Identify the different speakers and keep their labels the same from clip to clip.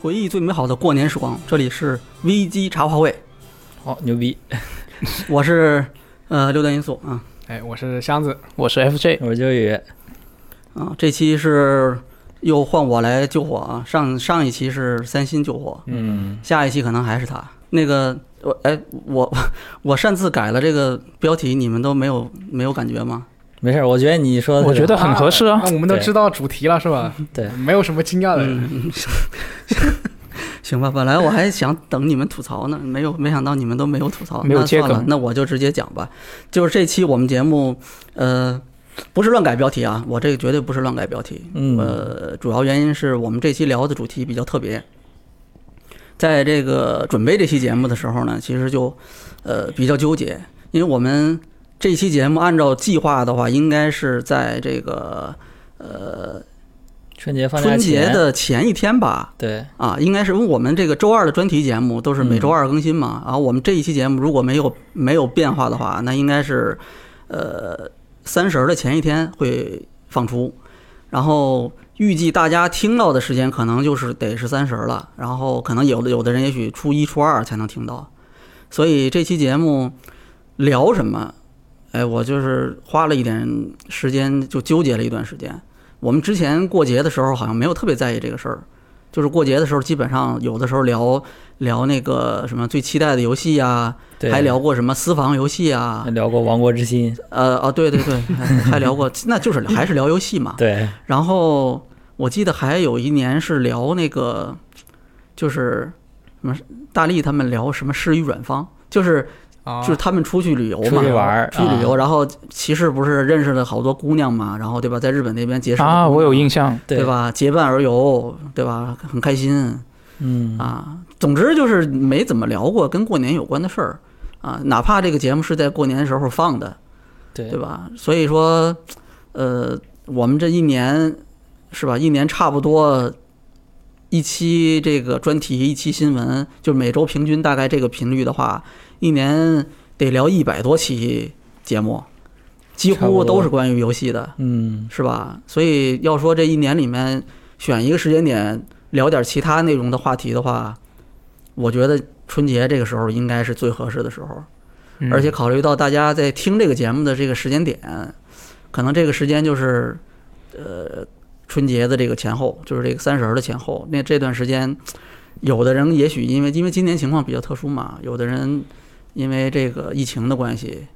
Speaker 1: 回忆最美好的过年时光，这里是危机茶话会，
Speaker 2: 好、牛逼！
Speaker 1: 我是呃六段因素啊
Speaker 3: 哎，我是箱子，
Speaker 4: 我是 FJ，
Speaker 2: 我是秋雨，
Speaker 1: 啊，这期是又换我来救火啊，上上一期是三星救火，
Speaker 2: 嗯，
Speaker 1: 下一期可能还是他。那个我哎我 我擅自改了这个标题，你们都没有没有感觉吗？
Speaker 2: 没事儿，我觉得你
Speaker 1: 嗯
Speaker 2: 说的
Speaker 4: 我觉得很合适啊。
Speaker 3: 那我们都知道主题了是吧？
Speaker 2: 对
Speaker 3: 没有什么惊讶的。
Speaker 1: 嗯， 行吧，本来我还想等你们吐槽呢，没有，没想到你们都没有吐槽，
Speaker 4: 没有
Speaker 1: 那
Speaker 4: 接
Speaker 1: 算了
Speaker 4: 梗，
Speaker 1: 那我就直接讲吧。就是这期我们节目，呃，不是乱改标题啊，我这个绝对不是乱改标题。
Speaker 2: 嗯
Speaker 1: 呃，主要原因是我们这期聊的主题比较特别，在这个准备这期节目的时候呢，其实就呃比较纠结，因为我们这期节目按照计划的话，应该是在这个呃
Speaker 2: 春节放假
Speaker 1: 春节
Speaker 2: 前
Speaker 1: 的前一天吧。
Speaker 2: 对，
Speaker 1: 啊，应该是因为我们这个周二的专题节目都是每周二更新嘛，然后我们这一期节目如果没有没有变化的话，那应该是呃三十儿的前一天会放出，然后预计大家听到的时间可能就是得是三十儿了，然后可能有的有的人也许初一初二才能听到，所以这期节目聊什么？哎，我就是花了一点时间就纠结了一段时间。我们之前过节的时候好像没有特别在意这个事儿，就是过节的时候基本上有的时候聊聊那个什么最期待的游戏啊，
Speaker 2: 对
Speaker 1: 还聊过什么私房游戏啊
Speaker 2: 还，聊过《亡国之心》，
Speaker 1: 呃啊对对对，还还聊过，那就是还是聊游戏嘛。
Speaker 2: 对，
Speaker 1: 然后我记得还有一年是聊那个，就是什么大力他们聊什么诗与远方，就是
Speaker 3: 啊，
Speaker 1: 就是他们出去旅游嘛，
Speaker 2: 出去玩儿
Speaker 1: 出去旅游，
Speaker 2: 啊
Speaker 1: 然后骑士不是认识了好多姑娘嘛，然后对吧，在日本那边结识
Speaker 4: 啊，我有印象，
Speaker 1: 对？吧？结伴而游，对吧？很开心
Speaker 2: 嗯，
Speaker 1: 啊。总之就是没怎么聊过跟过年有关的事儿啊，哪怕这个节目是在过年的时候放的，
Speaker 2: 对
Speaker 1: 对，吧？所以说，呃，我们这一年是吧，一年差不多一期这个专题，一期新闻，就每周平均大概这个频率的话，一年得聊一百多期节目，几
Speaker 2: 差不
Speaker 1: 乎
Speaker 2: 多
Speaker 1: 都是关于游戏的，
Speaker 2: 嗯，
Speaker 1: 是吧？所以要说这一年里面选一个时间点聊点其他内容的话题的话，我觉得春节这个时候应该是最合适的时候。
Speaker 4: 嗯
Speaker 1: 而且考虑到大家在听这个节目的这个时间点，可能这个时间就是，呃，春节的这个前后，就是这个三十儿的前后。那这段时间，有的人也许因为因为今年情况比较特殊嘛，有的人因为这个疫情的关系，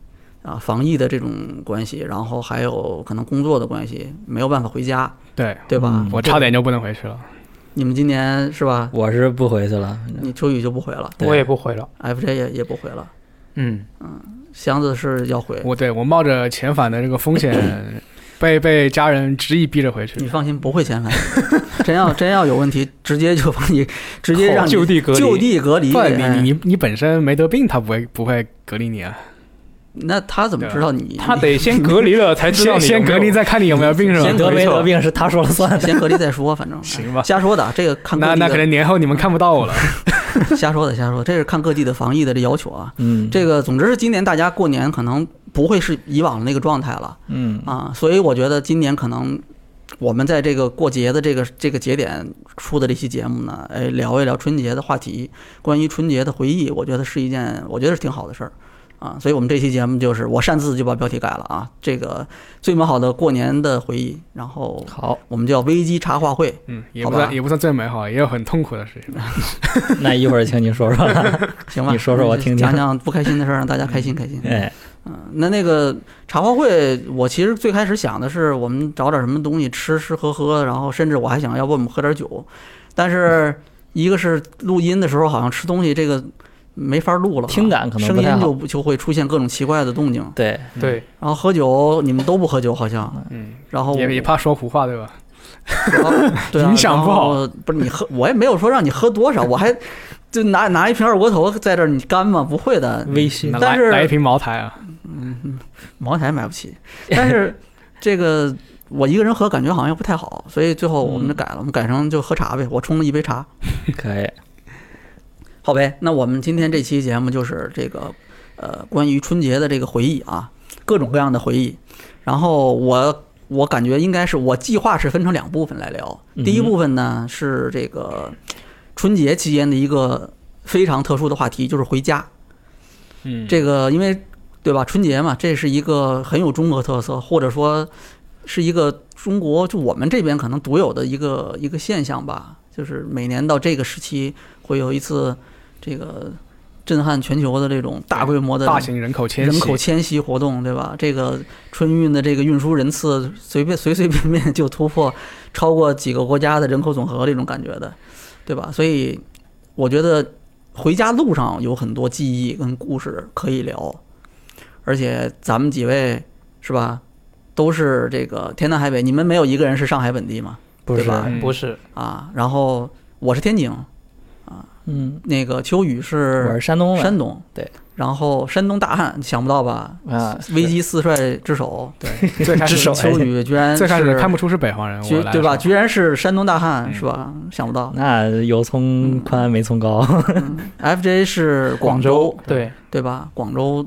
Speaker 1: 啊，防疫的这种关系，然后还有可能工作的关系，没有办法回家，
Speaker 3: 对
Speaker 1: 对吧？
Speaker 2: 嗯
Speaker 3: 我差点就不能回去了。
Speaker 1: 你们今年是吧？
Speaker 2: 我是不回去了，
Speaker 1: 你秋雨就不回了
Speaker 2: 对
Speaker 4: 我也不回了。
Speaker 1: ，FJ 也也不回了，
Speaker 4: 嗯，
Speaker 1: 箱子是要回，
Speaker 3: 我对我冒着遣返的这个风险，被被家人执意逼着回去
Speaker 1: 你。放心，不会遣返。 真要真要有问题，直接就把你直接让你
Speaker 4: 就地隔离，
Speaker 1: 就地隔离。
Speaker 3: 不，你
Speaker 1: 哎
Speaker 3: 你你你本身没得病，他不会不会隔离你啊。
Speaker 1: 那他怎么知道你？
Speaker 4: 他得先隔离了才哎知
Speaker 3: 先
Speaker 4: 道你有没
Speaker 3: 先
Speaker 4: 有
Speaker 3: 隔离，再看你有没有病是
Speaker 1: 先
Speaker 3: 吧？
Speaker 2: 得没得病是他说了 算 的，
Speaker 1: 先隔离再说， 反正
Speaker 3: 行吧
Speaker 1: 瞎说的，这个看各
Speaker 3: 那
Speaker 1: 地
Speaker 3: 那可
Speaker 1: 的
Speaker 3: 能年后你们看不到我了。
Speaker 1: 瞎说的瞎说的，这是看各地的防疫的这要求啊。
Speaker 2: 嗯，
Speaker 1: 这个总之是今年大家过年可能不会是以往的那个状态了
Speaker 2: 嗯，
Speaker 1: 啊，所以我觉得今年可能。我们在这个过节的这个这个节点出的这期节目呢，哎，聊一聊春节的话题，关于春节的回忆，我觉得是一件我觉得是挺好的事儿啊。所以我们这期节目就是我擅自就把标题改了啊，这个最美好的过年的回忆，然后
Speaker 2: 好，
Speaker 1: 我们叫危机茶话会。
Speaker 3: 嗯，也
Speaker 1: 好
Speaker 3: 不
Speaker 1: 吧
Speaker 3: 算也不算最美好，也有很痛苦的事情。
Speaker 2: 那一会儿请你说说，
Speaker 1: 行吧，
Speaker 2: 你说说我听听
Speaker 1: 讲讲不开心的事儿，让大家开心开心。
Speaker 2: 哎，
Speaker 1: 嗯，那那个茶话会，我其实最开始想的是，我们找点什么东西吃吃喝喝，然后甚至我还想要不我们喝点酒，但是一个是录音的时候好像吃东西这个没法录了啊，
Speaker 2: 听感可能
Speaker 1: 声
Speaker 2: 不太
Speaker 1: 音就
Speaker 2: 好，
Speaker 1: 不就会出现各种奇怪的动静。
Speaker 2: 对，
Speaker 4: 对，
Speaker 1: 然后喝酒，你们都不喝酒好像，
Speaker 3: 嗯，
Speaker 1: 然后
Speaker 3: 也也怕说胡话对吧？
Speaker 1: 然后 对 啊
Speaker 3: 影响不好。
Speaker 1: 然后不是你喝，我也没有说让你喝多少，我还就拿拿一瓶二锅头在这儿，你干吗？不会的，
Speaker 2: 微醺
Speaker 3: 那
Speaker 1: 但
Speaker 3: 来
Speaker 1: 是
Speaker 3: 来一瓶茅台啊，
Speaker 1: 茅台买不起，但是这个我一个人喝感觉好像又不太好，所以最后我们就改了，我们改成就喝茶呗，我冲了一杯茶，
Speaker 2: 可以，
Speaker 1: 好呗。那我们今天这期节目就是这个呃关于春节的这个回忆啊，各种各样的回忆。然后我我感觉应该是我计划是分成两部分来聊，
Speaker 2: 嗯
Speaker 1: 第一部分呢是这个。春节期间的一个非常特殊的话题，就是回家。
Speaker 4: 嗯，
Speaker 1: 这个因为对吧，春节嘛，这是一个很有中国特色，或者说是一个中国就我们这边可能独有的一个一个现象吧，就是每年到这个时期会有一次这个震撼全球的这种大规模的
Speaker 3: 大型人口迁
Speaker 1: 人
Speaker 3: 徙，
Speaker 1: 口迁徙活动，对吧？这个春运的这个运输人次，随便随随便便就突破超过几个国家的人口总和，这种感觉的，对吧？所以我觉得回家路上有很多记忆跟故事可以聊，而且咱们几位是吧，都是这个天南海北，你们没有一个人是上海本地嘛？
Speaker 2: 不是
Speaker 1: 对吧
Speaker 4: 嗯不是，
Speaker 1: 啊，然后我是天津，
Speaker 2: 嗯，
Speaker 1: 那个秋雨
Speaker 2: 我是
Speaker 1: 是
Speaker 2: 山东的，
Speaker 1: 山东，
Speaker 2: 对。
Speaker 1: 然后山东大汉，想不到吧？
Speaker 4: 啊，
Speaker 1: 危机四帅之首，对，
Speaker 3: 最开
Speaker 2: 之
Speaker 3: 始
Speaker 2: 首
Speaker 1: 秋雨居然
Speaker 3: 哎最开始
Speaker 1: 是
Speaker 3: 看不出是北方人，
Speaker 1: 居
Speaker 3: 我来
Speaker 1: 对吧？
Speaker 3: 的时
Speaker 1: 居然是山东大汉
Speaker 4: 嗯
Speaker 1: 是吧？想不到
Speaker 2: 那油葱
Speaker 1: 嗯
Speaker 2: 宽没葱高，
Speaker 1: ，FJ 是
Speaker 4: 广
Speaker 1: 州
Speaker 4: 对，。
Speaker 1: 对吧？广州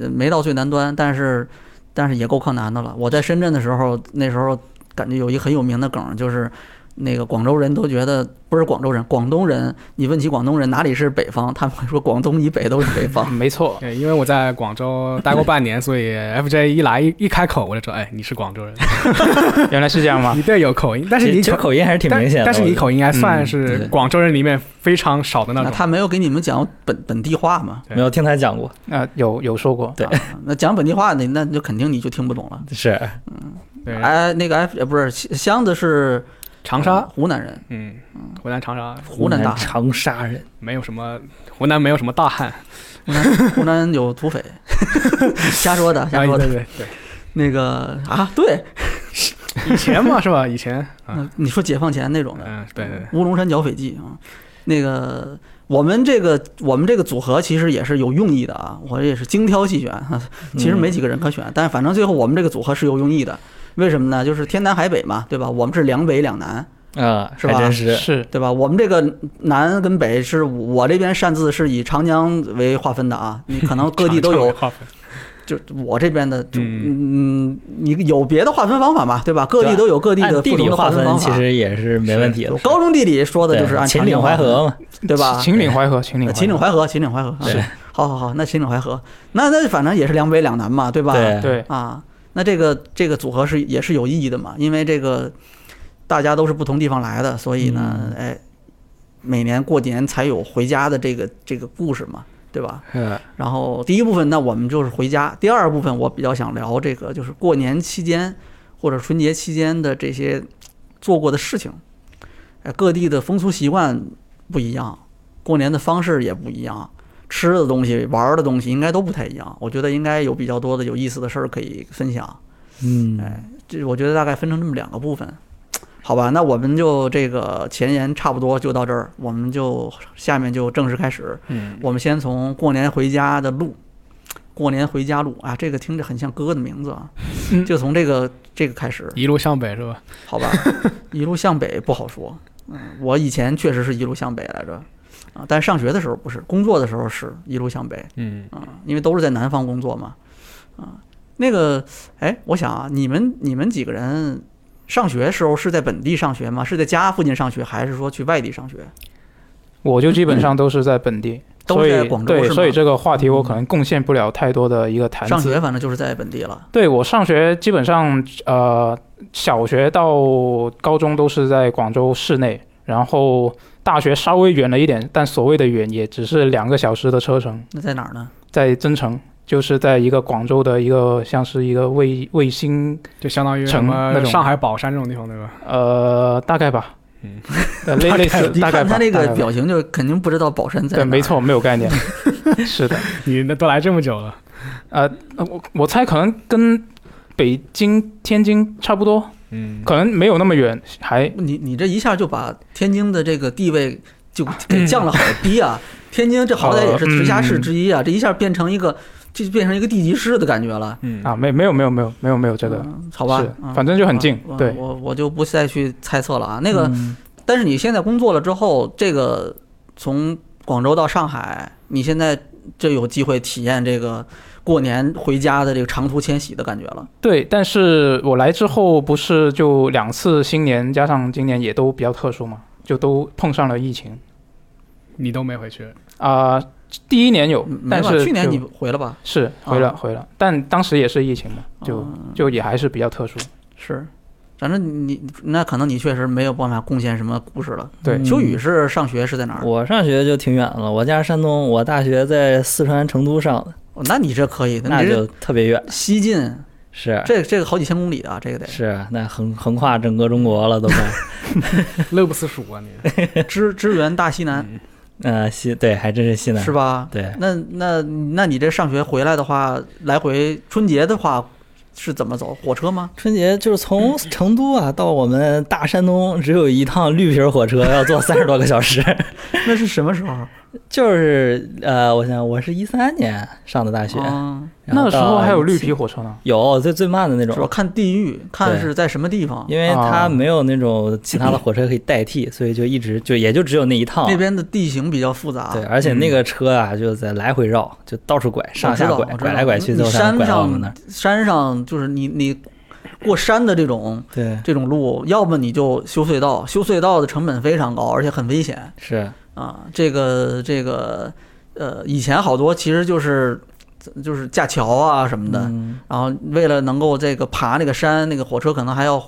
Speaker 1: 呃没到最南端，但是但是也够靠南的了。我在深圳的时候，那时候感觉有一个很有名的梗，就是那个广州人都觉得不是广州人，广东人，你问起广东人哪里是北方，他们会说广东以北都是北方
Speaker 4: 没错
Speaker 3: 候。，对，因为我在广州待过半年，所以 FJ 一来一一开口我就知道，哎，你是广州人，
Speaker 4: 原来是这 样吗？
Speaker 3: 你对有口音，但是你
Speaker 2: 其实
Speaker 3: 口
Speaker 2: 口音还是挺
Speaker 3: 但
Speaker 2: 明显的，
Speaker 3: 但是你口音还算
Speaker 1: 嗯
Speaker 3: 是
Speaker 1: 对
Speaker 3: 广州人里面非常少 的那
Speaker 1: 那
Speaker 3: 种。
Speaker 1: 他没有给你们讲本本地话嘛？
Speaker 2: 我觉得没有听他讲过，
Speaker 4: 啊，有有说过，
Speaker 2: 对
Speaker 1: 啊，那讲本地话，那那就肯定你就听不懂了。
Speaker 2: 是
Speaker 3: 对，
Speaker 1: 哎，那个 F 呃不是箱子是
Speaker 3: 长沙，
Speaker 1: 湖南人，
Speaker 3: 嗯，湖南长沙
Speaker 1: 湖南大汉
Speaker 2: 长沙人，
Speaker 3: 没有什么，湖南没有什么大汉，
Speaker 1: 湖南湖南有土 匪，瞎说的， 瞎
Speaker 3: 哎
Speaker 1: 说
Speaker 3: 对
Speaker 1: 的。
Speaker 3: 对对，
Speaker 1: 那个啊，对，
Speaker 3: 以前嘛是吧？以前，嗯
Speaker 1: 那你说解放前那种的，
Speaker 3: 嗯，对对对，
Speaker 1: 乌龙山剿匪记啊，那个我们这个我们这个组合其实也是有用意的啊，我也是精挑细选，哈 其实没
Speaker 3: 嗯
Speaker 1: 几个人可选，但反正最后我们这个组合是有用意的。为什么呢？就是天南海北嘛，对吧？我们是两北两南，
Speaker 2: 啊，
Speaker 1: 是
Speaker 2: 还
Speaker 1: 吧
Speaker 2: 真是
Speaker 4: 是
Speaker 1: 对吧？我们这个南跟北是我这边擅自是以长江为划分的 啊，你可能各地都有
Speaker 3: 长长的划分
Speaker 1: 就是我这边的，就
Speaker 3: 嗯
Speaker 1: 嗯，你有别的划分方法嘛，对吧？各地都有各地的
Speaker 2: 啊按
Speaker 1: 不
Speaker 2: 地
Speaker 1: 同
Speaker 2: 理
Speaker 1: 的
Speaker 2: 划
Speaker 1: 分
Speaker 2: 分
Speaker 1: 方
Speaker 2: 其
Speaker 1: 法。
Speaker 2: 实也是没问题的
Speaker 1: 我，高中地理说的就是
Speaker 2: 对
Speaker 1: 按
Speaker 2: 秦
Speaker 1: 长
Speaker 2: 岭
Speaker 1: 江
Speaker 2: 淮
Speaker 1: 划分
Speaker 2: 河，嘛，
Speaker 1: 对吧？
Speaker 4: 秦岭淮河，秦岭
Speaker 1: 呃
Speaker 4: 淮河
Speaker 1: 秦岭淮河，秦岭淮河，啊
Speaker 2: 是
Speaker 1: 好好好，那秦岭淮河，那那反正也是两北两南嘛，对吧？
Speaker 2: 对
Speaker 4: 对，
Speaker 1: 啊，那这个这个组合是也是有意义的嘛，因为这个大家都是不同地方来的，所以呢，哎，每年过年才有回家的这个这个故事嘛，对吧？
Speaker 4: 呃，
Speaker 1: 然后第一部分那我们就是回家，第二部分我比较想聊这个就是过年期间或者春节期间的这些做过的事情，哎，各地的风俗习惯不一样，过年的方式也不一样，吃的东西、玩儿的东西应该都不太一样。我觉得应该有比较多的有意思的事儿可以分享。
Speaker 2: 嗯，
Speaker 1: 哎，这我觉得大概分成这么两个部分，好吧？那我们就这个前言差不多就到这儿，我们就下面就正式开始。
Speaker 4: 嗯，
Speaker 1: 我们先从过年回家的路，过年回家路啊，这个听着很像哥哥的名字啊，
Speaker 4: 嗯
Speaker 1: 就从这个这个开始，
Speaker 3: 一路向北是吧？
Speaker 1: 好 吧？一路向北不好说，嗯，我以前确实是一路向北来着，啊，但上学的时候不是，工作的时候是一路向北
Speaker 3: 嗯，
Speaker 1: 啊，因为都是在南方工作嘛，啊，那个，哎，我想啊，你们你们几个人。上学时候是在本地上学吗？是在家附近上学，还是说去外地上学？
Speaker 4: 我就基本上都是在本地，
Speaker 1: 都
Speaker 4: 所
Speaker 1: 是
Speaker 4: 以
Speaker 1: 在广州
Speaker 4: 对，
Speaker 1: 是吗嗯
Speaker 4: 所以这个话题我可能贡献不了太多的一个谈
Speaker 1: 上
Speaker 4: 资。
Speaker 1: 学反正就是在本地了。
Speaker 4: 对我上学基本上呃，小学到高中都是在广州市内，然后大学稍微远了一点，但所谓的远也只是两个小时的车程，
Speaker 1: 那在哪儿呢？
Speaker 4: 在增城。就是在一个广州的一个像是一个卫卫星，
Speaker 3: 就相当于什
Speaker 4: 城那
Speaker 3: 么
Speaker 4: 种
Speaker 3: 上海宝山这种地方对吧？
Speaker 4: 呃，大概吧，
Speaker 3: 嗯
Speaker 4: 呃， 类类似
Speaker 1: 你
Speaker 4: 大概
Speaker 1: 看
Speaker 4: 吧。
Speaker 1: 他那
Speaker 4: 大
Speaker 1: 个
Speaker 4: 概吧
Speaker 1: 表啊情，就肯定不知道宝山在哪
Speaker 4: 对，
Speaker 1: 儿
Speaker 4: 没。错，没有 概念。是的，
Speaker 3: 你那都来这么久了，
Speaker 4: 呃，呃我我猜可能跟北京、天津差不多，
Speaker 3: 嗯，
Speaker 4: 可能没有那么远，还
Speaker 1: 你你这一下就把天津的这个地位就给降了好低 啊！天津这好歹也是直辖
Speaker 4: 嗯
Speaker 1: 市之一啊，这一下变成一个这就变成一个地级市的感觉了。
Speaker 3: 嗯
Speaker 4: 啊，没没有没有没有没有没有这个，
Speaker 1: 嗯好吧
Speaker 4: 是，
Speaker 1: 嗯
Speaker 4: 反正就很近
Speaker 1: 我
Speaker 4: 对
Speaker 1: 我我就不再去猜测了啊。那个，
Speaker 2: 嗯
Speaker 1: 但是你现在工作了之后，这个从广州到上海，你现在这有机会体验这个过年回家的这个长途迁徙的感觉了。
Speaker 4: 对。但是我来之后不是就两次新年，加上今年也都比较特殊嘛，就都碰上了疫情，
Speaker 3: 你都没回去，
Speaker 4: 啊、第一年有
Speaker 1: 嗯，没
Speaker 4: 但
Speaker 1: 吧
Speaker 4: 是
Speaker 1: 去年
Speaker 4: 就
Speaker 1: 你回了吧？
Speaker 4: 是回了回了，但当时也是疫情嘛，就
Speaker 1: 嗯
Speaker 4: 就也还是比较特殊。
Speaker 1: 是，反正你那可能你确实没有办法贡献什么故事了。
Speaker 4: 对
Speaker 2: 嗯
Speaker 1: 秋雨是上学是在哪儿？
Speaker 2: 我上学就挺远了，我家山东，我大学在四川成都上的，
Speaker 1: 哦那你这可以，
Speaker 2: 那
Speaker 1: 你这
Speaker 2: 就特别远，
Speaker 1: 西晋，
Speaker 2: 是
Speaker 1: 这这个好几千公里啊，这个得
Speaker 2: 是，那横横跨整个中国了 都快。
Speaker 3: 乐不思蜀啊你。
Speaker 1: 支支援大西南
Speaker 3: 嗯
Speaker 2: 呃，西对，还真是西南，
Speaker 1: 是吧？
Speaker 2: 对，
Speaker 1: 那那那你这上学回来的话，来回春节的话是怎么走？火车吗？
Speaker 2: 春节就是从成都啊到我们大山东，只有一趟绿皮儿火车，要坐三十多个小时。
Speaker 1: 那是什么 时候？
Speaker 2: 就是呃，我想我是一三年上的大学，
Speaker 1: 嗯，
Speaker 2: 然后
Speaker 4: 那时候
Speaker 2: 到
Speaker 4: 还有绿
Speaker 2: 17
Speaker 4: 皮火车呢，
Speaker 2: 有最最慢的那
Speaker 1: 是吧？
Speaker 2: 种，
Speaker 1: 看地域，看
Speaker 2: 对
Speaker 1: 是在什么地方。
Speaker 2: 因为它
Speaker 4: 啊
Speaker 2: 没有那种其他的火车可以 代替，所以就一直就也就只有那一趟。
Speaker 1: 啊那边的地形比较复杂，
Speaker 2: 对，而且那个车啊，就在来回绕，就到处拐，上下
Speaker 1: 我
Speaker 2: 拐
Speaker 1: 知道我，知道
Speaker 2: 拐来拐去，
Speaker 1: 你
Speaker 2: 最后才能
Speaker 1: 山
Speaker 2: 拐到我
Speaker 1: 上
Speaker 2: 们那儿。
Speaker 1: 山上就是你你过山的这种
Speaker 2: 对，
Speaker 1: 这种路，要么你就修隧道，修隧道的成本非常高，而且很危险。
Speaker 2: 是
Speaker 1: 啊，这个这个呃，以前好多其实就是就是架桥啊什么的，
Speaker 2: 嗯
Speaker 1: 然后为了能够这个爬那个山，那个火车可能还要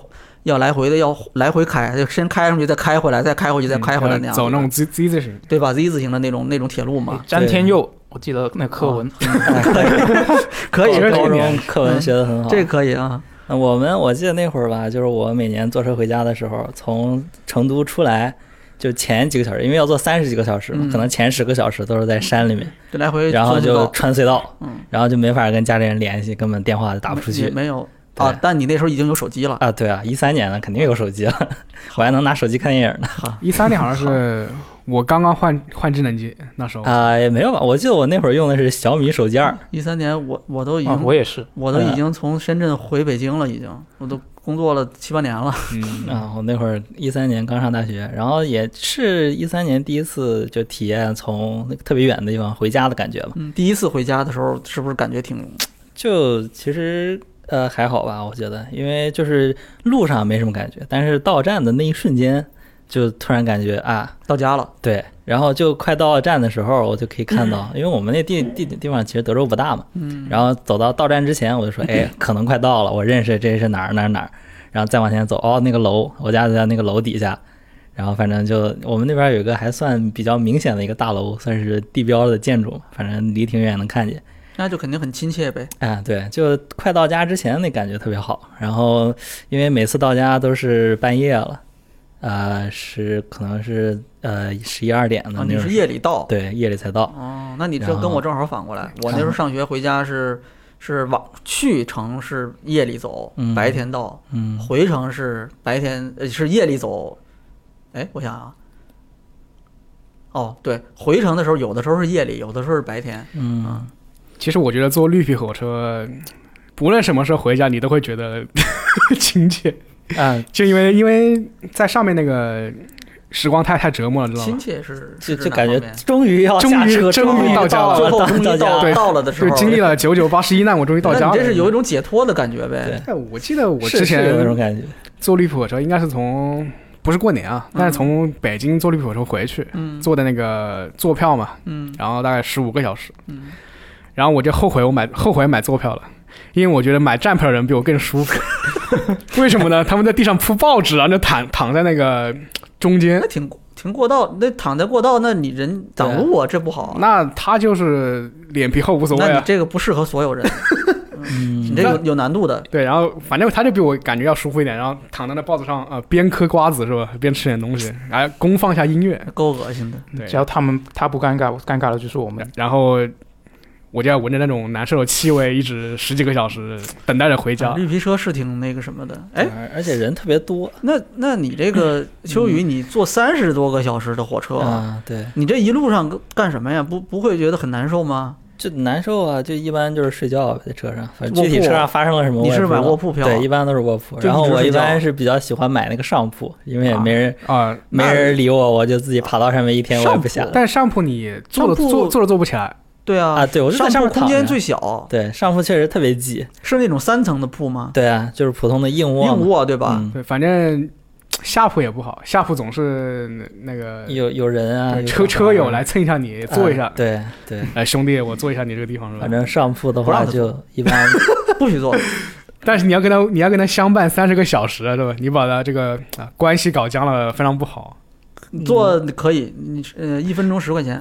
Speaker 1: 要来回的要来回开，就先开上去，再开回来，再开回去，再开回来那样子，
Speaker 3: 嗯呃
Speaker 2: 哎
Speaker 3: 走那种 Z Z 字形，
Speaker 1: 对吧？Z 字形的那种那种铁路
Speaker 2: 嗯
Speaker 1: 嘛，
Speaker 4: 哎
Speaker 1: 啊
Speaker 4: 詹天佑，我记得那课文，
Speaker 2: 哎
Speaker 1: 可以，可
Speaker 2: 高高
Speaker 1: 以，
Speaker 2: 中课文学的很好。
Speaker 1: 这个可以啊，
Speaker 2: 那我们我记得那会儿吧，就是我每年坐车回家的时候，从成都出来，就前几个小时，因为要坐三十几个小时嘛，
Speaker 1: 嗯
Speaker 2: 可能前十个小时都是在山里面，
Speaker 1: 就来回
Speaker 2: 然后
Speaker 1: 钻
Speaker 2: 就
Speaker 1: 隧道
Speaker 2: 穿隧道，
Speaker 1: 嗯
Speaker 2: 然后就没法跟家里人联系，根本电话都打不出
Speaker 1: 也
Speaker 2: 去。
Speaker 1: 没有
Speaker 2: 对
Speaker 1: 啊，但你那时候已经有手机了，
Speaker 2: 啊，对啊，一三年了，肯定有手机了，我还能拿手机看电影呢。
Speaker 3: 一三年好像 是我刚刚换换智能机，那时候
Speaker 2: 啊，也没有吧，我记得我那会儿用的是小米手机二，
Speaker 1: 一三年我我都已
Speaker 4: 啊
Speaker 1: 经
Speaker 4: 我也是，
Speaker 1: 我都已
Speaker 2: 嗯
Speaker 1: 经从深圳回北京了，已经我都工作了七八年 了。
Speaker 3: 嗯，
Speaker 2: 啊，我那会儿一三年刚上大学，然后也是一三年第一次就体验从那个特别远的地方回家的感觉嘛，
Speaker 1: 嗯，第一次回家的时候，是不是感觉挺
Speaker 2: 就其实呃还好吧，我觉得，因为就是路上没什么感觉，但是到站的那一瞬间，就突然感觉啊，
Speaker 1: 到家了？
Speaker 2: 对，然后就快到站的时候，我就可以看 到，因为我们那地地地方其实德州不大嘛，
Speaker 1: 嗯，
Speaker 2: 然后走到到站之前，我就说， 哎，可能快到了，我认识这是哪儿哪儿哪儿，然后再往前走，哦，那个楼，我家就在那个楼底下，然后反正就我们那边有一个还算比较明显的一个大楼，算是地标的建筑嘛，反正离挺远能看见。
Speaker 1: 那就肯定很亲切呗。
Speaker 2: 啊，对，就快到家之前那感觉特别好。然后，因为每次到家都是半夜了，呃，是可能是呃十一二点的
Speaker 1: 啊，
Speaker 2: 那
Speaker 1: 你
Speaker 2: 种
Speaker 1: 是
Speaker 2: 时，
Speaker 1: 夜里到？
Speaker 2: 对夜里才到。
Speaker 1: 哦，那你这
Speaker 2: 然后
Speaker 1: 跟我正好反过来。我那时候上学回家是是往去城是夜里走，
Speaker 2: 嗯
Speaker 1: 白天到；
Speaker 2: 嗯，
Speaker 1: 回城是白天呃是夜里走。哎，我想想啊。哦，对，回城的时候，有的时候是夜里，有的时候是白天。
Speaker 2: 嗯，
Speaker 3: 其实我觉得坐绿皮火车，不论什么时候回家，你都会觉得 亲切，
Speaker 1: 嗯
Speaker 2: 啊，
Speaker 3: 就因为因为在上面那个时光太太折磨了，知道
Speaker 1: 嗯亲
Speaker 3: 吗？
Speaker 1: 切是
Speaker 2: 就是就
Speaker 1: 哪
Speaker 2: 感觉
Speaker 1: 方面
Speaker 2: 终于要
Speaker 3: 终
Speaker 2: 下
Speaker 3: 于
Speaker 2: 车，
Speaker 3: 终
Speaker 2: 终
Speaker 3: 于到家了
Speaker 1: 最后
Speaker 2: 到
Speaker 1: 终于
Speaker 2: 家
Speaker 1: 到
Speaker 3: 对
Speaker 1: 到了的时
Speaker 3: 就
Speaker 1: 候，
Speaker 3: 经历了九九八十一难，我终于到
Speaker 1: 那
Speaker 3: 家了。
Speaker 1: 你这是有一种解脱的感觉呗
Speaker 3: 哎，
Speaker 2: 对。
Speaker 3: 我记得我
Speaker 2: 是
Speaker 3: 之
Speaker 2: 是有那
Speaker 3: 前
Speaker 2: 种感觉，
Speaker 3: 坐绿皮火车，应该是从不是过年啊，但是从北京坐绿皮火车回去，
Speaker 1: 嗯
Speaker 3: 坐的那个坐票嘛，
Speaker 1: 嗯
Speaker 3: 然后大概十五个小时，
Speaker 1: 嗯，
Speaker 3: 然后我就后悔我买后悔买坐票了，因为我觉得买站票的人比我更舒服。 为什么呢？他们在地上铺报纸，然后啊就躺躺在那个中间
Speaker 1: 那，挺挺过道，那躺在过道，那你人挡路啊，这不好啊。
Speaker 3: 那他就是脸皮厚无所谓
Speaker 1: 那
Speaker 3: 啊
Speaker 1: 你。这个不适合所有 人，你
Speaker 2: 嗯
Speaker 1: 这有有难度的。
Speaker 3: 对，然后反正他就比我感觉要舒服一点，然后躺在那报纸上，呃，边嗑瓜子是吧，边吃点东西，然后公放一下音乐，
Speaker 1: 够恶心的，
Speaker 3: 对
Speaker 4: 只，要他们他不尴尬，尴尬的就是我们。
Speaker 3: 然后我就要闻着那种难受的气味，一直十几个小时等待着回家。
Speaker 1: 啊绿皮车是挺那个什么的。哎，
Speaker 2: 而而且人特别多
Speaker 1: 那那你这 个秋雨，你坐三十多个小时的火车，
Speaker 2: 啊，嗯对，
Speaker 1: 你这一路上干什么呀？不不会觉得很难受吗？
Speaker 2: 就难受啊，就一般就是睡觉在车上，反正
Speaker 1: 卧
Speaker 2: 具体
Speaker 1: 铺
Speaker 2: 车上发生了什么，
Speaker 1: 你
Speaker 2: 我也
Speaker 1: 是
Speaker 2: 不知
Speaker 1: 买
Speaker 2: 道
Speaker 1: 卧铺票啊
Speaker 2: 对，一般都是卧铺，
Speaker 1: 就
Speaker 2: 然后
Speaker 1: 一直
Speaker 2: 我
Speaker 1: 睡
Speaker 2: 一
Speaker 1: 觉
Speaker 2: 般是比较喜欢买那个上铺，因为也没人
Speaker 3: 啊，
Speaker 2: 没人理我，我就自己爬到上面一天，我也不下
Speaker 1: 上
Speaker 2: 来。
Speaker 3: 但上铺你坐都
Speaker 1: 上铺
Speaker 3: 坐坐都坐不起来，
Speaker 1: 对啊，
Speaker 2: 啊对我就
Speaker 1: 上
Speaker 2: 在上
Speaker 1: 铺
Speaker 2: 面
Speaker 1: 空
Speaker 2: 躺
Speaker 1: 间
Speaker 2: 着
Speaker 1: 最小，
Speaker 2: 对，上铺确实特别挤。
Speaker 1: 是那种三层的铺吗？
Speaker 2: 对啊，就是普通的硬卧
Speaker 1: 硬
Speaker 2: 嘛。
Speaker 1: 卧对吧？
Speaker 2: 嗯，
Speaker 3: 对，反正下铺也不好，下铺总是那个
Speaker 2: 有有人啊，
Speaker 3: 对
Speaker 2: 有
Speaker 3: 车
Speaker 2: 小孩
Speaker 3: 车
Speaker 2: 儿
Speaker 3: 友来蹭一下你，
Speaker 2: 啊
Speaker 3: 坐一下。
Speaker 2: 对 对，
Speaker 3: 哎，兄弟，我坐一下你这个地方是吧
Speaker 2: 反？正上铺的
Speaker 1: 不让
Speaker 2: 话
Speaker 1: 他
Speaker 2: 就 一般
Speaker 1: 不许做，
Speaker 3: 但是你要跟他，你要跟他相伴三十个小时啊，对吧？你把他这个啊关系搞僵了，非常不好。
Speaker 2: 嗯
Speaker 1: 做可以，你呃一分钟十块钱，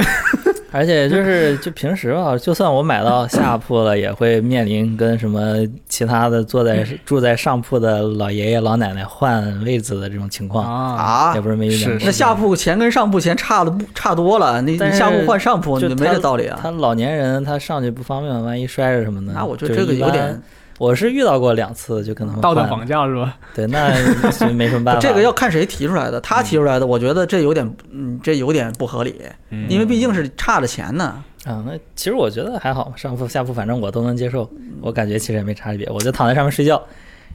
Speaker 2: 而且就是就平 时吧，就算我买到下铺了，也会面临跟什么其他的坐在
Speaker 1: 嗯
Speaker 2: 住在上铺的老爷爷老奶奶换位子的这种情况，
Speaker 3: 啊，
Speaker 1: 啊
Speaker 2: 也，不是没遇见
Speaker 3: 是
Speaker 2: 过。
Speaker 1: 那下铺钱跟上铺钱差的不差多了，你
Speaker 2: 但
Speaker 1: 你
Speaker 2: 是
Speaker 1: 下铺换上铺，你
Speaker 2: 就
Speaker 1: 就没
Speaker 2: 他
Speaker 1: 这道理啊。
Speaker 2: 他老年人他上去不方便，万一摔着什么的。
Speaker 1: 那我觉得
Speaker 2: 嗯就
Speaker 1: 这个
Speaker 2: 一
Speaker 1: 有
Speaker 2: 般
Speaker 1: 点，，
Speaker 2: 我是遇到过两次，就跟他们
Speaker 3: 道德
Speaker 2: 换
Speaker 3: 绑架是吧？
Speaker 2: 对，那就没什么办 法。嗯
Speaker 1: 这个要看谁提出来的。他提出来的，我觉得这有点，嗯，这有点不合理，因为毕竟是差着钱呢。
Speaker 2: 啊，那其实我觉得还好嘛，上铺下铺反正我都能接受，我感觉其实也没差别，我就躺在上面睡觉，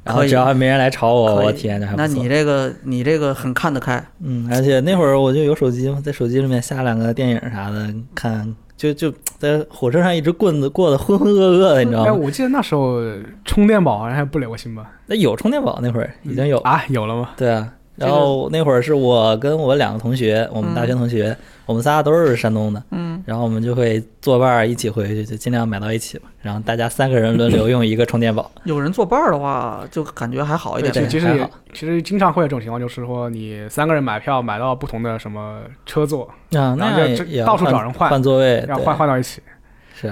Speaker 2: 然后
Speaker 1: 可以
Speaker 2: 只要没人来吵我，
Speaker 1: 可以
Speaker 2: 哦我体验的还不
Speaker 1: 那
Speaker 2: 错。
Speaker 1: 你这个你这个很看得开，
Speaker 2: 嗯，而且那会儿我就有手机嘛，在手机里面下两个电影啥的看，就就在火车上一直棍子过得浑浑噩噩的，你知道
Speaker 3: 哎，
Speaker 2: 吗？
Speaker 3: 我记得那时候充电宝好像还不流行吧？
Speaker 2: 那有充电宝那会儿已经有，
Speaker 3: 啊，有了吗？
Speaker 2: 对啊。
Speaker 1: 这
Speaker 2: 然
Speaker 1: 个
Speaker 2: 后那会儿是我跟我两个同学，我们大学同学，我们仨都是山东的，
Speaker 1: 嗯，
Speaker 2: 然后我们就会作伴儿一起回去，就尽量买到一起嘛。然后大家三个人轮流用一个充电宝，
Speaker 1: 有人作伴儿的话，就感觉还好一
Speaker 3: 对，
Speaker 1: 点。
Speaker 3: 其
Speaker 2: 对
Speaker 3: 其实
Speaker 2: 还
Speaker 3: 也
Speaker 2: 好
Speaker 3: 其实经常会有这种情况，就是说你三个人买票买到不同的什么车座，然
Speaker 2: 啊，那
Speaker 3: 后
Speaker 2: 样
Speaker 3: 就
Speaker 2: 也也要
Speaker 3: 到处
Speaker 2: 换
Speaker 3: 找人换
Speaker 2: 换座位，
Speaker 3: 然后
Speaker 2: 对
Speaker 3: 换换到一起。
Speaker 2: 是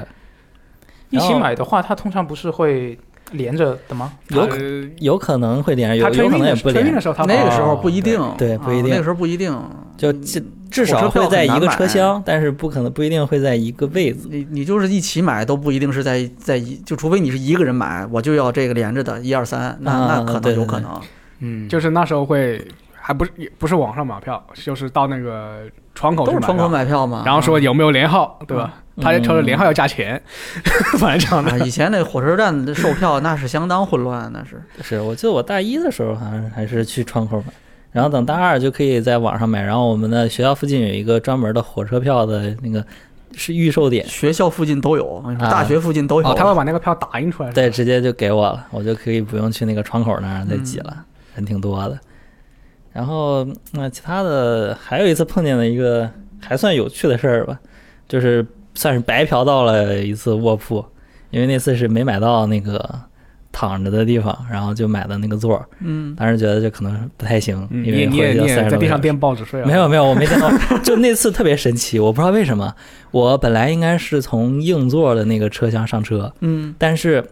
Speaker 4: 一起
Speaker 2: 然后
Speaker 4: 买的话，它通常不是会连着的吗？
Speaker 2: 有可
Speaker 3: 可
Speaker 2: 有可能会连，
Speaker 3: 他
Speaker 2: 有
Speaker 3: 推
Speaker 2: 有可
Speaker 3: 运
Speaker 2: 能也
Speaker 3: 的
Speaker 2: 不
Speaker 3: 推运
Speaker 2: 连
Speaker 3: 的，时候他
Speaker 1: 那个时候
Speaker 3: 哦
Speaker 1: 不一定，
Speaker 2: 对不一
Speaker 1: 啊
Speaker 2: 定
Speaker 1: 那个时候不一定，
Speaker 2: 就
Speaker 1: 嗯
Speaker 2: 至至
Speaker 1: 火
Speaker 2: 少
Speaker 1: 车票
Speaker 2: 会在
Speaker 1: 很
Speaker 2: 一
Speaker 1: 难
Speaker 2: 个
Speaker 1: 买
Speaker 3: 啊
Speaker 2: 车厢，但是不可能不一定会在一个位子。
Speaker 1: 你你就是一起买都不一定是在在一，就除非你是一个人买，我就要这个连着的，一二三，那、
Speaker 2: 啊
Speaker 1: 那可能
Speaker 2: 对对
Speaker 1: 有
Speaker 2: 对
Speaker 1: 可能。
Speaker 4: 嗯，
Speaker 3: 就是那时候会还不是也不是网上买票，就是到那个窗口
Speaker 1: 都
Speaker 3: 去
Speaker 1: 是
Speaker 3: 买
Speaker 1: 窗口
Speaker 3: 票，
Speaker 1: 买啊票嘛。
Speaker 3: 然后说有没有连号，对吧？他就说连号要加钱， 反正这样
Speaker 1: 啊，
Speaker 3: 的。
Speaker 1: 以前那火车站的售票那是相当混乱，那是
Speaker 2: 是，我记得我大一的时候好像还是去窗口买，然后等大二就可以在网上买。然后我们的学校附近有一个专门的火车票的那个是预售点，
Speaker 1: 学校附近都有，我跟你说
Speaker 2: 啊
Speaker 1: 大学附近都有。
Speaker 3: 哦，他会把那个票打印出来。
Speaker 2: 对，，直接就给我了，我就可以不用去那个窗口那儿再挤
Speaker 3: 嗯
Speaker 2: 了，人挺多的。然后那、其他的还有一次碰见了一个还算有趣的事儿吧，就是算是白嫖到了一次卧铺，因为那次是没买到那个躺着的地方，然后就买的那个座儿，
Speaker 1: 嗯，
Speaker 2: 当时觉得这可能不太行，
Speaker 3: 嗯，
Speaker 2: 因
Speaker 3: 你
Speaker 2: 为
Speaker 3: 你
Speaker 2: 回
Speaker 3: 也
Speaker 2: 去
Speaker 3: 你
Speaker 2: 要
Speaker 3: 也
Speaker 2: 三十
Speaker 3: 在
Speaker 2: 多
Speaker 3: 地
Speaker 2: 个
Speaker 3: 上
Speaker 2: 小时。
Speaker 3: 垫报纸睡啊？
Speaker 2: 没有没有，我 没见到，就那次特别神奇，我不知道为什么，我本来应该是从硬座的那个车厢上车，
Speaker 1: 嗯
Speaker 2: 但是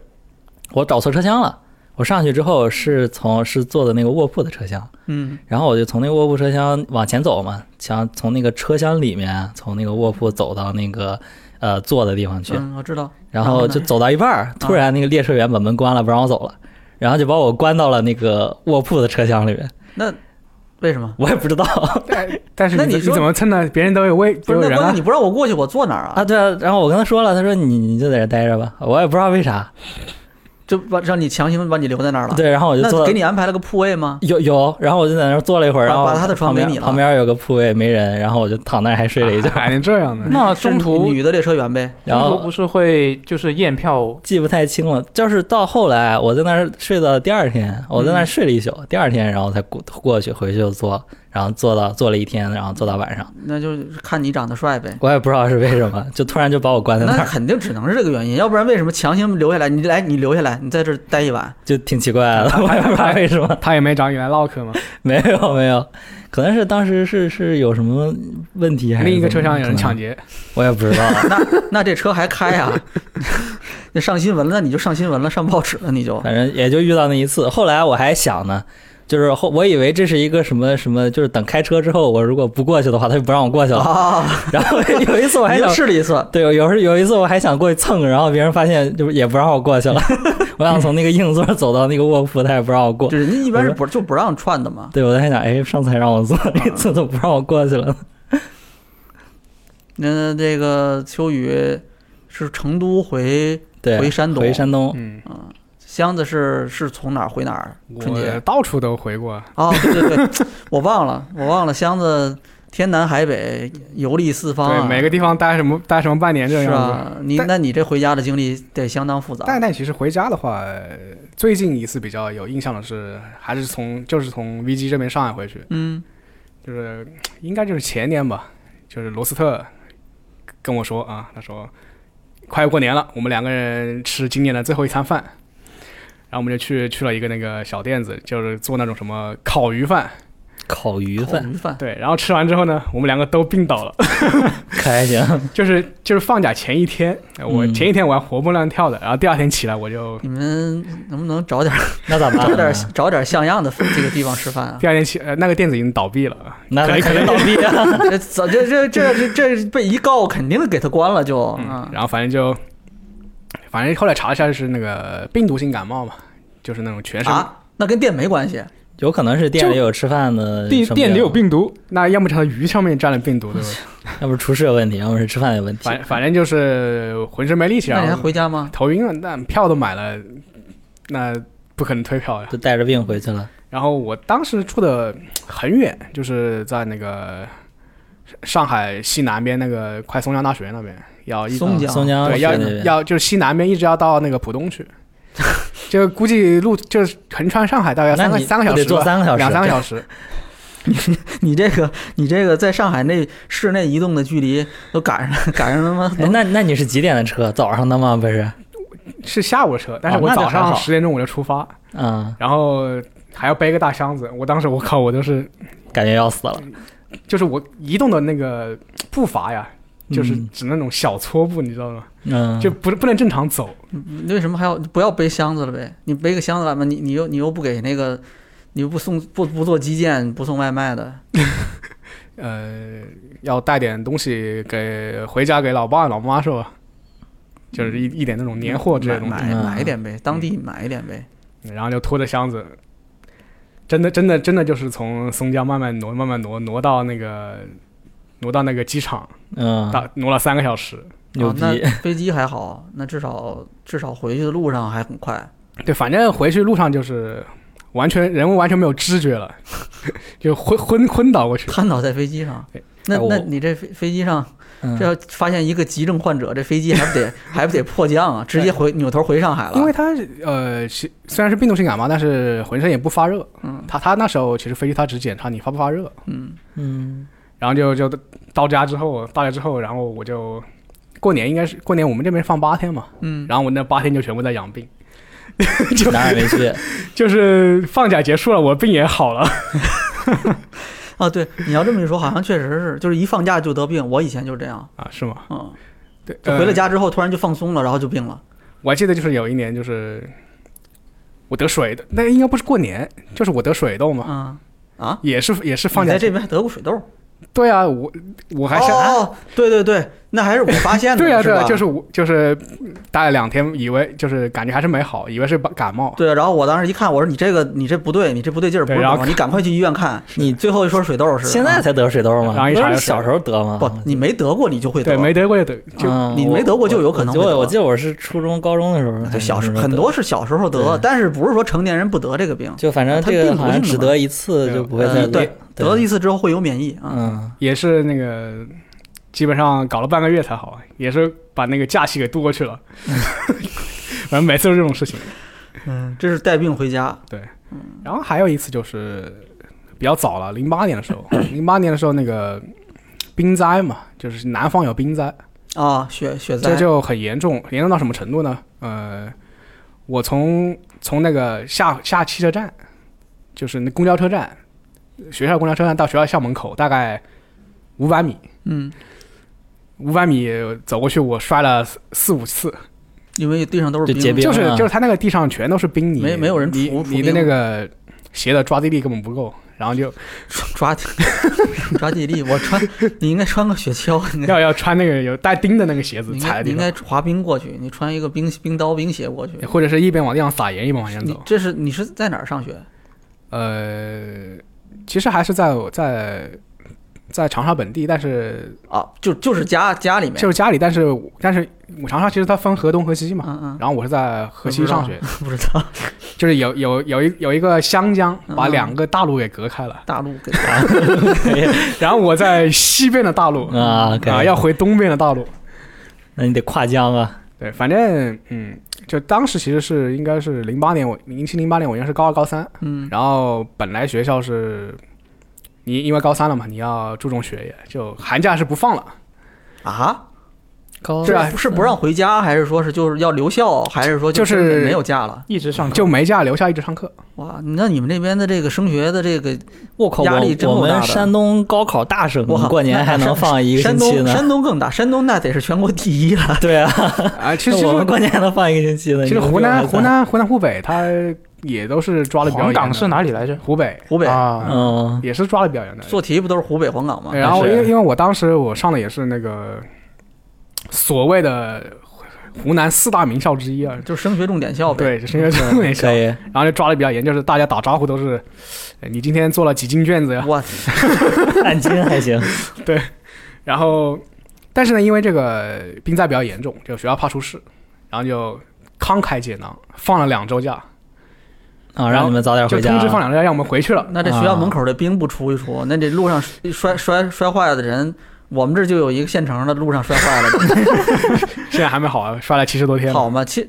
Speaker 2: 我找错车厢了。我上去之后是从是坐的那个卧铺的车厢，
Speaker 1: 嗯
Speaker 2: 然后我就从那个卧铺车厢往前走嘛，想从那个车厢里面从那个卧铺走到那个呃坐的地方去，
Speaker 1: 嗯，我知道。
Speaker 2: 然
Speaker 1: 然后
Speaker 2: 后
Speaker 1: 呢
Speaker 2: 就走到一半儿，突然那个列车员把门关了，不让我走了，然后就把我关到了那个卧铺的车厢里面，
Speaker 1: 那为什么？
Speaker 2: 我也不知道
Speaker 3: 但但是
Speaker 1: 那
Speaker 3: 你
Speaker 1: 你
Speaker 3: 怎
Speaker 1: 说
Speaker 3: 你怎么蹭呢？别人都有位
Speaker 1: 不
Speaker 3: 都
Speaker 1: 是
Speaker 3: 有
Speaker 1: 那
Speaker 3: 人
Speaker 1: 关
Speaker 3: 啊
Speaker 1: 键你。不让我过去，我坐哪儿
Speaker 2: 啊，
Speaker 1: 啊？
Speaker 2: 对啊，然后我跟他说了，他说你你就在这儿待着吧，我也不知道为啥，
Speaker 1: 就把让你强行把你留在那儿了。，
Speaker 2: 对，然后我就坐
Speaker 1: 那给你安排了个铺位吗？
Speaker 2: 有有，然后我就在那儿坐了一会儿，
Speaker 1: 把
Speaker 2: 然后
Speaker 1: 把他的床
Speaker 2: 旁边
Speaker 1: 给你了
Speaker 2: 旁边有个铺位没人，然后我就躺那儿还睡了一 觉，
Speaker 3: 还能哎这样
Speaker 1: 嗯
Speaker 3: 呢？
Speaker 4: 那中
Speaker 1: 是
Speaker 4: 途
Speaker 1: 女的列车员呗。
Speaker 2: 然
Speaker 4: 中途
Speaker 2: 后
Speaker 4: 不是会就是验票
Speaker 2: 记不太清了。就是到后来我在那儿睡到第二天，我在那儿睡了一宿，第二天然后才过过去回去就坐，然后坐到坐了一天，然后坐到晚上，
Speaker 1: 那就是看你长得帅呗。
Speaker 2: 我也不知道是为什么，就突然就把我关在那
Speaker 1: 呃那
Speaker 2: 儿，
Speaker 1: 肯定只能是这个原因，要不然为什么强行留下来？你来，你留下来，你在这儿待一 晚。
Speaker 2: 就挺奇怪的，我也不知道为什么，
Speaker 3: 他也没找你来唠嗑吗？
Speaker 2: 没有没有，可能是当时是是有什么问题还是
Speaker 3: 另一个车厢有
Speaker 2: 怎
Speaker 3: 人
Speaker 2: 么可
Speaker 3: 抢
Speaker 2: 能，
Speaker 3: 劫，
Speaker 2: 我也不知道。
Speaker 1: 那那这车还开啊？ 那上新闻了，你就上新闻了，上报纸了，你就
Speaker 2: 反正也就遇到那一次。后来我还想呢，就是后我以为这是一个什么什么，就是等开车之后，我如果不过去的话，他就不让我过去了。
Speaker 1: 啊，
Speaker 2: 然后 有一次我还
Speaker 1: 你
Speaker 2: 想
Speaker 1: 就，试了一次，
Speaker 2: 对，有有时有一次我还想过去蹭，然后别人发现就是也不让我过去了。 我想从那个硬座走到那个卧铺，他也不让我过
Speaker 1: 就。人家一般是不就不让串的嘛。
Speaker 2: 对，我在想，哎，上次还让我坐，这次怎么不让我过去了？
Speaker 1: 那这个秋雨是成都回
Speaker 2: 对，
Speaker 1: 回山东
Speaker 2: 回山东，
Speaker 3: 嗯，
Speaker 1: 箱子是是从哪儿回哪儿？春
Speaker 3: 我
Speaker 1: 节
Speaker 3: 到处都回过，
Speaker 1: 哦，对对对，我忘了，我忘了箱子天南海北游历四方、
Speaker 3: 对，
Speaker 1: 啊，
Speaker 3: 每个地方待什么待什么半年这
Speaker 1: 是啊
Speaker 3: 样子。
Speaker 1: 吧？你
Speaker 3: 但
Speaker 1: 那你这回家的经历得相当复杂
Speaker 3: 但但其实回家的话，呃最近一次比较有印象的是，还是从就是从 VG 这边上海回去，
Speaker 1: 嗯，
Speaker 3: 就是应该就是前年吧，就是罗斯特跟我说啊，他说快要过年了，我们两个人吃今年的最后一餐饭，然后我们就去去了一个那个小店子，就是做那种什么烤鱼饭，
Speaker 2: 烤鱼
Speaker 1: 口
Speaker 2: 饭
Speaker 1: 哦鱼饭，
Speaker 3: 对，然后吃完之后呢，我们两个都病倒了。
Speaker 2: 开行，
Speaker 3: 就是就是放假前一天，呃我
Speaker 2: 嗯
Speaker 3: 前一天我还活蹦乱跳的，然后第二天起来我就
Speaker 1: 你们能不能找点
Speaker 2: 那咋办啊
Speaker 1: 找
Speaker 2: 呢
Speaker 1: 点？找点像样的这个地方吃饭啊？
Speaker 3: 第二天起，呃，那个店子已经倒闭了，
Speaker 2: 那那
Speaker 3: 可
Speaker 2: 肯
Speaker 3: 能
Speaker 2: 定倒闭啊！
Speaker 1: 这早这这这这这被一告，肯定给他关了就
Speaker 3: 嗯
Speaker 1: 啊，。
Speaker 3: 然后反正就，反正后来查一下就是那个病毒性感冒嘛，就是那种全身、
Speaker 1: 啊，那跟店没关系，
Speaker 2: 有可能是店里有吃饭的
Speaker 4: 店
Speaker 2: 什么
Speaker 4: 店里有
Speaker 2: 样，
Speaker 4: 病
Speaker 1: 啊
Speaker 4: 毒，
Speaker 3: 那要么就是鱼上面沾了病毒， 对吧？
Speaker 2: 要不是厨师有问题，要么是吃饭有问题。
Speaker 3: 反反正就是浑身没力气，
Speaker 1: 那你还
Speaker 3: 然后
Speaker 1: 回家吗？
Speaker 3: 头晕了，那票都买了，那不可能退票呀。
Speaker 2: 就带着病回去了，
Speaker 3: 然后我当时住的很远，就是在那个上海西南边那个快松江大学那边，要一
Speaker 1: 松江
Speaker 2: 松江
Speaker 3: 对，
Speaker 2: 是
Speaker 3: 要
Speaker 2: 那边
Speaker 3: 要就是西南边一直要到那个浦东 去，就估计路就是横穿上海大概
Speaker 2: 那
Speaker 3: 三个
Speaker 2: 你
Speaker 3: 三个小时
Speaker 2: 得坐
Speaker 3: 吧，
Speaker 2: 三个小时
Speaker 3: 两三个小时。
Speaker 1: 你这个你这个在上海那市内移动的距离都赶上 赶上他妈
Speaker 2: 哎
Speaker 1: 能
Speaker 2: 那那你是几点的车？早上的吗？不是，
Speaker 3: 是下午车，但是
Speaker 2: 哦
Speaker 3: 我
Speaker 2: 那就
Speaker 3: 早
Speaker 2: 还
Speaker 3: 上
Speaker 2: 好
Speaker 3: 十点钟我就出发，
Speaker 2: 嗯，
Speaker 3: 然后还要背个大箱子。我当时我靠，我都是
Speaker 2: 感觉要死了，
Speaker 3: 就是我移动的那个步伐呀，就是
Speaker 2: 嗯
Speaker 3: 指那种小搓步，你知道吗？
Speaker 2: 嗯，
Speaker 3: 就不不能正常走。
Speaker 1: 你为什么还要不要背箱子了呗？你背个箱子干嘛？你你又你又不给那个，你又不送不不做基建，不送外卖的，
Speaker 3: 呃，要带点东西给回家给老爸老妈是吧？就是一一点那种年货之类的东西，
Speaker 1: 买买
Speaker 2: 嗯
Speaker 1: 买一点呗，当地买一点呗。
Speaker 3: 然后就拖着箱子，真的真的真的就是从松江慢慢挪慢慢挪挪到那个挪到那个机场，
Speaker 2: 嗯，
Speaker 3: 大挪了三个小时。
Speaker 2: 牛
Speaker 1: 啊那
Speaker 2: 逼，
Speaker 1: 飞机还好，那至少至少回去的路上还很快。
Speaker 3: 对，反正回去路上就是完全人完全没有知觉了， 就昏昏昏倒过去。
Speaker 1: 瘫倒在飞机上
Speaker 3: 对，
Speaker 1: 那
Speaker 2: 哎我
Speaker 1: 那你这飞飞机上，
Speaker 2: 嗯
Speaker 1: 这要发现一个急症患者，这飞机还 不得还不得迫降啊？直接回扭头回上海
Speaker 3: 因为
Speaker 1: 了。
Speaker 3: 他呃，其虽然是病毒性感冒，但是浑身也不发热。
Speaker 1: 嗯
Speaker 3: 他他那时候其实飞机他只检查你发不发热，
Speaker 1: 嗯，
Speaker 2: 嗯，
Speaker 3: 然后就就到家之后，到家之后，然后我就过年应该是过年，我们这边放八天嘛，
Speaker 1: 嗯，
Speaker 3: 然后我那八天就全部在养病，
Speaker 2: 哪儿也没去，
Speaker 3: 就是放假结束了，我病也好了，
Speaker 1: 啊，对，你要这么一说，好像确实是，就是一放假就得病。我以前就这样，
Speaker 3: 啊，是吗？
Speaker 1: 嗯，
Speaker 3: 对，
Speaker 1: 就回了
Speaker 3: 呃
Speaker 1: 家之后突然就放松了，然后就病了。
Speaker 3: 我还记得就是有一年就是我得水的，那应该不是过年，就是我得水痘嘛，
Speaker 1: 嗯啊，
Speaker 3: 也是也是哦放
Speaker 1: 你
Speaker 3: 假
Speaker 1: 在这边还得过水痘？
Speaker 3: 对啊，我我还想。啊
Speaker 1: 哦，对对对，那还是我发现的，
Speaker 3: 对啊，对
Speaker 1: 吧
Speaker 3: 啊，就是我就是待了两天，以为就是感觉还是没好，以为是感冒，
Speaker 1: 对。然后我当时一看，我说你这个你这不对，你这不对劲儿，不
Speaker 3: 对
Speaker 1: 是
Speaker 3: 然后
Speaker 1: 感冒，你赶快去医院看。你最后一说水痘是
Speaker 2: 现在啊
Speaker 1: 啊
Speaker 2: 才得水痘
Speaker 3: 然
Speaker 2: 吗？
Speaker 3: 后一
Speaker 2: 不
Speaker 3: 查就是是
Speaker 2: 小时候得吗？
Speaker 1: 不，你没得过你就会得
Speaker 3: 对，。没得过也得，就
Speaker 2: 嗯
Speaker 1: 你没得过就有可能
Speaker 2: 我
Speaker 1: 会得
Speaker 3: 啊
Speaker 2: 我我记得我是初中、高中的时候还，
Speaker 1: 就是小时
Speaker 2: 时
Speaker 1: 候很多是小时候得，
Speaker 2: 对
Speaker 1: 但是不是说成年人不得这个病？
Speaker 2: 就反正这个好像只得一次就不会再
Speaker 1: 呃对，得了一次之后会有免疫啊。
Speaker 2: 嗯，
Speaker 3: 也是那个，基本上搞了半个月才好，也是把那个假期给度过去 了。反正每次都是这种事情。
Speaker 1: 嗯，这是带病回家，
Speaker 3: 然后还有一次就是比较早了，零八年的时候，零八年的时候那个冰灾嘛，就是南方有冰灾，
Speaker 1: 啊，血血
Speaker 3: 这
Speaker 1: 灾，
Speaker 3: 就很严重，严重到什么程度呢？呃，我从从那个下下汽车站，就是那公交车站，学校公交车站到学校校门口大概五百米，
Speaker 1: 嗯，
Speaker 3: 五百米走过去，我摔了四四五次，
Speaker 1: 因为地上都是
Speaker 2: 就结
Speaker 1: 冰，
Speaker 2: 冰
Speaker 3: 就是
Speaker 2: 啊
Speaker 3: 就是他那个地上全都是冰泥，
Speaker 1: 没没有人
Speaker 3: 你
Speaker 1: 除除
Speaker 3: 你的
Speaker 1: 冰
Speaker 3: 那个鞋的抓地力根本不够，然后就
Speaker 1: 抓抓抓地力。我穿，你应该穿个雪橇， 你
Speaker 3: 要要穿那个有带钉的那个鞋子
Speaker 1: 应
Speaker 3: 踩
Speaker 1: 该
Speaker 3: 的
Speaker 1: 你
Speaker 3: 地
Speaker 1: 应该
Speaker 3: 方，
Speaker 1: 滑冰过去，你穿一个冰冰刀冰鞋过去。
Speaker 3: 或者是一边往地上撒盐一边往前
Speaker 1: 你
Speaker 3: 走。
Speaker 1: 这是你是在哪儿上学？
Speaker 3: 呃，其实还是在我在在长沙本地，但是
Speaker 1: 啊，就就是家家里面，
Speaker 3: 就是家里，但是但是我长沙其实它分河东河西嘛，
Speaker 1: 嗯嗯，
Speaker 3: 然后我是在河西上学，
Speaker 1: 不知道，
Speaker 3: 就是有有有一有一个湘江把
Speaker 1: 嗯
Speaker 3: 两个大陆给隔开了，
Speaker 1: 大陆给
Speaker 3: 然后我在西边的大陆
Speaker 2: 嗯
Speaker 1: 嗯
Speaker 2: 啊，OK
Speaker 3: 啊要回东边的大陆，
Speaker 2: 那你得跨江啊，
Speaker 3: 对，反正嗯，就当时其实是应该是零八年我零七零八年我应该是高二高三，
Speaker 1: 嗯
Speaker 3: 然后本来学校是，你因为高三了嘛，你要注重学业，就寒假是不放了。
Speaker 1: 啊，
Speaker 2: 高
Speaker 1: 是
Speaker 3: 啊
Speaker 1: 是不让回家，还是说是就是要留校，还是说
Speaker 3: 就是
Speaker 1: 真的没有假了？
Speaker 4: 一直上课
Speaker 3: 就没假留下一直上课，
Speaker 1: 哇，那你们那边的这个升学的这个
Speaker 2: 我靠，
Speaker 1: 压力真
Speaker 2: 我
Speaker 1: 够
Speaker 2: 我
Speaker 1: 大
Speaker 2: 们
Speaker 1: 的
Speaker 2: 山东高考大省
Speaker 1: 哇，
Speaker 2: 过年还能放一个
Speaker 1: 山
Speaker 2: 星期
Speaker 1: 东
Speaker 2: 呢。
Speaker 1: 山东更大，山东那得是全国第一了。
Speaker 2: 对啊，
Speaker 3: 啊，其实
Speaker 2: 我们
Speaker 3: 其
Speaker 2: 过年还能放一个星期呢。
Speaker 3: 实其实
Speaker 2: 你们
Speaker 3: 湖
Speaker 2: 比我
Speaker 3: 南
Speaker 2: 还
Speaker 3: 湖
Speaker 2: 惨，
Speaker 3: 南湖南湖北它也都是抓的比较
Speaker 4: 黄
Speaker 3: 严的，
Speaker 4: 冈是哪里来着？
Speaker 3: 湖北
Speaker 1: 湖北
Speaker 4: 啊，
Speaker 2: 嗯，
Speaker 3: 也是抓的比较严的。
Speaker 1: 做题不都是湖北黄冈吗？
Speaker 3: 然后
Speaker 2: 是
Speaker 3: 因为因为我当时我上的也是那个所谓的湖南四大名校之一啊，
Speaker 1: 就是升学重点校呗。
Speaker 3: 对，
Speaker 2: 嗯
Speaker 3: 就是因为这个名校
Speaker 2: 可，以。
Speaker 3: 然后就抓的比较严，就是大家打招呼都是，哎你今天做了几斤卷子呀？
Speaker 1: 哇，
Speaker 2: 按斤还 行，
Speaker 3: 然后，但是呢，因为这个病灾比较严重，就学校怕出事，然后就慷慨解囊，放了两周假，然
Speaker 2: 啊，
Speaker 3: 后
Speaker 2: 让你们早点
Speaker 3: 就
Speaker 2: 回家
Speaker 3: 通知放两周假，让我们回去了。
Speaker 1: 那这学
Speaker 2: 啊
Speaker 1: 校门口的冰不出一出，那这路上摔摔摔坏了的人，我们这就有一个现成的，路上摔 坏了的，
Speaker 3: 现在还没好啊，摔了七十多天了。
Speaker 1: 好嘛？其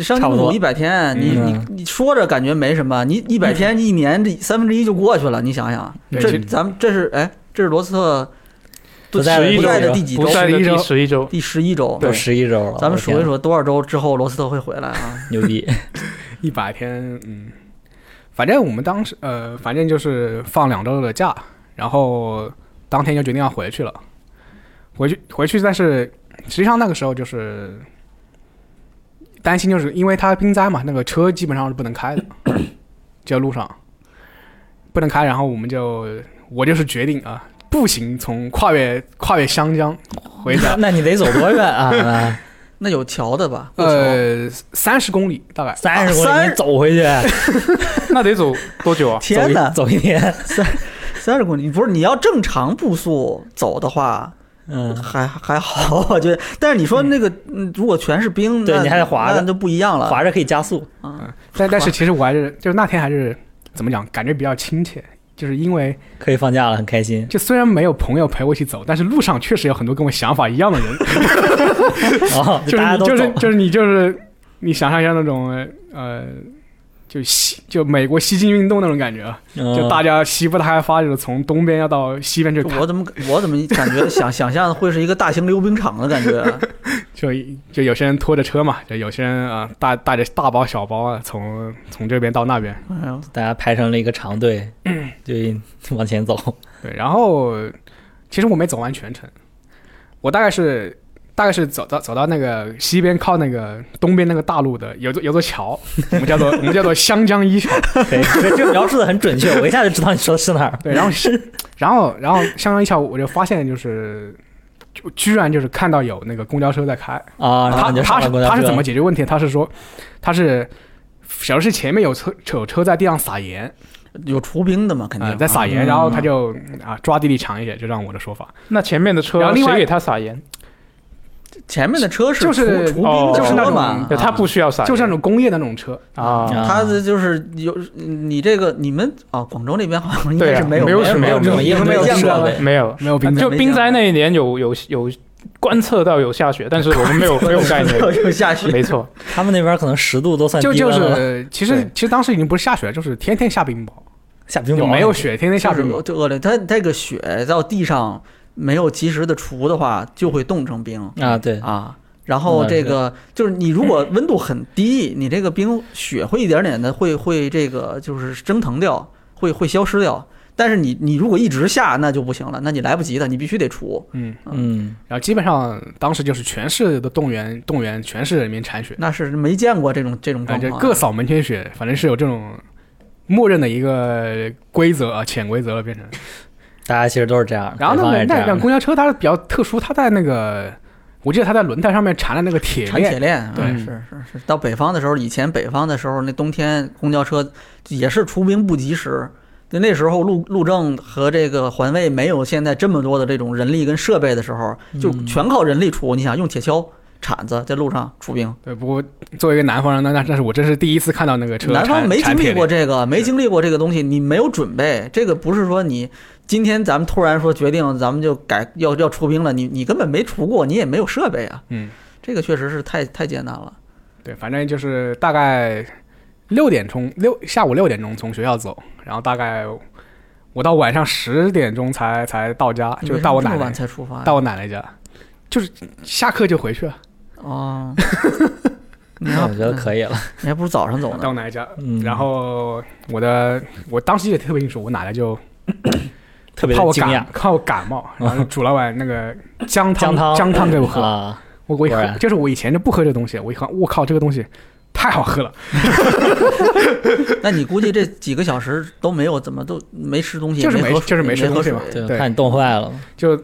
Speaker 1: 上
Speaker 2: 差不
Speaker 1: 政
Speaker 2: 多
Speaker 1: 府一百天，你你
Speaker 2: 嗯
Speaker 1: 你说着感觉没什么，你一百天一年这三分之一就过去了，你想想，
Speaker 3: 对
Speaker 1: 这
Speaker 3: 其
Speaker 1: 咱们这是哎，这是罗斯特
Speaker 2: 不在的
Speaker 1: 不
Speaker 2: 第
Speaker 1: 在的
Speaker 2: 几
Speaker 1: 第几周
Speaker 4: 不？在的
Speaker 3: 11
Speaker 4: 第
Speaker 3: 周
Speaker 4: 十一周，
Speaker 1: 第十一周。
Speaker 2: 都十一周了，
Speaker 1: 咱们
Speaker 2: 我
Speaker 1: 数一
Speaker 2: 天，
Speaker 1: 数多少周之后罗斯特会回来 啊？
Speaker 2: 牛 逼，，
Speaker 3: 一百天，嗯，反正我们当时呃，反正就是放两周的假，然后当天就决定要回去了。回去回去，但是实际上那个时候就是担心，就是因为他冰灾嘛，那个车基本上是不能开的，就路上不能开。然后我们就我就是决定啊，步行从跨越跨越湘江回家
Speaker 2: 那你得走多远啊？那
Speaker 1: 那有桥的吧？过桥
Speaker 3: 呃，三十公里大概。
Speaker 2: 三十公
Speaker 1: 三
Speaker 2: 里，
Speaker 1: 十
Speaker 2: 你走回去，
Speaker 4: 那得走 多久啊？
Speaker 2: 走
Speaker 1: 天
Speaker 2: 一
Speaker 1: 哪，
Speaker 2: 走 一天，
Speaker 1: 三十公里不是你要正常步速走的话，
Speaker 2: 嗯，
Speaker 1: 还还好，我觉得。但是你说那个，嗯如果全是冰，
Speaker 2: 对
Speaker 1: 那
Speaker 2: 你还得滑
Speaker 1: 那
Speaker 2: 着
Speaker 1: 就不一样了。
Speaker 2: 滑着可以加速，
Speaker 1: 啊，
Speaker 3: 但但是其实我还是就是那天还是怎么讲，感觉比较亲切，就是因为
Speaker 2: 可以放假了，很开心。
Speaker 3: 就虽然没有朋友陪我一起走，但是路上确实有很多跟我想法一样的 人，
Speaker 2: 哦，
Speaker 3: 就是
Speaker 2: 大家
Speaker 3: 你
Speaker 2: 都
Speaker 3: 就是
Speaker 2: 走
Speaker 3: 就是你就是你想象一下那种呃，就西就美国西进运动那种感觉啊，就
Speaker 2: 嗯
Speaker 3: 大家西部大开发，就是从东边要到西边去
Speaker 1: 我
Speaker 3: 谈，
Speaker 1: 怎么我怎么感觉想想象会是一个大型溜冰场的感觉？啊
Speaker 3: 就就有些人拖着车嘛，就有些人啊、大带着大包小包啊，从从这边到那边，
Speaker 1: 哎呦
Speaker 2: 大家排成了一个长队，
Speaker 1: 嗯
Speaker 2: 就往前走。
Speaker 3: 对，然后其实我没走完全程，我大概是大概是走到走到那个西边靠那个东边那个大路的有座有座桥，我们叫做我们叫做湘江一桥。
Speaker 2: 对，这这描述的很准确，我一下就知道你说的是哪儿。
Speaker 3: 对，然后是然后然后湘江一桥，我就发现就是。就居然就是看到有那个公交车在开，
Speaker 2: 啊，然后
Speaker 3: 他
Speaker 2: 你就
Speaker 3: 他
Speaker 2: 上
Speaker 3: 是
Speaker 2: 了公交车。
Speaker 3: 他是怎么解决问题？他是说，他是小市前面有车有车在地上撒盐，
Speaker 1: 有除冰的嘛，肯
Speaker 3: 啊、
Speaker 4: 哎
Speaker 1: 定
Speaker 3: 在撒盐，
Speaker 2: 嗯
Speaker 3: 然后他就啊抓地力强一些，就让我的说法，
Speaker 4: 那前面的
Speaker 3: 然
Speaker 4: 车
Speaker 3: 后另外
Speaker 4: 谁给他撒盐？
Speaker 1: 前面的车
Speaker 3: 就是是
Speaker 1: 除除
Speaker 4: 哦
Speaker 1: 冰
Speaker 4: 就是
Speaker 1: 车
Speaker 4: 那种
Speaker 1: 嘛，
Speaker 4: 对他不需要撒盐，
Speaker 3: 啊就是那种工业的那种车，
Speaker 4: 啊，
Speaker 2: 啊
Speaker 1: 他这就是有你这个你们啊，广州那边好像应该
Speaker 4: 对啊
Speaker 1: 是没有
Speaker 4: 没有
Speaker 1: 没
Speaker 4: 没有
Speaker 1: 有
Speaker 4: 没有
Speaker 1: 你们没有
Speaker 2: 没有
Speaker 1: 见过
Speaker 2: 设
Speaker 1: 呗
Speaker 2: 备。
Speaker 4: 没有。
Speaker 3: 没有冰
Speaker 1: 没见
Speaker 3: 的。
Speaker 4: 啊就
Speaker 1: 过
Speaker 4: 冰灾那一年有有有观测到有下雪，但是我们 没有 没有概念。
Speaker 1: 就下去，
Speaker 4: 没错，
Speaker 2: 他们那边可能十度都算
Speaker 3: 就
Speaker 2: 低
Speaker 3: 就
Speaker 2: 温了，
Speaker 3: 是，其实
Speaker 4: 对
Speaker 3: 其实当时已经不是下雪，就是天天下冰雹，
Speaker 2: 下冰
Speaker 3: 就
Speaker 2: 雹
Speaker 3: 没有雪，天天下
Speaker 1: 就是
Speaker 3: 冰
Speaker 1: 有
Speaker 3: 雹。
Speaker 1: 就恶劣。它这个雪到地上没有及时的除的话，就会冻成冰。
Speaker 2: 啊，对，
Speaker 1: 啊。然后
Speaker 2: 嗯
Speaker 1: 这个就是你如果温度很低，你这个冰雪会一点点的会会这个就是蒸腾掉，会会消失掉。但是你你如果一直下，那就不行了，那你来不及的，你必须得除，
Speaker 3: 嗯，
Speaker 2: 嗯，
Speaker 3: 然后基本上当时就是全市的动员动员全市人民铲雪，
Speaker 1: 那是没见过这种这种状
Speaker 3: 感觉
Speaker 1: 况啊。
Speaker 3: 哎各扫门前雪，反正是有这种默认的一个规则啊，潜规则了变成。
Speaker 2: 大家其实都是这样。
Speaker 3: 然后
Speaker 2: 北
Speaker 3: 那
Speaker 2: 方
Speaker 3: 个
Speaker 2: 也这
Speaker 3: 那
Speaker 2: 样
Speaker 3: 辆公交车它比较特殊，它在那个我记得它在轮胎上面缠了那个铁
Speaker 1: 缠铁
Speaker 3: 链，
Speaker 1: 链，啊
Speaker 3: 对
Speaker 1: 是是是。到北方的时候，以前北方的时候，那冬天公交车也是出兵不及时。就那时候路路政和这个环卫
Speaker 3: 嗯
Speaker 1: 没有现在这么多的这种人力跟设备的时候，就全靠人力出。你想用铁锹铲子在路上出兵。
Speaker 3: 对，不过作为一个南方人，那那那是我真是第一次看到那个车。
Speaker 1: 南方没经历过
Speaker 3: 这，
Speaker 1: 这个，没经历过这个东西，你没有准备。这个不是说你今天咱们突然说决定，咱们就改要要出兵了，你你根本没出过，你也没有设备啊。
Speaker 3: 嗯，
Speaker 1: 这个确实是太太艰难了。
Speaker 3: 对，反正就是大概六点钟，六下午六点钟从学校走，然后大概我到晚上十点钟才才到家，
Speaker 1: 你
Speaker 3: 啊就
Speaker 1: 为
Speaker 3: 是
Speaker 1: 什
Speaker 3: 到
Speaker 1: 么
Speaker 3: 我
Speaker 1: 这么
Speaker 3: 奶
Speaker 1: 晚
Speaker 3: 奶
Speaker 1: 才出发呀？
Speaker 3: 到我奶奶家，就是下课就回去了，
Speaker 1: 哦，你
Speaker 2: 那
Speaker 1: 要
Speaker 2: 我觉得可以了。
Speaker 1: 你还不如早上 走
Speaker 3: 到
Speaker 1: 呢
Speaker 3: 我。奶奶家。
Speaker 2: 嗯，
Speaker 3: 然后我的我当时也特别清楚，我奶奶就
Speaker 2: 特别
Speaker 3: 怕
Speaker 2: 的
Speaker 3: 我
Speaker 2: 惊讶
Speaker 3: 感，怕我感 冒，然后煮了碗那个姜汤
Speaker 2: 姜汤
Speaker 3: 姜汤给我喝，
Speaker 2: 啊，
Speaker 3: 我我一
Speaker 2: 果
Speaker 3: 喝
Speaker 2: 然
Speaker 3: 就是我以前就不喝这东西，我一喝我靠这个东西太好喝了，
Speaker 1: 那你估计这几个小时都没有怎么都没吃东西，
Speaker 3: 就是
Speaker 1: 没
Speaker 3: 没
Speaker 1: 喝
Speaker 3: 就是没
Speaker 1: 没
Speaker 3: 吃
Speaker 1: 喝
Speaker 3: 东西
Speaker 1: 水
Speaker 3: 嘛
Speaker 2: 对，
Speaker 3: 对
Speaker 2: 怕你冻坏了。
Speaker 3: 就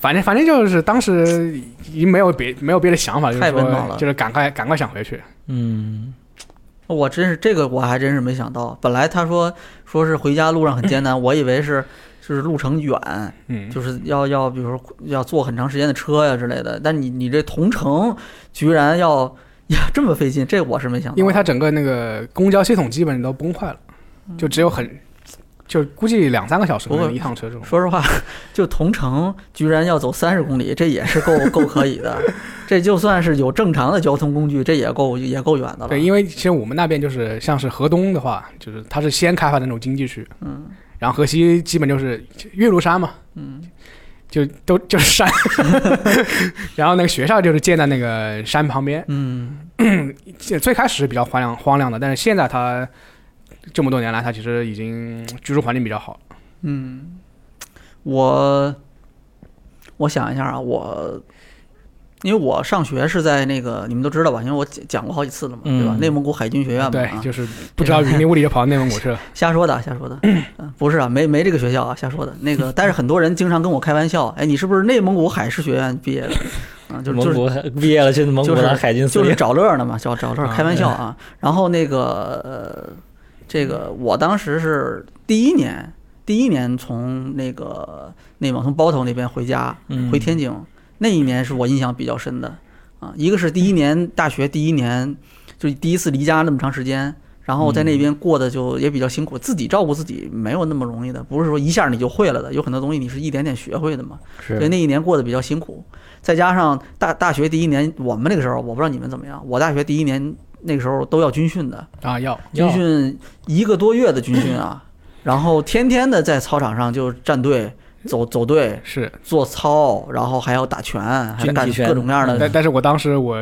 Speaker 3: 反正反正就是当时已经没有别没有别的想法，就是
Speaker 1: 太温暖了
Speaker 3: 说就是赶快赶快想回去，
Speaker 2: 嗯，
Speaker 1: 我真是这个我还真是没想到。本来他说说是回家路上很艰 难，我以为是就是路程远，
Speaker 3: 嗯，
Speaker 1: 就是要要，比如说要坐很长时间的车呀、之类的。但你你这同城居然要呀这么费劲，这我是没想到。
Speaker 3: 因为它整个那个公交系统基本都崩坏了，就只有很就估计两三个小
Speaker 1: 嗯
Speaker 3: 时
Speaker 1: 不过
Speaker 3: 能一趟车这种。
Speaker 1: 说实话，就同城居然要走三十公里，这也是够够可以 的。这就算是有正常的交通工具，这也够也够远的了。
Speaker 3: 对，因为其实我们那边就是像是河东的话，就是它是先开发的那种经济区，
Speaker 1: 嗯，
Speaker 3: 然后河西基本就是岳麓山嘛，
Speaker 1: 嗯，
Speaker 3: 就都就是山， 然后那个学校就是建在那个山旁边，
Speaker 1: 嗯，
Speaker 3: 最最开始是比较荒凉荒凉的，但是现在它这么多年来，它其实已经居住环境比较好了。
Speaker 1: 嗯我我想一下啊，我因为我上学是在那个你们都知道吧，因为我讲讲过好几次了嘛，对吧？
Speaker 2: 嗯
Speaker 1: 内蒙古海军学院嘛，
Speaker 3: 对
Speaker 1: 啊，
Speaker 3: 就是不知道云里雾里就跑到内蒙古去了。
Speaker 1: 瞎说的啊，瞎说的，嗯不是啊，没没这个学校啊，瞎说的。那个，但是很多人经常跟我开玩笑，哎，你是不是内蒙古海事学院毕业的？ 啊，就就
Speaker 2: 蒙
Speaker 1: 是
Speaker 2: 古毕业了去蒙古
Speaker 1: 就是
Speaker 2: 当海军司
Speaker 1: 就是
Speaker 2: 令，
Speaker 1: 找乐呢嘛，找找乐
Speaker 3: 啊
Speaker 1: 开玩笑啊。然后那个呃，这个我当时是第一年，第一年从那个内蒙从包头那边回家，
Speaker 2: 嗯
Speaker 1: 回天津，那一年是我印象比较深的啊。一个是第一年大学第一年，就第一次离家那么长时间，然后在那
Speaker 2: 嗯
Speaker 1: 边过得就也比较辛苦，自己照顾自己没有那么容易的，不是说一下你就会了的，有很多东西你是一点点学会的嘛。所以
Speaker 2: 是
Speaker 1: 那一年过得比较辛苦，再加上大大学第一年，我们那个时候我不知道你们怎么样，我大学第一年那个时候都要军训的，
Speaker 3: 啊，要
Speaker 1: 军训一个多月的军训啊，然后天天的在操场上就站队。走走队，
Speaker 3: 是，
Speaker 1: 做操，然后还要打拳，还
Speaker 2: 军体
Speaker 1: 干
Speaker 2: 拳
Speaker 1: 各种各样的。
Speaker 3: 但但是我当时我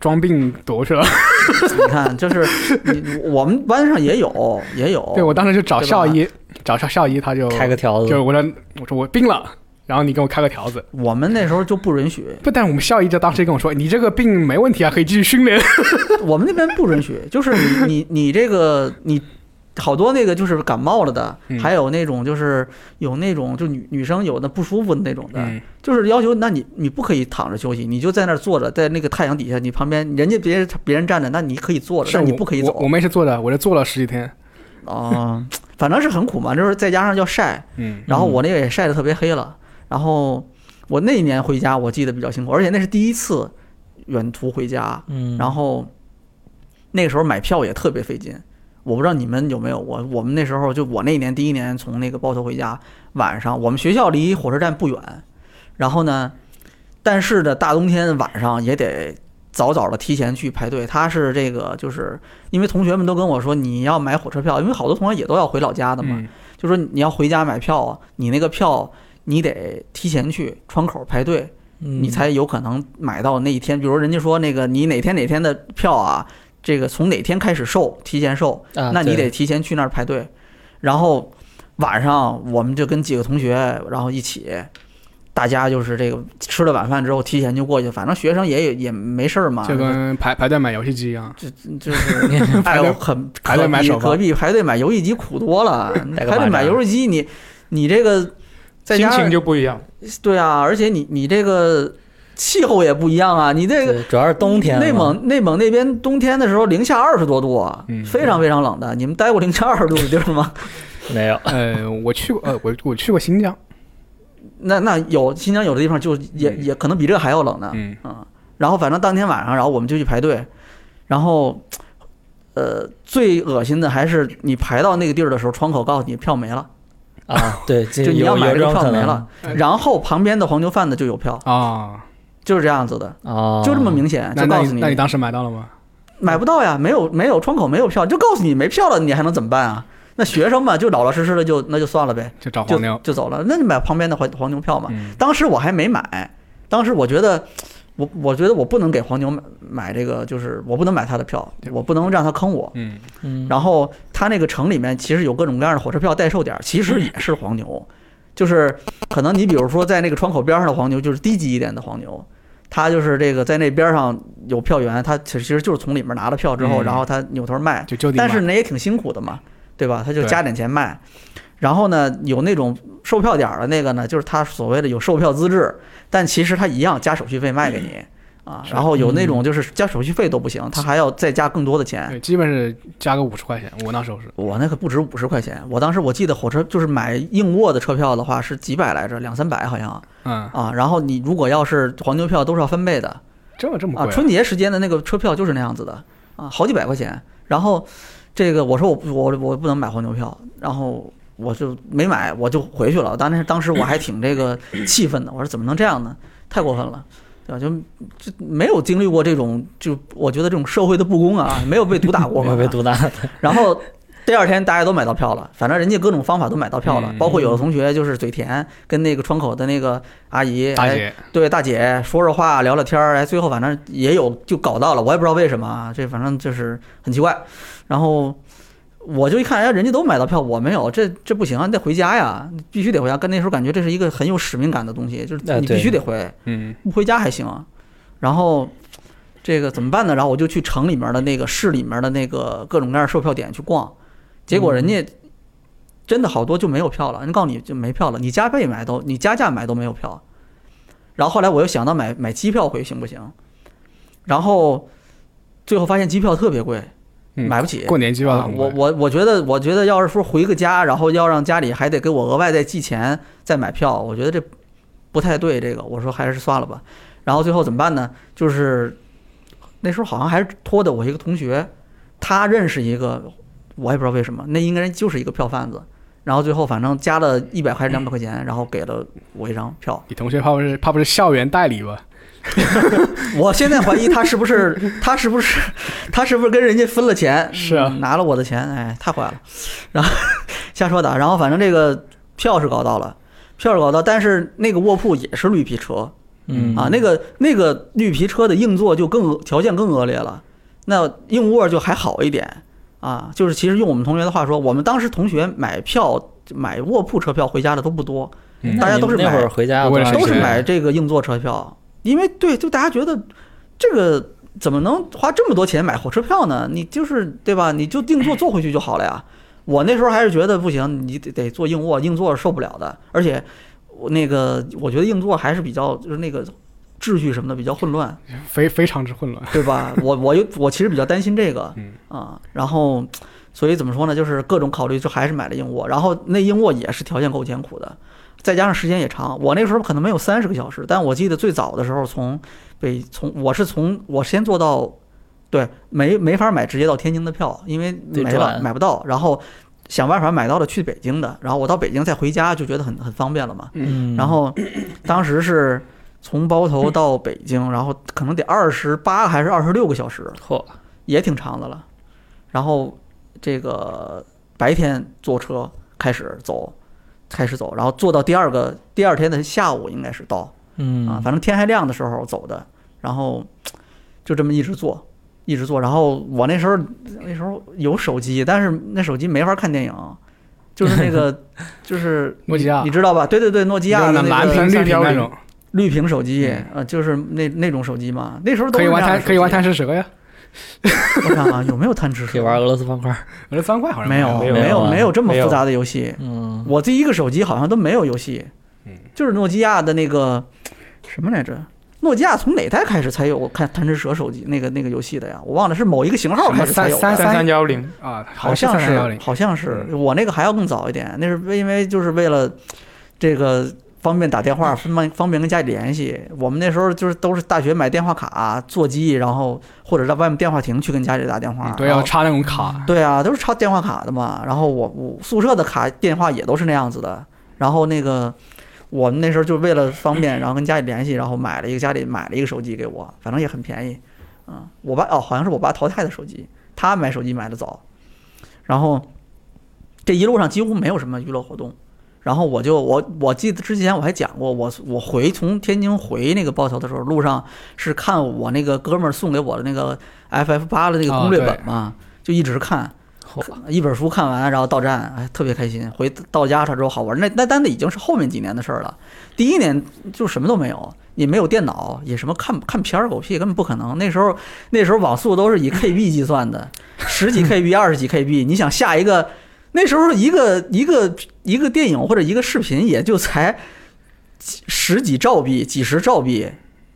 Speaker 3: 装病躲去了，
Speaker 1: 你看，就是你我们班上也有，也有。
Speaker 3: 对我当时就找
Speaker 1: 哦对吧
Speaker 3: 校医，找校校医，他就
Speaker 2: 开个条
Speaker 3: 就是
Speaker 2: 子，
Speaker 3: 我说我说我病了，然后你给我开个条子。
Speaker 1: 我们那时候就不允许，
Speaker 3: 不，但我们校医就当时跟我说，你这个病没问题啊，可以继续训练。
Speaker 1: 我们那边不允许， 就是你你你这个你。好多那个就是感冒了的，
Speaker 3: 嗯
Speaker 1: 还有那种就是有那种就女女生有的不舒服的那种的，
Speaker 3: 嗯，
Speaker 1: 就是要求，那你你不可以躺着休息，你就在那儿坐着，在那个太阳底下，你旁边人家别人别人站着，那你可以坐着，
Speaker 3: 是
Speaker 1: 但你
Speaker 3: 我
Speaker 1: 不可以
Speaker 3: 我
Speaker 1: 走
Speaker 3: 我们也是做的，我这做了十几天。
Speaker 1: 啊、反正是很苦嘛，就是再加上要晒，
Speaker 3: 嗯
Speaker 1: 然后我那个也晒得特别黑了。然后我那一年回家，我记得比较清楚，而且那是第一次远途回家。
Speaker 2: 嗯，
Speaker 1: 然后那个时候买票也特别费劲，我不知道你们有没有。我我们那时候就我那一年第一年从那个包头回家，晚上我们学校离火车站不远，然后呢，但是呢大冬天晚上也得。早早的提前去排队，他是这个，就是因为同学们都跟我说你要买火车票，因为好多同学也都要回老家的嘛，
Speaker 3: 嗯
Speaker 1: 就说你要回家买票啊，你那个票你得提前去窗口排队，你
Speaker 2: 你
Speaker 1: 才有可能买到那一天。比如人家说那个你哪天哪天的票啊，这个从哪天开始售，提前售，
Speaker 2: 啊
Speaker 1: 那你
Speaker 2: 对
Speaker 1: 得提前去那儿排队。然后晚上我们就跟几个同学，然后一起。大家就是这个吃了晚饭之后提前就过去，反正学生也也也没事儿嘛，
Speaker 3: 就跟排排队买游戏机一样。
Speaker 1: 就 就是哎呦，很
Speaker 3: 排队买
Speaker 1: 可比
Speaker 3: 手办
Speaker 1: 可比排队买游戏机苦多了。
Speaker 2: 带
Speaker 1: 排
Speaker 2: 个蚂
Speaker 1: 队买
Speaker 2: 蚱
Speaker 1: 游戏机，你你这个再
Speaker 4: 心
Speaker 1: 加
Speaker 4: 情
Speaker 1: 上
Speaker 4: 就不一样。
Speaker 1: 对啊，而且你你这个气候也不一样啊，你这个。
Speaker 2: 对主要是冬天嘛
Speaker 1: 内蒙内蒙那边冬天的时候零下二十多度啊，
Speaker 3: 嗯
Speaker 1: 非常非常冷的。你们待过零下二十度的地儿吗？
Speaker 2: 没有，
Speaker 3: 呃，我去过，呃，我我去过新疆。
Speaker 1: 那那有新疆有的地方就也也可能比这还要冷呢。
Speaker 3: 嗯，
Speaker 1: 啊，然后反正当天晚上，然后我们就去排队，然后，呃，最恶心的还是你排到那个地儿的时候，窗口告诉你票没了，
Speaker 2: 啊，对，就
Speaker 1: 就你要买这个票没了，
Speaker 3: 能
Speaker 1: 然后旁边的黄牛贩子就有票，
Speaker 3: 啊，
Speaker 1: 就是这样子的，
Speaker 2: 啊，
Speaker 1: 就这么明显，
Speaker 3: 那
Speaker 1: 就
Speaker 3: 那
Speaker 1: 告
Speaker 3: 你
Speaker 1: 诉
Speaker 3: 那你当时买到了吗？
Speaker 1: 买不到呀，没有没有窗口没有票，就告诉你没票了，你还能怎么办啊？那学生嘛，就老老实实的就那就算了呗，
Speaker 3: 就找
Speaker 1: 就
Speaker 3: 啊黄牛，
Speaker 1: 就走了。那你买旁边的黄黄牛票嘛。
Speaker 3: 嗯
Speaker 1: 当时我还没买，当时我觉得，我我觉得我不能给黄牛买买这个，就是我不能买他的票，我不能让他坑我。
Speaker 3: 嗯，
Speaker 2: 嗯，
Speaker 1: 然后他那个城里面其实有各种各样的火车票代售点，其实也是黄牛，就是可能你比如说在那个窗口边上的黄牛，就是低级一点的黄牛，他就是这个在那边上有票源，他其实就是从里面拿了票之后，
Speaker 3: 嗯
Speaker 1: 然后他扭头卖，
Speaker 3: 就就地
Speaker 1: 但
Speaker 3: 买
Speaker 1: 是那也挺辛苦的嘛，对吧？他就
Speaker 3: 对
Speaker 1: 加点钱卖，然后呢，有那种售票点儿的那个呢，就是他所谓的有售票资质，但其实他一样加手续费卖给你。啊，
Speaker 3: 嗯是
Speaker 1: 然后有那种就是加手续费都不行，他还要再加更多的钱，
Speaker 3: 对，基本是加个五十块钱，我那时候是，
Speaker 1: 我那可不止五十块钱，我当时我记得火车就是买硬卧的车票的话是几百来着，两三百好像
Speaker 3: 嗯，
Speaker 1: 啊。然后你如果要是黄牛票都是要翻倍的
Speaker 3: 这么这么
Speaker 1: 啊，
Speaker 3: 贵啊，
Speaker 1: 春节时间的那个车票就是那样子的啊，好几百块钱。然后这个我说我不我我不能买黄牛票，然后我就没买，我就回去了。当时当时我还挺这个气愤的，我说怎么能这样呢？太过分了。对吧？就就没有经历过这种，就我觉得这种社会的不公啊，没有被毒打过
Speaker 2: 我
Speaker 1: 吧，
Speaker 2: 们被毒打，
Speaker 1: 然后第二天大家都买到票了，反正人家各种方法都买到票了，
Speaker 3: 嗯
Speaker 1: 包括有的同学就是嘴甜，跟那个窗口的那个阿姨，
Speaker 3: 大
Speaker 1: 哎，
Speaker 3: 姐，
Speaker 1: 对大姐说说话，聊聊天儿，哎，最后反正也有就搞到了，我也不知道为什么啊，这反正就是很奇怪。然后我就一看，哎，人家都买到票，我没有，这这不行啊，你得回家呀，你必须得回家。跟那时候感觉这是一个很有使命感的东西，就是
Speaker 2: 哎
Speaker 1: 你
Speaker 2: 对
Speaker 1: 必须得回。
Speaker 3: 嗯，
Speaker 1: 不回家还行啊。然后这个怎么办呢？然后我就去城里面的那个市里面的那个各种各样的售票点去逛，结果人家真的好多就没有票了，人告诉你就没票了，你加倍买都你加价买都没有票。然后后来我又想到买买机票回去行不行？然后最后发现机票特别贵，
Speaker 3: 嗯
Speaker 1: 买不起。
Speaker 3: 过年机票
Speaker 1: 啊
Speaker 3: 很贵，
Speaker 1: 我我我觉得，我觉得要是说回个家，然后要让家里还得给我额外再寄钱再买票，我觉得这不太对。这个我说还是算了吧。然后最后怎么办呢？就是那时候好像还是托的我一个同学，他认识一个，我也不知道为什么，那应该就是一个票贩子。然后最后反正加了一百还是两百块钱，然后给了我一张票。
Speaker 3: 你同学怕不是怕不是校园代理吧？
Speaker 1: 我现在怀疑他是不是他是不是他是不是跟人家分了钱？
Speaker 3: 是啊
Speaker 1: 嗯拿了我的钱，哎，太坏了。然后 瞎说的啊，然后反正这个票是搞到了，票是搞到，但是那个卧铺也是绿皮车
Speaker 2: 嗯
Speaker 1: 啊，那个那个绿皮车的硬座就更恶条件更恶劣了，那硬卧就还好一点啊。就是其实用我们同学的话说，我们当时同学买票买卧铺车票回家的都不多，
Speaker 3: 嗯
Speaker 1: 大家都是
Speaker 2: 那会
Speaker 1: 买
Speaker 2: 儿回家
Speaker 3: 我也是
Speaker 1: 都
Speaker 3: 谁
Speaker 1: 是买这个硬座车票，因为对，就大家觉得这个怎么能花这么多钱买火车票呢？你就是对吧？你就硬座坐回去就好了呀。我那时候还是觉得不行，你得得坐硬卧，硬座是受不了的。而且我那个，我觉得硬座还是比较就是那个秩序什么的比较混乱，
Speaker 3: 非非常之混乱，
Speaker 1: 对吧？我我又我其实比较担心这个
Speaker 3: 嗯
Speaker 1: 啊，然后所以怎么说呢？就是各种考虑，就还是买了硬卧。然后那硬卧也是条件够艰苦的，再加上时间也长。我那时候可能没有三十个小时，但我记得最早的时候从北从我是从我先坐到，对，没没法买直接到天津的票，因为
Speaker 2: 得
Speaker 1: 没了
Speaker 2: 转
Speaker 1: 买不到，然后想办法买到了去北京的，然后我到北京再回家就觉得很很方便了嘛。
Speaker 2: 嗯，
Speaker 1: 然后当时是从包头到北京，然后可能得二十八还是二十六个小时，
Speaker 2: 嚯，
Speaker 1: 也挺长的了。然后这个白天坐车开始走，开始走，然后坐到第二个第二天的下午应该是到
Speaker 2: 嗯
Speaker 1: 啊，反正天还亮的时候走的，然后就这么一直坐。一直坐，然后我那时候那时候有手机，但是那手机没法看电影，就是那 个就是
Speaker 3: 诺基亚
Speaker 1: 你知道吧？对对对，诺基亚的
Speaker 3: 啊那
Speaker 1: 那个
Speaker 3: 蓝屏
Speaker 4: 三
Speaker 3: 绿
Speaker 4: 三
Speaker 3: 屏
Speaker 4: 条
Speaker 3: 那
Speaker 4: 零
Speaker 3: 种，
Speaker 1: 绿屏手机
Speaker 3: 嗯，
Speaker 1: 呃，就是那那种手机嘛，那时候都
Speaker 3: 可以
Speaker 1: 是
Speaker 3: 玩
Speaker 1: 那样
Speaker 3: 贪
Speaker 1: 的
Speaker 3: 可以玩
Speaker 1: 手
Speaker 3: 贪吃蛇呀，
Speaker 1: 机我看啊看有没有贪吃蛇，
Speaker 2: 可以玩俄罗斯方块，
Speaker 3: 我这三块好像
Speaker 1: 没有
Speaker 4: 没有
Speaker 1: 没有
Speaker 2: 啊
Speaker 1: 没有这么
Speaker 4: 没有
Speaker 1: 复杂的游戏，
Speaker 2: 嗯，
Speaker 1: 我第一个手机好像都没有游戏
Speaker 3: 嗯，
Speaker 1: 就是诺基亚的那个什么来着？诺基亚从哪代开始才有看贪吃蛇手机那个那个游戏的呀？我忘了是某一个型号开始才有
Speaker 3: 三
Speaker 1: 的。
Speaker 4: 三三幺零，
Speaker 3: 啊，
Speaker 1: 好像
Speaker 3: 三幺
Speaker 1: 是，
Speaker 3: 零，
Speaker 1: 好像是我那个还要更早一点，那是因为就是为了这个方便打电话，方便方便跟家里联系。我们那时候就是都是大学买电话卡、座机，然后或者到外面电话亭去跟家里打电话。
Speaker 3: 对，
Speaker 1: 然
Speaker 3: 嗯要
Speaker 1: 后
Speaker 3: 插那种卡，
Speaker 1: 对啊，都是插电话卡的嘛。然后我我宿舍的卡电话也都是那样子的。然后那个我们那时候就为了方便，然后跟家里联系，然后买了一个家里买了一个手机给我，反正也很便宜。嗯，我爸哦，好像是我爸淘汰的手机，他买手机买的早。然后这一路上几乎没有什么娱乐活动。然后我就我我记得之前我还讲过，我我回从天津回那个报桥的时候，路上是看我那个哥们儿送给我的那个 FF 八的那个攻略本嘛，就一直看，
Speaker 2: 嚯
Speaker 1: 一本书看完，然后到站，哎，特别开心。回到家之后好玩，那那单子已经是后面几年的事儿了。第一年就什么都没有，也没有电脑，也什么看看片儿狗屁，根本不可能。那时候那时候网速都是以 KB 计算的，十几 KB、二十几 KB，你想下一个，那时候一个一个一个电影或者一个视频也就才几十几兆币、几十兆币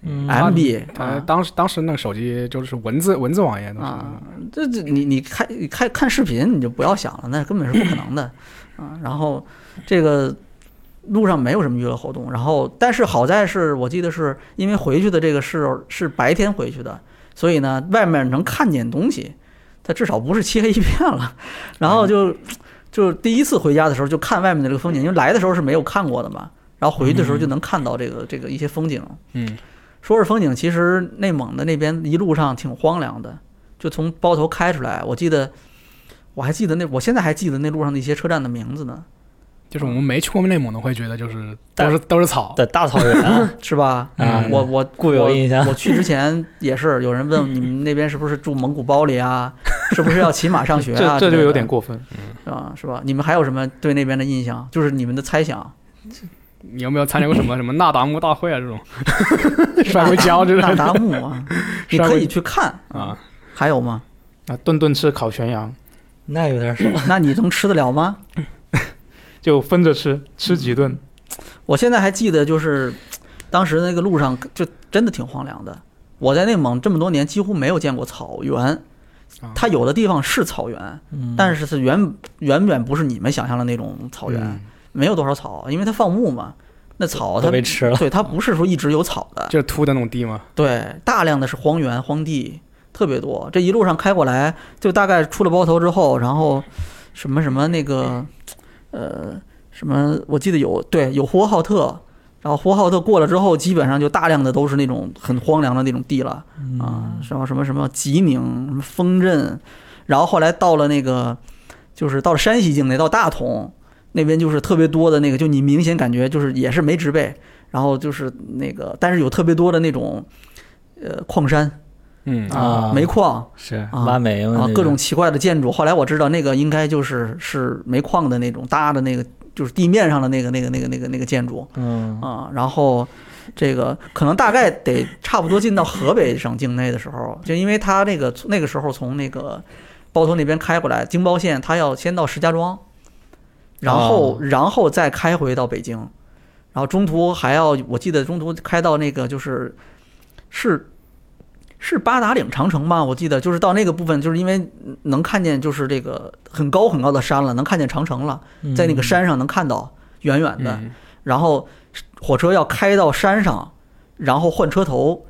Speaker 2: 嗯
Speaker 1: MB
Speaker 3: 他
Speaker 1: 啊。
Speaker 3: 当时当时那个手机就是文字文字网页都是，
Speaker 1: 啊，这这你你看你看看视频你就不要想了，那根本是不可能的啊。然后这个路上没有什么娱乐活动，然后但是好在是我记得是因为回去的这个是是白天回去的，所以呢外面能看见东西，它至少不是漆黑一片了。然后就就第一次回家的时候就看外面的这个风景，因为来的时候是没有看过的嘛，然后回去的时候就能看到这个这个一些风景。
Speaker 3: 嗯，
Speaker 1: 说是风景，其实内蒙的那边一路上挺荒凉的，就从包头开出来，我记得，我还记得那，我现在还记得那路上的一些车站的名字呢，
Speaker 3: 就是我们没去过内蒙的会觉得就是都
Speaker 2: 但
Speaker 3: 是都是草，
Speaker 2: 的大草原 啊
Speaker 1: 是吧？
Speaker 2: 嗯
Speaker 1: 我我
Speaker 2: 固有
Speaker 1: 我
Speaker 2: 印象
Speaker 1: 我去之前也是有人问你们那边是不是住蒙古包里啊，是不是要骑马上学啊
Speaker 4: 这
Speaker 1: 之类的？
Speaker 4: 这就有点过分。
Speaker 1: 啊，是吧？你们还有什么对那边的印象？就是你们的猜想，
Speaker 3: 你有没有参加过什么 什么那达慕大会啊这种 摔过跤之类
Speaker 1: 那
Speaker 3: 的
Speaker 1: 达慕 啊，你可以去看。
Speaker 3: 啊？
Speaker 1: 还有吗？
Speaker 4: 啊，顿顿吃烤全羊，
Speaker 2: 那有点少。
Speaker 1: 那你能吃得了吗？
Speaker 4: 就分着吃，吃几顿。
Speaker 1: 我现在还记得，就是当时那个路上就真的挺荒凉的。我在内蒙这么多年，几乎没有见过草原
Speaker 3: 啊。
Speaker 1: 它有的地方是草原，
Speaker 2: 嗯
Speaker 1: 但是是远远远不是你们想象的那种草原，
Speaker 3: 嗯
Speaker 1: 没有多少草，因为它放牧嘛。那草它
Speaker 2: 都被吃了
Speaker 1: 对它不是说一直有草的，
Speaker 3: 就是秃的那种地嘛，
Speaker 1: 对，大量的是荒原、荒地，特别多。这一路上开过来，就大概出了包头之后，然后什么什么那个，呃，什么我记得有对有呼和浩特，然后呼和浩特过了之后，基本上就大量的都是那种很荒凉的那种地了啊，然后什么什么吉宁、什么丰镇，然后后来到了那个，就是到了山西境内，到大同那边就是特别多的那个，就你明显感觉就是也是没植被。然后就是那个，但是有特别多的那种，呃，矿山
Speaker 3: 嗯
Speaker 2: 啊
Speaker 1: 煤矿
Speaker 2: 是
Speaker 1: 啊
Speaker 2: 挖煤嘛
Speaker 1: 啊，
Speaker 2: 那
Speaker 1: 各种
Speaker 2: 个
Speaker 1: 奇怪的建筑。后来我知道那个应该就是是煤矿的那种搭的那个，就是地面上的那个那个那个那个那个建筑
Speaker 2: 嗯
Speaker 1: 啊。然后这个可能大概得差不多进到河北省境内的时候，就因为他那个那个时候从那个包头那边开过来，京包线，他要先到石家庄，然后、
Speaker 2: 哦
Speaker 1: 然后再开回到北京，然后中途还要我记得中途开到那个就是是。是八达岭长城吗？我记得就是到那个部分，就是因为能看见就是这个很高很高的山了，能看见长城了，在
Speaker 2: 嗯
Speaker 1: 那个山上能看到远远的，
Speaker 3: 嗯
Speaker 1: 然后火车要开到山上，然后换车头，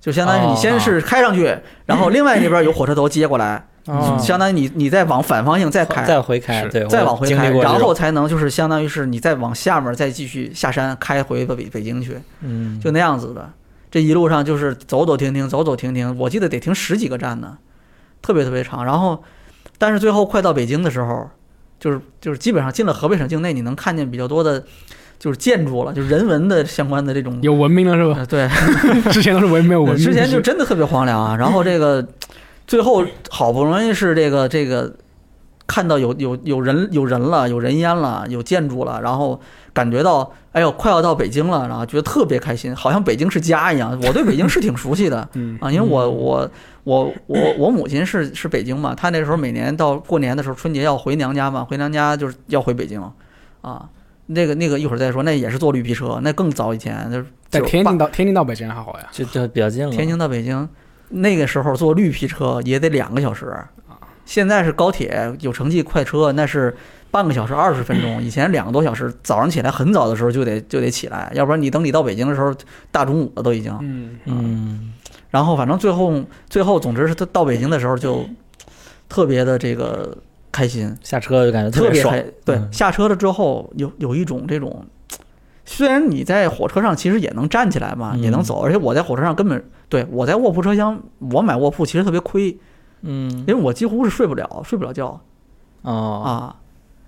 Speaker 1: 就相当于你先是开上去，然后另外那边有火车头接过来，
Speaker 4: 啊
Speaker 2: 哦嗯，
Speaker 1: 相当于你你再往反方向再开，
Speaker 2: 再回开，
Speaker 3: 是
Speaker 2: 对，
Speaker 1: 再
Speaker 2: 我
Speaker 1: 往回
Speaker 2: 经历
Speaker 1: 开，
Speaker 2: 过这
Speaker 1: 然后
Speaker 2: 种
Speaker 1: 才能就是相当于是你再往下面再继续下山开回北北京去，
Speaker 2: 嗯
Speaker 1: 就那样子的。这一路上就是走走停停，走走停停，我记得得停十几个站呢，特别特别长。然后，但是最后快到北京的时候，就是就是基本上进了河北省境内，你能看见比较多的，就是建筑了，就人文的相关的这种。
Speaker 3: 有文明了是吧？
Speaker 1: 呃对，
Speaker 3: 之前都是文没有文明，
Speaker 1: 呃之前就是真的特别荒凉啊。然后这个最后好不容易是这个这个看到有有有人有人了，有人烟了，有建筑了，然后感觉到哎呦快要到北京了，然后觉得特别开心，好像北京是家一样。我对北京是挺熟悉 的
Speaker 3: 嗯
Speaker 1: 啊，因为我我我我我母亲是是北京嘛，她那时候每年到过年的时候，春节要回娘家嘛，回娘家就是要回北京啊。那个那个一会儿再说，那也是坐绿皮车，那更早以前就是
Speaker 3: 在天
Speaker 1: 98
Speaker 3: 津到天津到北京还好呀，
Speaker 2: 就就比较近了。
Speaker 1: 天津到北京，那个时候坐绿皮车也得两个小时，现在是高铁有城际快车，那是半个小时、二十分钟。以前两个多小时，早上起来很早的时候就得就得起来，要不然你等你到北京的时候，大中午了都已经。
Speaker 3: 嗯，
Speaker 2: 嗯，
Speaker 1: 然后反正最后最后，总之是他到北京的时候就特别的这个开心，
Speaker 2: 下车就感觉
Speaker 1: 呃特
Speaker 2: 别
Speaker 1: 别
Speaker 2: 爽
Speaker 1: 开。。对，
Speaker 2: 嗯
Speaker 1: 下车了之后有有一种这种，虽然你在火车上其实也能站起来嘛，
Speaker 2: 嗯
Speaker 1: 也能走，而且我在火车上根本对我在卧铺车厢，我买卧铺其实特别亏，
Speaker 2: 嗯
Speaker 1: 因为我几乎是睡不了，睡不了觉
Speaker 2: 哦，
Speaker 1: 啊。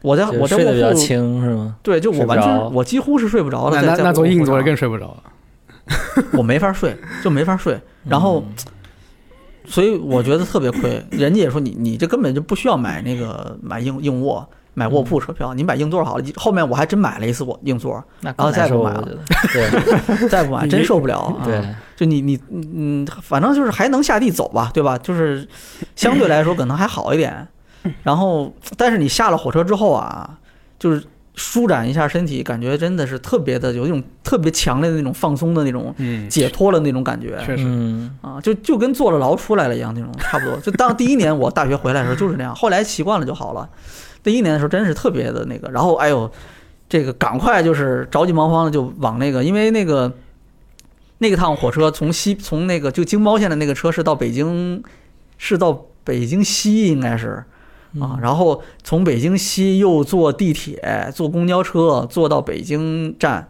Speaker 1: 我在
Speaker 2: 就是
Speaker 1: 我在
Speaker 2: 睡得比较
Speaker 1: 卧铺，
Speaker 2: 轻是吗？
Speaker 1: 对，就我完
Speaker 2: 睡不着
Speaker 1: 全我几乎是睡不着的，
Speaker 3: 那
Speaker 1: 在
Speaker 3: 那
Speaker 1: 在
Speaker 3: 那
Speaker 1: 卧
Speaker 3: 坐
Speaker 1: 铺
Speaker 3: 硬座
Speaker 1: 上
Speaker 3: 的更睡不着了。
Speaker 1: 我没法睡，就没法睡。然后
Speaker 2: 嗯
Speaker 1: 所以我觉得特别亏。人家也说你你这根本就不需要买那个买硬硬卧。买卧铺车票，你买硬座好了。后面我还真买了一次卧硬座，
Speaker 2: 那
Speaker 1: 然后
Speaker 2: 更难
Speaker 1: 再不
Speaker 2: 受
Speaker 1: 买
Speaker 2: 我
Speaker 1: 了
Speaker 2: 觉得，对
Speaker 1: 再不买真受不了啊。
Speaker 2: 对，
Speaker 1: 就你你嗯，反正就是还能下地走吧，对吧？就是相对来说可能还好一点。然后，但是你下了火车之后啊，就是舒展一下身体，感觉真的是特别的有一种特别强烈的那种放松的那种
Speaker 3: 嗯，
Speaker 1: 解脱的那种感觉
Speaker 3: 确实，
Speaker 2: 嗯
Speaker 1: 啊，就就跟坐了牢出来了一样那种，差不多。就当第一年我大学回来的时候就是那样，后来习惯了就好了。第一年的时候真是特别的那个，然后哎呦，这个赶快就是着急忙慌的就往那个，因为那个那个趟火车从西从那个就京包线的那个车是到北京，是到北京西应该是啊，
Speaker 2: 嗯
Speaker 1: 然后从北京西又坐地铁、坐公交车坐到北京站，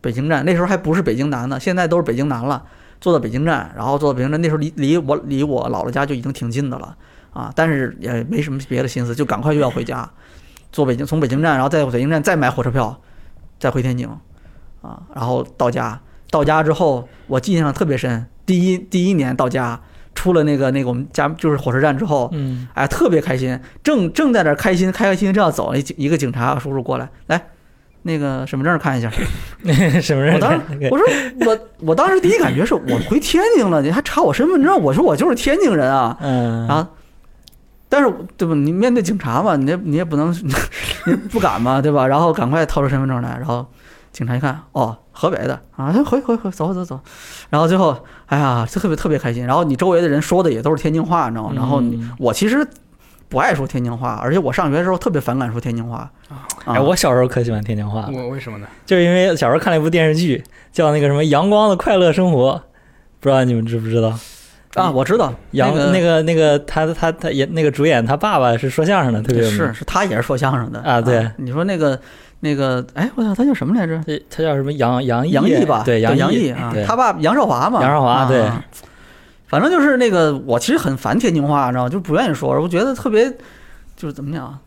Speaker 1: 北京站那时候还不是北京南呢，现在都是北京南了。坐到北京站，然后坐到北京站，那时候离离我离我姥姥家就已经挺近的了啊，但是也没什么别的心思，就赶快就要回家，坐北京从北京站，然后再北京站再买火车票，再回天津啊，然后到家，到家之后我印象特别深，第一第一年到家出了那个那个我们家就是火车站之后，
Speaker 2: 嗯，
Speaker 1: 哎，特别开心，正正在那儿开心，开开心心正要走，一警一个警察叔叔过来，来，那个身份证看一下。
Speaker 2: 什么人？
Speaker 1: 我当时我说我我当时第一感觉是我回天津了，你还查我身份证？我说我就是天津人啊
Speaker 2: 嗯
Speaker 1: 啊！但是对吧？你面对警察嘛，你也你也不能 你也不敢嘛，对吧？然后赶快掏出身份证来，然后警察一看，哦，河北的啊，回回回，走走走。然后最后，哎呀，就特别特别开心。然后你周围的人说的也都是天津话，你知道吗？然后你
Speaker 2: 嗯
Speaker 1: 我其实不爱说天津话，而且我上学的时候特别反感说天津话
Speaker 3: 啊
Speaker 1: 啊
Speaker 2: 哎，我小时候可喜欢天津
Speaker 1: 嗯
Speaker 2: 话了，
Speaker 3: 我为什么呢？
Speaker 2: 就是因为小时候看了一部电视剧，叫那个什么《阳光的快乐生活》，不知道你们知不知道？
Speaker 1: 啊，我知道
Speaker 2: 阳
Speaker 1: 那
Speaker 2: 那个那个他他他也那个主演他爸爸是说相声的，特别有名
Speaker 1: 是是，他也是说相声的
Speaker 2: 啊对
Speaker 1: 你说那个那个，哎，我操，他叫什么来着？
Speaker 2: 他他叫什么杨杨
Speaker 1: 杨
Speaker 2: 毅
Speaker 1: 毅吧？
Speaker 2: 对
Speaker 1: 杨
Speaker 2: 毅
Speaker 1: 啊
Speaker 2: 对，
Speaker 1: 他爸杨少华嘛。
Speaker 2: 杨少华
Speaker 1: 啊
Speaker 2: 对。
Speaker 1: 反正就是那个，我其实很烦天津话，你知道吗？就不愿意说，我觉得特别，就是怎么讲，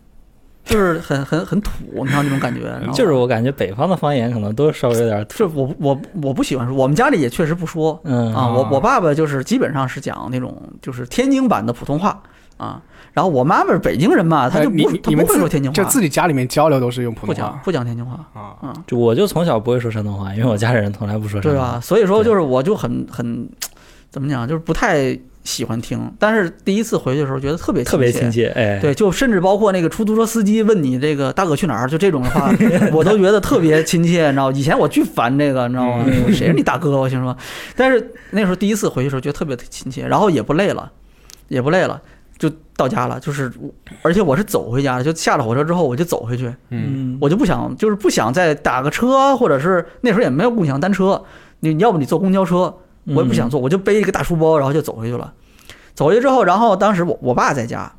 Speaker 1: 就是很很很土，你知道那种感觉。然后
Speaker 2: 就是我感觉北方的方言可能都稍微有点土，
Speaker 1: 是我我我不喜欢说，我们家里也确实不说
Speaker 2: 嗯
Speaker 1: 啊。我
Speaker 3: 啊
Speaker 1: 我爸爸就是基本上是讲那种就是天津版的普通话啊，然后我妈妈是北京人嘛，她就
Speaker 3: 哎你
Speaker 1: 不
Speaker 3: 你
Speaker 1: 她
Speaker 3: 你
Speaker 1: 不
Speaker 3: 们
Speaker 1: 会
Speaker 3: 自
Speaker 1: 说天津
Speaker 3: 就
Speaker 1: 话，
Speaker 3: 自己家里面交流都是用普
Speaker 1: 不
Speaker 3: 通
Speaker 1: 讲
Speaker 3: 话
Speaker 1: 不讲天津话。
Speaker 3: 啊。
Speaker 1: 嗯，
Speaker 2: 就我就从小不会说山东话，因为我家里人从来不说山
Speaker 1: 对
Speaker 2: 东
Speaker 1: 吧
Speaker 2: 话。？
Speaker 1: 所以说就是我就很很怎么讲，就是不太喜欢听。但是第一次回去的时候，觉得特别
Speaker 2: 特别亲
Speaker 1: 亲切。
Speaker 2: 切，哎，
Speaker 1: 对，就甚至包括那个出租车司机问你这个大哥去哪儿，就这种的 话，我都觉得特别亲切，你知道吗？以前我巨烦这个，你知道吗？
Speaker 2: 嗯
Speaker 1: 我谁是你大哥？我心说，但是那时候第一次回去的时候，觉得特别亲切，然后也不累了，也不累了，就到家了。就是我，而且我是走回家的，就下了火车之后我就走回去，
Speaker 3: 嗯，
Speaker 1: 我就不想，就是不想再打个车，或者是那时候也没有共享单车，你你要不你坐公交车，我也不想坐，我就背一个大书包，然后就走回去了。走回去之后，然后当时我我爸在家，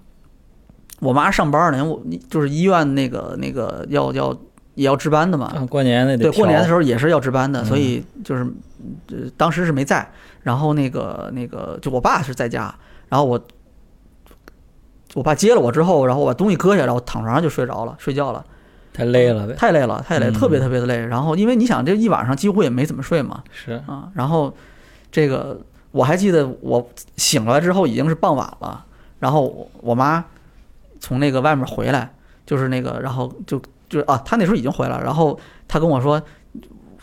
Speaker 1: 我妈上班呢，我就是医院那个那个要要也要值班的嘛，
Speaker 2: 啊，过年那得
Speaker 1: 对，过年的时
Speaker 2: 候，
Speaker 1: 候也是要值班的，
Speaker 2: 嗯
Speaker 1: 所以就是呃当时是没在。然后那个那个，就我爸是在家，然后我我爸接了我之后，然后我把东西搁下，然后躺床上就睡着了，睡觉了。
Speaker 2: 太累了呗，
Speaker 1: 太累了，太累，
Speaker 2: 嗯
Speaker 1: 特别特别的累。然后因为你想，这一晚上几乎也没怎么睡嘛，
Speaker 2: 是，
Speaker 1: 啊，然后这个我还记得我醒来之后已经是傍晚了，然后我我妈从那个外面回来，就是那个，然后就就啊，她那时候已经回来了，然后她跟我说，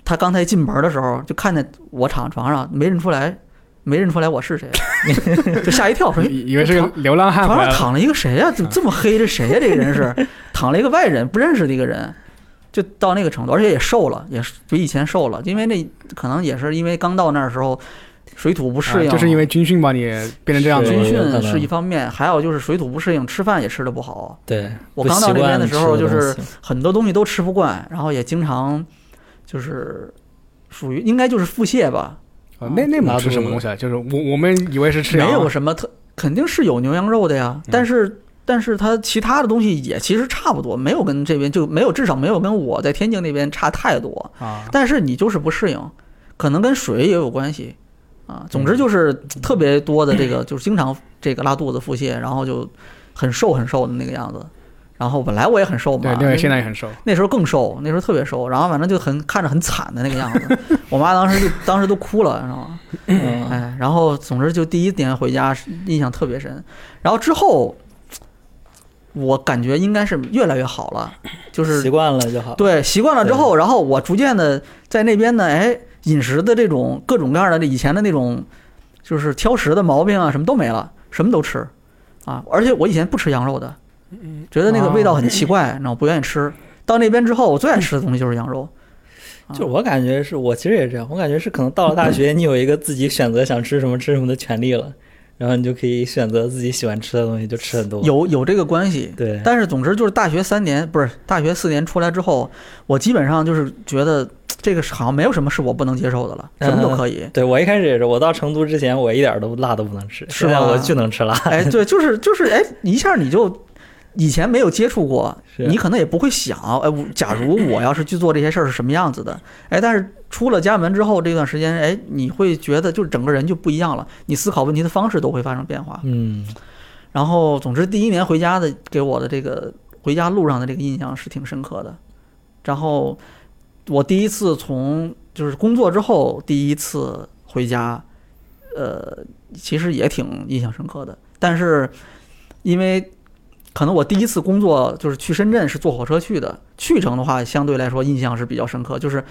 Speaker 1: 她刚才进门的时候就看见我躺床上，没认出来，没认出来我是谁， 就吓一跳，说。
Speaker 3: 以以为哎是个嗯流浪汉回
Speaker 1: 床
Speaker 3: 来
Speaker 1: 上
Speaker 3: 了，啊
Speaker 1: 躺了一个谁呀、怎么这么黑？这谁呀、这个人 是躺了一个外人，不认识的一个人，就到那个程度，而且也瘦了，也是比以前瘦了，因为那可能也是因为刚到那儿的时候，水土不
Speaker 3: 啊
Speaker 1: 适应，啊
Speaker 3: 就是因为军训把你变成这样子
Speaker 2: 对
Speaker 1: 军
Speaker 3: 了。
Speaker 2: 有可
Speaker 1: 训
Speaker 2: 能
Speaker 1: 是一方面，还有就是水土不适应，吃饭也吃的不好。
Speaker 2: 对，
Speaker 1: 我
Speaker 2: 不
Speaker 1: 刚
Speaker 2: 习
Speaker 1: 到这边
Speaker 2: 惯
Speaker 1: 的时候
Speaker 2: 吃
Speaker 1: 就是
Speaker 2: 东西
Speaker 1: 很多东西都吃不惯，然后也经常就是属于应该就是腹泻吧，
Speaker 3: 啊内内蒙吃什么东西啊？就是我我们以为是吃羊嗯
Speaker 1: 没
Speaker 3: 啊，
Speaker 1: 有什么特，肯定是有牛羊肉的呀，但是。但是它其他的东西也其实差不多，没有跟这边就没有，至少没有跟我在天津那边差太多。
Speaker 3: 啊，
Speaker 1: 但是你就是不适应，可能跟水也有关系啊。总之就是
Speaker 3: 嗯
Speaker 1: 特别多的这个，就是经常这个拉肚子、腹泻，然后就很瘦很瘦的那个样子。然后本来我也很瘦嘛
Speaker 3: 对，，另外现在也很瘦，
Speaker 1: 那时候更瘦，那时候特别瘦，然后反正就很看着很惨的那个样子。 我妈当时就当时都哭了，你知道吗？
Speaker 2: 嗯
Speaker 1: 哎，然后总之就第一年回家是印象特别深，然后之后我感觉应该是越来越好了，就是
Speaker 2: 习惯了就好。
Speaker 1: 对，习惯了之后，然后我逐渐的在那边呢，哎，饮食的这种各种各样的以前的那种，就是挑食的毛病啊，什么都没了，什么都吃，啊，而且我以前不吃羊肉的，觉得那个味道很奇怪，然后不愿意吃。到那边之后，我最爱吃的东西就是羊肉，啊
Speaker 2: 就我感觉是我其实也这样，我感觉是可能到了 大学，你有一个自己选择想吃什么吃什么的权利了，然后你就可以选择自己喜欢吃的东西就吃很多。
Speaker 1: 有有这个关系。
Speaker 2: 对，
Speaker 1: 但是总之就是大学三年，不是大学四年出来之后，我基本上就是觉得这个是好像没有什么是我不能接受的了，什么都可以。
Speaker 2: 对我一开始也是，我到成都之前我一点儿都辣都不能吃，
Speaker 1: 是
Speaker 2: 现在
Speaker 1: 吧
Speaker 2: 我巨 能吃辣。
Speaker 1: 哎，对，就是就是，哎，一下你就以前没有接触过，
Speaker 2: 是
Speaker 1: 啊你可能也不会想，哎，我假如我要是去做这些事儿是什么样子的，哎，但是出了家门之后这段时间，哎，你会觉得就是整个人就不一样了，你思考问题的方式都会发生变化。
Speaker 2: 嗯，
Speaker 1: 然后，总之第一年回家的给我的这个回家路上的这个印象是挺深刻的。然后我第一次从就是工作之后第一次回家，呃，其实也挺印象深刻的。但是因为可能我第一次工作就是去深圳是坐火车去的，去程的话相对来说印象是比较深刻，就是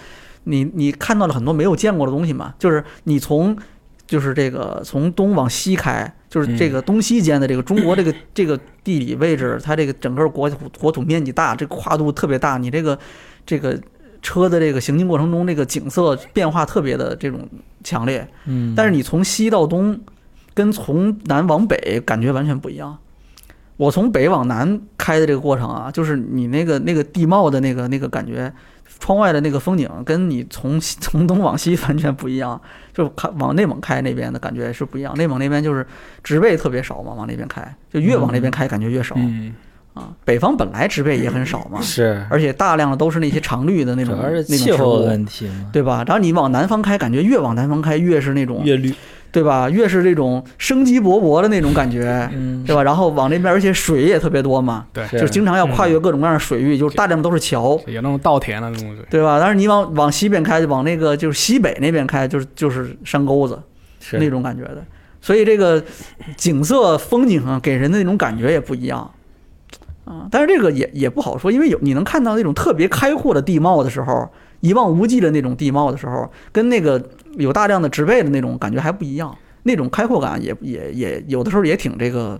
Speaker 1: 你你看到了很多没有见过的东西嘛，就是你从就是这个从东往西开，就是这个东西间的这个中国这个这个地理位置，它这个整个国国土面积大，这个跨度特别大，你这个这个车的这个行进过程中，这个景色变化特别的这种强烈，
Speaker 2: 嗯
Speaker 1: 但是你从西到东，跟从南往北感觉完全不一样。我从北往南开的这个过程啊，就是你那个那个地貌的那个那个感觉，窗外的那个风景，跟你从西 从东往西完全不一样。就开往内蒙开那边的感觉是不一样。内蒙那边就是植被特别少嘛，往那边开，就越往那边开感觉越少、
Speaker 3: 嗯，
Speaker 1: 啊。北方本来植被也很少嘛，
Speaker 2: 是
Speaker 1: 而且大量的都是那些常绿的那
Speaker 2: 嗯主
Speaker 1: 种
Speaker 2: 要是
Speaker 1: 那种
Speaker 2: 气
Speaker 1: 植
Speaker 2: 候的
Speaker 1: 物，
Speaker 2: 问题嘛，
Speaker 1: 对吧？然后你往南方开，感觉越往南方开越是那种
Speaker 2: 越绿，
Speaker 1: 对吧？越是这种生机勃勃的那种感觉，
Speaker 2: 嗯，
Speaker 1: 对吧？然后往那边，而且水也特别多嘛，
Speaker 3: 对，
Speaker 2: 是
Speaker 1: 就是经常要跨越各种各样的水域，就是大量都是桥，
Speaker 3: 有那种稻田啊的那种东西，
Speaker 1: 对吧？但是你往往西边开，往那个就是西北那边开，就是就是山沟子
Speaker 2: 是
Speaker 1: 那种感觉的。所以这个景色风景啊，给人的那种感觉也不一样啊。但是这个也也不好说，因为有你能看到那种特别开阔的地貌的时候，一望无际的那种地貌的时候，跟那个有大量的植被的那种感觉还不一样。那种开阔感也也也有的时候也挺这个，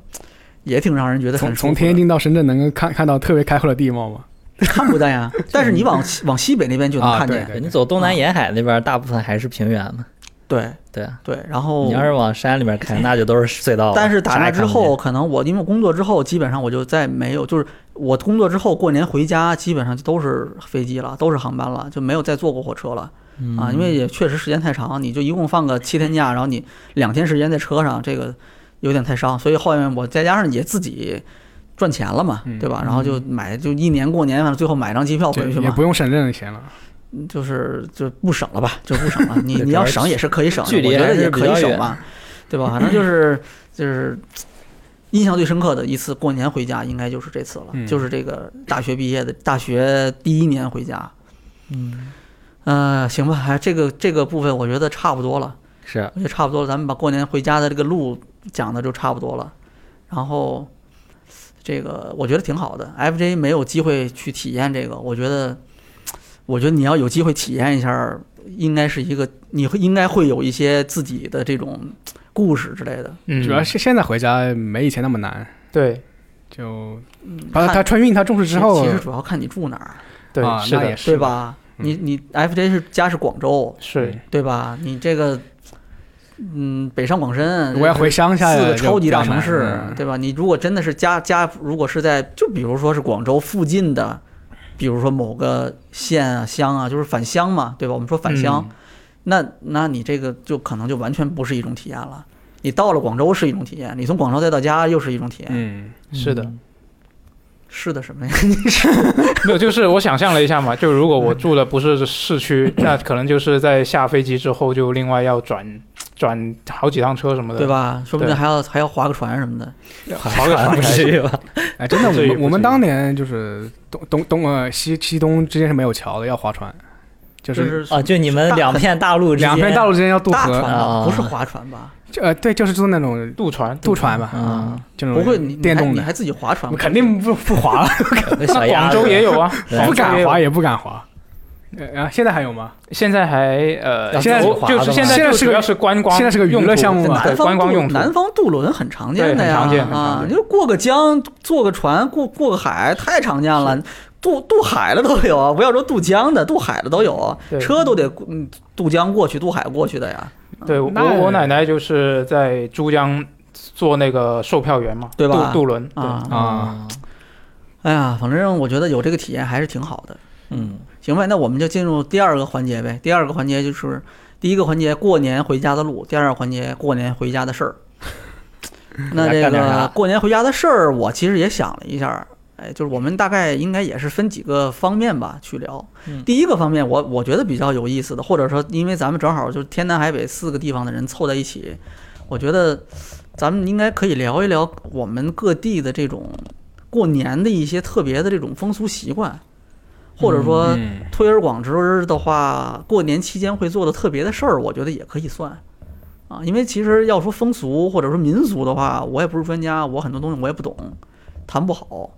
Speaker 1: 也挺让人觉得很
Speaker 3: 从
Speaker 1: 舒服
Speaker 3: 从
Speaker 1: 的
Speaker 3: 天津到深圳能够看看到特别开阔的地貌嘛，
Speaker 1: 看不到呀，但是你往西往西北那边就能
Speaker 3: 啊
Speaker 1: 看
Speaker 3: 对
Speaker 1: 见。
Speaker 3: 对
Speaker 2: 你走东南沿海那边，大部分还是平原嘛。
Speaker 1: 对
Speaker 2: 对啊，
Speaker 1: 对然后
Speaker 2: 你要是往山里 面开，那就都是隧道了。
Speaker 1: 哦但是打
Speaker 2: 啥
Speaker 1: 那
Speaker 2: 也看
Speaker 1: 之
Speaker 2: 不见
Speaker 1: 后，，可能我因为我工作之后，基本上我就再没有，就是我工作之后过年回家，基本上就都是飞机了，都是航班了，就没有再坐过火车了
Speaker 2: 嗯
Speaker 1: 啊，因为也确实时间太长，你就一共放个七天假，然后你两天时间在车上，这个有点太伤，所以后面我再加上也自己。赚钱了嘛，
Speaker 2: 嗯
Speaker 1: 对吧？然后就买，就一年过年，反正最后买张机票
Speaker 3: 就
Speaker 1: 回去
Speaker 3: 也
Speaker 1: 嘛
Speaker 3: 不，用省任何钱了。
Speaker 1: 就是就不省了 吧，就不省了。你
Speaker 2: 对
Speaker 1: 你
Speaker 2: 主
Speaker 1: 要
Speaker 2: 要是
Speaker 1: 省也是可以省的，
Speaker 2: 距离
Speaker 1: 我觉
Speaker 2: 还
Speaker 1: 得
Speaker 2: 是
Speaker 1: 也
Speaker 2: 比
Speaker 1: 可以
Speaker 2: 较
Speaker 1: 省
Speaker 2: 远
Speaker 1: 嘛，对吧？反正就是就是印象最深刻的一次过年回家，应该就是这次了，
Speaker 3: 嗯
Speaker 1: 就是这个大学毕业的大学第一年回家。
Speaker 2: 嗯，
Speaker 1: 呃，行吧，哎，这个这个部分我觉得差不多了，
Speaker 2: 是
Speaker 1: 我觉得差不多了，咱们把过年回家的这个路讲的就差不多了，然后。这个我觉得挺好的，FJ 没有机会去体验这个，我觉得，我觉得你要有机会体验一下，应该是一个你会应该会有一些自己的这种故事之类的。
Speaker 4: 嗯，
Speaker 3: 主要是现在回家没以前那么难，
Speaker 4: 对
Speaker 3: 就
Speaker 1: 嗯
Speaker 3: 把
Speaker 1: 看
Speaker 3: 他春运他重视之后
Speaker 1: 其实主要看你住哪儿，
Speaker 4: 对、
Speaker 3: 啊，
Speaker 4: 是
Speaker 3: 那也
Speaker 4: 的，
Speaker 3: 是
Speaker 1: 对？吧？
Speaker 3: 嗯
Speaker 1: 你你 FJ 是家是广州，
Speaker 4: 是
Speaker 3: 嗯
Speaker 1: 对吧？你这个嗯，北上广深，
Speaker 3: 我要回乡下呀，
Speaker 1: 四个
Speaker 3: 就
Speaker 1: 超级大
Speaker 3: 比
Speaker 1: 城
Speaker 3: 较难
Speaker 1: 市，啊
Speaker 3: 嗯
Speaker 1: 对吧？你如果真的是家家，如果是在就比如说是广州附近的，比如说某个县啊、乡啊，就是返乡嘛，对吧？我们说
Speaker 3: 嗯
Speaker 1: 返乡，那那你这个就可能就完全不是一种体验了。你到了广州是一种体验，你从广州再到家又是一种体验。
Speaker 3: 嗯，
Speaker 4: 是的，
Speaker 1: 是的，什么呀？
Speaker 4: 没有，就是我想象了一下嘛，就如果我住的不是市区，那可能就是在下飞机之后就另外要转转好几趟车什么 的，
Speaker 1: 对？吧？说不定还要还要划个船什么的。
Speaker 4: 划个船
Speaker 2: 不至于吧？
Speaker 3: 哎，真的，我
Speaker 4: 这也
Speaker 3: 们
Speaker 4: 不
Speaker 3: 我们
Speaker 4: 至于
Speaker 3: 当年就是东东东呃西西东之间是没有桥的，要划船，就
Speaker 1: 就是是
Speaker 2: 啊，就你们
Speaker 1: 大
Speaker 2: 两片大陆之间，
Speaker 3: 两边道路之间要渡
Speaker 1: 大船
Speaker 3: 河，
Speaker 1: 吧，
Speaker 2: 啊
Speaker 1: 不是划船吧？
Speaker 3: 就呃，对，就是做那种
Speaker 4: 渡船，
Speaker 3: 渡船吧，啊
Speaker 2: 嗯，
Speaker 3: 就那
Speaker 1: 不
Speaker 3: 种
Speaker 1: 会，你你
Speaker 3: 电
Speaker 1: 还
Speaker 3: 动
Speaker 1: 你
Speaker 3: 的，
Speaker 1: 还自己划船吗？
Speaker 3: 肯定不不划了，
Speaker 2: 那
Speaker 4: 那广州也有啊，
Speaker 2: 对
Speaker 4: 广
Speaker 3: 不
Speaker 4: 州也
Speaker 3: 敢
Speaker 4: 有
Speaker 3: 划，也不敢划。呃然后现在还有吗？
Speaker 4: 现在还呃，
Speaker 2: 要
Speaker 4: 现在
Speaker 2: 自己划
Speaker 4: 就
Speaker 2: 的
Speaker 4: 是
Speaker 2: 吗
Speaker 4: 现在
Speaker 3: 现在
Speaker 4: 就是主
Speaker 3: 个
Speaker 4: 要是观光用途，
Speaker 3: 现在是个娱乐项目嘛
Speaker 4: 对
Speaker 1: 南方
Speaker 4: 观光
Speaker 1: 渡
Speaker 4: 用途。
Speaker 1: 南方渡轮很常见的
Speaker 4: 对
Speaker 1: 呀，
Speaker 4: 很常见很
Speaker 1: 啊
Speaker 4: 常，见
Speaker 1: 你就过个江，坐个船，过过个海，太常见了。渡渡海的都有啊，不要说渡江的，渡海的都有啊，
Speaker 4: 对
Speaker 1: 车都得嗯渡江过去，渡海过去的呀，
Speaker 4: 对我
Speaker 3: 那
Speaker 4: 我奶奶就是在珠江做那个售票员嘛，
Speaker 1: 对吧
Speaker 4: 渡渡轮，
Speaker 1: 啊，
Speaker 3: 啊，
Speaker 1: 哎呀，反正我觉得有这个体验还是挺好的。
Speaker 2: 嗯，
Speaker 1: 行呗，那我们就进入第二个环节呗。第二个环节就是第一个环节过年回家的路，第二个环节过年回家的 事儿。那这
Speaker 2: 干点
Speaker 1: 个
Speaker 2: 啥
Speaker 1: 过年回家的事儿，我其实也想了一下儿，哎，就是我们大概应该也是分几个方面吧去聊。
Speaker 2: 嗯
Speaker 1: 第一个方面我，我觉得比较有意思的，或者说因为咱们正好就是天南海北四个地方的人凑在一起，我觉得咱们应该可以聊一聊我们各地的这种过年的一些特别的这种风俗习惯，或者说
Speaker 3: 嗯
Speaker 1: 推而广之的话，过年期间会做的特别的事儿，我觉得也可以算啊。因为其实要说风俗或者说民俗的话，我也不是专家，我很多东西我也不懂，谈不好。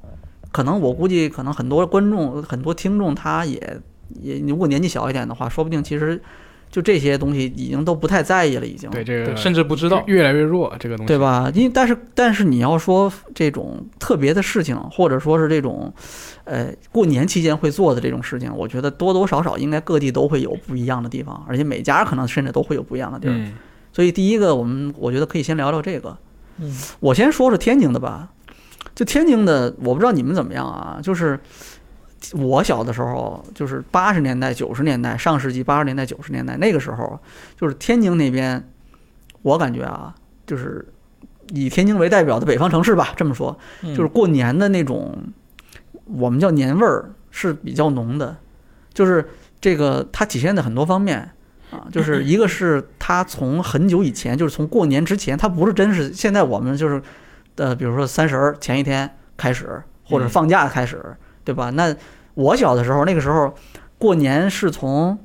Speaker 1: 可能我估计，可能很多观众、很多听众，他也也如果年纪小一点的话，说不定其实就这些东西已经都不太在意了，已经
Speaker 3: 对这
Speaker 4: 对，
Speaker 3: 个
Speaker 4: 甚至不知道。
Speaker 3: 越来越弱这个东西，
Speaker 1: 对？吧？因为但是但是你要说这种特别的事情，或者说是这种，呃，过年期间会做的这种事情，我觉得多多少少应该各地都会有不一样的地方，而且每家可能甚至都会有不一样的地儿。
Speaker 3: 嗯，
Speaker 1: 所以第一个，我们我觉得可以先聊聊这个。
Speaker 2: 嗯，
Speaker 1: 我先说说天津的吧。就天津的，我不知道你们怎么样啊。就是我小的时候，就是八十年代、九十年代，上世纪八十年代、九十年代那个时候，就是天津那边，我感觉啊，就是以天津为代表的北方城市吧，这么说，
Speaker 2: 嗯
Speaker 1: 就是过年的那种，我们叫年味儿是比较浓的，就是这个它体现在很多方面啊，就是一个是它从很久以前，就是从过年之前，它不是真是现在我们就是，呃，比如说三十儿前一天开始，或者
Speaker 3: 嗯
Speaker 1: 放假开始，对吧？那我小的时候，那个时候过年是从，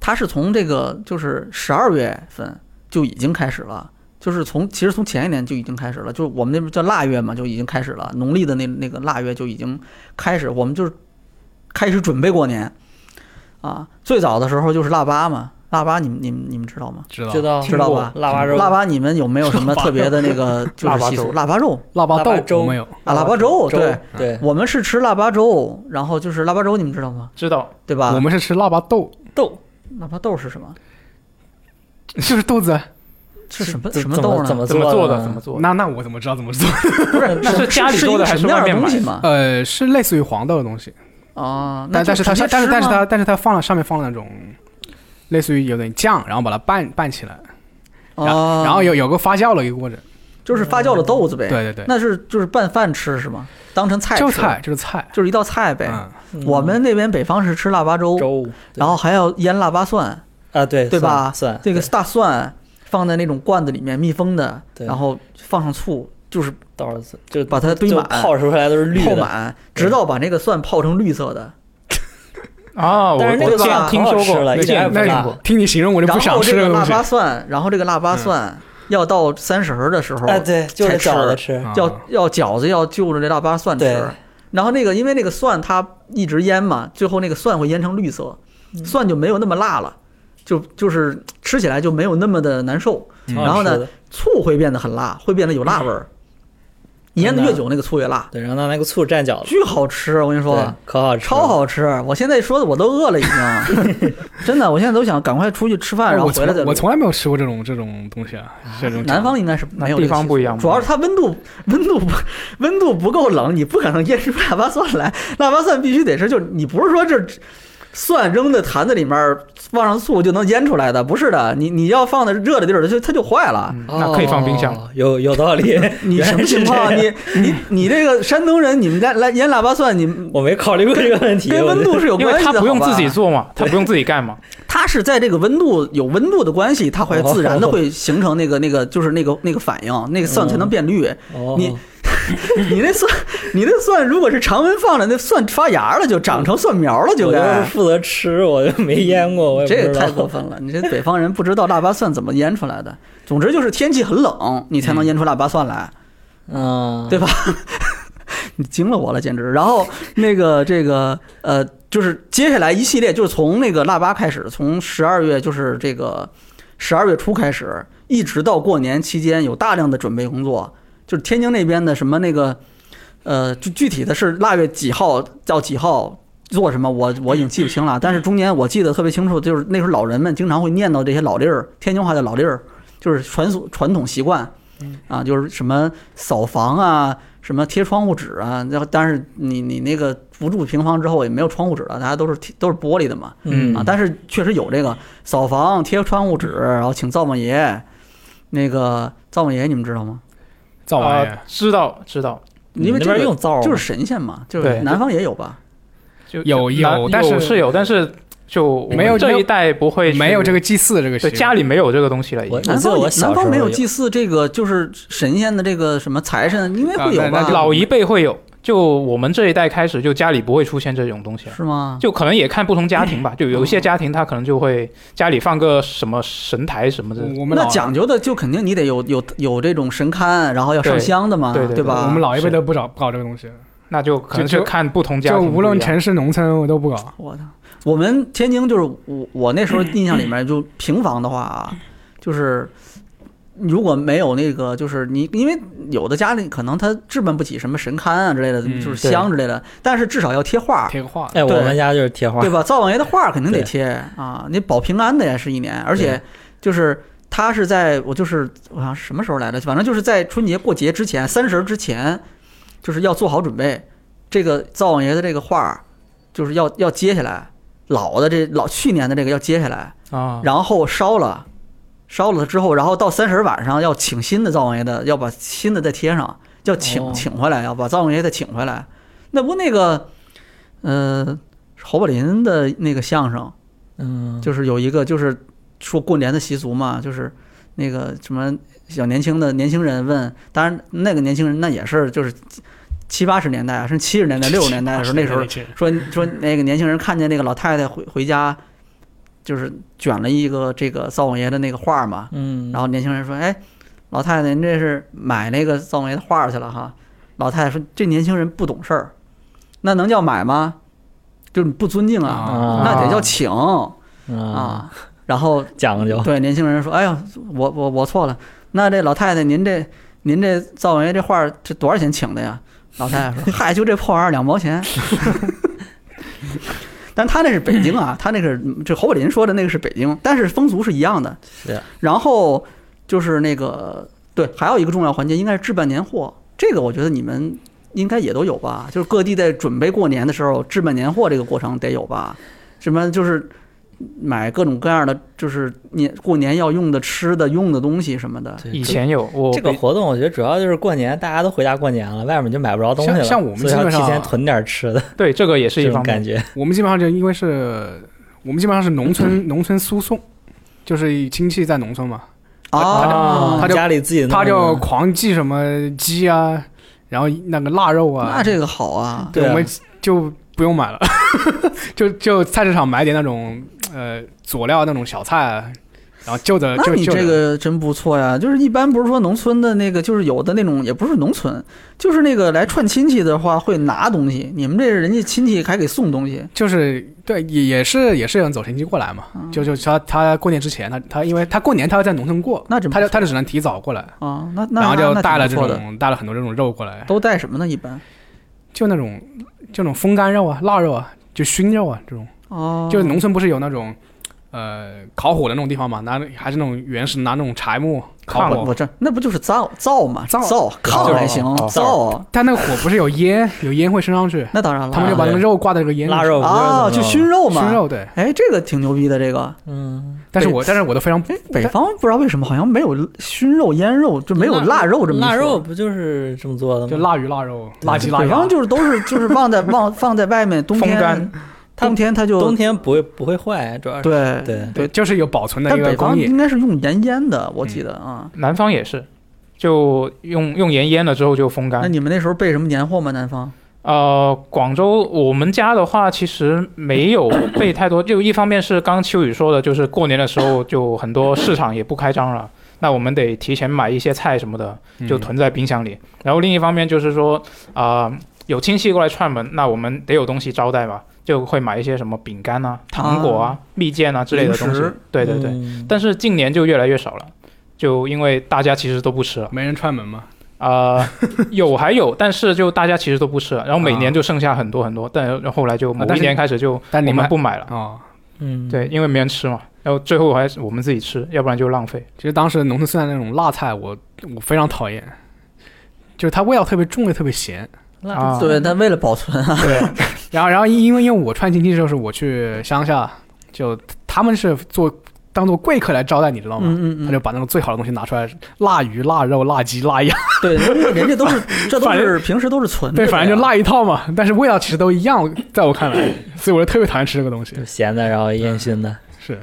Speaker 1: 它是从这个就是十二月份就已经开始了。就是从其实从前一年就已经开始了，就是我们那边叫腊月嘛，就已经开始了，农历的那那个腊月就已经开始，我们就是开始准备过年啊。最早的时候就是腊八嘛，腊八你们你们你们知道吗？
Speaker 3: 知道
Speaker 2: 知道
Speaker 1: 知道吧？
Speaker 2: 腊八肉，
Speaker 1: 腊八你们有没有什么特别的那个就是习俗？腊八肉
Speaker 3: 腊
Speaker 2: 腊八
Speaker 3: 豆
Speaker 2: 粥
Speaker 3: 我们有，
Speaker 1: 啊，腊八粥，对，
Speaker 2: 对，
Speaker 1: 我们是吃腊八粥，然后就是腊八粥，你们知道吗？
Speaker 4: 知道，
Speaker 1: 对吧？
Speaker 3: 我们是吃腊八豆，
Speaker 2: 豆
Speaker 1: 腊八豆是什么？
Speaker 3: 就是豆子。啊
Speaker 1: 是什么
Speaker 2: 怎
Speaker 1: 什么
Speaker 2: 怎
Speaker 1: 豆呢？
Speaker 2: 怎么
Speaker 4: 怎么做
Speaker 2: 的
Speaker 4: 的？
Speaker 2: 呢？
Speaker 4: 怎么做的？
Speaker 3: 那那我怎么知道怎么做？
Speaker 1: 不是？
Speaker 4: 那是家里做的
Speaker 1: 是
Speaker 4: 还是
Speaker 1: 一个什么样
Speaker 4: 外
Speaker 1: 的
Speaker 4: 面
Speaker 1: 东西
Speaker 4: 买
Speaker 1: 嘛？
Speaker 3: 呃，是类似于黄豆的东西，
Speaker 1: 啊，那
Speaker 3: 但
Speaker 1: 就
Speaker 3: 但是它
Speaker 1: 直接
Speaker 3: 但
Speaker 1: 吃
Speaker 3: 是
Speaker 1: 啊
Speaker 3: 但是
Speaker 1: 吗
Speaker 3: 它但是它放了上面放了那种。类似于有点酱，然后把它拌拌起来，然
Speaker 1: 啊，
Speaker 3: 后然后有有个发酵了一个过程，
Speaker 1: 就是发酵的豆子呗。
Speaker 3: 嗯对对对，
Speaker 1: 那是就是拌饭吃是吗？当成菜吃
Speaker 3: 就菜就是菜，
Speaker 1: 就是一道菜呗。
Speaker 3: 嗯，
Speaker 2: 嗯
Speaker 1: 我们那边北方是吃腊八粥，
Speaker 2: 粥，
Speaker 1: 然后还要腌腊八蒜，
Speaker 2: 啊，对
Speaker 1: 对吧
Speaker 2: 蒜
Speaker 1: 这个大蒜放在那种罐子里面密封的，
Speaker 2: 对
Speaker 1: 然后放上醋，就是
Speaker 2: 到时候就
Speaker 1: 把它堆
Speaker 2: 就
Speaker 1: 满，
Speaker 2: 泡出来都是绿
Speaker 1: 泡
Speaker 2: 的，
Speaker 1: 满，直到把那个蒜泡成绿色的。
Speaker 4: 啊，我
Speaker 2: 但是那
Speaker 4: 我
Speaker 2: 个
Speaker 1: 这
Speaker 4: 见
Speaker 1: 样
Speaker 4: 听说
Speaker 2: 可好吃
Speaker 4: 过，
Speaker 2: 了一点也
Speaker 4: 见
Speaker 2: 不
Speaker 4: 过
Speaker 2: 辣
Speaker 4: 见过
Speaker 3: 听你形容我就
Speaker 1: 然
Speaker 3: 不想
Speaker 1: 后
Speaker 3: 吃嗯
Speaker 1: 这
Speaker 3: 这
Speaker 1: 个
Speaker 3: 个
Speaker 1: 腊
Speaker 3: 东西
Speaker 1: 八。蒜，然后这个腊八蒜要到三十儿的时候，
Speaker 2: 哎，对，就是
Speaker 1: 才吃嗯
Speaker 2: 饺子吃，
Speaker 3: 啊
Speaker 1: 要要饺子要就着这腊八蒜
Speaker 2: 对
Speaker 1: 吃。然后那个因为那个蒜它一直腌嘛，最后那个蒜会腌成绿色，
Speaker 2: 嗯
Speaker 1: 蒜就没有那么辣了，就就是吃起来就没有那么的难受。
Speaker 2: 挺好
Speaker 1: 嗯然后呢
Speaker 2: 吃的，
Speaker 1: 醋会变得很辣，会变得有辣味儿。腌的越久那个醋越辣，
Speaker 2: 对，然后拿那个醋蘸饺子，
Speaker 1: 巨好吃，我跟你说。
Speaker 2: 对，可好吃，
Speaker 1: 超，好吃！我现在说的我都饿了，已经， 真的，我现在都想赶快出去吃饭，然后
Speaker 3: 我
Speaker 1: 回来再
Speaker 3: 从
Speaker 1: 录。
Speaker 3: 我从来没有吃过这种这种东西啊，这种
Speaker 1: 南方应该是没有这个
Speaker 4: 地
Speaker 1: 习
Speaker 4: 方
Speaker 1: 俗
Speaker 4: 不一样嘛，
Speaker 1: 主要是它温度温度不温度不够冷，你不可能腌出腊八蒜来。腊八蒜必须得是，就是你不是说这蒜扔在坛子里面放上醋就能腌出来的，不是的。你你要放在热的地儿，它就它就坏了。。
Speaker 4: 嗯那可以放冰箱。
Speaker 2: 哦，有有道理
Speaker 1: 你什么情况？啊
Speaker 2: 原来是这样
Speaker 1: 你 你你这个山东人，你们家来腌腊八蒜，你们
Speaker 2: 我没考虑过这个问题，
Speaker 1: 跟温度是有
Speaker 4: 因
Speaker 1: 关
Speaker 4: 为
Speaker 1: 系
Speaker 4: 他
Speaker 1: 的，
Speaker 4: 不用自己
Speaker 1: 好吧，
Speaker 4: 做嘛，他不用自己干嘛，
Speaker 1: 它是在这个温度有温度的关系，它
Speaker 2: 哦
Speaker 1: 会自然的会形成那个那个就是那个那个反应，那个蒜才能变绿。
Speaker 2: 我
Speaker 1: 你你那蒜，你那蒜如果是常温放着，那蒜发芽了，就长成蒜苗 了，就
Speaker 2: 我就是
Speaker 1: 该。嗯
Speaker 2: 负责吃，我就没腌过，我也
Speaker 1: 这
Speaker 2: 不
Speaker 1: 也
Speaker 2: 知
Speaker 1: 太过
Speaker 2: 道。
Speaker 1: 分了！ 你这北方人不知道腊八蒜怎么腌出来的。总之就是天气很冷，你才能腌出腊八蒜来，
Speaker 2: 嗯，
Speaker 1: 对吧？你惊了我了，简直！然后那个这个呃，就是接下来一系列，就是从那个腊八开始，从十二月就是这个十二月初开始，一直到过年期间，有大量的准备工作。就是天津那边的什么那个，呃，具具体的是腊月几号到几号做什么，我我已经记不清了。但是中间我记得特别清楚，就是那时候老人们经常会念叨这些老例儿，天津话叫老例儿，就是传统传统习惯，啊，就是什么扫房啊，什么贴窗户纸啊。然后但是你你那个不住平房之后也没有窗户纸了，大家都是贴都是玻璃的嘛，
Speaker 2: 嗯
Speaker 1: 啊，但是确实有这个扫房、贴窗户纸，然后请灶王爷。那个灶王爷你们知道吗？
Speaker 3: 灶王爷
Speaker 4: 啊，知道知道，
Speaker 2: 你
Speaker 1: 因为
Speaker 2: 那
Speaker 1: 这
Speaker 2: 边
Speaker 1: 个
Speaker 2: 用灶
Speaker 1: 就是
Speaker 2: 吗
Speaker 1: 神仙嘛，就是
Speaker 4: 对
Speaker 1: 南方也有吧？
Speaker 4: 就
Speaker 3: 有
Speaker 4: 就拿
Speaker 3: 有但是
Speaker 4: 是有，但是就
Speaker 3: 没有
Speaker 4: 这一代不会去
Speaker 3: 没有这，个祭祀这个习
Speaker 4: 对，
Speaker 3: 惯，
Speaker 4: 家里没有这个东西了已
Speaker 2: 我
Speaker 4: 经。
Speaker 2: 我
Speaker 1: 南
Speaker 2: 记得
Speaker 1: 方
Speaker 2: 我
Speaker 1: 也
Speaker 2: 小
Speaker 1: 南
Speaker 2: 时候
Speaker 1: 方没有
Speaker 2: 有
Speaker 1: 祭祀这个，就是神仙的这个什么财神，应该会有
Speaker 3: 啊那那
Speaker 1: 吧？
Speaker 3: 就
Speaker 4: 老一辈会有，就我们这一代开始，就家里不会出现这种东西了。
Speaker 1: 是吗？
Speaker 4: 就可能也看不同家庭吧，就有一些
Speaker 3: 嗯
Speaker 4: 家庭他可能就会家里放个什么神台什么的，
Speaker 3: 我们
Speaker 1: 那
Speaker 3: 老
Speaker 1: 讲究的就肯定你得有有有这种神龛，然后要上
Speaker 4: 对
Speaker 1: 香的嘛，
Speaker 4: 对对对
Speaker 1: 吧？
Speaker 3: 我们老一辈都不搞不搞这个东西，
Speaker 4: 那就可能
Speaker 3: 就
Speaker 4: 就看不同家
Speaker 3: 就
Speaker 4: 庭不一样。啊
Speaker 3: 无论城市农村我都不搞。
Speaker 1: 我操！我们天津就是我我那时候印象里面就平房的话啊，就是如果没有那个，就是你因为有的家里可能他置办不起什么神龛啊之类的，
Speaker 3: 嗯
Speaker 1: 就是香之类的，但是至少要贴画，
Speaker 3: 贴个画，
Speaker 2: 哎，
Speaker 1: 对
Speaker 2: 我们家就是贴花
Speaker 1: 对，吧？灶王爷的画儿肯定得
Speaker 2: 对
Speaker 1: 贴啊，你保平安的呀，是一年，而且
Speaker 2: 对
Speaker 1: 就是他是在我就是我想什么时候来的，反正就是在春节过节之前，三十儿之前，就是要做好准备，这个灶王爷的这个画儿就是要要接下来，老的这老去年的这个要接下来，
Speaker 4: 啊，
Speaker 1: 然后烧了。烧了之后，然后到三十儿晚上要请新的灶王爷的，要把新的再贴上，要请、
Speaker 2: 哦
Speaker 1: 请回来，要把灶王爷再请回来。那不那个，呃，侯宝林的那个相声，
Speaker 2: 嗯，
Speaker 1: 就是有一个就是说过年的习俗嘛，就是那个什么小年轻的年轻人问，当然那个年轻人那也是就是七八十年代啊，甚至七十年代、六十年代的时候，那时候说说那个年轻人看见那个老太太回回家，就是卷了一个这个灶王爷的那个画儿嘛，
Speaker 2: 嗯，
Speaker 1: 然后年轻人说：“哎，老太太，您这是买那个灶王爷的画儿去了哈？”老太太说：“这年轻人不懂事儿，那能叫买吗？就是你不尊敬啊，
Speaker 2: 啊
Speaker 1: 那得叫请
Speaker 2: 啊，
Speaker 1: 啊。”然后
Speaker 2: 讲究，
Speaker 1: 对年轻人说：“哎呀，我我我错了。那这老太太，您这您这灶王爷这画儿这多少钱请的呀？”老太太说：“嗨，就这破玩意儿，两毛钱。”但他那是北京啊，他那是这侯宝林说的那个是北京，但是风俗是一样的。
Speaker 2: 是
Speaker 1: 然后就是那个对，还有一个重要环节应该是置办年货，这个我觉得你们应该也都有吧？就是各地在准备过年的时候，置办年货这个过程得有吧？什么就是买各种各样的，就是年过年要用的吃的、用的东西什么的。
Speaker 2: 对
Speaker 4: 以前有我
Speaker 2: 这个活动，我觉得主要就是过年，大家都回家过年了，外面就买不着东西了，
Speaker 3: 像像我们
Speaker 2: 所以要
Speaker 3: 基本上
Speaker 2: 提前囤点吃的，
Speaker 4: 对这个也是一
Speaker 2: 这种
Speaker 4: 方
Speaker 2: 感
Speaker 4: 面，
Speaker 2: 觉。
Speaker 3: 我们基本上就因为是，我们基本上是农村农村输送，就是亲戚在农村嘛，
Speaker 1: 啊，
Speaker 3: 他就
Speaker 2: 家里自己弄
Speaker 3: 他就
Speaker 2: 的
Speaker 3: 狂寄什么鸡啊，然后那个腊肉啊，
Speaker 1: 那这个好啊，
Speaker 2: 对啊
Speaker 3: 我们就不用买了， 就就菜市场买点那种呃佐料那种小菜啊，然后就着
Speaker 1: 那
Speaker 3: 就
Speaker 1: 你
Speaker 3: 就
Speaker 1: 这
Speaker 3: 着
Speaker 1: 个真不错呀，就是一般不是说农村的那个，就是有的那种也不是农村，就是那个来串亲戚的话会拿东西，你们这人家亲戚还给送东西，
Speaker 3: 就是对，也也是也是有人走亲戚过来嘛，
Speaker 1: 啊
Speaker 3: 就就他他过年之前，他他因为他过年他要在农村过，
Speaker 1: 那真不
Speaker 3: 他就
Speaker 1: 错
Speaker 3: 他就只能提早过来，
Speaker 1: 啊，那那
Speaker 3: 然后就
Speaker 1: 那
Speaker 3: 带了这
Speaker 1: 挺不错的，
Speaker 3: 种带了很多这种肉过来，
Speaker 1: 都带什么呢？一般
Speaker 3: 就那种就那种风干肉啊、腊肉啊、就熏肉啊这种，
Speaker 1: 哦，
Speaker 3: 就是农村不是有那种呃烤火的那种地方嘛，拿还是那种原始拿那种柴木烤
Speaker 1: 我
Speaker 3: 火
Speaker 1: 我，这那不就是灶灶嘛，
Speaker 3: 灶哦
Speaker 1: 灶炕还行
Speaker 4: 灶，
Speaker 1: 灶啊
Speaker 3: 但那个火不是有烟，有烟会升上去，
Speaker 1: 那当然了，
Speaker 3: 他们就把那个肉挂在这个烟里
Speaker 2: 腊肉不是
Speaker 1: 啊，就熏肉嘛，
Speaker 3: 熏肉对，
Speaker 1: 哎，这个挺牛逼的，这个
Speaker 2: 嗯，
Speaker 3: 但是我但是我都非常
Speaker 1: 哎，北方不知道为什么好像没有熏肉、腌肉，就没有腊肉这么一说
Speaker 2: 腊肉不就是这么做的吗？
Speaker 3: 就腊鱼、腊肉、腊鸡、腊
Speaker 1: 北
Speaker 3: 鸭
Speaker 1: 方，就是都是就是放在放放在外面，冬
Speaker 4: 风
Speaker 1: 天
Speaker 4: 干
Speaker 2: 它
Speaker 1: 冬天它就
Speaker 2: 冬天不会不会坏，主要是
Speaker 1: 对，
Speaker 2: 对
Speaker 3: 对，就是有保存的
Speaker 1: 但
Speaker 3: 一
Speaker 1: 北
Speaker 3: 个工嗯
Speaker 1: 方
Speaker 3: 艺。
Speaker 1: 应该是用盐腌的，我记得啊。
Speaker 4: 南方也是，就用用盐腌了之后就
Speaker 3: 啊
Speaker 4: 风
Speaker 1: 那
Speaker 4: 干。
Speaker 1: 你们那时候备什么年货吗？南方
Speaker 4: 呃，广州我们家的话，其实没有备太多，就一方面是刚刚秋雨说的，就是过年的时候就很多市场也不开张了，那我们得提前买一些菜什么的，
Speaker 3: 嗯
Speaker 4: 就囤在冰箱里。然后另一方面就是说啊、有亲戚过来串门，那我们得有东西招待嘛，就会买一些什么饼干啊、糖果啊、蜜饯啊之类的东
Speaker 1: 零
Speaker 4: 西
Speaker 1: 食。
Speaker 4: 对对对，
Speaker 2: 嗯
Speaker 4: 但是近年就越来越少了，就因为大家其实都不吃了。
Speaker 3: 没人串门嘛，
Speaker 4: 啊， 有还有，但是就大家其实都不吃了，然后每
Speaker 3: 啊
Speaker 4: 年就剩下很多很多，但然后后来就某
Speaker 3: 但
Speaker 4: 一
Speaker 3: 是
Speaker 4: 年开始就
Speaker 3: 但
Speaker 4: 我
Speaker 3: 你
Speaker 4: 们
Speaker 3: 们
Speaker 4: 不买了，
Speaker 3: 哦，
Speaker 2: 嗯，
Speaker 4: 对，因为没人吃嘛，然后最后还是我们自己吃，要不然就 浪费。
Speaker 3: 其实当时农村酸菜那种辣菜我，我非常讨厌，就是它味道特别重又特别咸。
Speaker 2: 腊
Speaker 4: 啊
Speaker 1: 对，但为了保存啊，
Speaker 4: 对，
Speaker 3: 然后，然后因为因为我串亲戚的时候是我去乡下，就他们是做当做贵客来招待你，知道吗？
Speaker 1: 嗯嗯
Speaker 3: 哦
Speaker 1: 嗯，
Speaker 3: 他就把那种最好的东西拿出来，腊鱼、腊肉、腊鸡、腊鸭，
Speaker 1: 对， 人家都 是这都
Speaker 3: 反
Speaker 1: 是平时都是存
Speaker 3: 对，反正就
Speaker 1: 腊。
Speaker 3: 腊一套嘛。但是味道其实都一样，在我看来，所以我就特别讨厌吃这个东西
Speaker 2: 就。咸的，然后烟熏的，
Speaker 3: 是，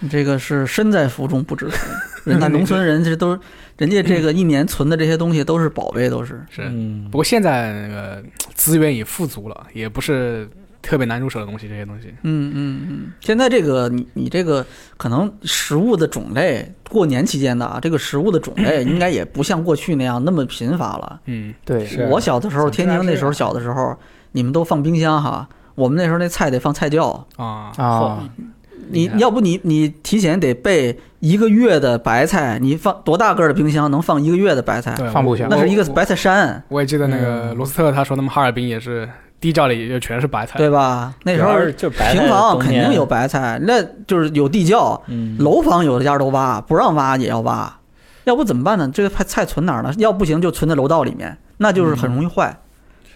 Speaker 1: 你这个是身在福中不知 福，人家
Speaker 3: 那你
Speaker 1: 农村人这都，人家这个一年存的这些东西都是宝贝，都是。
Speaker 3: 是
Speaker 2: 嗯
Speaker 3: 不，过现在那个资源也富足了，也不是特别难入手的东西，这些东西。
Speaker 1: 嗯嗯嗯，现在这个你你这个可能食物的种类，过年期间的啊，这个食物的种类应该也不像过去那样那么贫乏了。
Speaker 3: 嗯，
Speaker 4: 对，
Speaker 2: 是
Speaker 1: 我小的时
Speaker 3: 啊
Speaker 1: 候，
Speaker 2: 是
Speaker 1: 天津那时候小的时候，你们都放冰箱哈，我们那时候那菜得放菜窖，
Speaker 3: 啊，
Speaker 4: 啊，
Speaker 1: 你
Speaker 3: 厉
Speaker 2: 嗯
Speaker 3: 害
Speaker 1: 要不你你提前得备一个月的白菜，你放多大个儿的冰箱能啊放一个月的白菜？
Speaker 3: 对
Speaker 4: 放不
Speaker 3: 我
Speaker 4: 下
Speaker 1: 那是一个
Speaker 3: 我
Speaker 1: 白菜山，
Speaker 3: 我也记得那个罗斯特他说，他们哈尔滨也是地窖里就全是白菜。
Speaker 1: 对吧？那时候
Speaker 2: 主要是就是白菜
Speaker 1: 平房
Speaker 2: 冬
Speaker 1: 肯
Speaker 2: 天
Speaker 1: 定有，白菜，那就是有地窖，
Speaker 2: 嗯，
Speaker 1: 楼房有的家都挖，不让挖也要挖，要不怎么办呢？这个菜菜存哪儿呢？要不行就存在楼道里面，那就是很容易坏。
Speaker 2: 嗯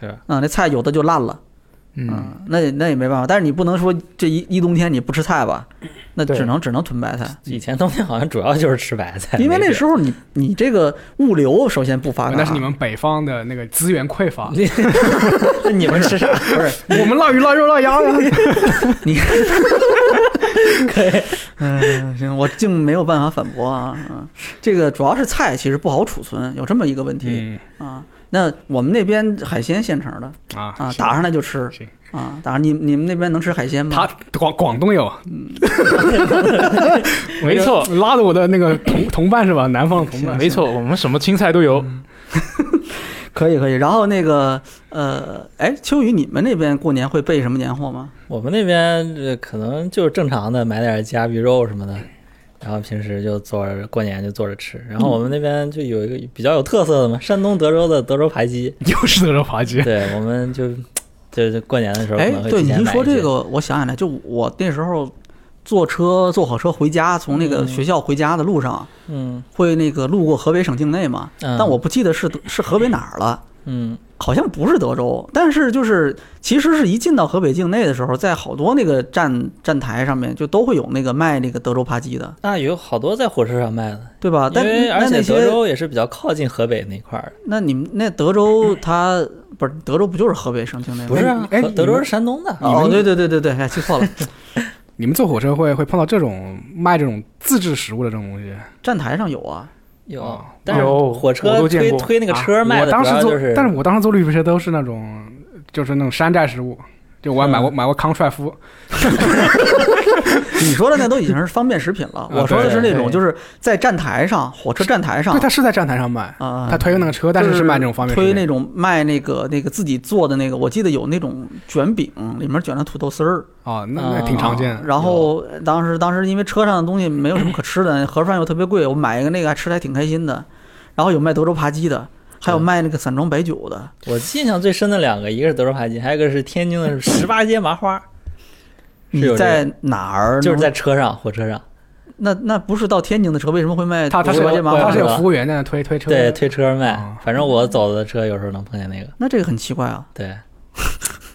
Speaker 2: 是
Speaker 1: 啊、那菜有的就烂了，啊
Speaker 4: 嗯，
Speaker 1: 那也那也没办法。但是你不能说这一一冬天你不吃菜吧，那
Speaker 4: 对
Speaker 1: 只能只能囤白菜，
Speaker 2: 以前冬天好像主要就是吃白菜，
Speaker 1: 因为
Speaker 2: 没
Speaker 1: 那
Speaker 2: 别，
Speaker 1: 时候你你这个物流首先不发达，
Speaker 3: 那是你们北方的那个资源匮乏
Speaker 2: 的那 你们吃啥？
Speaker 1: 不是
Speaker 3: 我们腊鱼、腊肉、腊鸭呀。
Speaker 1: 你。嗯，行，我竟没有办法反驳啊。嗯，这个主要是菜其实不好储存，有这么一个问题、
Speaker 3: 嗯
Speaker 1: 啊。那我们那边海鲜现成的，
Speaker 3: 啊
Speaker 1: 啊，打上来就吃
Speaker 3: 行
Speaker 1: 啊，打上你你们那边能吃海鲜
Speaker 3: 他
Speaker 1: 吗？
Speaker 3: 广广东有，
Speaker 4: 没错，
Speaker 3: 拉着我的那个同同伴是吧？南方的同伴，嗯
Speaker 4: 没错，我们什么青菜都有。
Speaker 1: 可以可以。然后那个呃，哎，秋雨，你们那边过年会备什么年货吗？
Speaker 2: 我们那边这可能就是正常的买点鸡鸭鱼肉什么的，然后平时就做着过年就做着吃。然后我们那边就有一个比较有特色的嘛，山东德州的德州扒鸡，
Speaker 3: 又是德州扒鸡。
Speaker 2: 对我们就就就过年的时候可
Speaker 1: 哎
Speaker 2: 能，会
Speaker 1: 对
Speaker 2: 提
Speaker 1: 你
Speaker 2: 前
Speaker 1: 一
Speaker 2: 买
Speaker 1: 说
Speaker 2: 些
Speaker 1: 这，个，我想起来，就我那时候坐车坐火车回家，从那
Speaker 3: 嗯
Speaker 1: 个学校回家的路上，
Speaker 2: 嗯
Speaker 1: 会那个路过河北省境内嘛，
Speaker 2: 嗯
Speaker 1: 但我不记得是是河北哪儿了。
Speaker 2: 嗯
Speaker 1: 好像不是德州，但是就是其实是一进到河北境内的时候，在好多那个站站台上面就都会有那个卖那个德州扒鸡的，
Speaker 2: 那有好多在火车上卖的，
Speaker 1: 对吧？啊但
Speaker 2: 因为而
Speaker 1: 那
Speaker 2: 且
Speaker 1: 那些
Speaker 2: 德州也是比较靠近河北那块儿的，
Speaker 1: 那你们那德州它不是德州不就是河北省境内吗？
Speaker 2: 不是啊？
Speaker 3: 哎
Speaker 2: 河
Speaker 3: 你
Speaker 2: 德州
Speaker 3: 们
Speaker 2: 是山东的，
Speaker 1: 哦，对对对对对，哎，记错了，
Speaker 3: 你们坐火车会会碰到这种卖这种自制食物的这种东西？
Speaker 1: 站台上有啊，
Speaker 2: 有
Speaker 3: 哦，
Speaker 2: 但是
Speaker 4: 有
Speaker 2: 火
Speaker 4: 我
Speaker 2: 车
Speaker 4: 都见
Speaker 2: 推
Speaker 4: 过
Speaker 2: 推那个
Speaker 3: 啊
Speaker 2: 车卖
Speaker 3: 我
Speaker 2: 的，
Speaker 3: 当时坐
Speaker 2: 就，是
Speaker 3: 但是我当时坐绿皮车都是那种，就是那种山寨食物。就我还买过买过康帅夫，
Speaker 1: 你说的那都已经是方便食品
Speaker 2: 啊
Speaker 1: 了，我说的是那种就是在站台上，火车站台上
Speaker 3: 对，他是在站台上卖，
Speaker 1: 啊，
Speaker 3: 他推那个车，但是是卖这种方便食
Speaker 1: 推
Speaker 3: 品
Speaker 1: 那种卖那个那个自己做的那个，我记得有那种卷饼，里面卷了土豆丝儿，
Speaker 3: 哦，那那挺常见
Speaker 1: 啊。然后当时当时因为车上的东西没有什么可吃的，盒饭又特别贵，我买一个那个还吃的还挺开心的。然后有卖德州扒鸡的，还有
Speaker 2: 对
Speaker 1: 卖那个散装白酒的。
Speaker 2: 我印象最深的两个，一个是德州扒鸡，还有一个是天津的十八街麻花，是
Speaker 1: 你
Speaker 2: 有这个
Speaker 1: 在哪儿能？
Speaker 2: 就是在车上、火车上，
Speaker 1: 那那不是到天津的车，为什么会卖
Speaker 3: 他他是
Speaker 1: 德州扒鸡麻
Speaker 2: 我
Speaker 1: 花
Speaker 3: 他
Speaker 2: 我
Speaker 3: 是有服务员在那推推车，
Speaker 2: 对，推车卖
Speaker 3: 哦。
Speaker 2: 反正我走的车有时候能碰见那个，
Speaker 1: 那这个很奇怪啊。
Speaker 2: 对。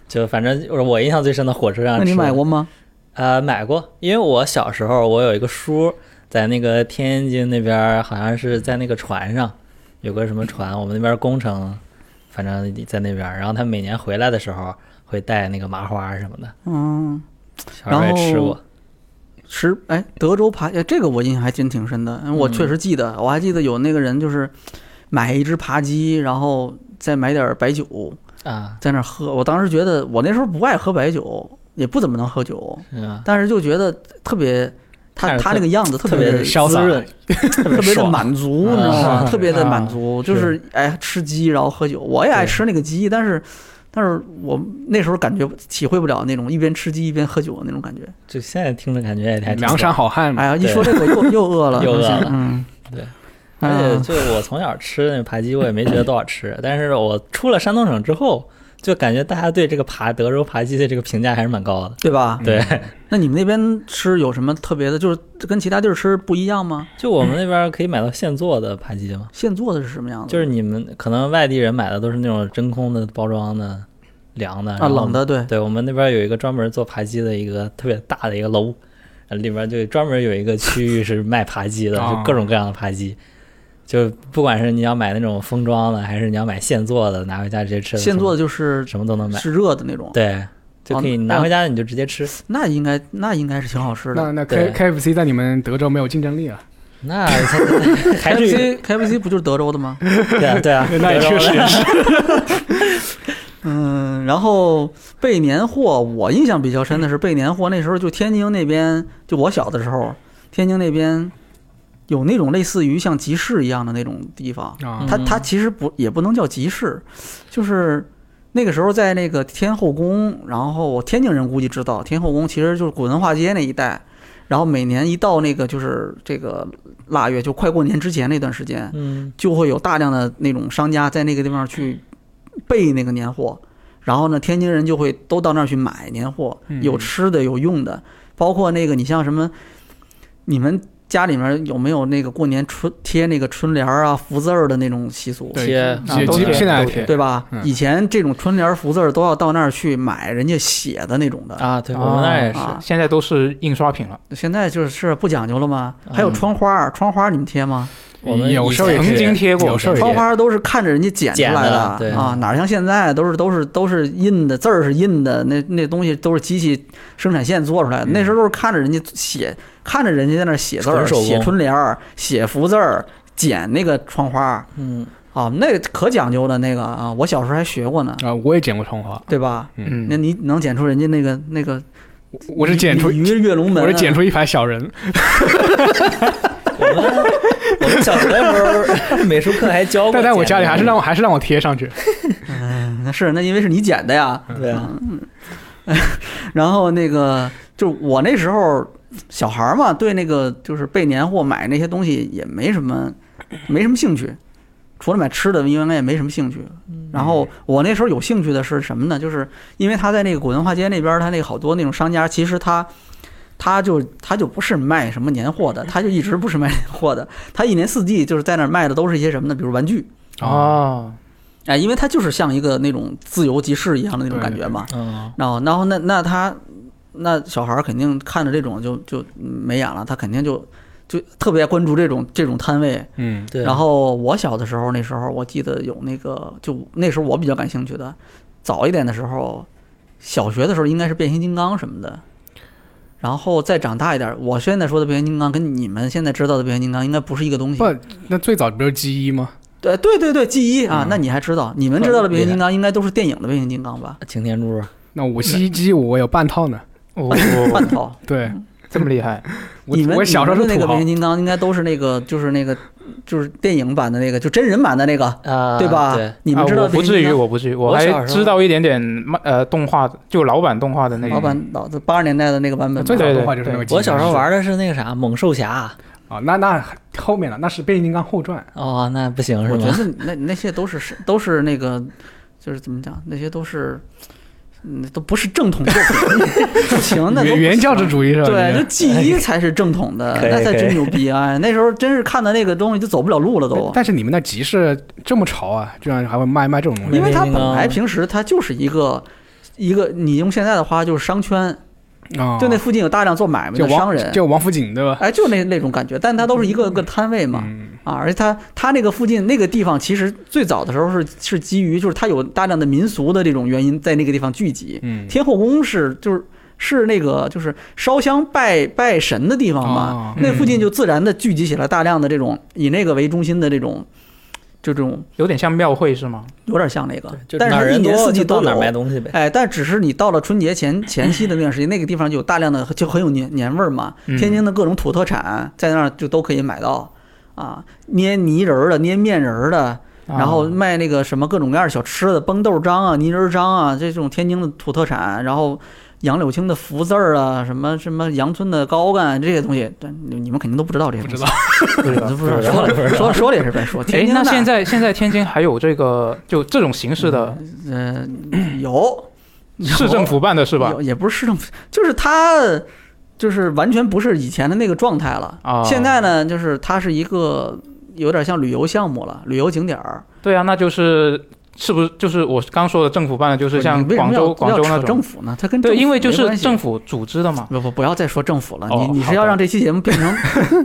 Speaker 2: 就反正我印象最深的火车上，
Speaker 1: 那你买？过吗？
Speaker 2: 呃，买过，因为我小时候我有一个叔在那个天津那边儿，好像是在那个船上有个什么船，我们那边儿工程，反正在那边儿。然后他每年回来的时候会带那个麻花什么的，
Speaker 1: 嗯，
Speaker 2: 小时候也吃过。
Speaker 1: 十哎，德州扒，哎这个我印象还真挺深的，我
Speaker 2: 嗯
Speaker 1: 确实记得，我还记得有那个人就是买一只扒鸡，然后再买点白酒，
Speaker 2: 啊，
Speaker 1: 在那儿喝。我当时觉得我那时候不爱喝白酒，也不怎么能喝酒，
Speaker 2: 是吗？
Speaker 1: 但是就觉得特别。他
Speaker 2: 看着
Speaker 1: 他
Speaker 2: 特
Speaker 1: 那个样子特
Speaker 2: 别
Speaker 1: 别
Speaker 2: 潇洒
Speaker 1: 滋 润，特别的
Speaker 2: 爽
Speaker 1: 满足，你知道吗？
Speaker 2: 啊
Speaker 1: 特别的
Speaker 4: 啊
Speaker 1: 满足，就是哎吃鸡然后喝酒，我也爱
Speaker 2: 对
Speaker 1: 吃那个鸡，但是但是我那时候感觉体会不了那种一边吃鸡一边喝酒的那种感觉。
Speaker 2: 就现在听着感觉也还挺
Speaker 3: 梁山
Speaker 2: 爽。
Speaker 3: 好汉嘛
Speaker 1: 哎。呀，一
Speaker 2: 对
Speaker 1: 说这个 又又饿了，
Speaker 2: 又饿了
Speaker 1: 嗯，
Speaker 2: 对
Speaker 1: 哎呀。
Speaker 2: 而且就我从小吃那扒鸡，我也没觉得多好吃，但是我出了山东省之后，就感觉大家对这个扒德州扒鸡的这个评价还是蛮高的。
Speaker 1: 对吧？
Speaker 2: 对，
Speaker 1: 那你们那边吃有什么特别的？就是跟其他地儿吃不一样吗？
Speaker 2: 就我们那边可以买到现做的扒鸡吗？
Speaker 1: 现做的是什么样子？
Speaker 2: 就是你们可能外地人买的都是那种真空的包装的凉的
Speaker 1: 啊，冷。
Speaker 2: 然后
Speaker 1: 的，对，
Speaker 2: 对我们那边有一个专门做扒鸡的一个特别大的一个楼，呃里边就专门有一个区域是卖扒鸡的，
Speaker 3: 哦
Speaker 2: 就各种各样的扒鸡。就不管是你要买那种封装的，还是你要买现做的，拿回家直接吃的，
Speaker 1: 现做的就是
Speaker 2: 什么都能买。
Speaker 1: 是热的那种，
Speaker 2: 对，就可以
Speaker 1: 哦
Speaker 2: 拿回家你就直接吃。
Speaker 1: 那应该那应该是挺好吃
Speaker 3: 那
Speaker 1: 的。
Speaker 3: 那
Speaker 2: 对
Speaker 3: K K F C 在你们德州没有竞争力啊？
Speaker 2: 那还是
Speaker 1: KFC KFC 不就是德州的吗？
Speaker 2: 对啊对 啊，
Speaker 3: 那也确实也是。
Speaker 1: 嗯，然后备年货，我印象比较深的是备年货，那时候就天津那边，就我小的时候，天津那边有那种类似于像集市一样的那种地方，
Speaker 3: 啊
Speaker 1: 它它其实不也不能叫集市，就是那个时候在那个天后宫，然后我天津人估计知道，天后宫其实就是古文化街那一带。然后每年一到那个就是这个腊月，就快过年之前那段时间，
Speaker 2: 嗯，
Speaker 1: 就会有大量的那种商家在那个地方去备那个年货，然后呢，天津人就会都到那儿去买年货，
Speaker 3: 嗯
Speaker 1: 有吃的，有用的，包括那个你像什么，你们家里面有没有那个过年春贴那个春联儿啊、福字儿的那种习俗？
Speaker 3: 对
Speaker 2: 贴
Speaker 4: 啊
Speaker 3: 也
Speaker 4: 都
Speaker 3: 基
Speaker 4: 贴
Speaker 3: 现在
Speaker 4: 都贴
Speaker 3: 贴
Speaker 1: 对吧？
Speaker 3: 嗯
Speaker 1: 以前这种春联儿福字儿都要到那儿去买人家写的那种的，
Speaker 2: 啊，对，我们那儿也是。
Speaker 1: 啊
Speaker 4: 现在都是印刷品了，
Speaker 1: 现在就是不讲究了吗？还有
Speaker 2: 嗯
Speaker 1: 窗花儿，窗花儿你们贴吗？
Speaker 2: 我们
Speaker 3: 有
Speaker 2: 以
Speaker 3: 时候也
Speaker 2: 前
Speaker 4: 曾经贴过
Speaker 3: 有时候也
Speaker 1: 窗花都是看着人家剪出来
Speaker 2: 剪的对
Speaker 1: 啊，哪像现在都是都是都是印的字儿是印的，那那东西都是机器生产线做出来的。
Speaker 3: 嗯
Speaker 1: 那时候都是看着人家写，看着人家在那儿写字儿、
Speaker 2: 纯手工
Speaker 1: 写春联儿、写福字儿、剪那个窗花儿
Speaker 2: 嗯，
Speaker 1: 啊，那可讲究的那个啊，我小时候还学过呢，
Speaker 3: 啊，我也剪过窗花，
Speaker 1: 对吧？
Speaker 4: 嗯
Speaker 1: 那，你能剪出人家那个那个？
Speaker 3: 我我是剪出
Speaker 1: 鱼跃龙门啊，
Speaker 3: 我是剪出一排小人，
Speaker 2: 我们我们小学的时候美术课还教过，
Speaker 3: 但在我家里还是让我还是让我贴上去。
Speaker 1: 那 是那因为是你剪的呀，
Speaker 2: 对啊，
Speaker 3: 嗯
Speaker 1: 然后那个就我那时候小孩儿嘛，对那个就是备年货买那些东西也没什么没什么兴趣，除了买吃的，应该也没什么兴趣。
Speaker 3: 嗯
Speaker 1: 然后我那时候有兴趣的是什么呢？就是因为他在那个古文化街那边儿，他那个好多那种商家，其实他。他就他就不是卖什么年货的，他就一直不是卖年货的，他一年四季就是在那儿卖的都是一些什么呢？比如玩具，
Speaker 4: 哦，
Speaker 1: 哎，因为他就是像一个那种自由集市一样的那种
Speaker 3: 对
Speaker 1: 感
Speaker 3: 对
Speaker 1: 觉嘛，
Speaker 2: 嗯，
Speaker 1: 然哦后，然后那那他那小孩儿肯定看着这种就就没眼了，他肯定就就特别关注这种这种摊位。
Speaker 3: 嗯，
Speaker 2: 对。啊
Speaker 1: 然后我小的时候，那时候我记得有那个，就那时候我比较感兴趣的，早一点的时候，小学的时候应该是变形金刚什么的。然后再长大一点，我现在说的变形金刚跟你们现在知道的变形金刚应该不是一个东西。
Speaker 3: 不，那最早不是 G 一吗？
Speaker 1: 对对对对，记忆啊，
Speaker 3: 嗯
Speaker 1: 那你还知道？你们知道的变形金刚应该都是电影的变形 金刚吧？
Speaker 2: 擎天柱，
Speaker 3: 那我 G 一 G 我有半套呢。
Speaker 4: 我
Speaker 1: 半套，
Speaker 3: 对，
Speaker 4: 这么厉害，
Speaker 3: 我
Speaker 1: 你们
Speaker 3: 我小时候
Speaker 1: 你
Speaker 3: 是
Speaker 1: 们的那
Speaker 3: 土
Speaker 1: 个
Speaker 3: 豪
Speaker 1: 变，形金刚应该都是那个，就是那个，就是电影版的那个，就真人版的那个，
Speaker 2: 啊，
Speaker 1: 对吧？
Speaker 2: 对，
Speaker 1: 你们知道、
Speaker 4: 啊我不至于，我不至于，我
Speaker 2: 我
Speaker 4: 还
Speaker 2: 小时候
Speaker 4: 知道一点点漫呃动画，就老版动画的那
Speaker 1: 老
Speaker 4: 个。
Speaker 1: 版老八十年代的那个版本
Speaker 3: 最
Speaker 1: 吗，
Speaker 3: 早
Speaker 4: 对
Speaker 3: 的
Speaker 4: 对
Speaker 3: 话就是那个金刚。
Speaker 2: 我小时候玩的是那个啥猛兽侠，
Speaker 3: 啊，那那后面了，那是变形金刚后传。
Speaker 2: 哦，那不行是
Speaker 1: 我觉
Speaker 2: 吗？
Speaker 1: 得那那些都是都是那个，就是怎么讲，那些都是。嗯，都不是正统作品， 不行，哦那都不
Speaker 3: 原
Speaker 1: 行
Speaker 3: 原教旨主义是吧？
Speaker 1: 对，
Speaker 3: 你
Speaker 1: 那 G 一才是正统的，
Speaker 2: 可以
Speaker 1: 那才
Speaker 2: 可以
Speaker 1: 真牛逼啊！那时候真是看的那个东西就走不了路了
Speaker 3: 但
Speaker 1: 都，
Speaker 3: 但是你们那集市这么潮啊，居然还会卖卖这种东西
Speaker 1: 因为它本
Speaker 2: 那
Speaker 1: 来
Speaker 2: 个
Speaker 1: 平时它就是一个一个，你用现在的话就是商圈，
Speaker 3: 啊！
Speaker 2: 哦
Speaker 1: 就那附近有大量做买卖
Speaker 3: 就
Speaker 1: 的商
Speaker 3: 王
Speaker 1: 人，
Speaker 3: 就王府井对吧？
Speaker 1: 哎，就那那种感觉，但它都是一个个摊位嘛，
Speaker 3: 嗯，
Speaker 1: 啊，而且它它那个附近那个地方，其实最早的时候是是基于就是它有大量的民俗的这种原因在那个地方聚集，
Speaker 3: 嗯
Speaker 1: 天后宫是就是。是那个，就是烧香拜拜神的地方嘛
Speaker 3: 哦，
Speaker 1: 那附
Speaker 2: 嗯
Speaker 1: 近就自然的聚集起来大量的这种以那个为中心的这种，就这种
Speaker 4: 有点像庙会是吗？
Speaker 1: 有点像那 个，
Speaker 2: 就
Speaker 1: 但是
Speaker 2: 哪儿
Speaker 1: 它一
Speaker 2: 人
Speaker 1: 年
Speaker 2: 多
Speaker 1: 四季
Speaker 2: 就
Speaker 1: 都
Speaker 2: 到哪
Speaker 1: 有
Speaker 2: 儿买东西呗。
Speaker 1: 哎，但只是你到了春节前前期的那段时间，那个地方就有大量的就很有年年味儿嘛。
Speaker 4: 嗯
Speaker 1: 天津的各种土特产在那儿就都可以买到啊，捏泥人儿的、捏面人儿的，
Speaker 4: 啊
Speaker 1: 然后卖那个什么各种各样的小吃的，崩豆张啊、泥人张啊，这种天津的土特产，然后杨柳青的福字儿啊，什么什么杨村的高干啊这些东西，但你你们肯定都不知道这些
Speaker 3: 不
Speaker 1: 东西，
Speaker 3: 知道。
Speaker 4: 对
Speaker 1: 你
Speaker 4: 吧
Speaker 1: 都不知道
Speaker 2: 不知道
Speaker 1: 说
Speaker 2: 不
Speaker 1: 了
Speaker 2: 知道
Speaker 1: 说说了也是白说。天
Speaker 4: 哎，
Speaker 1: 津
Speaker 4: 那
Speaker 1: 的
Speaker 4: 现在现在天津还有 这个就这种形式的
Speaker 1: 呃有
Speaker 4: 市政。
Speaker 1: 有
Speaker 4: 府办的是吧？
Speaker 1: 嗯有也不是市政府，就是它，就是完全不是以前的那个状态了。
Speaker 4: 啊，
Speaker 1: 现在呢，就是它是一个有点像旅游项目了，旅游景点儿。
Speaker 4: 对啊，那就是是不是就是我刚说的政府办的，就是像
Speaker 1: 啊你为什
Speaker 4: 广
Speaker 1: 么
Speaker 4: 州
Speaker 1: 要
Speaker 4: 广州
Speaker 1: 要
Speaker 4: 那
Speaker 1: 扯政
Speaker 4: 种，
Speaker 1: 府呢？它跟
Speaker 4: 对，因为就
Speaker 1: 没
Speaker 4: 是
Speaker 1: 关系
Speaker 4: 政府组织的嘛。
Speaker 1: 不不不要再说政府了，
Speaker 4: 哦
Speaker 1: 你你
Speaker 4: 好
Speaker 1: 是
Speaker 4: 的
Speaker 1: 要让这期节目 变成，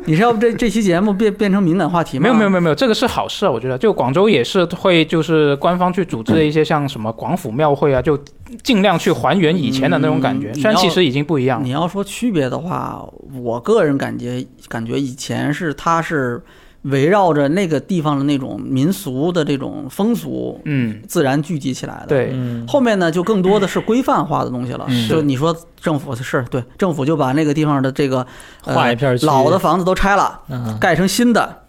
Speaker 1: 你是要这这期节目变变成敏感话题吗？
Speaker 4: 没有没有没有没有，这个是好事啊，我觉得。就广州也是会就是官方去组织的一些像什么广府庙会啊，就尽量去还原以前的那种感觉，
Speaker 1: 嗯
Speaker 4: 虽然
Speaker 1: 你要
Speaker 4: 其实已经不一样了。
Speaker 1: 你要说区别的话，我个人感觉感觉以前是它是围绕着那个地方的那种民俗的这种风俗
Speaker 4: 嗯，
Speaker 1: 自然聚集起来的，
Speaker 4: 对，
Speaker 2: 嗯，
Speaker 1: 后面呢，就更多的是规范化的东西了。
Speaker 2: 嗯
Speaker 1: 就你说政府是对政府就把那个地方的这个、呃
Speaker 2: 划一片区
Speaker 1: 老的房子都拆了，
Speaker 2: 嗯，
Speaker 1: 盖成新的，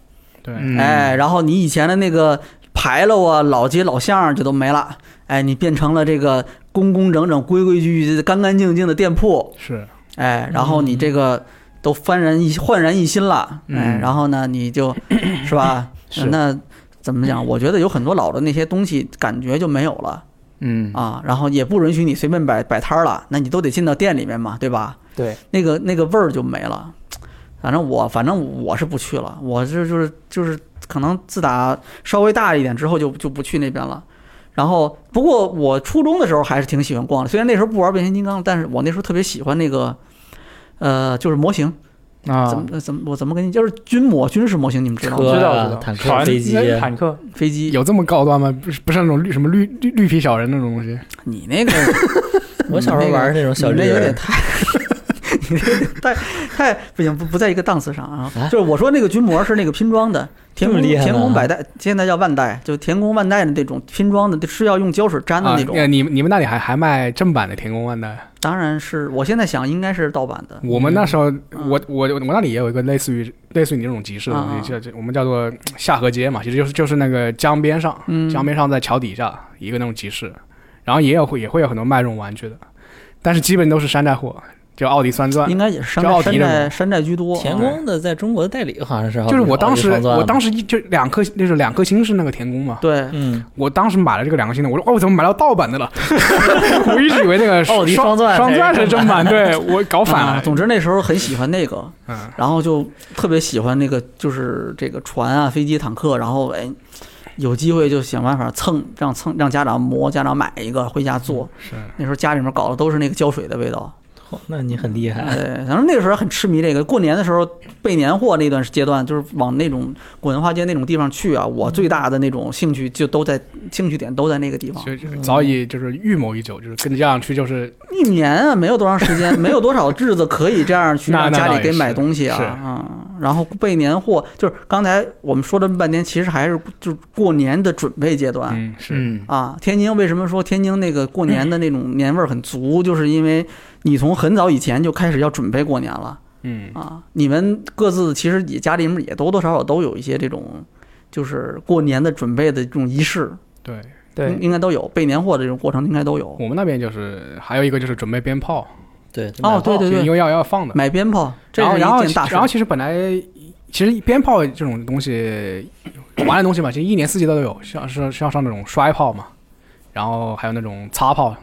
Speaker 3: 对，
Speaker 4: 嗯
Speaker 1: 哎，然后你以前的那个牌楼啊、老街老巷儿就都没了，哎，你变成了这个工工整整、规规矩矩、干干净净的店铺，
Speaker 3: 是
Speaker 1: 哎，然后你这个都幡然一焕然一新了，哎，
Speaker 4: 嗯
Speaker 1: 然后呢，你 就是吧？
Speaker 4: 是
Speaker 1: 那怎么讲？我觉得有很多老的那些东西感觉就没有了。
Speaker 4: 嗯，
Speaker 1: 啊，然后也不允许你随便摆摆摊儿了，那你都得进到店里面嘛，对吧？
Speaker 4: 对，
Speaker 1: 那个那个味儿就没了。反正我反正我是不去了，我是就是就是可能自打稍微大一点之后就就不去那边了。然后不过我初中的时候还是挺喜欢逛的，虽然那时候不玩变形金刚，但是我那时候特别喜欢那个。呃，就是模型，
Speaker 4: 啊，
Speaker 1: 怎么呃怎么我怎么跟你就是军模军事模型，你们知道
Speaker 2: 车
Speaker 1: 吗？
Speaker 4: 知道
Speaker 2: 啊
Speaker 4: 知道，
Speaker 2: 坦克
Speaker 4: 船
Speaker 2: 飞机，
Speaker 4: 那啊坦克，
Speaker 1: 飞机
Speaker 3: 有这么高端吗？不是不是那种绿什么绿绿绿皮小人那种东西。
Speaker 1: 你那个
Speaker 2: 我小时候玩的那种小
Speaker 1: 你那
Speaker 2: 绿
Speaker 1: 有
Speaker 2: 人
Speaker 1: 点 太，你那有点太太不行，不不在一个档次上啊
Speaker 2: 啊。
Speaker 1: 就是我说那个军模是那个拼装的，田
Speaker 2: 这么
Speaker 1: 宫
Speaker 2: 厉害吗
Speaker 1: 田宫百代，现在叫万代，就田宫万代的那种拼装的，是要用胶水粘的
Speaker 3: 啊
Speaker 1: 那，种。
Speaker 3: 呃你们你们那里还还卖正版的《天宫万代》？
Speaker 1: 当然是我现在想应该是盗版的，
Speaker 3: 我们那时候，
Speaker 1: 嗯
Speaker 3: 我我我那里也有一个类似于类似于你这种集市的
Speaker 1: 啊
Speaker 3: 东
Speaker 1: 啊
Speaker 3: 西，叫、叫我们叫做嗯下河街嘛，其实就是就是那个江边上，
Speaker 1: 嗯
Speaker 3: 江边上在桥底下一个那种集市，然后也有会也会有很多卖这种玩具的，但是基本都是山寨货，就奥迪三钻。
Speaker 1: 应该也是山
Speaker 3: 这
Speaker 1: 寨
Speaker 3: 奥迪
Speaker 1: 山
Speaker 3: 人
Speaker 1: 寨山寨居多。
Speaker 2: 田宫的在中国的代理好像是，
Speaker 3: 就是我当时，我当
Speaker 2: 时，
Speaker 3: 时一就两颗，就是两颗星是那个田宫嘛。
Speaker 1: 对，
Speaker 2: 嗯，
Speaker 3: 我当时买了这个两颗星的，我说哦，我怎么买到盗版的了？ 我一直以为那个
Speaker 2: 奥迪
Speaker 3: 双
Speaker 2: 双钻
Speaker 3: 双钻
Speaker 2: 才
Speaker 3: 是
Speaker 2: 是
Speaker 3: 正
Speaker 2: 正
Speaker 3: 版，对我搞反
Speaker 1: 啊
Speaker 3: 了。
Speaker 1: 总之那时候很喜欢那个，
Speaker 3: 嗯，
Speaker 1: 然后就特别喜欢那个，就是这个船啊、飞机、坦克，然后哎，有机会就想办法蹭，让蹭让家长磨，家长买一个回家做。
Speaker 3: 嗯是
Speaker 1: 那时候家里面搞的都是那个胶水的味道，
Speaker 2: 嚯哦那你很厉害，
Speaker 1: 哎，反正那个时候很痴迷这个。过年的时候备年货那段阶段，就是往那种古文化街那种地方去啊，
Speaker 3: 嗯
Speaker 1: 我最大的那种兴趣就都在兴趣点都在那个地方。
Speaker 3: 就就早已就是预谋已久，就是跟家长去就是
Speaker 1: 一年啊，没有多长时 间，没有多少日子可以这样去
Speaker 3: 那
Speaker 1: 让
Speaker 3: 那
Speaker 1: 家
Speaker 3: 倒
Speaker 1: 里
Speaker 3: 也
Speaker 1: 给
Speaker 3: 是
Speaker 1: 买东西啊，
Speaker 3: 是
Speaker 1: 嗯，然后备年货，就是刚才我们说这么半天，其实还是就是过年的准备阶段。
Speaker 3: 嗯是
Speaker 4: 嗯，
Speaker 1: 啊，天津为什么说天津那个
Speaker 3: 嗯
Speaker 1: 过年的那种年味儿很足，就是因为你从很早以前就开始要准备过年了，
Speaker 3: 嗯
Speaker 1: 啊，你们各自其实也家里面也多多少少都有一些这种，就是过年的准备的这种仪式，
Speaker 3: 对嗯
Speaker 4: 对
Speaker 1: 应，应该都有备年货的这种过程应该都有。
Speaker 3: 我们那边就是还有一个就是准备鞭炮，
Speaker 2: 对，
Speaker 1: 哦，对对
Speaker 3: 就
Speaker 1: 对
Speaker 3: 因，为要要放的。
Speaker 1: 买鞭炮，这
Speaker 3: 然后
Speaker 1: 是
Speaker 3: 然
Speaker 1: 一
Speaker 3: 后
Speaker 1: 件
Speaker 3: 其
Speaker 1: 大事
Speaker 3: 然后。其实本来其实鞭炮这种东西玩的东西嘛，其实一年四季都有，像是像上那种摔炮嘛，然后还有那种擦炮，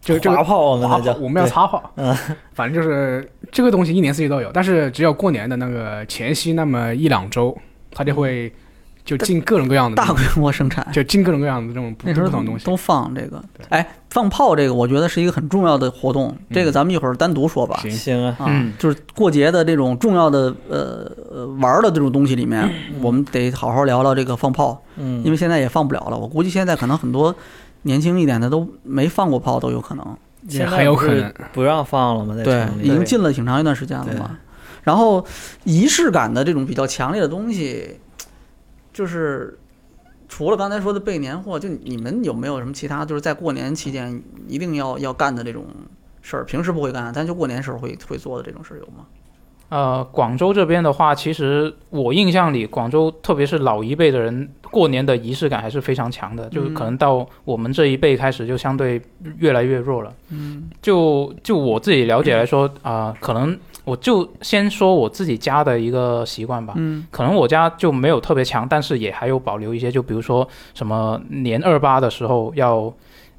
Speaker 3: 这个这个
Speaker 2: 滑炮我
Speaker 3: 擦
Speaker 2: 们那
Speaker 3: 炮
Speaker 2: 叫，
Speaker 3: 我们要
Speaker 2: 对
Speaker 3: 擦炮，
Speaker 2: 嗯，
Speaker 3: 反正就是这个东西一年四季都有，但是只有过年的那个前夕那么一两周，它就会就进各种各样的
Speaker 1: 大规模生产，
Speaker 3: 就进各种各样的这种嗯不
Speaker 1: 那时候
Speaker 3: 不同的东西。
Speaker 1: 都放这个。哎，放炮这个，我觉得是一个很重要的活动，这个咱们一会儿单独说吧。
Speaker 3: 嗯行
Speaker 2: 行啊，
Speaker 1: 啊
Speaker 4: 嗯，
Speaker 1: 就是过节的这种重要的呃呃玩儿的这种东西里面，
Speaker 3: 嗯
Speaker 1: 我们得好好聊聊这个放炮，
Speaker 2: 嗯，
Speaker 1: 因为现在也放不了了。我估计现在可能很多年轻一点的都没放过炮，都有可能。
Speaker 3: 也很有可能
Speaker 2: 现在不是不让放了吗？在
Speaker 1: 对
Speaker 2: 城，里
Speaker 1: 已经禁了挺长一段时间了嘛。然后仪式感的这种比较强烈的东西，就是除了刚才说的备年货，就你们有没有什么其他，就是在过年期间一定要要干的这种事儿？平时不会干，但就过年时候会会做的这种事儿有吗？
Speaker 4: 呃，广州这边的话，其实我印象里，广州特别是老一辈的人，过年的仪式感还是非常强的，就
Speaker 1: 嗯
Speaker 4: 可能到我们这一辈开始就相对越来越弱了。
Speaker 1: 嗯，
Speaker 4: 就就我自己了解来说啊、可能我就先说我自己家的一个习惯吧。
Speaker 1: 嗯，
Speaker 4: 可能我家就没有特别强，但是也还有保留一些，就比如说什么年二八的时候要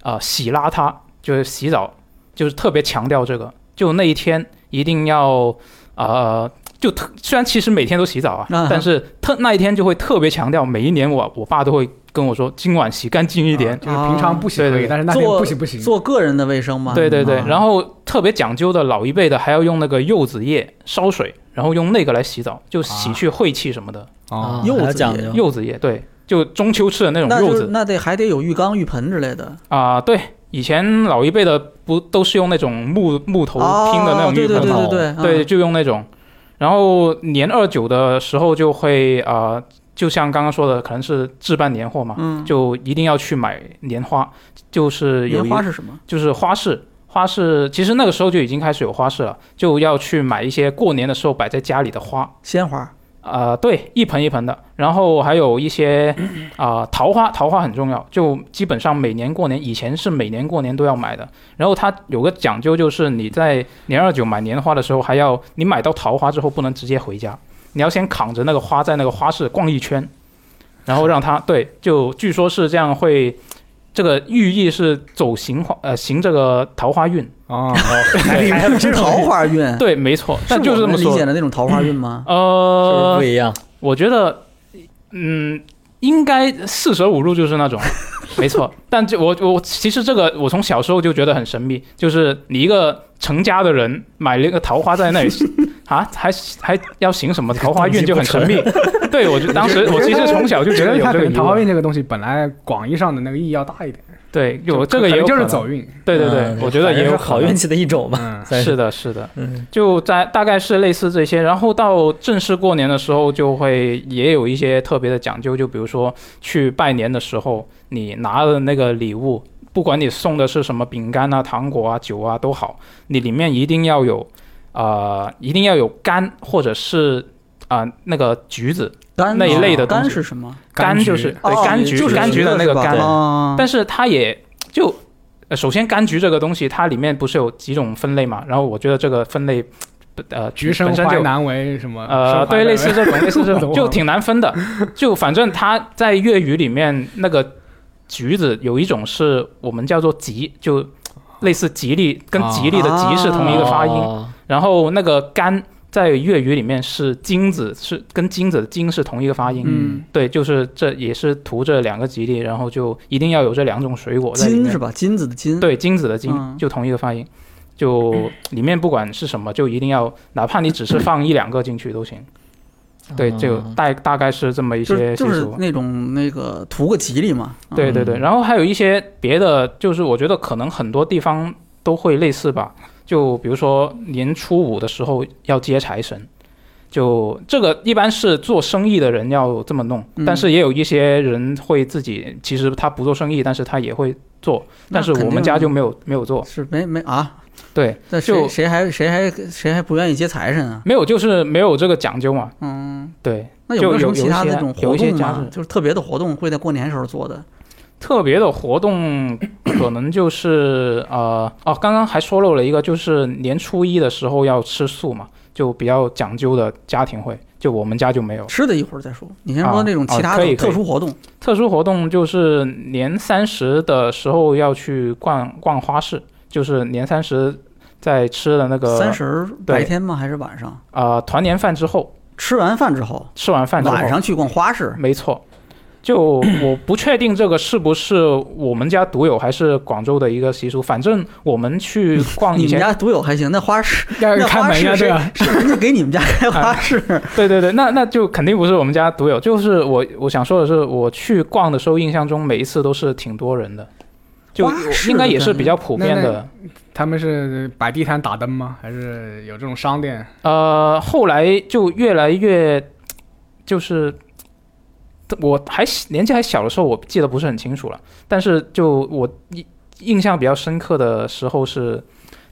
Speaker 4: 呃洗邋遢，就是洗澡，就是特别强调这个，就那一天一定要呃。就特虽然其实每天都洗澡啊，
Speaker 1: 啊哈
Speaker 4: 但是特那一天就会特别强调，每一年我我爸都会跟我说，今晚洗干净一点
Speaker 3: 啊，就是平常不行可
Speaker 4: 对
Speaker 3: 以，
Speaker 4: 对
Speaker 3: 但是那天
Speaker 1: 做
Speaker 3: 不行不行。
Speaker 1: 做个人的卫生嘛。
Speaker 4: 对对对
Speaker 1: 啊，
Speaker 4: 然后特别讲究的老一辈的还要用那个柚子叶烧水，然后用那个来洗澡，就
Speaker 1: 啊
Speaker 4: 洗去晦气什么的。
Speaker 2: 啊
Speaker 3: 啊，
Speaker 1: 柚子
Speaker 2: 还有讲
Speaker 1: 也
Speaker 2: 究，
Speaker 4: 柚子叶，对，就中秋吃的那
Speaker 1: 嗯那
Speaker 4: 种柚
Speaker 1: 就是
Speaker 4: 子
Speaker 1: 那得还得有浴缸、浴盆之类的，
Speaker 4: 啊、对，以前老一辈的不都是用那种木木头拼的那
Speaker 1: 哦
Speaker 4: 种
Speaker 1: 对
Speaker 4: 浴
Speaker 1: 对
Speaker 4: 盆
Speaker 1: 对
Speaker 4: 吗？
Speaker 1: 对对
Speaker 4: 对，
Speaker 1: 嗯
Speaker 4: 就用那种。然后年二九的时候就会啊、呃就像刚刚说的，可能是置办年货嘛，
Speaker 1: 嗯
Speaker 4: 就一定要去买年花，就是有
Speaker 1: 莲
Speaker 4: 一
Speaker 1: 花是什么？
Speaker 4: 就是花市。花市其实那个时候就已经开始有花市了，就要去买一些过年的时候摆在家里的花，
Speaker 1: 鲜花。
Speaker 4: 啊、对，一盆一盆的，然后还有一些啊、桃花，桃花很重要，就基本上每年过年以前是每年过年都要买的，然后它有个讲究就是你在年二九买年花的时候，还要你买到桃花之后不能直接回家，你要先扛着那个花在那个花市逛一圈，然后让它对，就据说是这样会。这个寓意是走行花，呃，行这个桃花运，
Speaker 3: 啊，
Speaker 4: 哎
Speaker 2: 还有
Speaker 1: 是
Speaker 2: 这
Speaker 1: 桃
Speaker 2: 种，
Speaker 1: 花运，
Speaker 4: 对，没错，但
Speaker 1: 是
Speaker 4: 就是
Speaker 1: 我
Speaker 4: 这么
Speaker 1: 们理
Speaker 4: 说
Speaker 1: 解。的那种桃花运 吗？
Speaker 2: 是不
Speaker 4: 呃
Speaker 2: 是，不一样？
Speaker 4: 我觉得，嗯，应该四舍五入就是那种， 没错。但就我我其实这个我从小时候就觉得很神秘，就是你一个成家的人买了一个桃花在 那里啊，还还要行什么桃花运就很神秘。 对我就当时我其实从小就
Speaker 3: 觉
Speaker 4: 觉
Speaker 3: 得
Speaker 4: 得有
Speaker 3: 它
Speaker 4: 这
Speaker 3: 可
Speaker 4: 个
Speaker 3: 能
Speaker 4: 疑
Speaker 3: 桃花
Speaker 4: 问，
Speaker 3: 运这个东西本来广义上的那个意义要大一点，
Speaker 4: 对，有
Speaker 3: 可
Speaker 4: 这个也
Speaker 3: 可能
Speaker 4: 有
Speaker 3: 就是
Speaker 4: 可能啊
Speaker 3: 走运，
Speaker 4: 对对对
Speaker 2: 嗯，
Speaker 4: 我觉得
Speaker 2: 反正
Speaker 4: 也有
Speaker 2: 是
Speaker 4: 可
Speaker 2: 好
Speaker 4: 能
Speaker 2: 运气的一种吧，
Speaker 3: 嗯，
Speaker 2: 算
Speaker 4: 是的，是的。
Speaker 2: 嗯，
Speaker 4: 就在大概是类似这些，然后到正式过年的时候，就会也有一些特别的讲究，就比如说去拜年的时候，你拿的那个礼物，不管你送的是什么饼干啊、糖果啊、酒啊都好，你里面一定要有，呃，一定要有柑或者是啊、那个橘子，
Speaker 1: 柑
Speaker 4: 那一类的东
Speaker 1: 柑
Speaker 4: 西
Speaker 1: 啊是什么？
Speaker 3: 柑
Speaker 4: 柑
Speaker 3: 橘
Speaker 4: 就是对
Speaker 1: 哦
Speaker 4: 柑橘，
Speaker 1: 就是
Speaker 4: 柑橘的
Speaker 1: 橘
Speaker 4: 那个
Speaker 1: 子是吧
Speaker 4: 柑，
Speaker 1: 哦
Speaker 4: 但是它也就，呃，首先柑橘这个东西，它里面不是有几种分类嘛？然后我觉得这个分类，呃，
Speaker 3: 橘生
Speaker 4: 本身
Speaker 3: 淮
Speaker 4: 就
Speaker 3: 南为什
Speaker 1: 啊
Speaker 3: 么？
Speaker 4: 呃，
Speaker 3: 生淮
Speaker 4: 对，
Speaker 3: 南
Speaker 4: 类似
Speaker 3: 为
Speaker 4: 这种，类似 这
Speaker 3: 懂
Speaker 4: 种，啊
Speaker 3: 了
Speaker 4: 就挺难分的。就反正它在粤语里面那个橘子有一种是我们叫做吉，就类似吉利，跟
Speaker 1: 啊
Speaker 4: 吉利的吉是同一个发音。
Speaker 2: 哦
Speaker 4: 然后那个柑在粤语里面是金子，是跟金子的金是同一个发音。
Speaker 1: 嗯，
Speaker 4: 对，就是这也是图这两个吉利，然后就一定要有这两种水果在里
Speaker 1: 金
Speaker 4: 面
Speaker 1: 是。吧？金子的金。，
Speaker 4: 对，金子的金、
Speaker 1: 嗯
Speaker 4: 就同一个发音，就里面不管是什么，就一定要，哪怕你只是放一两个进去都行。对，就
Speaker 2: 哦
Speaker 4: 大大概是这么一
Speaker 1: 嗯就是
Speaker 4: 些习
Speaker 1: 就是
Speaker 4: 俗。
Speaker 1: 那种那个图个吉利嘛。嗯
Speaker 4: 对对对，
Speaker 2: 嗯
Speaker 4: 然后还有一些别的，就是我觉得可能很多地方都会类似吧。就比如说年初五的时候要接财神，就这个一般是做生意的人要这么弄，
Speaker 1: 嗯
Speaker 4: 但是也有一些人会自己，其实他不做生意，但是他也会做，
Speaker 1: 那
Speaker 4: 但是我
Speaker 1: 肯
Speaker 4: 们
Speaker 1: 定
Speaker 4: 家就没有没有做。
Speaker 1: 是没没啊，
Speaker 4: 对，
Speaker 1: 那谁
Speaker 4: 就
Speaker 1: 谁还谁还谁还不愿意接财神啊？
Speaker 4: 没有就是没有这个讲究嘛。
Speaker 1: 嗯，
Speaker 4: 对，
Speaker 1: 那有没
Speaker 4: 就
Speaker 1: 什么
Speaker 4: 有有
Speaker 1: 其他
Speaker 4: 一
Speaker 1: 的
Speaker 4: 些
Speaker 1: 这种
Speaker 4: 有
Speaker 1: 活
Speaker 4: 一些
Speaker 1: 动
Speaker 4: 家
Speaker 1: 吗
Speaker 4: 是？
Speaker 1: 就是特别的活动会在过年时候做的。
Speaker 4: 特别的活动 可能就是呃哦，刚刚还说漏了一个，就是年初一的时候要吃素嘛，就比较讲究的家庭会，就我们家就没有。
Speaker 1: 吃的一会儿再说，你先说
Speaker 4: 啊
Speaker 1: 那种其
Speaker 4: 啊
Speaker 1: 他
Speaker 4: 可
Speaker 1: 的
Speaker 4: 以可以
Speaker 1: 特殊活动。
Speaker 4: 特殊活动就是年三十的时候要去逛逛花市，就是年三十在吃了那个
Speaker 1: 三十儿
Speaker 4: 呃对
Speaker 1: 白天吗？还是晚上？
Speaker 4: 呃团年饭之后，
Speaker 1: 吃完饭之后，
Speaker 4: 吃完饭之后
Speaker 1: 晚上去逛花市，
Speaker 4: 没错，就我不确定这个是不是我们家独有，还是广州的一个习俗。反正我们去逛以
Speaker 1: 你们
Speaker 4: 前，
Speaker 1: 家独有还行，那花市
Speaker 3: 要
Speaker 1: 那
Speaker 3: 开
Speaker 1: 花
Speaker 3: 门呀，
Speaker 1: 市
Speaker 3: 对
Speaker 1: 谁
Speaker 3: 吧？
Speaker 1: 是人家给你们 家开花市，
Speaker 4: 对对对，那那就肯定不是我们家独有。就是我我想说的是，我去逛的时候，印象中每一次都是挺多人的，就
Speaker 1: 哇是的
Speaker 4: 应该也是比较普遍
Speaker 3: 那
Speaker 4: 的。
Speaker 3: 那他们是摆地摊打灯吗？还是有这种商店？
Speaker 4: 呃，后来就越来越，就是我还年纪还小的时候，我记得不是很清楚了。但是就我印印象比较深刻的时候是，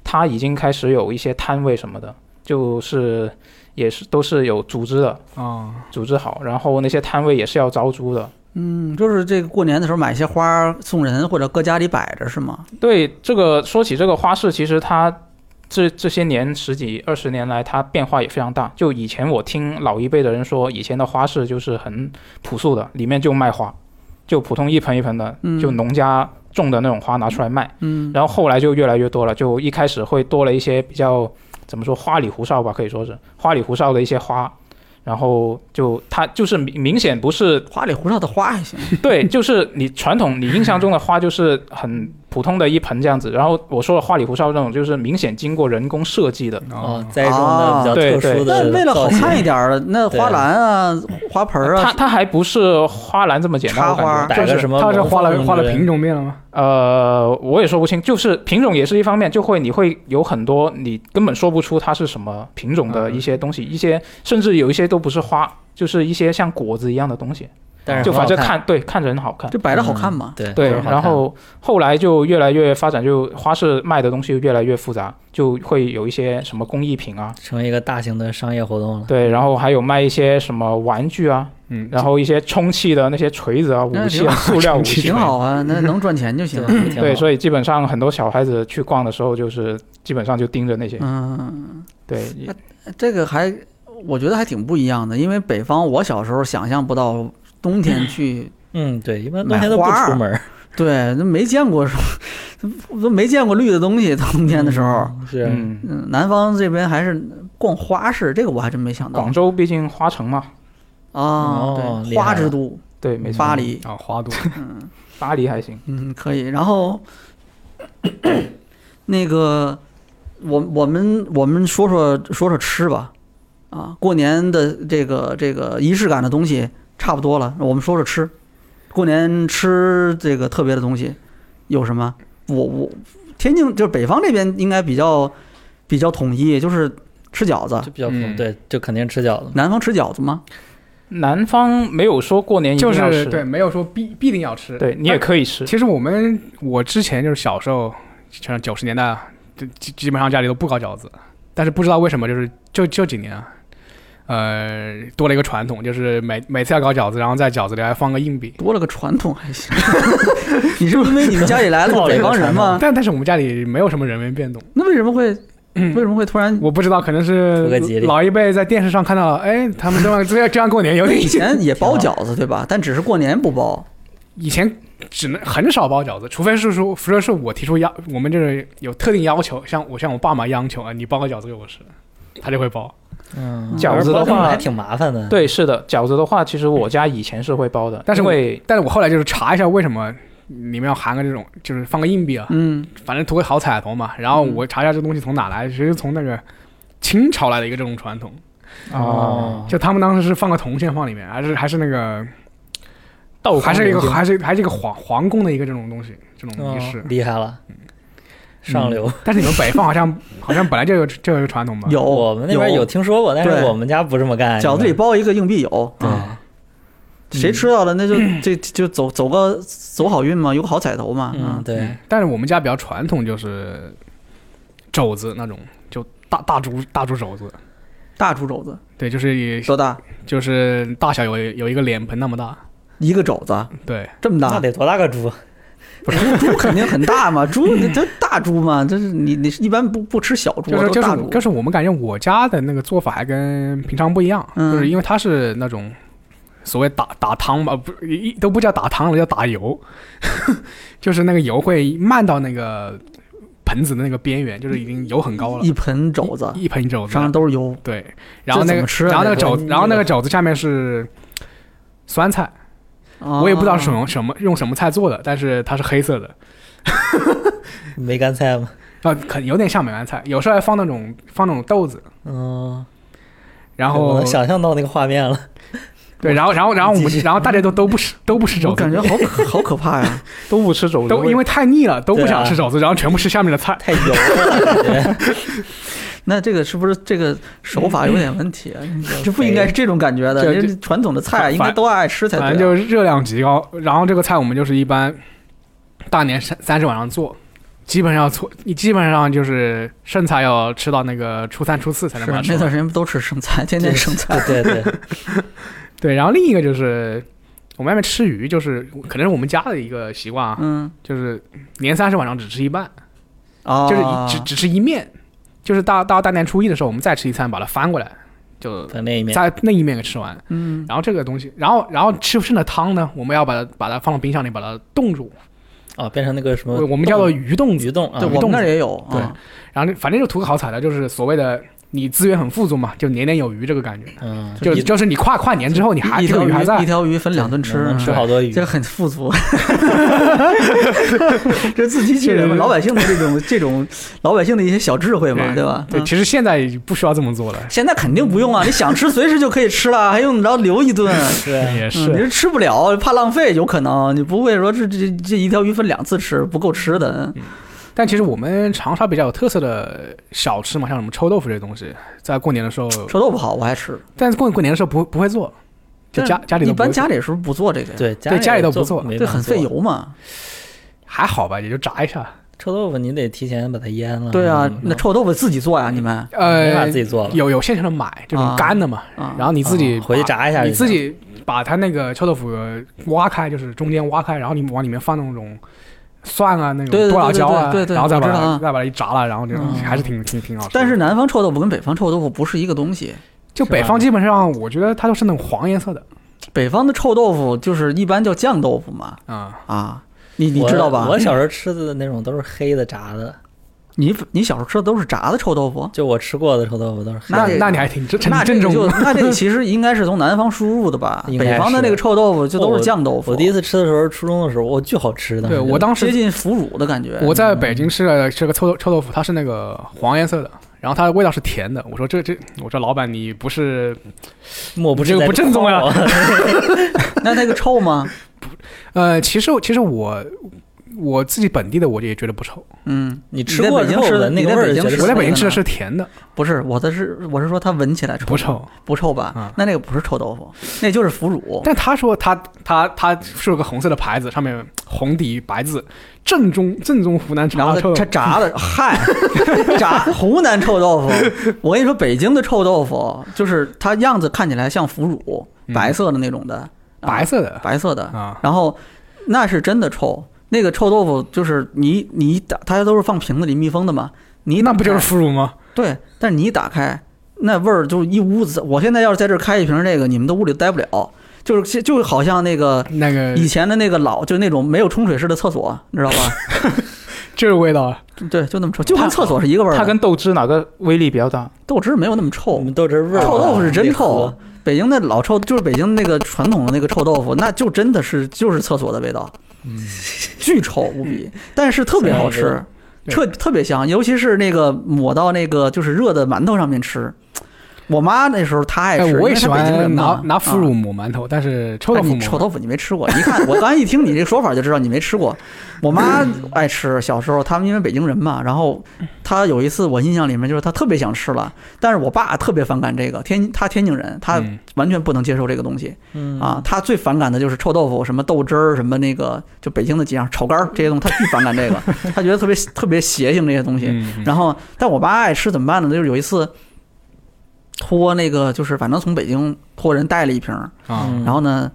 Speaker 4: 他已经开始有一些摊位什么的，就是也是都是有组织的，
Speaker 3: 哦，
Speaker 4: 组织好，然后那些摊位也是要招租的。
Speaker 1: 嗯，就是这个过年的时候买些花送人，或者搁家里摆着是吗？
Speaker 4: 对这个说起这个花市，其实它这这些年十几二十年来，它变化也非常大。就以前我听老一辈的人说，以前的花市就是很朴素的，里面就卖花，就普通一盆一盆的
Speaker 1: 嗯，
Speaker 4: 就农家种的那种花拿出来卖。
Speaker 1: 嗯，
Speaker 4: 然后后来就越来越多了，就一开始会多了一些比较怎么说花里胡哨吧，可以说是花里胡哨的一些花。然后就它就是明明显不是
Speaker 1: 花里胡哨的花还行，
Speaker 4: 对，就是你传统你印象中的花就是很普通的一盆这样子，然后我说的花里胡哨那种，就是明显经过人工设计的。
Speaker 2: 哦，栽种的比较
Speaker 4: 啊对
Speaker 2: 特殊
Speaker 1: 那
Speaker 2: 的
Speaker 1: 为了好
Speaker 2: 造型
Speaker 1: 看一点儿，那
Speaker 2: 对
Speaker 1: 花篮啊、花盆儿
Speaker 4: 它
Speaker 1: 啊，
Speaker 4: 它还不是花篮这么简单，我感
Speaker 1: 插花
Speaker 4: 觉
Speaker 2: 摆
Speaker 4: 就
Speaker 2: 个
Speaker 4: 是
Speaker 2: 什么
Speaker 3: 他
Speaker 2: 龙凤之类
Speaker 3: 是
Speaker 2: 的，
Speaker 3: 花了花了品种变了吗？
Speaker 4: 呃，我也说不清，就是品种也是一方面，就会你会有很多你根本说不出它是什么品种的一些东西，一些甚至有一些都不是花，就是一些像果子一样的东西，
Speaker 2: 但是
Speaker 4: 就
Speaker 2: 哎很好
Speaker 4: 反正看对看着很好看。
Speaker 1: 这摆着
Speaker 2: 嗯
Speaker 1: 好看吗？
Speaker 2: 对
Speaker 4: 对
Speaker 2: 就是，好
Speaker 4: 然
Speaker 2: 看
Speaker 4: 后后来就越来越发展，就花市卖的东西越来越复杂，就会有一些什么工艺品啊，
Speaker 2: 成为一个大型的商业活动了。
Speaker 4: 对，然后还有卖一些什么玩具啊，
Speaker 3: 嗯，
Speaker 4: 然后一些充气的那些锤子啊、
Speaker 1: 那
Speaker 4: 武器
Speaker 1: 挺
Speaker 4: 啊、
Speaker 1: 好
Speaker 4: 塑料武器，
Speaker 1: 挺。好啊，那能赚钱就行。
Speaker 2: 对，挺
Speaker 4: 对，
Speaker 2: 好
Speaker 4: 所以基本上很多小孩子去逛的时候，就是基本上就盯着那些。
Speaker 1: 嗯，
Speaker 4: 对，
Speaker 1: 这个还我觉得还挺不一样的，因为北方我小时候想象不到冬天去，
Speaker 2: 嗯，对，一般
Speaker 1: 买
Speaker 2: 冬天都不
Speaker 1: 花儿
Speaker 2: 出门儿，
Speaker 1: 对，那没见过什么，都没见过绿的东西。冬天的时候，
Speaker 2: 是
Speaker 4: 嗯，
Speaker 1: 嗯，南方这边还是逛花市，这个我还真没想到
Speaker 4: 广州毕竟花城嘛，
Speaker 1: 啊，
Speaker 2: 哦
Speaker 1: 对，
Speaker 2: 厉害
Speaker 1: 花之
Speaker 2: 了
Speaker 1: 都
Speaker 4: 对，没错。
Speaker 1: 巴，黎，
Speaker 3: 啊，花 朵，
Speaker 1: 嗯。
Speaker 4: 巴黎还行。
Speaker 1: 嗯，可以。然后那个，我我们我们说说说说吃吧，啊，过年的这个这个仪式感的东西差不多了，我们说说吃。过年吃这个特别的东西有什么？我我天津就是北方这边应该比较比较统一，就是吃饺子。
Speaker 2: 就比较
Speaker 3: 嗯
Speaker 2: 对，就肯定吃饺子。
Speaker 1: 南方吃饺子吗？
Speaker 4: 南方没有说过年一定
Speaker 3: 就
Speaker 4: 要
Speaker 3: 是
Speaker 4: 吃，
Speaker 3: 对，没有说必必定要吃。
Speaker 4: 对你也可以吃。
Speaker 3: 其实我们我之前就是小时候，像九十年代啊，就基基本上家里都不搞饺子，但是不知道为什么，就是就就几年啊，呃，多了一个传统，就是每每次要搞饺子，然后在饺子里还放个硬币。
Speaker 1: 多了个传统还行。你是因为你们家里来了
Speaker 2: 暴
Speaker 1: 个北
Speaker 2: 力的
Speaker 1: 方人
Speaker 2: 传统
Speaker 1: 吗？
Speaker 3: 但但是我们家里没有什么人员变动，
Speaker 1: 那为什么会为什么会突然
Speaker 3: 我不知道，可能
Speaker 2: 图个吉
Speaker 3: 是
Speaker 2: 利
Speaker 3: 老一辈在电视上看到了，哎，他们这样 这样这样过年有点
Speaker 1: 以前也包饺子对吧？但只是过年不包。
Speaker 3: 以前只能很少包饺子，除非是说，除非是我提出要，我们就是有特定要求，像我像我爸妈央求啊，你包个饺子给我吃，他就会包。
Speaker 2: 嗯
Speaker 4: 饺子
Speaker 2: 包
Speaker 4: 的
Speaker 2: 饺
Speaker 4: 话
Speaker 2: 还挺麻烦的。，
Speaker 4: 对，是的，饺子的话，其实我家以前是会包的，
Speaker 3: 但是
Speaker 4: 因
Speaker 3: 我
Speaker 4: 为
Speaker 3: 但是我后来就是查一下为什么里面要含个这种，就是放个硬币啊，
Speaker 1: 嗯，
Speaker 3: 反正图个好彩头嘛。然后我查一下这东西从哪来，其实从那个清朝来的一个这种传统，
Speaker 4: 哦，
Speaker 3: 就他们当时是放个铜钱放里面，还是还是那个
Speaker 4: 豆
Speaker 3: 还是一个
Speaker 4: 花。
Speaker 3: 还是还是一个皇皇宫的一个这种东西，这种仪式。
Speaker 2: 嗯厉害了，
Speaker 4: 嗯
Speaker 2: 上流。
Speaker 3: 但是你们北方好像好像本来就有就有这个传统吧？
Speaker 1: 有
Speaker 2: 我们那边有
Speaker 1: 哦有
Speaker 2: 听说过，但
Speaker 1: 对
Speaker 2: 是我们家不这么干。
Speaker 1: 饺子里包一个硬币有，嗯
Speaker 2: 对，
Speaker 1: 谁吃到了那就这就走走个走好运嘛，有个好彩头嘛。
Speaker 2: 嗯
Speaker 1: 嗯
Speaker 2: 嗯，对，
Speaker 3: 但是我们家比较传统，就是肘子那种，就大大猪大猪肘子，
Speaker 1: 大猪肘子
Speaker 3: 对，就是也
Speaker 1: 多大？
Speaker 3: 就是大小有有一个脸盆那么大，
Speaker 1: 一个肘子
Speaker 3: 对，
Speaker 1: 这么
Speaker 2: 那
Speaker 1: 大，
Speaker 2: 得多大个猪？
Speaker 1: 猪肯定很大嘛， 猪这大猪嘛，这是你你一般不不吃小猪
Speaker 3: 就
Speaker 1: 啊，
Speaker 3: 是
Speaker 1: 都
Speaker 3: 就是
Speaker 1: 大
Speaker 3: 我
Speaker 1: 猪
Speaker 3: 就。是我们感觉我家的那个做法还跟平常不一样，
Speaker 1: 嗯
Speaker 3: 就是因为它是那种所谓打打汤吧，不一都不叫打汤了，叫打油， 就是那个油会漫到那个盆子的那个边缘，就是已经油很高了，
Speaker 1: 一盆肘子，
Speaker 3: 一盆肘子
Speaker 1: 上面都是油，
Speaker 3: 对，然后那
Speaker 1: 怎
Speaker 3: 个
Speaker 1: 么吃啊
Speaker 3: 然后那个
Speaker 1: 这个
Speaker 3: 肘子，然后那个肘子下面是酸菜，
Speaker 1: 啊
Speaker 3: 我也不知道是什么什么用什么菜做的，但是它是黑色的。
Speaker 2: 梅干菜吗？
Speaker 3: 啊，可有点像美兰菜，有时候还放那种放那种豆子，
Speaker 2: 嗯，
Speaker 3: 然
Speaker 2: 我
Speaker 3: 后
Speaker 2: 能想象到那个画面了。
Speaker 3: 对，然后然后然后我
Speaker 2: 继
Speaker 3: 们
Speaker 2: 续
Speaker 3: 然后大家都都不吃都不吃
Speaker 1: 我
Speaker 3: 肘
Speaker 1: 感
Speaker 3: 子，
Speaker 1: 觉好 可好可怕呀！
Speaker 4: 都不吃肘子
Speaker 3: 都
Speaker 4: 味，
Speaker 3: 因为太腻了，都不
Speaker 2: 对啊
Speaker 3: 想吃肘子，然后全部吃下面的菜。
Speaker 2: 太油 了，感觉
Speaker 1: 那这个是不是这个手法有点问 题啊？ 这不应该是这种感觉的，
Speaker 3: 这
Speaker 1: 人
Speaker 3: 这
Speaker 1: 家传统的菜啊
Speaker 3: 反
Speaker 1: 应该都爱吃才
Speaker 3: 反
Speaker 1: 对啊。
Speaker 3: 正就热量极高。然后这个菜我们就是一般大年三三十晚上做，基本上做，基本上就是剩菜要吃到那个初三初四才能
Speaker 1: 是
Speaker 3: 把它吃
Speaker 1: 那
Speaker 3: 完。
Speaker 1: 段时间不都吃生菜，天天生菜。
Speaker 2: 对对对，
Speaker 3: 对，然后另一个就是我们外面吃鱼，就是可能是我们家的一个习惯啊，
Speaker 1: 嗯，
Speaker 3: 就是年三十晚上只吃一半，
Speaker 1: 啊，
Speaker 3: 就是一只只吃一面，就是到到大年初一的时候，我们再吃一餐，把它翻过来，就
Speaker 2: 反那一面
Speaker 3: 在那一面给吃完。
Speaker 1: 嗯，
Speaker 3: 然后这个东西，然后然后吃剩的汤呢，我们要把它把它放到冰箱里，把它冻住，
Speaker 2: 哦，变成那个什么
Speaker 3: 我们叫做鱼冻子。
Speaker 2: 鱼冻啊
Speaker 1: 对，，
Speaker 3: 鱼
Speaker 1: 我们
Speaker 3: 冻
Speaker 1: 那
Speaker 3: 子
Speaker 1: 儿也有。
Speaker 3: 对
Speaker 1: 啊
Speaker 3: 然后反正就图个好彩的，就是所谓的你资源很富足嘛，就年年有余这个感觉。
Speaker 2: 嗯，
Speaker 3: 就
Speaker 2: 一
Speaker 3: 就是你跨跨年之后，你还
Speaker 1: 一
Speaker 3: 这
Speaker 1: 条
Speaker 3: 个鱼还
Speaker 1: 鱼一
Speaker 3: 在，
Speaker 1: 条鱼分两顿吃
Speaker 2: 能，能吃
Speaker 1: 嗯
Speaker 2: 好多鱼
Speaker 1: 这，个很富 足。这自欺欺人嘛，
Speaker 3: 是
Speaker 1: 老百姓的这种这种老百姓的一些小智慧嘛，对吧？
Speaker 3: 对，
Speaker 1: 嗯
Speaker 3: 其实现在不需要这么做了，
Speaker 1: 现在肯定不用啊，你想吃随时就可以吃了，还用得着留一顿？
Speaker 2: 是 啊
Speaker 3: 也
Speaker 1: 嗯，你
Speaker 3: 是。
Speaker 1: 是吃不了，怕浪费，有可能你不会说这这这一条鱼分两次吃不够吃的。
Speaker 3: 但其实我们长沙比较有特色的小吃嘛，像什么臭豆腐这些东西，在过年的时候，
Speaker 1: 臭豆腐好，我还吃，
Speaker 3: 但是过过年的时候不不会做，就家
Speaker 1: 但
Speaker 3: 家里
Speaker 1: 一
Speaker 3: 都不会
Speaker 1: 般
Speaker 3: 做
Speaker 1: 家里是不是不做这个呀？，
Speaker 2: 对，
Speaker 3: 对家里都
Speaker 2: 做
Speaker 3: 不做
Speaker 2: 没
Speaker 1: 这
Speaker 2: 法
Speaker 1: 很
Speaker 2: 做
Speaker 1: 费。油嘛。
Speaker 3: 还好吧，也就炸一下。
Speaker 2: 臭豆腐你得提前把它腌了。
Speaker 1: 对啊
Speaker 2: 嗯，
Speaker 1: 那臭豆腐自己做呀，你们
Speaker 2: 没法
Speaker 3: 呃
Speaker 2: 自，己做了。
Speaker 3: 有有现成的买这
Speaker 1: 啊
Speaker 3: 种干的嘛，
Speaker 1: 啊，
Speaker 3: 然后你自己
Speaker 2: 啊回去
Speaker 3: 把
Speaker 2: 炸一下就
Speaker 3: 你自
Speaker 2: 行
Speaker 3: 己把它那个臭豆腐挖开，就是中间挖开，然后你往里面放那种蒜啊，那
Speaker 1: 对对
Speaker 3: 种
Speaker 1: 对
Speaker 3: 剁椒
Speaker 1: 对
Speaker 3: 椒啊，
Speaker 1: 对对对
Speaker 3: 然后再
Speaker 1: 我
Speaker 3: 把
Speaker 1: 知道
Speaker 3: 它
Speaker 1: 啊
Speaker 3: 再把它一炸了，然后就
Speaker 1: 嗯
Speaker 3: 还是挺挺挺好吃的。
Speaker 1: 但是南方臭豆腐跟北方臭豆腐不是一个东西。
Speaker 3: 就是北
Speaker 2: 吧
Speaker 3: 方基本上，我觉得它都是那种黄颜色的
Speaker 1: 北方的臭豆腐就是一般叫酱豆腐嘛，
Speaker 3: 啊，
Speaker 1: 啊，你你
Speaker 2: 我
Speaker 1: 知道吧
Speaker 2: 我？小时候吃的那种都是黑的炸的，
Speaker 1: 你你小时候吃的都是炸的臭豆腐，
Speaker 2: 就我吃过的臭豆腐都是黑
Speaker 1: 那这
Speaker 3: 那
Speaker 2: 的。
Speaker 1: 个
Speaker 3: 那你还挺正
Speaker 1: 那这
Speaker 3: 挺正
Speaker 1: 个
Speaker 3: 宗
Speaker 1: 就
Speaker 3: 的。
Speaker 1: 那这个其实应该是从南方输入的吧？
Speaker 2: 应该
Speaker 1: 北方的
Speaker 2: 是
Speaker 1: 那个臭豆腐就都是酱豆腐，
Speaker 2: 我第一次吃的时候，初中的时候，我巨好吃的。
Speaker 3: 对我当
Speaker 1: 接
Speaker 3: 时
Speaker 1: 近嗯腐乳的感觉。
Speaker 3: 我在北京吃了吃了个臭豆臭豆腐，它是那个黄颜色的。然后它的味道是甜的，我说这这，我说老板你不是
Speaker 2: 莫不
Speaker 3: 你这个
Speaker 2: 是在
Speaker 3: 不正宗呀
Speaker 2: 夸我
Speaker 1: 那那个臭吗？
Speaker 3: 呃，其实其实我我自己本地的我也觉得不臭，
Speaker 1: 嗯，
Speaker 2: 你吃过之
Speaker 1: 你在
Speaker 2: 后
Speaker 1: 北京吃的
Speaker 2: 闻那个味儿，
Speaker 1: 你在北京
Speaker 2: 觉得
Speaker 1: 吃
Speaker 3: 我在
Speaker 1: 的
Speaker 3: 北京吃的
Speaker 1: 呢
Speaker 3: 是甜的，
Speaker 1: 不是，我的是我是说它闻起来臭
Speaker 3: 不
Speaker 1: 吗
Speaker 3: 臭。
Speaker 1: 不臭吧？
Speaker 3: 啊
Speaker 1: 那那个不是臭豆腐，那就是腐乳。
Speaker 3: 但他说他他他竖了个红色的牌子，上面红底白字，正宗正宗湖南
Speaker 1: 然
Speaker 3: 长
Speaker 1: 后
Speaker 3: 沙臭
Speaker 1: 它它炸的，嗨， 炸湖南臭豆 腐。我跟你说，北京的臭豆腐就是它样子看起来像腐乳，
Speaker 3: 嗯
Speaker 1: 白色的那种的，啊
Speaker 3: 白色的
Speaker 1: 白色的。
Speaker 3: 啊，
Speaker 1: 然后那是真的臭，那个臭豆腐就是你你一打，它都是放瓶子里密封的嘛，你一
Speaker 3: 那
Speaker 1: 打
Speaker 3: 不就是
Speaker 1: 开
Speaker 3: 腐乳吗？
Speaker 1: 对？但是你一打开，那味儿就是一屋子。我现在要是在这儿开一瓶这个，你们的屋里待不了，就是就好像那个。
Speaker 3: 那个
Speaker 1: 啊以前的那个老，就那种没有冲水式的厕所，你知道吧？
Speaker 3: 就是味道啊，
Speaker 1: 对，就那么臭，就跟厕所是一个味儿的。
Speaker 4: 它跟豆汁哪个威力比较大？
Speaker 1: 豆汁没有那么臭
Speaker 2: 我，们豆汁味儿。
Speaker 1: 臭豆腐是真
Speaker 2: 我
Speaker 1: 臭啊
Speaker 2: 得喝。。
Speaker 1: 北京的老臭就是北京那个传统的那个臭豆腐，那就真的是就是厕所的味道，
Speaker 2: 嗯
Speaker 1: 巨臭无比，但是特别好吃，
Speaker 3: 对
Speaker 1: 特特别香，尤其是那个抹到那个就是热的馒头上面吃，我妈那时候她爱
Speaker 3: 哎，
Speaker 1: 吃，
Speaker 3: 我
Speaker 1: 因
Speaker 3: 也
Speaker 1: 为
Speaker 3: 喜
Speaker 1: 她北京
Speaker 3: 欢
Speaker 1: 人
Speaker 3: 拿
Speaker 1: 嘛
Speaker 3: 拿腐。乳
Speaker 1: 啊
Speaker 3: 抹馒头，但是臭豆
Speaker 1: 哎
Speaker 3: 腐
Speaker 1: 你臭
Speaker 3: 抹
Speaker 1: 豆腐你没吃过？一看我刚一听你这说法就知道你没吃过。我 妈爱吃，小时候他们因为北京人嘛，然后她有一次我印象里面就是她特别想吃了，但是我爸特别反感这个，天他天津人，他
Speaker 3: 嗯
Speaker 1: 完全不能接受这个东西
Speaker 2: 嗯
Speaker 1: 啊。他最反感的就是臭豆腐，什么豆汁儿，什么那个就北京的几样炒肝儿这些东西，他巨反感这 个，他觉得特别特别邪性这些东西。
Speaker 3: 嗯，
Speaker 1: 然后，但我爸爱吃怎么办呢？就是有一次托那个，就是反正从北京托人带了一瓶儿，
Speaker 3: 后
Speaker 2: 嗯
Speaker 3: 啊，
Speaker 1: 然后嗯呢，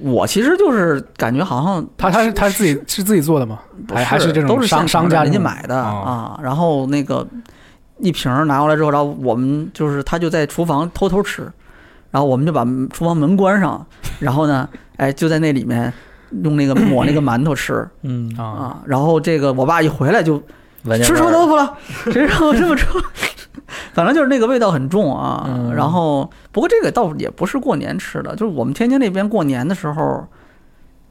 Speaker 1: 我其实就是感觉好像
Speaker 3: 他他是 他是自己是自己做的吗？
Speaker 1: 不
Speaker 3: 还还
Speaker 1: 是
Speaker 3: 是这种
Speaker 1: 都是
Speaker 3: 商
Speaker 1: 现
Speaker 3: 商
Speaker 1: 成
Speaker 3: 家
Speaker 1: 人
Speaker 3: 这
Speaker 1: 家
Speaker 3: 种
Speaker 1: 买的
Speaker 3: 哦
Speaker 1: 啊，然后那个一瓶儿拿过来之后，然后我们就是他就在厨房偷偷吃，然后我们就把厨房门关上，然后呢，哎就在那里面用那个抹那个馒头吃
Speaker 2: 嗯，
Speaker 3: 啊，
Speaker 1: 啊，然后这个我爸一回来就
Speaker 2: 闻见
Speaker 1: 吃
Speaker 2: 味
Speaker 1: 臭
Speaker 2: 儿
Speaker 1: 豆
Speaker 2: 了
Speaker 1: 腐了，谁让我这么臭？ 反正就是那个味道很重啊。
Speaker 2: 嗯
Speaker 1: 然后，不过这个倒也不是过年吃的，就是我们天津那边过年的时候，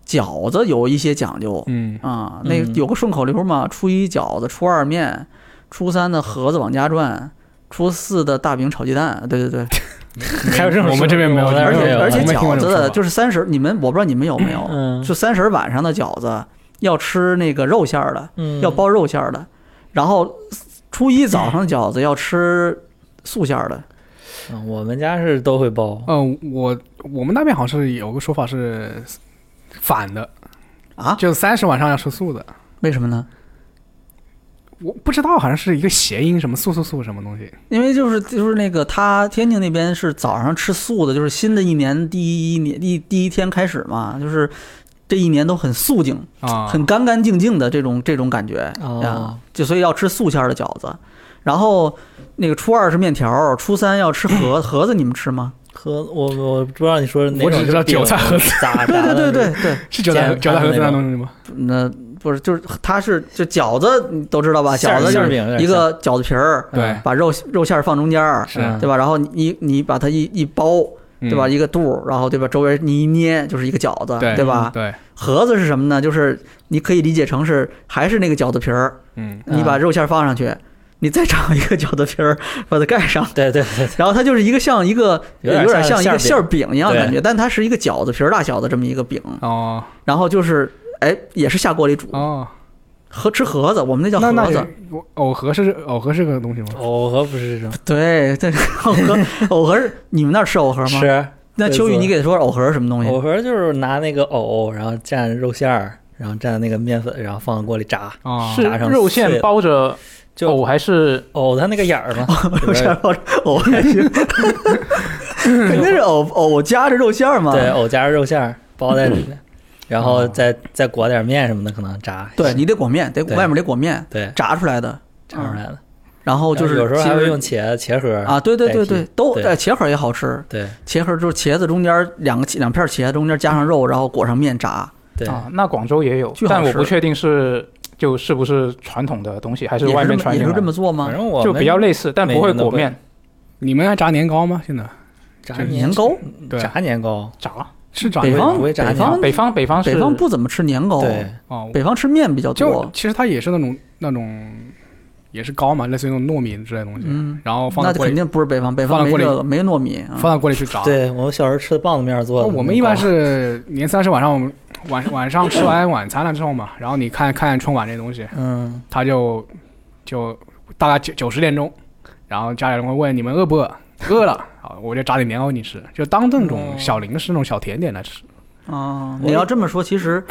Speaker 1: 饺子有一些讲究
Speaker 3: 嗯
Speaker 1: 啊。
Speaker 2: 嗯
Speaker 1: 那有个顺口溜嘛，初一饺子，初二面，初三的盒子往家转，初四的大饼炒鸡蛋。对对 对，
Speaker 2: 还有这种
Speaker 3: 我们这边没有
Speaker 2: 说法
Speaker 1: 而
Speaker 3: 没
Speaker 1: 且
Speaker 3: 有
Speaker 1: 而且
Speaker 3: 哎我没听过
Speaker 1: 饺子
Speaker 3: 这种说
Speaker 1: 的
Speaker 3: 法
Speaker 1: 就是三十，你们我不知道你们有没 有，
Speaker 2: 嗯
Speaker 1: 就三十晚上的饺子要吃那个肉馅儿的。
Speaker 2: 嗯
Speaker 1: 要包肉馅儿的，然后初一早上的饺子要吃素馅儿的，
Speaker 2: 嗯我们家是都会包，
Speaker 3: 嗯，我我们那边好像是有个说法是反的
Speaker 1: 啊
Speaker 3: 就三十晚上要吃素的，
Speaker 1: 为什么呢？
Speaker 3: 我不知道好像是一个谐音什么素素素什么东西。
Speaker 1: 因为就是就是那个他天津那边是早上吃素的，就是新的一年第一年第第一天开始嘛，就是这一年都很素净、
Speaker 3: 啊，
Speaker 1: 很干干净净的这种这种感觉
Speaker 2: 哦
Speaker 1: 啊，就所以要吃素馅儿的饺子，然后那个初二是面条，初三要吃盒盒子，你们吃吗？
Speaker 2: 和我我不知道你说哪
Speaker 3: 我
Speaker 2: 种
Speaker 3: 只
Speaker 2: 是
Speaker 3: 知道
Speaker 2: 饼
Speaker 3: 韭菜盒子
Speaker 2: 咋
Speaker 1: 对
Speaker 2: 咋
Speaker 1: 对
Speaker 2: 的
Speaker 1: 对对对，
Speaker 3: 是韭菜
Speaker 2: 煎
Speaker 3: 韭菜盒子那
Speaker 2: 那种
Speaker 3: 东西吗？
Speaker 1: 那不是就是它是就饺子你都知道吧？
Speaker 2: 馅儿
Speaker 1: 饺子就
Speaker 2: 馅儿
Speaker 1: 是
Speaker 2: 饼有点
Speaker 1: 一个饺子皮儿，
Speaker 3: 对
Speaker 2: 嗯
Speaker 1: 把肉肉馅儿放中间儿，
Speaker 3: 哎是啊
Speaker 2: 嗯
Speaker 1: 对吧？然后你你把它一一包，对吧？
Speaker 3: 嗯
Speaker 1: 一个肚儿，然后对吧？周围你一捏就是一个饺子，
Speaker 3: 对嗯
Speaker 1: 吧？
Speaker 3: 对，
Speaker 1: 盒子是什么呢？就是你可以理解成是还是那个饺子皮儿，
Speaker 3: 嗯，
Speaker 1: 你把
Speaker 2: 嗯
Speaker 1: 肉馅儿放上去，你再找一个饺子皮儿把它盖上。
Speaker 2: 对对对，
Speaker 1: 然后它就是一个像一个
Speaker 2: 有
Speaker 1: 有
Speaker 2: 点
Speaker 1: 点像
Speaker 2: 像
Speaker 1: 一个
Speaker 2: 馅
Speaker 1: 馅
Speaker 2: 儿
Speaker 1: 儿饼一样的感觉，但它是一个饺子皮儿大小的这么一个饼，
Speaker 3: 哦
Speaker 1: 然后就是哎也是下锅里煮，
Speaker 3: 哦，
Speaker 1: 盒吃盒子，我们那叫
Speaker 3: 那那
Speaker 1: 盒子，
Speaker 3: 我藕盒是藕盒是个东西吗？
Speaker 2: 藕盒不是这种
Speaker 1: 对，这藕盒藕盒是你们那儿吃藕盒吗？
Speaker 2: 吃
Speaker 1: 那
Speaker 2: 对哦
Speaker 1: 秋雨，
Speaker 2: 做
Speaker 1: 你给他说藕盒是什么东
Speaker 2: 藕
Speaker 1: 西？
Speaker 2: 盒就是拿那个藕，然后蘸肉馅儿，然后蘸那个面粉，然后放锅里炸，
Speaker 3: 啊，
Speaker 4: 是
Speaker 2: 炸上
Speaker 4: 肉
Speaker 2: 碎了
Speaker 4: 馅包着
Speaker 2: 就
Speaker 4: 藕还是
Speaker 2: 藕它那个眼儿 嘛，里
Speaker 1: 肉
Speaker 2: 边
Speaker 1: 馅
Speaker 2: 儿
Speaker 1: 儿包着藕还行，肯定是藕藕夹着肉馅儿嘛。嗯
Speaker 2: 对，藕夹着肉馅儿包在里面，然后再再裹点面什么的，可能炸。
Speaker 1: 对你得裹面，得
Speaker 2: 对
Speaker 1: 外面得裹面，
Speaker 2: 对，
Speaker 1: 炸出来的，
Speaker 2: 炸出来了。
Speaker 1: 然后哦就是
Speaker 2: 有时候
Speaker 1: 其
Speaker 2: 还
Speaker 1: 实
Speaker 2: 会用茄茄盒
Speaker 1: 啊，对对对
Speaker 2: 代
Speaker 1: 对
Speaker 2: 替，
Speaker 1: 都
Speaker 2: 对
Speaker 1: 哎茄盒也好吃，
Speaker 2: 对
Speaker 1: 茄盒就是茄子中间两个两片茄子中间加上肉，然后裹上面炸，
Speaker 2: 对，
Speaker 4: 啊，那广州也有
Speaker 1: 巨，好
Speaker 4: 但我
Speaker 1: 吃
Speaker 4: 不确定是就是不是传统的东西，还是
Speaker 1: 也
Speaker 4: 外
Speaker 1: 是这
Speaker 4: 面
Speaker 1: 么
Speaker 4: 传
Speaker 1: 也
Speaker 4: 进
Speaker 1: 是
Speaker 4: 来
Speaker 1: 这
Speaker 4: 的，
Speaker 1: 么做吗
Speaker 2: 反？正我
Speaker 4: 就
Speaker 2: 们
Speaker 4: 比较类似，但
Speaker 2: 每
Speaker 4: 不会
Speaker 2: 年都
Speaker 4: 裹
Speaker 2: 会
Speaker 4: 面
Speaker 3: 你们还炸年糕吗？现在
Speaker 2: 炸
Speaker 3: 这
Speaker 1: 啊
Speaker 3: 个
Speaker 1: 年糕，
Speaker 3: 对
Speaker 2: 炸年糕，
Speaker 4: 炸。
Speaker 3: 是炸
Speaker 1: 北
Speaker 3: 年糕
Speaker 1: 方
Speaker 2: 不会炸
Speaker 1: 北
Speaker 2: 年糕
Speaker 1: 方
Speaker 4: 北方北方是
Speaker 1: 北方不怎么吃年糕，
Speaker 2: 对，
Speaker 3: 哦，
Speaker 1: 北方吃面比较
Speaker 3: 就
Speaker 1: 多。
Speaker 3: 其实它也是那种那种也是糕嘛，类似于那种糯米之类的东西，
Speaker 1: 嗯，
Speaker 3: 然哦后放
Speaker 1: 那
Speaker 3: 到锅
Speaker 1: 肯
Speaker 3: 里，
Speaker 1: 定不是北方，北
Speaker 3: 放
Speaker 1: 方
Speaker 3: 到
Speaker 1: 没
Speaker 3: 锅里
Speaker 1: 这个没糯米啊。
Speaker 3: 放到锅里去炸。
Speaker 2: 对我们小时候吃的棒子面做
Speaker 3: 那
Speaker 4: 哦
Speaker 2: 的。
Speaker 3: 我们一般是年三十晚上，我们晚晚上吃完晚餐了之后嘛，然后你看看春晚这东西，
Speaker 2: 嗯，
Speaker 3: 他就就大概九九十点钟，然后家里人会问你们饿不饿？饿了，好，我就炸点年糕给你吃，就当这种小零食、那种小甜点来吃。
Speaker 1: 哦，
Speaker 2: 我
Speaker 1: 你要这么说，其 实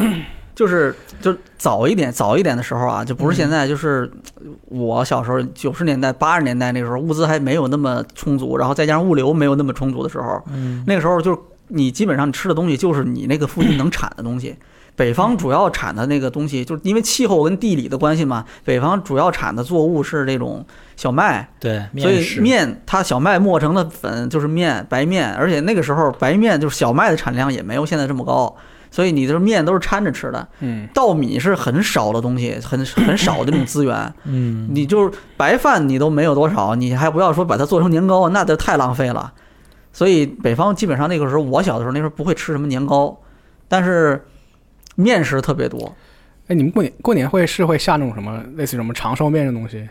Speaker 1: 就是就早一点，早一点的时候啊，就不是现
Speaker 3: 嗯
Speaker 1: 在，就是我小时候九十年代、八十年代那时候，物资还没有那么充足，然后再加上物流没有那么充足的时候，
Speaker 2: 嗯
Speaker 1: 那个时候就是你基本上吃的东西就是你那个附近能产的东
Speaker 3: 嗯
Speaker 1: 西。北方主要产的那个东西，就是因为气候跟地理的关系嘛，北方主要产的作物是那种小麦，
Speaker 2: 对，
Speaker 1: 所以
Speaker 2: 食
Speaker 1: 面它小麦磨成的粉就是面白面，而且那个时候白面就是小麦的产量也没有现在这么高，所以你的面都是掺着吃的。
Speaker 3: 嗯，
Speaker 1: 稻米是很少的东西， 很很少的这种资源，
Speaker 2: 嗯，
Speaker 1: 你就是白饭你都没有多少，你还不要说把它做成年糕，那就太浪费了。所以北方基本上那个时候我小的时候那时候不会吃什么年糕，但是面食特别多。
Speaker 3: 哎，你们过年过年会是会下那种什么类似于什么长寿面的东西？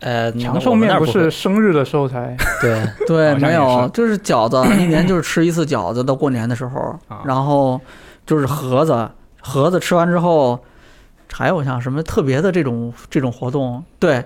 Speaker 2: 呃，
Speaker 4: 长寿面不是生日的时候 才
Speaker 2: 对，
Speaker 1: 对，
Speaker 3: 好像
Speaker 1: 没
Speaker 3: 也
Speaker 1: 有
Speaker 3: 是，
Speaker 1: 就是饺 子，一年就是吃一次饺子，到过年的时候
Speaker 3: 啊，
Speaker 1: 然后就是盒子，盒子吃完之后，还有像什么特别的这种这种活动， 对，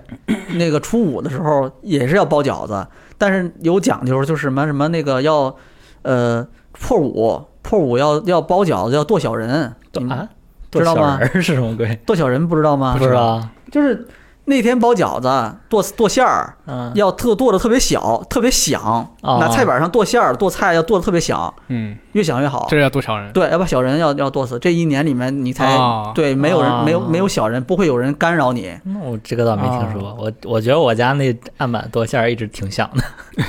Speaker 1: 那个初五的时候也是要包饺子，但是有讲究，就是什么什么那个要，呃，破五破五要要包饺子，要剁小人，你们
Speaker 2: 啊，
Speaker 1: 知道吗
Speaker 2: 剁小人儿是什么鬼？
Speaker 1: 剁小人不知道吗
Speaker 2: 不？知道，
Speaker 1: 就是那天包饺子剁剁馅儿，
Speaker 2: 嗯，
Speaker 1: 要特剁的特别小，特别响，
Speaker 2: 哦
Speaker 1: 拿菜板上剁馅儿、剁菜要剁的特别响，
Speaker 3: 嗯，
Speaker 1: 越响越好
Speaker 3: 这。要多少人？
Speaker 1: 对，要把小人要要剁死。这一年里面，你才、
Speaker 3: 哦
Speaker 1: 对没有人、
Speaker 2: 哦
Speaker 1: 没有没有小人，不会有人干扰 你。
Speaker 2: 那我这个倒没听说过。
Speaker 1: 啊
Speaker 2: 我我觉得我家那案板剁馅儿一直挺响的，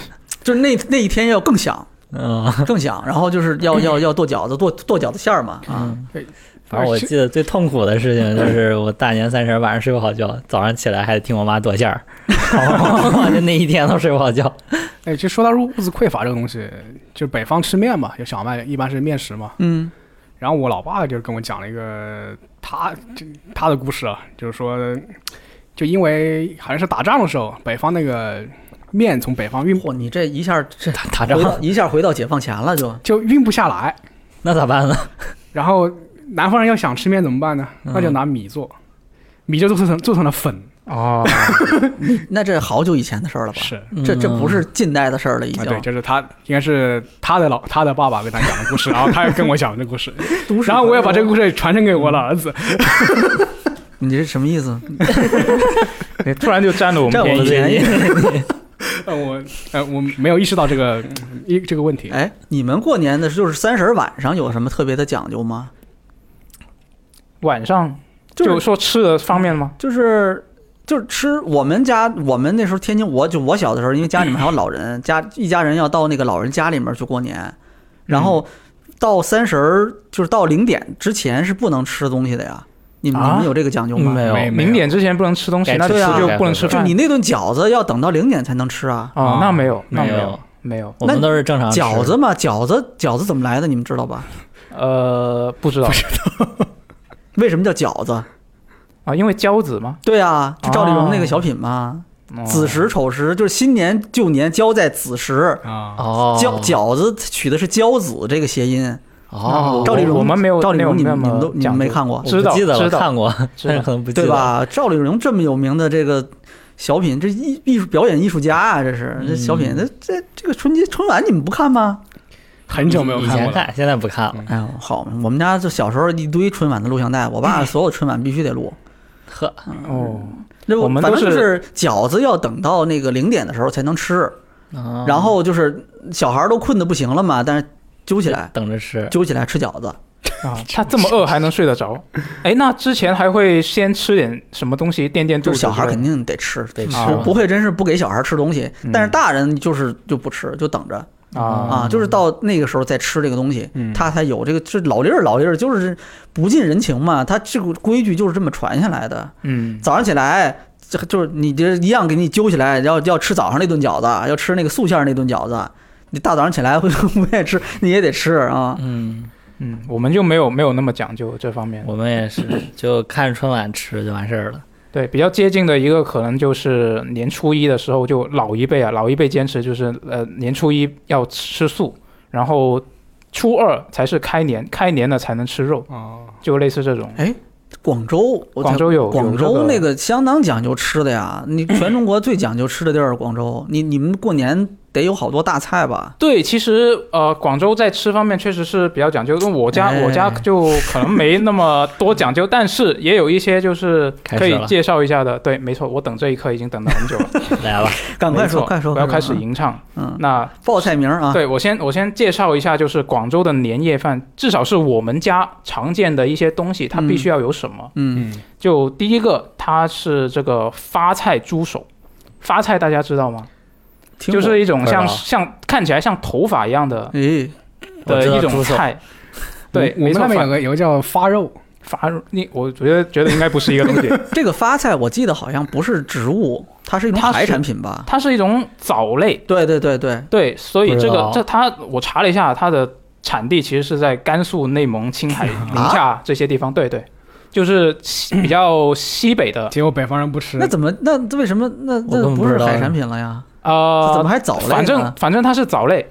Speaker 1: 就是那那一天要更响，
Speaker 2: 嗯，
Speaker 1: 更响。然后就是要要要剁饺子，剁剁饺子馅儿嘛
Speaker 3: 嗯
Speaker 1: 啊。
Speaker 2: 反正我记得最痛苦的事情就是我大年三十晚上睡不好觉，早上起来还得听我妈剁馅儿， 就那一天都睡不好觉。
Speaker 3: 哎，其实说到物质匮乏这个东西，就北方吃面嘛，有小麦，一般是面食嘛。
Speaker 1: 嗯
Speaker 3: 然后我老爸就跟我讲了一个他这他的故事啊，就是说，就因为好像是打仗的时候，北方那个面从北方运
Speaker 1: 嚯，你这一下这
Speaker 2: 打
Speaker 1: 回
Speaker 2: 仗
Speaker 1: 到一下回到解放前了就，
Speaker 3: 就运不下来，
Speaker 2: 那咋办呢？
Speaker 3: 然后南方人要想吃面怎么办呢？那就拿米做，米就做成做成了粉，
Speaker 4: 哦，
Speaker 1: 那这好久以前的事儿了吧？
Speaker 3: 是。嗯
Speaker 1: 这这不是近代的事儿了，已
Speaker 3: 啊，
Speaker 1: 经。
Speaker 3: 对，就是他，应该是他的老他的爸爸跟他讲的故事，然后他也跟我讲这故事，
Speaker 1: 都市
Speaker 3: 然后我也把这个
Speaker 1: 传
Speaker 3: 故事传承给我的儿子。
Speaker 1: 说，你这什么意思？
Speaker 3: 嗯
Speaker 4: 突然就占了我
Speaker 2: 占
Speaker 4: 们
Speaker 2: 我
Speaker 4: 哎便
Speaker 2: 们
Speaker 4: 宜。
Speaker 2: 便宜。
Speaker 3: 呃，我呃我没有意识到这个嗯一这个问题。
Speaker 1: 哎，你们过年的就是三十儿晚上有什么特别的讲究吗？
Speaker 4: 晚上
Speaker 1: 就是
Speaker 4: 就说吃的方面吗？
Speaker 1: 就是就是吃我们家我们那时候天津，我就我小的时候，因为家里面还有老人，家一家人要到那个老人家里面去过年，然后到三十儿就是到零点之前是不能吃东西的呀。你们、
Speaker 4: 啊
Speaker 1: 你们有这个讲究吗？
Speaker 2: 没有
Speaker 3: 没
Speaker 4: 零点嗯之前不能吃东西，
Speaker 2: 该
Speaker 4: 那
Speaker 2: 吃
Speaker 4: 不
Speaker 1: 饭
Speaker 4: 就
Speaker 2: 该
Speaker 4: 不能
Speaker 2: 喝
Speaker 4: 吃
Speaker 1: 啊就
Speaker 4: 饭？
Speaker 1: 你那顿饺子要等到零点才能吃啊。
Speaker 4: 哦，那没有，那
Speaker 2: 没
Speaker 4: 没
Speaker 2: 有
Speaker 4: 有，没有。
Speaker 2: 我们啊都是正常吃
Speaker 1: 饺子嘛，饺子饺子怎么来的？你们知道吧？
Speaker 4: 呃，不知道
Speaker 1: 为什么叫饺子？
Speaker 4: 啊，因为交子嘛，
Speaker 1: 对啊，就赵丽蓉那个
Speaker 4: 哦
Speaker 1: 小品嘛，
Speaker 4: 哦
Speaker 1: 子时丑时就是新年旧年交在子时。
Speaker 3: 啊，
Speaker 2: 哦，
Speaker 1: 饺饺子取的是饺子这个谐音，
Speaker 2: 哦，
Speaker 1: 赵丽蓉
Speaker 4: 我们没有
Speaker 1: 赵丽蓉
Speaker 4: 没
Speaker 1: 你
Speaker 4: 有那
Speaker 1: 们你
Speaker 4: 么
Speaker 1: 们都你们
Speaker 4: 讲究
Speaker 1: 没看过
Speaker 2: 我
Speaker 4: 知道
Speaker 2: 不记得了
Speaker 4: 知道
Speaker 2: 看过，
Speaker 4: 知
Speaker 2: 但是
Speaker 4: 道
Speaker 2: 可能不记
Speaker 1: 对
Speaker 2: 得。
Speaker 1: 吧？赵丽蓉这么有名的这个小品，这艺艺术表演艺术家啊，这是
Speaker 4: 嗯
Speaker 1: 这小品，这这这个春节春晚你们不看吗？
Speaker 3: 很久没有
Speaker 2: 以
Speaker 3: 看
Speaker 2: 前
Speaker 3: 过了。
Speaker 2: 看，现在不看了。
Speaker 1: 哎呦，好嘛，我们家就小时候一堆春晚的录像带，我 爸所有春晚必须得录。
Speaker 2: 呵，
Speaker 4: 哦，
Speaker 1: 那
Speaker 4: 我们
Speaker 1: 反
Speaker 4: 都
Speaker 1: 正就是是饺子要等到那个零点的时候才能吃，然
Speaker 4: 嗯
Speaker 2: 然
Speaker 1: 后就是小孩儿都困得不行了嘛，但是揪起来
Speaker 2: 等着吃，
Speaker 1: 揪起来吃饺子，
Speaker 4: 啊，他这么饿还能睡得 着？哎，那之前还会先吃点什么东西垫垫
Speaker 1: 就
Speaker 4: 肚子
Speaker 1: 是
Speaker 4: 之类
Speaker 1: 小
Speaker 4: 的？
Speaker 1: 孩儿肯定得吃，
Speaker 2: 得吃
Speaker 4: 啊
Speaker 1: 不不会真是不给小孩吃东西，
Speaker 4: 嗯
Speaker 1: 但是大人就是就不吃，就等着
Speaker 4: 啊
Speaker 1: 啊，就是到那个时候再吃这个东西
Speaker 3: 嗯，
Speaker 1: 他才有这个这老粒儿老粒儿，就是不近人情嘛，他这个规矩就是这么传下来的。
Speaker 4: 嗯
Speaker 1: 早上起来，这就是你这一样给你揪起来，要要吃早上那顿饺子，要吃那个素馅儿那顿饺子，你大早上起来 会不愿意吃，你也得吃啊。
Speaker 2: 嗯，
Speaker 4: 嗯，我们就没有没有那么讲究这方面。
Speaker 2: 我们也是，就看春晚吃就完事儿了。
Speaker 4: 对，比较接近的一个可能就是年初一的时候，就老一辈啊，老一辈坚持就是呃年初一要吃素，然后初二才是开年，开年了才能吃肉，
Speaker 3: 哦，
Speaker 4: 就类似这种。
Speaker 1: 广州，我在
Speaker 4: 广州有有
Speaker 1: 广
Speaker 4: 这
Speaker 1: 州
Speaker 4: 个
Speaker 1: 那个相当讲究吃的呀，你全中国最讲究吃的地儿，广州，你你们过年得有好多大菜吧？
Speaker 4: 对，其实呃，广州在吃方面确实是比较讲究，因为我家、
Speaker 1: 哎
Speaker 4: 我家就可能没那么多讲究，但是也有一些就是
Speaker 2: 开
Speaker 4: 可
Speaker 2: 始
Speaker 4: 以
Speaker 2: 了
Speaker 4: 介绍一下的。对，没错，我等这一刻已经等了很久了。
Speaker 2: 来吧，
Speaker 1: 赶快说，
Speaker 4: 没错
Speaker 1: 快说，
Speaker 4: 我要开
Speaker 1: 说
Speaker 4: 始吟唱。
Speaker 1: 嗯，
Speaker 4: 那
Speaker 1: 报菜名儿啊，
Speaker 4: 对我先我先介绍一下，就是广州的年夜饭，至少是我们家常见的一些东西，它
Speaker 1: 嗯
Speaker 4: 必须要有什么？
Speaker 1: 嗯，
Speaker 3: 嗯，
Speaker 4: 就第一个，它是这个发菜猪手。发菜大家知道吗？
Speaker 1: 听
Speaker 4: 就
Speaker 1: 过
Speaker 4: 是一种
Speaker 2: 不知道
Speaker 4: 像像看起来像头发一样的
Speaker 1: 哎，
Speaker 2: 我知道
Speaker 4: 的一种
Speaker 2: 猪手
Speaker 4: 菜。对，
Speaker 3: 我们
Speaker 4: 没错
Speaker 3: 那，边有个有个叫发肉，
Speaker 4: 发你，我觉得觉得应该不是一个东西，
Speaker 1: 这个发菜我记得好像不是植物，它是一种
Speaker 4: 它是
Speaker 1: 海产品吧？
Speaker 4: 它是一种藻类。
Speaker 1: 对对对对，
Speaker 4: 对，所以这
Speaker 2: 不知
Speaker 4: 个
Speaker 2: 道
Speaker 4: 这它我查
Speaker 2: 啊
Speaker 4: 了一下，它的产地其实是在甘肃、内蒙、青海、宁夏这些地方。对对，就是西比较西北的
Speaker 3: 结果北方人不吃
Speaker 1: 那，怎么那为什么那
Speaker 2: 我根
Speaker 1: 那
Speaker 2: 本
Speaker 1: 不
Speaker 2: 不
Speaker 1: 是
Speaker 2: 知道
Speaker 1: 海
Speaker 2: 呀
Speaker 1: 产品了呀？这怎么
Speaker 4: 呃，
Speaker 1: 还藻类呢？
Speaker 4: 反正反正它是藻类，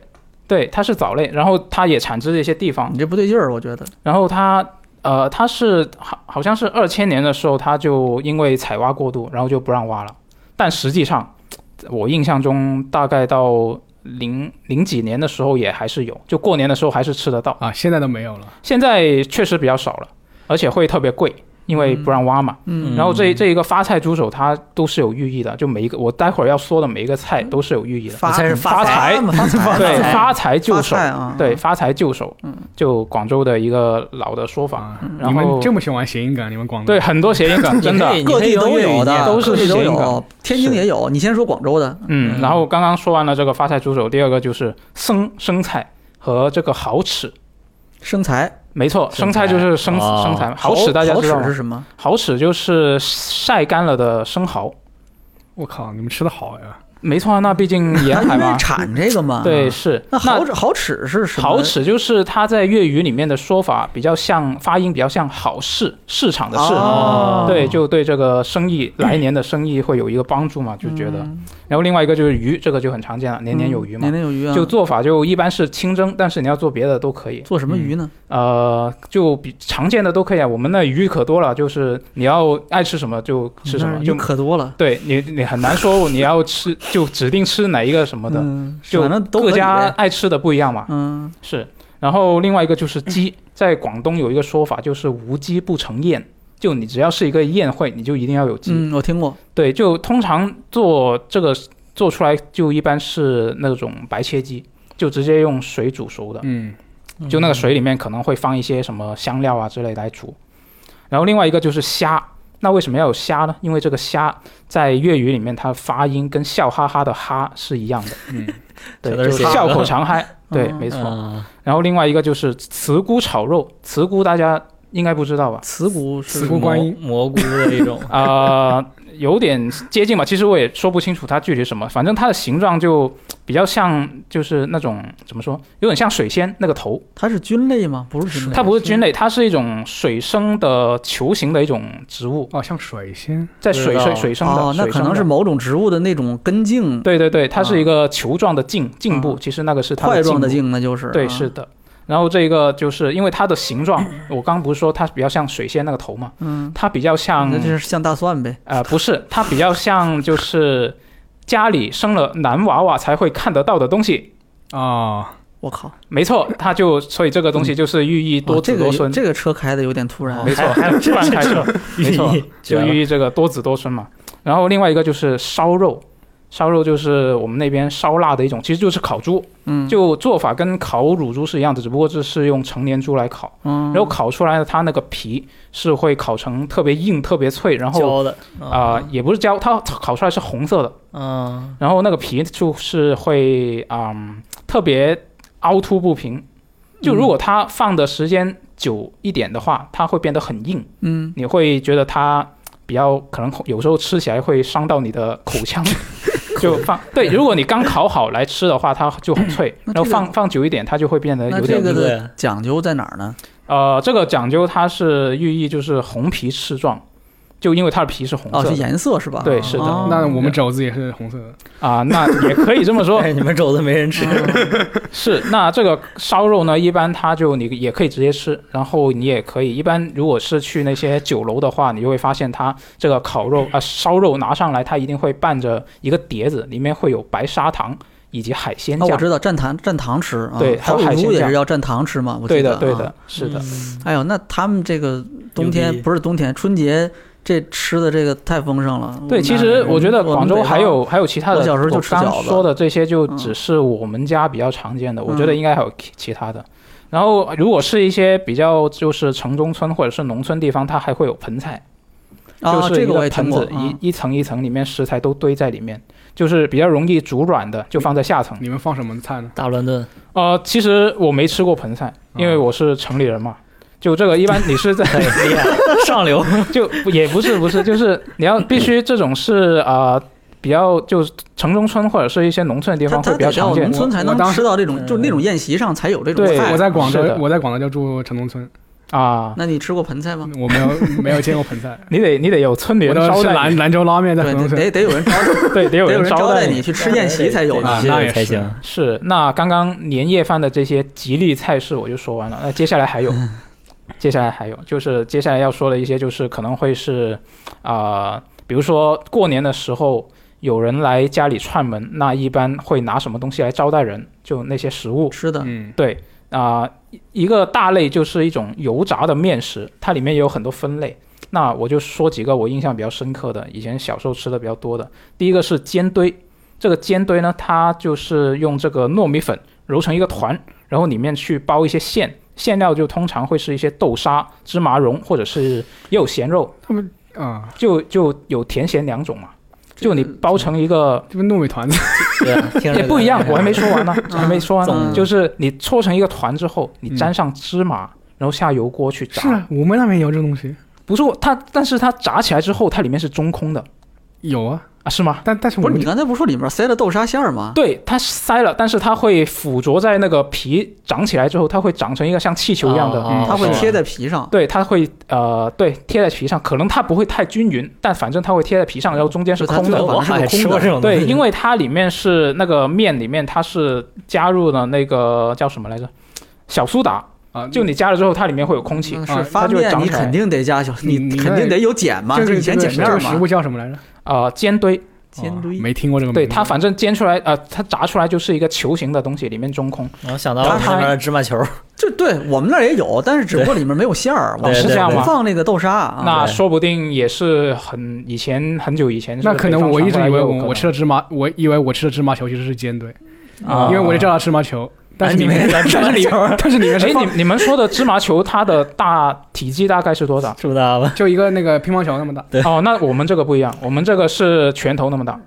Speaker 4: 对，它是藻类，然后它也产自这些地方
Speaker 1: 你，这不对劲儿，我觉得。
Speaker 4: 然后它呃，它是好好像是二千年的时候，它就因为采挖过度，然后就不让挖了。但实际上，我印象中大概到零零几年的时候也还是有，就过年的时候还是吃得到。
Speaker 3: 啊，现在都没有了。
Speaker 4: 现在确实比较少了，而且会特别贵，因为不让挖嘛。
Speaker 1: 嗯
Speaker 4: 然后这这一个发菜猪手，它都是有寓意的，就每一个我待会儿要说的每一个菜都是有寓意的。
Speaker 1: 发
Speaker 2: 我猜是
Speaker 1: 发
Speaker 2: 发
Speaker 4: 财
Speaker 1: 嘛嗯发财
Speaker 4: 对，
Speaker 1: 财
Speaker 4: 发财嗯救
Speaker 1: 发
Speaker 4: 手，
Speaker 1: 菜啊，
Speaker 4: 对，发财救手，就广州的一个老的说
Speaker 1: 嗯
Speaker 4: 法。
Speaker 3: 啊，
Speaker 4: 嗯然
Speaker 3: 你
Speaker 4: 后
Speaker 3: 们这么喜欢谐音梗，你们广东
Speaker 4: 对，很多谐音 梗，真的
Speaker 2: 嗯你可以。
Speaker 1: 各地都
Speaker 2: 用粤语
Speaker 1: 有的，
Speaker 2: 念
Speaker 4: 都是
Speaker 1: 各地都
Speaker 4: 谐音
Speaker 1: 有
Speaker 4: 梗，
Speaker 1: 天津
Speaker 4: 是
Speaker 1: 也有。你先说广州的，
Speaker 4: 嗯，然后刚刚说完了这个发财猪手，第二个就是生生菜和这个蚝豉。
Speaker 1: 生财
Speaker 4: 没错，生
Speaker 2: 生
Speaker 4: 菜
Speaker 2: 菜
Speaker 4: 就是生
Speaker 2: 哦
Speaker 4: 生菜，蚝豉大家
Speaker 1: 好
Speaker 4: 知道
Speaker 1: 使是
Speaker 4: 吗？
Speaker 1: 什么？
Speaker 4: 蚝豉就是晒干了的生蚝。
Speaker 3: 我靠，你们吃的好呀！
Speaker 4: 没错啊，那毕竟沿
Speaker 1: 它因
Speaker 4: 海嘛
Speaker 1: 为。产这个嘛。
Speaker 4: 对，，是。
Speaker 1: 那
Speaker 4: 那
Speaker 1: 好好齿是什么？
Speaker 4: 好齿就是它在粤语里面的说法，比较像发音比较像好市市场的市。
Speaker 1: 哦
Speaker 4: 对，就对这个生意来年的生意会有一个帮助
Speaker 1: 嗯
Speaker 4: 嘛，就觉得。然后另外一个就是鱼，这个就很常见了，年年有余嘛
Speaker 1: 年。年有余啊。
Speaker 4: 就做法就一般是清蒸，但是你要做别的都可以。
Speaker 1: 做什么鱼呢？
Speaker 4: 呃，就比常见的都可以啊。我们那鱼可多了，就是你要爱吃什么就吃什么，
Speaker 1: 嗯鱼
Speaker 4: 就
Speaker 1: 可多了。
Speaker 4: 对你你很难说你要吃就指定吃哪一个什么的，
Speaker 1: 嗯，
Speaker 4: 就
Speaker 1: 反正都可
Speaker 4: 各
Speaker 1: 以
Speaker 4: 家
Speaker 1: 呗
Speaker 4: 爱吃的不一样嘛。
Speaker 1: 嗯，
Speaker 4: 是，然后另外一个就是鸡，在广东有一个说法就是无鸡不成宴，就你只要是一个宴会，你就一定要有鸡。
Speaker 1: 嗯，我听过。
Speaker 4: 对，就通常做这个做出来就一般是那种白切鸡，就直接用水煮熟的，
Speaker 3: 嗯，
Speaker 4: 就那个水里面可能会放一些什么香料啊之类来煮。然后另外一个就是虾，那为什么要有虾呢？因为这个虾在粤语里面它发音跟笑哈哈的哈是一样的，
Speaker 3: 嗯，
Speaker 4: 对，
Speaker 2: 这都
Speaker 4: 就是是
Speaker 2: 谐音
Speaker 4: 笑
Speaker 2: 梗
Speaker 4: 口常开，对，
Speaker 1: 嗯
Speaker 4: 没错。
Speaker 2: 嗯
Speaker 4: 然后另外一个就是茨菇炒肉，茨菇大家应该不知道吧？，
Speaker 1: 慈骨是
Speaker 3: 慈骨观音
Speaker 2: 蘑蘑菇的一种
Speaker 4: 啊、有点接近吧，其实我也说不清楚它具体什么，反正它的形状就比较像，就是那种怎么说，有点像水仙那个头，
Speaker 1: 它是菌类吗？不是菌类，
Speaker 4: 它不是菌类，它是一种水生的球形的一种植物，
Speaker 3: 哦，像水仙，
Speaker 4: 在
Speaker 2: 不
Speaker 4: 水
Speaker 2: 知
Speaker 4: 水
Speaker 2: 道
Speaker 4: 水生的，
Speaker 1: 哦，那
Speaker 4: 水
Speaker 1: 可
Speaker 4: 生
Speaker 1: 能
Speaker 4: 的
Speaker 1: 是某种植物的那种根茎，
Speaker 4: 对对对，它是一个球状的茎茎部，
Speaker 1: 嗯
Speaker 4: 其实那个是它
Speaker 1: 块状的
Speaker 4: 部，
Speaker 1: 茎，那就是
Speaker 4: 对，
Speaker 1: 啊
Speaker 4: 是的。然后这个就是因为它的形状，我刚不是说它比较像水仙那个头嘛，
Speaker 1: 嗯，
Speaker 4: 它比较像
Speaker 1: 那就是像大蒜呗。
Speaker 4: 呃，不是，它比较像就是家里生了男娃娃才会看得到的东西。
Speaker 3: 哦，
Speaker 1: 我靠，
Speaker 4: 没错，它就所以这个东西就是寓意多
Speaker 1: 哦这
Speaker 4: 子
Speaker 1: 个
Speaker 4: 多哦孙，
Speaker 1: 这个哦车开的有点突然
Speaker 4: 没，错，突然开车，没错，就寓意这个多子多孙嘛。然后另外一个就是烧肉，烧肉就是我们那边烧腊的一种，其实就是烤猪，
Speaker 1: 嗯，
Speaker 4: 就做法跟烤乳猪是一样的，只不过这是用成年猪来烤，
Speaker 1: 嗯，
Speaker 4: 然后烤出来的它那个皮是会烤成特别硬、特别脆，然后
Speaker 2: 浇的
Speaker 4: 啊、也不是焦，它烤出来是红色的。
Speaker 2: 嗯，
Speaker 4: 然后那个皮就是会嗯特别凹凸不平，就如果它放的时间久一点的话，它会变得很硬，
Speaker 1: 嗯，
Speaker 4: 你会觉得它比较可能有时候吃起来会伤到你的口 腔。就放对，如果你刚烤好来吃的话，它就很脆，
Speaker 1: 那
Speaker 4: 然
Speaker 1: 这
Speaker 4: 后
Speaker 1: 个
Speaker 4: 放放久一点，它就会变得
Speaker 1: 那
Speaker 4: 有
Speaker 1: 这
Speaker 4: 点
Speaker 1: 个
Speaker 4: 硬。
Speaker 1: 的讲究在哪儿呢？
Speaker 4: 呃，这个讲究它是寓意就是红皮赤壮，就因为它的皮是红
Speaker 1: 哦，
Speaker 4: 色
Speaker 1: 是
Speaker 4: 的
Speaker 1: 颜色是吧？
Speaker 4: 对是的
Speaker 1: 哦
Speaker 3: 那我们肘子也是红色的，
Speaker 4: 啊、那也可以这么 说
Speaker 2: 但。是哎你们肘子没 人吃，
Speaker 4: 是，那这个烧肉呢，一般它就你也可以直接吃，然后你也可以，一般如果是去那些酒楼的话，你就会发现它这个烤肉啊、烧肉拿上来，它一定会伴着一个碟子，里面会有白砂糖以及海鲜
Speaker 1: 啊，我
Speaker 4: 酱。
Speaker 1: 知道蘸糖蘸糖吃啊，
Speaker 4: 对还有
Speaker 1: 还
Speaker 4: 海
Speaker 1: 有
Speaker 4: 鲜
Speaker 1: 猪也
Speaker 4: 酱
Speaker 1: 是要蘸糖吃嘛，我
Speaker 4: 对
Speaker 1: 记得
Speaker 4: 的，
Speaker 1: 啊
Speaker 4: 对的，，是的。
Speaker 1: 哎呦，那他们这个冬
Speaker 2: 牛
Speaker 1: 天
Speaker 2: 逼
Speaker 1: 不是冬天，春节这吃的这个太丰盛了。
Speaker 4: 对，其实
Speaker 1: 嗯
Speaker 4: 我觉得广州还有还有其他的，
Speaker 1: 我小时候就吃嗯
Speaker 4: 我
Speaker 1: 饺
Speaker 4: 刚
Speaker 1: 子
Speaker 4: 说的这些就只是我们家比较常见的，我觉得应该
Speaker 1: 嗯
Speaker 4: 还有其其他的。然后如果是一些比较就是城中村或者是农村地方，它还会有盆菜。
Speaker 1: 啊，
Speaker 4: 就是
Speaker 1: 这
Speaker 4: 一
Speaker 1: 个我也听
Speaker 4: 盆
Speaker 1: 过
Speaker 4: 子，一一层一层里面食材都堆在里面，就是比较容易煮软的，就放在下层。
Speaker 3: 你们放什么菜呢？
Speaker 2: 大乱炖，
Speaker 4: 呃，其实我没吃过盆菜，因为我是城里人嘛。就这个一般你是在
Speaker 2: 哎呀，上流，
Speaker 4: 就也不是不是，就是你要必须这种是呃比较就是城中村或者是一些农村的地
Speaker 1: 他
Speaker 4: 方
Speaker 1: 他
Speaker 4: 会比
Speaker 1: 得
Speaker 4: 较
Speaker 1: 到
Speaker 4: 常
Speaker 1: 农
Speaker 4: 见。
Speaker 1: 村才
Speaker 3: 我
Speaker 1: 能
Speaker 3: 当时
Speaker 1: 吃到这种，
Speaker 2: 嗯
Speaker 1: 就是那种宴席上才有这种
Speaker 4: 对
Speaker 1: 菜。
Speaker 3: 我在广州
Speaker 4: 是的，
Speaker 3: 我在广州就住城中村，
Speaker 4: 啊，
Speaker 1: 那你吃过盆菜吗？
Speaker 3: 我没有没有见过盆菜，
Speaker 4: 你得你得有村里
Speaker 3: 我
Speaker 4: 人
Speaker 3: 都
Speaker 4: 招
Speaker 3: 是吃
Speaker 4: 待
Speaker 3: 兰
Speaker 4: 你，
Speaker 3: 兰州拉面在
Speaker 1: 对
Speaker 3: 河东，
Speaker 1: 得得 有人招待，
Speaker 4: 对，得有
Speaker 1: 得有
Speaker 4: 人
Speaker 1: 人招待
Speaker 4: 待
Speaker 1: 你去吃宴席才 有呢
Speaker 3: 啊。那也是
Speaker 2: 才行。
Speaker 4: 是，那刚刚年夜饭的这些吉利菜式我就说完了，那接下来还有，接下来还有，就是接下来要说的一些，就是可能会是，啊、比如说过年的时候有人来家里串门，那一般会拿什么东西来招待人？就那些食物，
Speaker 1: 吃的，
Speaker 3: 嗯，
Speaker 4: 对啊、一一个大类就是一种油炸的面食，它里面也有很多分类。那我就说几个我印象比较深刻的，以前小时候吃的比较多的。第一个是煎堆，这个煎堆呢，它就是用这个糯米粉揉成一个团，然后里面去包一些馅，馅料就通常会是一些豆沙、芝麻蓉，或者是也有咸肉，
Speaker 3: 他们啊，
Speaker 4: 就就有甜咸两种嘛。就你
Speaker 1: 这个
Speaker 4: 包成一个
Speaker 3: 这不糯米团子，
Speaker 2: 对啊，听着
Speaker 4: 也不一 样
Speaker 2: 就，是
Speaker 4: 我还没说完呢，
Speaker 1: 嗯
Speaker 4: 还没说完呢。
Speaker 1: 嗯
Speaker 4: 就是你搓成一个团之后，你
Speaker 3: 嗯
Speaker 4: 沾上芝麻，然后下油锅去
Speaker 3: 是
Speaker 4: 炸。
Speaker 3: 啊，我们那边有这个东西，
Speaker 4: 不是我它，但是它炸起来之后，它里面是中空的
Speaker 3: 有啊，
Speaker 4: 啊，是吗？
Speaker 3: 但但是我
Speaker 1: 不是
Speaker 3: 们
Speaker 1: 你刚才不是说里面塞了豆沙馅儿吗？
Speaker 4: 对，它塞了，但是它会附着在那个皮长起来之后，它会长成一个像气球一样的
Speaker 2: 哦哦
Speaker 4: 嗯
Speaker 1: 它会
Speaker 4: 是
Speaker 1: 贴在皮上。
Speaker 4: 对，它会呃，对，贴在皮上，可能它不会太均匀，但反正它会贴在皮上，然后中间是
Speaker 1: 就它
Speaker 4: 空的
Speaker 1: 最。后
Speaker 2: 我
Speaker 1: 把它
Speaker 2: 好像
Speaker 1: 是
Speaker 2: 吃
Speaker 1: 个
Speaker 2: 过
Speaker 1: 空
Speaker 2: 这种东西
Speaker 4: 对，因为它里面是那个面里面，它是加入了那个叫什么来着？小苏打，
Speaker 3: 啊，
Speaker 4: 就你加了之后，它里面会有空气
Speaker 1: 嗯
Speaker 4: 啊、
Speaker 1: 是
Speaker 4: 它
Speaker 1: 发
Speaker 4: 就会
Speaker 1: 面，
Speaker 4: 长
Speaker 1: 你
Speaker 4: 起来
Speaker 1: 肯定得加小，
Speaker 3: 你
Speaker 1: 你
Speaker 3: 你
Speaker 1: 肯定得有碱嘛，
Speaker 3: 这个
Speaker 1: 就以前碱面
Speaker 3: 这
Speaker 1: 儿
Speaker 3: 个食
Speaker 1: 嘛。
Speaker 3: 物叫什么来着？
Speaker 4: 呃煎堆，
Speaker 1: 煎
Speaker 3: 哦
Speaker 1: 堆，
Speaker 3: 没听过这个名字，
Speaker 4: 对它反正煎出来呃，它炸出来就是一个球形的东西，里面中空，
Speaker 2: 哦我想到了我们那边的芝麻球，
Speaker 1: 这对我们那儿也有，但是只不过里面没有馅儿，我
Speaker 2: 对
Speaker 1: 们
Speaker 4: 哦是这样
Speaker 1: 不
Speaker 4: 吗？
Speaker 1: 放那个豆沙啊。
Speaker 4: 那
Speaker 2: 对
Speaker 4: 说不定也是很以前很久以前是
Speaker 3: 那
Speaker 4: 北
Speaker 3: 可能
Speaker 4: 方
Speaker 3: 我
Speaker 4: 传
Speaker 3: 一直
Speaker 4: 过来
Speaker 3: 以
Speaker 4: 也
Speaker 3: 为
Speaker 4: 有可
Speaker 3: 我
Speaker 4: 能
Speaker 3: 我吃的芝麻，我以为我吃的芝麻球其实是煎堆，
Speaker 2: 啊
Speaker 3: 因为我就叫它芝麻球，但是
Speaker 2: 你
Speaker 3: 里
Speaker 2: 们
Speaker 3: 面
Speaker 2: 叫芝
Speaker 3: 但是
Speaker 2: 麻
Speaker 3: 里
Speaker 2: 球，？
Speaker 3: 但是里面是
Speaker 4: 哎，
Speaker 3: 放
Speaker 4: 你你们说的芝麻球，它的大体积大概是多 少
Speaker 2: 知道吧？
Speaker 3: 就一个那个乒乓球那么大，
Speaker 4: 哦，那我们这个不一样，我们这个是拳头那么大。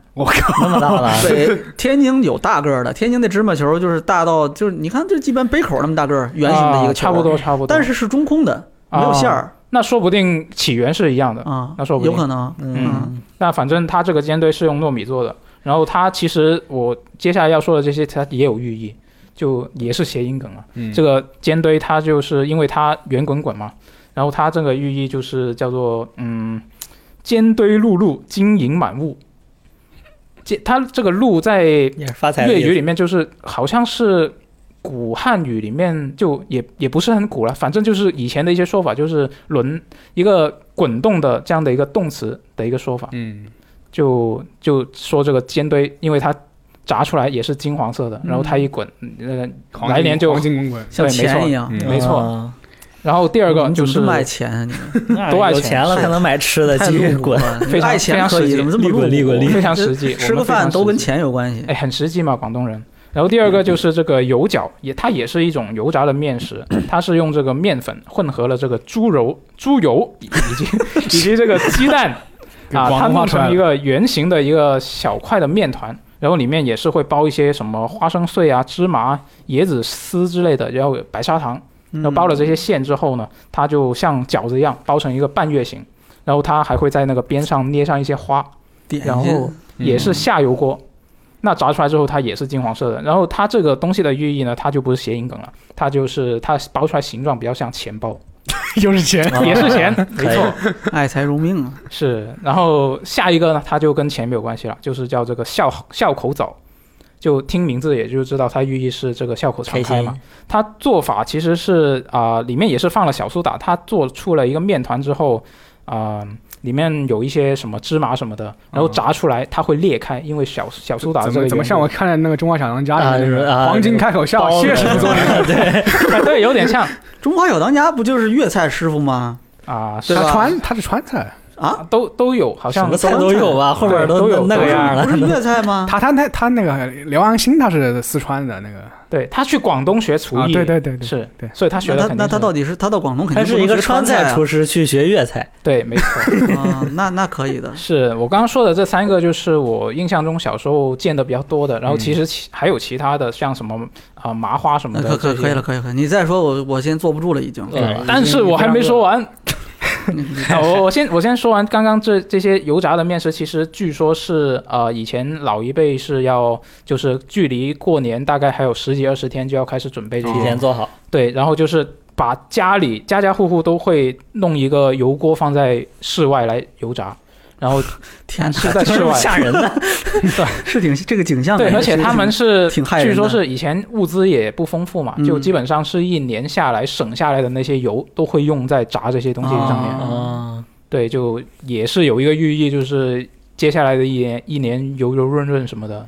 Speaker 2: 那么大
Speaker 4: 啊
Speaker 2: 了，
Speaker 1: 对，天津有大个儿的，天津那芝麻球就是大到就是你看，这基本杯口那么大个儿，圆形的一个
Speaker 4: 啊
Speaker 1: 球，
Speaker 4: 差不多差不多。
Speaker 1: 但是是中空的，没有馅儿
Speaker 4: 那说不定起源是一样的。
Speaker 1: 啊，
Speaker 4: 啊那说不定
Speaker 1: 有可能。
Speaker 2: 嗯，
Speaker 4: 那反正它这个煎堆是用糯米做的，然后它其实我接下来要说的这些，它也有寓意，就也是谐音梗啊。
Speaker 3: 嗯
Speaker 4: 这个煎堆它就是因为它圆滚滚嘛，然后它这个寓意就是叫做嗯，煎堆碌碌，金银满屋。煎它这个碌在
Speaker 2: 也是发财的
Speaker 4: 粤
Speaker 2: 意思
Speaker 4: 语里面就是好像是古汉语里面就也也不是很古了，反正就是以前的一些说法，就是轮一个滚动的这样的一个动词的一个说法。
Speaker 3: 嗯，
Speaker 4: 就就说这个煎堆，因为它炸出来也是金黄色的，然后它一滚，嗯呃，
Speaker 3: 黄
Speaker 4: 来
Speaker 3: 金
Speaker 4: 年就
Speaker 3: 黄。金滚滚，
Speaker 1: 像
Speaker 4: 对没错
Speaker 1: 钱一样。嗯
Speaker 3: 嗯
Speaker 4: 没错
Speaker 2: 啊
Speaker 4: 然后第
Speaker 1: 第
Speaker 4: 二个就是
Speaker 1: 卖钱啊，你们
Speaker 4: 多爱
Speaker 2: 有
Speaker 4: 钱
Speaker 2: 钱了
Speaker 1: 是
Speaker 2: 才能买吃的，
Speaker 1: 太
Speaker 2: 继续
Speaker 1: 露骨
Speaker 2: 滚。
Speaker 1: 了，
Speaker 4: 非常
Speaker 1: 爱钱可以，怎么这么露骨？
Speaker 2: 非常实际利滚利滚
Speaker 4: 非常实际，
Speaker 1: 吃
Speaker 4: 我
Speaker 1: 个
Speaker 4: 们非常
Speaker 1: 饭都跟
Speaker 4: 实际，
Speaker 1: 钱有关系。
Speaker 4: 哎，很实际嘛，广东人。然后第二个就是这个油饺，也它也是一种油炸的面食，它是用这个面粉混合了这个猪油、猪油以及 以及这个鸡蛋啊，它
Speaker 3: 广东话
Speaker 4: 弄
Speaker 3: 出来
Speaker 4: 成一
Speaker 3: 了，
Speaker 4: 个圆形的一个小块的面团，然后里面也是会包一些什么花生碎啊、芝麻、椰子丝之类的，然后有白砂糖。
Speaker 1: 嗯
Speaker 4: 然后包了这些馅之后呢，它就像饺子一样包成一个半月形，然后它还会在那个边上捏上一些花，
Speaker 1: 点
Speaker 4: 然后
Speaker 1: 心，
Speaker 4: 也是嗯下油锅。那炸出来之后，它也是金黄色的。然后它这个东西的寓意呢，它就不是谐音梗了，它就是它包出来形状比较像钱包，
Speaker 3: 嗯又是钱，
Speaker 2: 啊
Speaker 4: 也是钱，没
Speaker 2: 可以
Speaker 4: 错。
Speaker 1: 爱财如命啊！
Speaker 4: 是，然后下一个呢，它就跟前面有关系了，就是叫这个笑笑口枣，就听名字也就知道它寓意是这个笑口常
Speaker 2: 开
Speaker 4: 开
Speaker 2: 心
Speaker 4: 嘛。它做法其实是啊、里面也是放了小苏打，它做出了一个面团之后，啊、里面有一些什么芝麻什么的，然后
Speaker 3: 嗯
Speaker 4: 炸出来它会裂开，因为小小苏打
Speaker 3: 怎
Speaker 4: 这个
Speaker 3: 么怎么
Speaker 4: 原
Speaker 3: 像
Speaker 4: 理
Speaker 3: 我看的那个《中华小当家》里面那
Speaker 2: 啊
Speaker 3: 个
Speaker 2: 啊
Speaker 3: 黄金开口笑，
Speaker 2: 包
Speaker 3: 谢
Speaker 2: 的
Speaker 3: 师 傅做的，
Speaker 4: 哎对，有点像
Speaker 1: 中华小当家不就是粤菜师傅吗？
Speaker 4: 啊，是
Speaker 1: 对吧
Speaker 3: 他川他是川菜，
Speaker 1: 啊，
Speaker 4: 都都有，好
Speaker 2: 什
Speaker 4: 像
Speaker 2: 么菜都有吧，后边
Speaker 4: 都有
Speaker 2: 那
Speaker 4: 对
Speaker 2: 个样
Speaker 1: 不
Speaker 2: 了。
Speaker 1: 是粤菜吗？
Speaker 3: 他他他他那个刘安欣他是四川的那个
Speaker 4: 对他去广东学厨
Speaker 3: 啊，
Speaker 4: 艺，
Speaker 3: 对对对对，
Speaker 4: 是
Speaker 3: 对
Speaker 4: 所以他学
Speaker 1: 那
Speaker 4: 的
Speaker 1: 他
Speaker 4: 肯定
Speaker 1: 那他
Speaker 4: 是
Speaker 1: 到底是他到广东肯
Speaker 2: 他
Speaker 1: 定
Speaker 2: 是一
Speaker 1: 不
Speaker 2: 个
Speaker 1: 能学
Speaker 2: 川
Speaker 1: 川
Speaker 2: 菜
Speaker 1: 啊
Speaker 2: 厨师去学粤菜，
Speaker 4: 对没错。。
Speaker 1: 啊，那那可以的
Speaker 4: 是我刚刚说的这三个，就是我印象中小时候见的比较多的。然后其实其还有其他的，像什么啊、呃麻花什么
Speaker 1: 那
Speaker 4: 的
Speaker 1: 可可
Speaker 4: 这些
Speaker 1: 可以了，。可以了。你再说我我先坐不住了，已经。
Speaker 2: 对
Speaker 4: 呃但是我还没说完， 啊我我先我先说完刚刚这这些油炸的面食，其实据说是呃以前老一辈是要就是距离过年大概还有十几二十天就要开始准备这
Speaker 2: 提
Speaker 1: 哦
Speaker 4: 些，
Speaker 2: 前做好。
Speaker 4: 对，然后就是把家里家家户户都会弄一个油锅放在室外来油炸，然后
Speaker 1: 天
Speaker 4: 是
Speaker 1: 哪，
Speaker 4: 在室外
Speaker 2: 吓人的，
Speaker 1: 是挺这个景象感
Speaker 4: 对，
Speaker 1: 觉
Speaker 4: 而
Speaker 1: 是
Speaker 4: 且
Speaker 1: 挺。
Speaker 4: 他们是
Speaker 1: 挺害人
Speaker 4: 据
Speaker 1: 的
Speaker 4: 说是以前物资也不丰富嘛，
Speaker 1: 嗯
Speaker 4: 就基本上是一年下来省下来的那些油都会用在炸这些东西上面。
Speaker 1: 啊
Speaker 2: 啊，
Speaker 4: 对，就也是有一个寓意，就是接下来的一年一年油油润润什么的，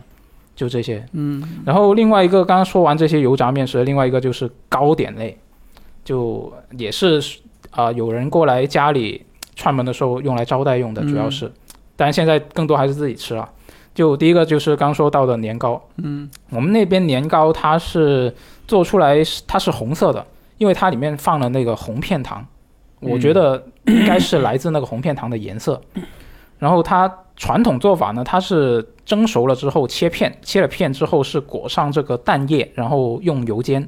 Speaker 4: 就这些。
Speaker 1: 嗯，
Speaker 4: 然后另外一个，刚刚说完这些油炸面食，另外一个就是糕点类，就也是啊、呃有人过来家里串门的时候用来招待用的，
Speaker 1: 嗯
Speaker 4: 主要是，当然现在更多还是自己吃了。就第一个就是刚说到的年糕，
Speaker 1: 嗯，
Speaker 4: 我们那边年糕它是做出来是它是红色的，因为它里面放了那个红片糖，我觉得应该是来自那个红片糖的颜色。然后它传统做法呢，它是蒸熟了之后切片，切了片之后是裹上这个蛋液，然后用油煎。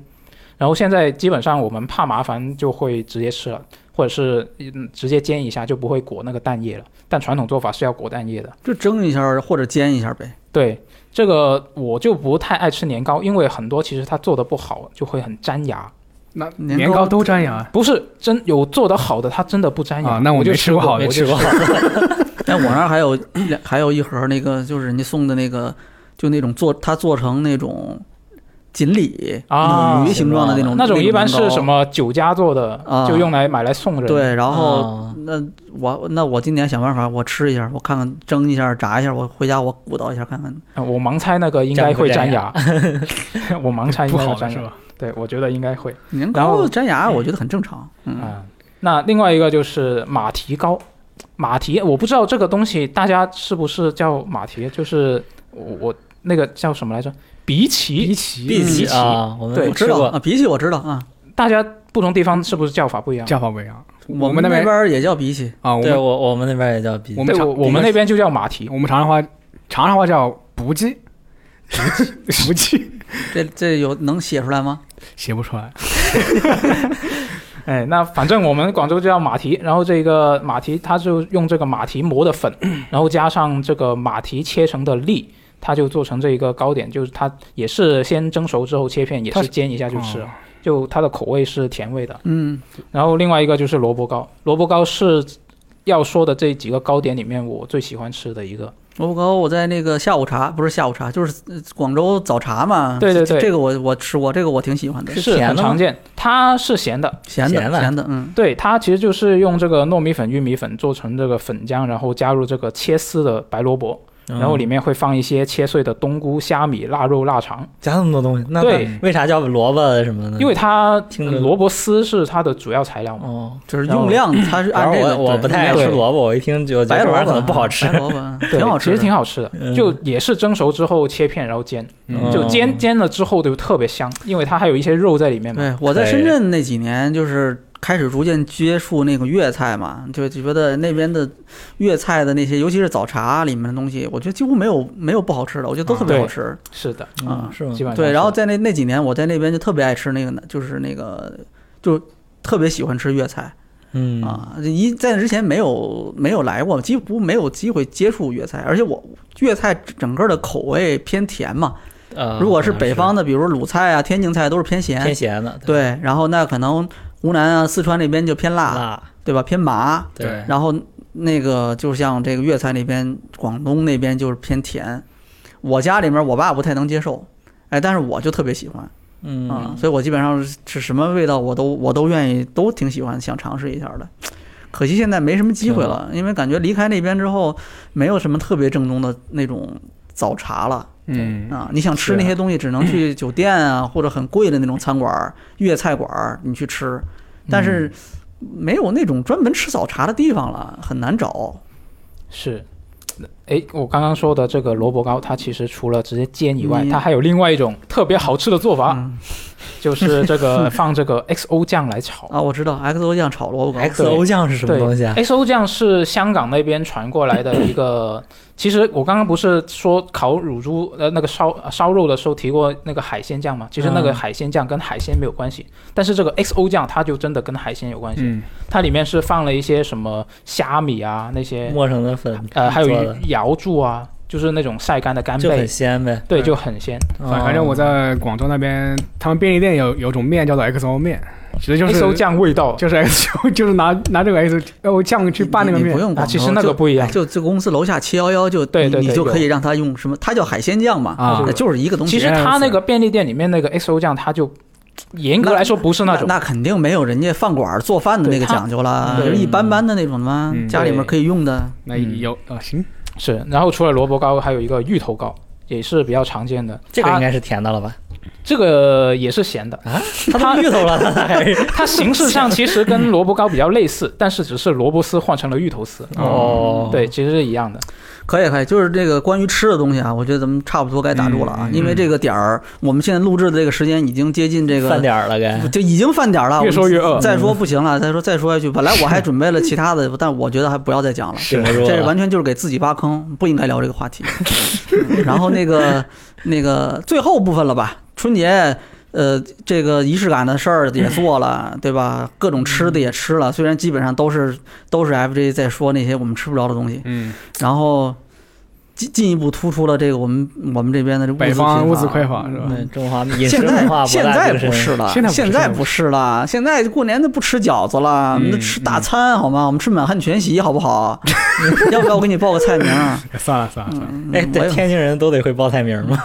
Speaker 4: 然后现在基本上我们怕麻烦就会直接吃了，或者是嗯直接煎一下就不会裹那个蛋液了。但传统做法是要裹蛋液的。
Speaker 1: 就蒸一下儿或者煎一下儿呗。
Speaker 4: 对这个我就不太爱吃年糕，因为很多其实它做的不好就会很粘牙。
Speaker 3: 那
Speaker 1: 年
Speaker 3: 年
Speaker 1: 糕
Speaker 3: 糕都粘牙啊，
Speaker 4: 不是真有做的好的，它真的不粘牙。
Speaker 3: 啊那我
Speaker 4: 我就
Speaker 3: 没吃过好的
Speaker 4: 我
Speaker 3: 我吃
Speaker 4: 就
Speaker 3: 过
Speaker 4: 过。
Speaker 1: 哎，我那儿还有两 还有一盒那个，就是人家送的那个，就那种做它做成那种锦鲤
Speaker 4: 啊
Speaker 1: 鲤鱼形状的那种，
Speaker 4: 那种一般
Speaker 1: 年
Speaker 4: 是
Speaker 1: 糕
Speaker 4: 什？么酒家做的，
Speaker 1: 啊
Speaker 4: 就用来买来送人。，
Speaker 1: 对，然后
Speaker 2: 啊
Speaker 1: 那我那我今年想办法，我吃一下，我看看蒸一下、炸一下，我回家我鼓捣一下看看。
Speaker 4: 呃我盲猜那个应该会粘牙， 我盲猜应
Speaker 3: 不
Speaker 4: 该
Speaker 3: 好的
Speaker 4: 会粘
Speaker 3: 是
Speaker 4: 牙。
Speaker 3: 吧？
Speaker 4: 对，我觉得应该会。
Speaker 1: 年
Speaker 4: 然
Speaker 1: 糕
Speaker 4: 后
Speaker 1: 粘牙，我觉得很正常。嗯，
Speaker 4: 啊，那另外一个就是马蹄糕，马蹄我不知道这个东西大家是不是叫马蹄，就是我我那个叫什么来着？荸
Speaker 3: 奇
Speaker 4: 荠，
Speaker 2: 荸
Speaker 1: 荠
Speaker 2: 荠啊，我们
Speaker 1: 对，
Speaker 2: 都
Speaker 1: 我知
Speaker 2: 吃
Speaker 1: 道
Speaker 2: 过，
Speaker 1: 啊，荸荠我知道啊，
Speaker 4: 大家不同地方是不是叫法不一样？
Speaker 3: 叫法不一样
Speaker 1: 我
Speaker 3: 们
Speaker 1: 们
Speaker 3: 那边
Speaker 1: 边儿也叫荸荠，
Speaker 3: 啊。我
Speaker 2: 对
Speaker 3: 们
Speaker 2: 我我们那边也叫荸
Speaker 3: 我们
Speaker 2: 荠，
Speaker 4: 对，
Speaker 3: 长
Speaker 4: 我我们那边就叫马蹄。
Speaker 3: 我们长沙话，长沙话叫不记， 不记，
Speaker 1: 这这有能写出来吗？
Speaker 3: 写不出来。
Speaker 4: 哎，那反正我们广州就叫马 蹄，然后这个马蹄它就用这个马蹄磨的粉， 然后加上这个马蹄切成的粒，它就做成这一个糕点，就是它也是先蒸熟之后切片，也
Speaker 3: 它
Speaker 4: 是
Speaker 3: 是
Speaker 4: 煎一下就吃了
Speaker 3: 哦，
Speaker 4: 就它的口味是甜味的。
Speaker 1: 嗯，
Speaker 4: 然后另外一个就是萝卜糕，萝卜糕是要说的这几个糕点里面我最喜欢吃的一个。
Speaker 1: 萝卜糕，我在那个下午茶，不是下午茶，就是呃广州早茶嘛。
Speaker 4: 对对
Speaker 1: 这
Speaker 4: 对
Speaker 1: 这个我我吃过，这个我挺喜欢的，
Speaker 2: 是甜
Speaker 4: 很
Speaker 2: 的吗
Speaker 4: 常见，它是咸的，
Speaker 1: 咸的
Speaker 2: 咸的
Speaker 1: 咸的，嗯
Speaker 4: 对，它其实就是用这个糯米粉、玉米粉做成这个粉浆，然后加入这个切丝的白萝卜，
Speaker 1: 嗯
Speaker 4: 然后里
Speaker 2: 面
Speaker 4: 面会放一些切碎的冬菇、虾米、腊肉、腊肠，
Speaker 2: 加那么多东西，那
Speaker 4: 对
Speaker 2: 那为啥叫萝卜啊什么
Speaker 1: 嗯
Speaker 2: 的？
Speaker 4: 因为它
Speaker 2: 听着
Speaker 4: 萝卜丝是它的主要材料嘛。
Speaker 2: 哦，
Speaker 1: 就是
Speaker 4: 然后
Speaker 1: 用量，它是
Speaker 2: 反
Speaker 1: 按
Speaker 2: 正
Speaker 1: 这个。
Speaker 2: 我我不太爱
Speaker 4: 对
Speaker 2: 吃萝卜，我一听就觉得
Speaker 1: 白
Speaker 2: 这
Speaker 1: 萝
Speaker 2: 玩意
Speaker 1: 卜
Speaker 2: 儿可能不好吃
Speaker 1: 白。萝卜嗯
Speaker 4: 对
Speaker 1: 挺好吃
Speaker 4: 其
Speaker 1: 的，
Speaker 4: 实挺好吃的，
Speaker 2: 嗯
Speaker 4: 就也是蒸熟之后切片，然后煎，
Speaker 2: 嗯
Speaker 4: 就煎煎了之后就特别香，因为它还有一些肉在里面嘛。
Speaker 1: 对，我在
Speaker 2: 对
Speaker 1: 深圳那几年就是开始逐渐接触那个粤菜嘛，就就觉得那边的粤菜的那些，尤其是早茶里面的东西，我觉得几乎没有没有不好吃的，我觉得都特别
Speaker 4: 啊
Speaker 1: 好吃。
Speaker 4: 是的，
Speaker 1: 啊
Speaker 2: 是吗
Speaker 4: 基？本上
Speaker 1: 对，然后
Speaker 4: 是
Speaker 1: 在那那几年，我在那边就特别爱吃那个，就是那个就特别喜欢吃粤菜
Speaker 2: 嗯，
Speaker 1: 啊。一在那之前没有没有来过，几乎没有机会接触粤菜，而且我粤菜整个的口味偏甜嘛。
Speaker 2: 呃，
Speaker 1: 如果
Speaker 2: 可
Speaker 1: 是
Speaker 2: 能
Speaker 1: 北方的，比如鲁菜啊、天津菜都是偏
Speaker 2: 偏
Speaker 1: 咸，
Speaker 2: 咸的，，
Speaker 1: 对。然后那可能湖南啊、四川那边就偏辣，
Speaker 2: 辣，
Speaker 1: 对吧？偏麻。
Speaker 2: 对，
Speaker 1: 然后那个就像这个粤菜那边，广东那边就是偏甜。我家里面我爸不太能接受，哎，但是我就特别喜欢。啊
Speaker 2: 嗯，，
Speaker 1: 所以我基本上是什么味道我都我都愿意，都挺喜欢，想尝试一下的。可惜现在没什么机会了，因为感觉离开那边之后，没有什么特别正宗的那种早茶了
Speaker 3: 嗯，
Speaker 1: 啊！你想吃
Speaker 4: 是
Speaker 1: 那些东西，只能去酒店啊，或者很贵的那种餐馆儿、粤菜馆儿你去吃，但是没有那种专门吃早茶的地方了，很难找。
Speaker 4: 是。哎，我刚刚说的这个萝卜糕，它其实除了直接煎以外，
Speaker 1: 你
Speaker 4: 它还有另外一种特别好吃的做法，
Speaker 1: 嗯
Speaker 4: 就是这个放这个 XO 酱来炒。
Speaker 1: 啊，我知道 XO 酱炒萝卜糕，
Speaker 2: XO 酱是什么
Speaker 4: 对哎
Speaker 2: 东西啊？
Speaker 4: XO 酱是香港那边传过来的一个，其实我刚刚不是说烤乳猪呃那个烧烧肉的时候提过那个海鲜酱吗？其实那个
Speaker 2: 嗯
Speaker 4: 海鲜酱跟海鲜没有关系，但是这个 XO 酱它就真的跟海鲜有关系，
Speaker 3: 嗯，
Speaker 4: 它里面是放了一些什么虾米啊那些，
Speaker 2: 哎磨成的粉
Speaker 4: 呃还有
Speaker 2: 嗯做的
Speaker 4: 瑶柱啊，就是那种晒干的干
Speaker 2: 就很
Speaker 4: 贝，
Speaker 2: 鲜呗。哦
Speaker 4: 对，就很鲜。
Speaker 3: 反反正我在广州那边，他们便利店有有种面叫做 XO 面，其实就
Speaker 4: XO
Speaker 3: 是
Speaker 4: 酱味道，
Speaker 3: 就是 XO 就是拿拿这个 XO 酱去拌那个
Speaker 1: 你你
Speaker 3: 面
Speaker 1: 不，用广
Speaker 4: 啊，
Speaker 1: 告
Speaker 4: 其实那个
Speaker 1: 就哎
Speaker 4: 不一样，
Speaker 1: 就就公司楼下七幺幺就
Speaker 4: 对对
Speaker 1: 你你
Speaker 4: 对
Speaker 1: 就可以
Speaker 4: 有
Speaker 1: 让他用什么？它叫海鲜酱嘛，
Speaker 3: 啊
Speaker 1: 那就是一个东西。
Speaker 4: 其实它那个便利店里面那个 XO 酱，它就严格来说不是那种，
Speaker 1: 那肯定没有人家饭馆做饭的那个
Speaker 4: 对嗯它
Speaker 1: 讲究啦，
Speaker 4: 对
Speaker 1: 就是一般般的那种嘛，
Speaker 3: 嗯
Speaker 1: 家里面可以用的。
Speaker 3: 那有啊行，
Speaker 4: 是。然后除了萝卜糕，还有一个芋头糕，也是比较常见的。
Speaker 2: 这个应
Speaker 4: 它
Speaker 2: 该是甜的了 吧？
Speaker 4: 这个也是咸的，
Speaker 2: 它都芋头了，它还 是
Speaker 4: 它形式上其实跟萝卜糕比较类似，但是只是萝卜丝换成了芋头丝。
Speaker 2: 哦，
Speaker 4: 对，其实是一样的。
Speaker 1: 嗯可以可以，就是这个关于吃的东西啊，我觉得咱们差不多该打住了啊，
Speaker 3: 嗯嗯
Speaker 1: 因为这个点儿，我们现在录制的这个时间已经接近这个
Speaker 2: 饭点儿了该。
Speaker 1: 就已经犯点儿了，
Speaker 4: 越说越饿
Speaker 1: 啊
Speaker 4: 嗯
Speaker 1: 我再说不行了，再说再说下去，本来我还准备了其他的， 但我觉得还不要再讲了，
Speaker 2: 是
Speaker 1: 这完全就是给自己挖坑，不应该聊这个话题。嗯然后那个那个最后部分了吧，春节。呃，这个仪式感的事儿也做了，对吧？各种吃的也吃了，虽然基本上都是都是 FJ 在说那些我们吃不着的东西，
Speaker 3: 嗯，
Speaker 1: 然后进进一步突出了这个我们我们这边的这物资
Speaker 3: 北方
Speaker 1: 贫
Speaker 3: 物资匮乏是吧
Speaker 2: 对嗯中华饮
Speaker 1: 现
Speaker 2: 食
Speaker 1: 在
Speaker 2: 文化博
Speaker 1: 现
Speaker 2: 大
Speaker 1: 在
Speaker 2: 精
Speaker 1: 不
Speaker 2: 深。
Speaker 1: 是了，
Speaker 3: 现在不是
Speaker 1: 不是了，现在过年都不吃饺子了，我
Speaker 3: 嗯
Speaker 1: 们都吃大餐好吗？我们吃满汉全席好不好？ 要不要我给你报个菜名？
Speaker 3: 算了算了算了，
Speaker 1: 嗯
Speaker 2: 哎，
Speaker 1: 我
Speaker 2: 对，天津人都得会报菜名吗？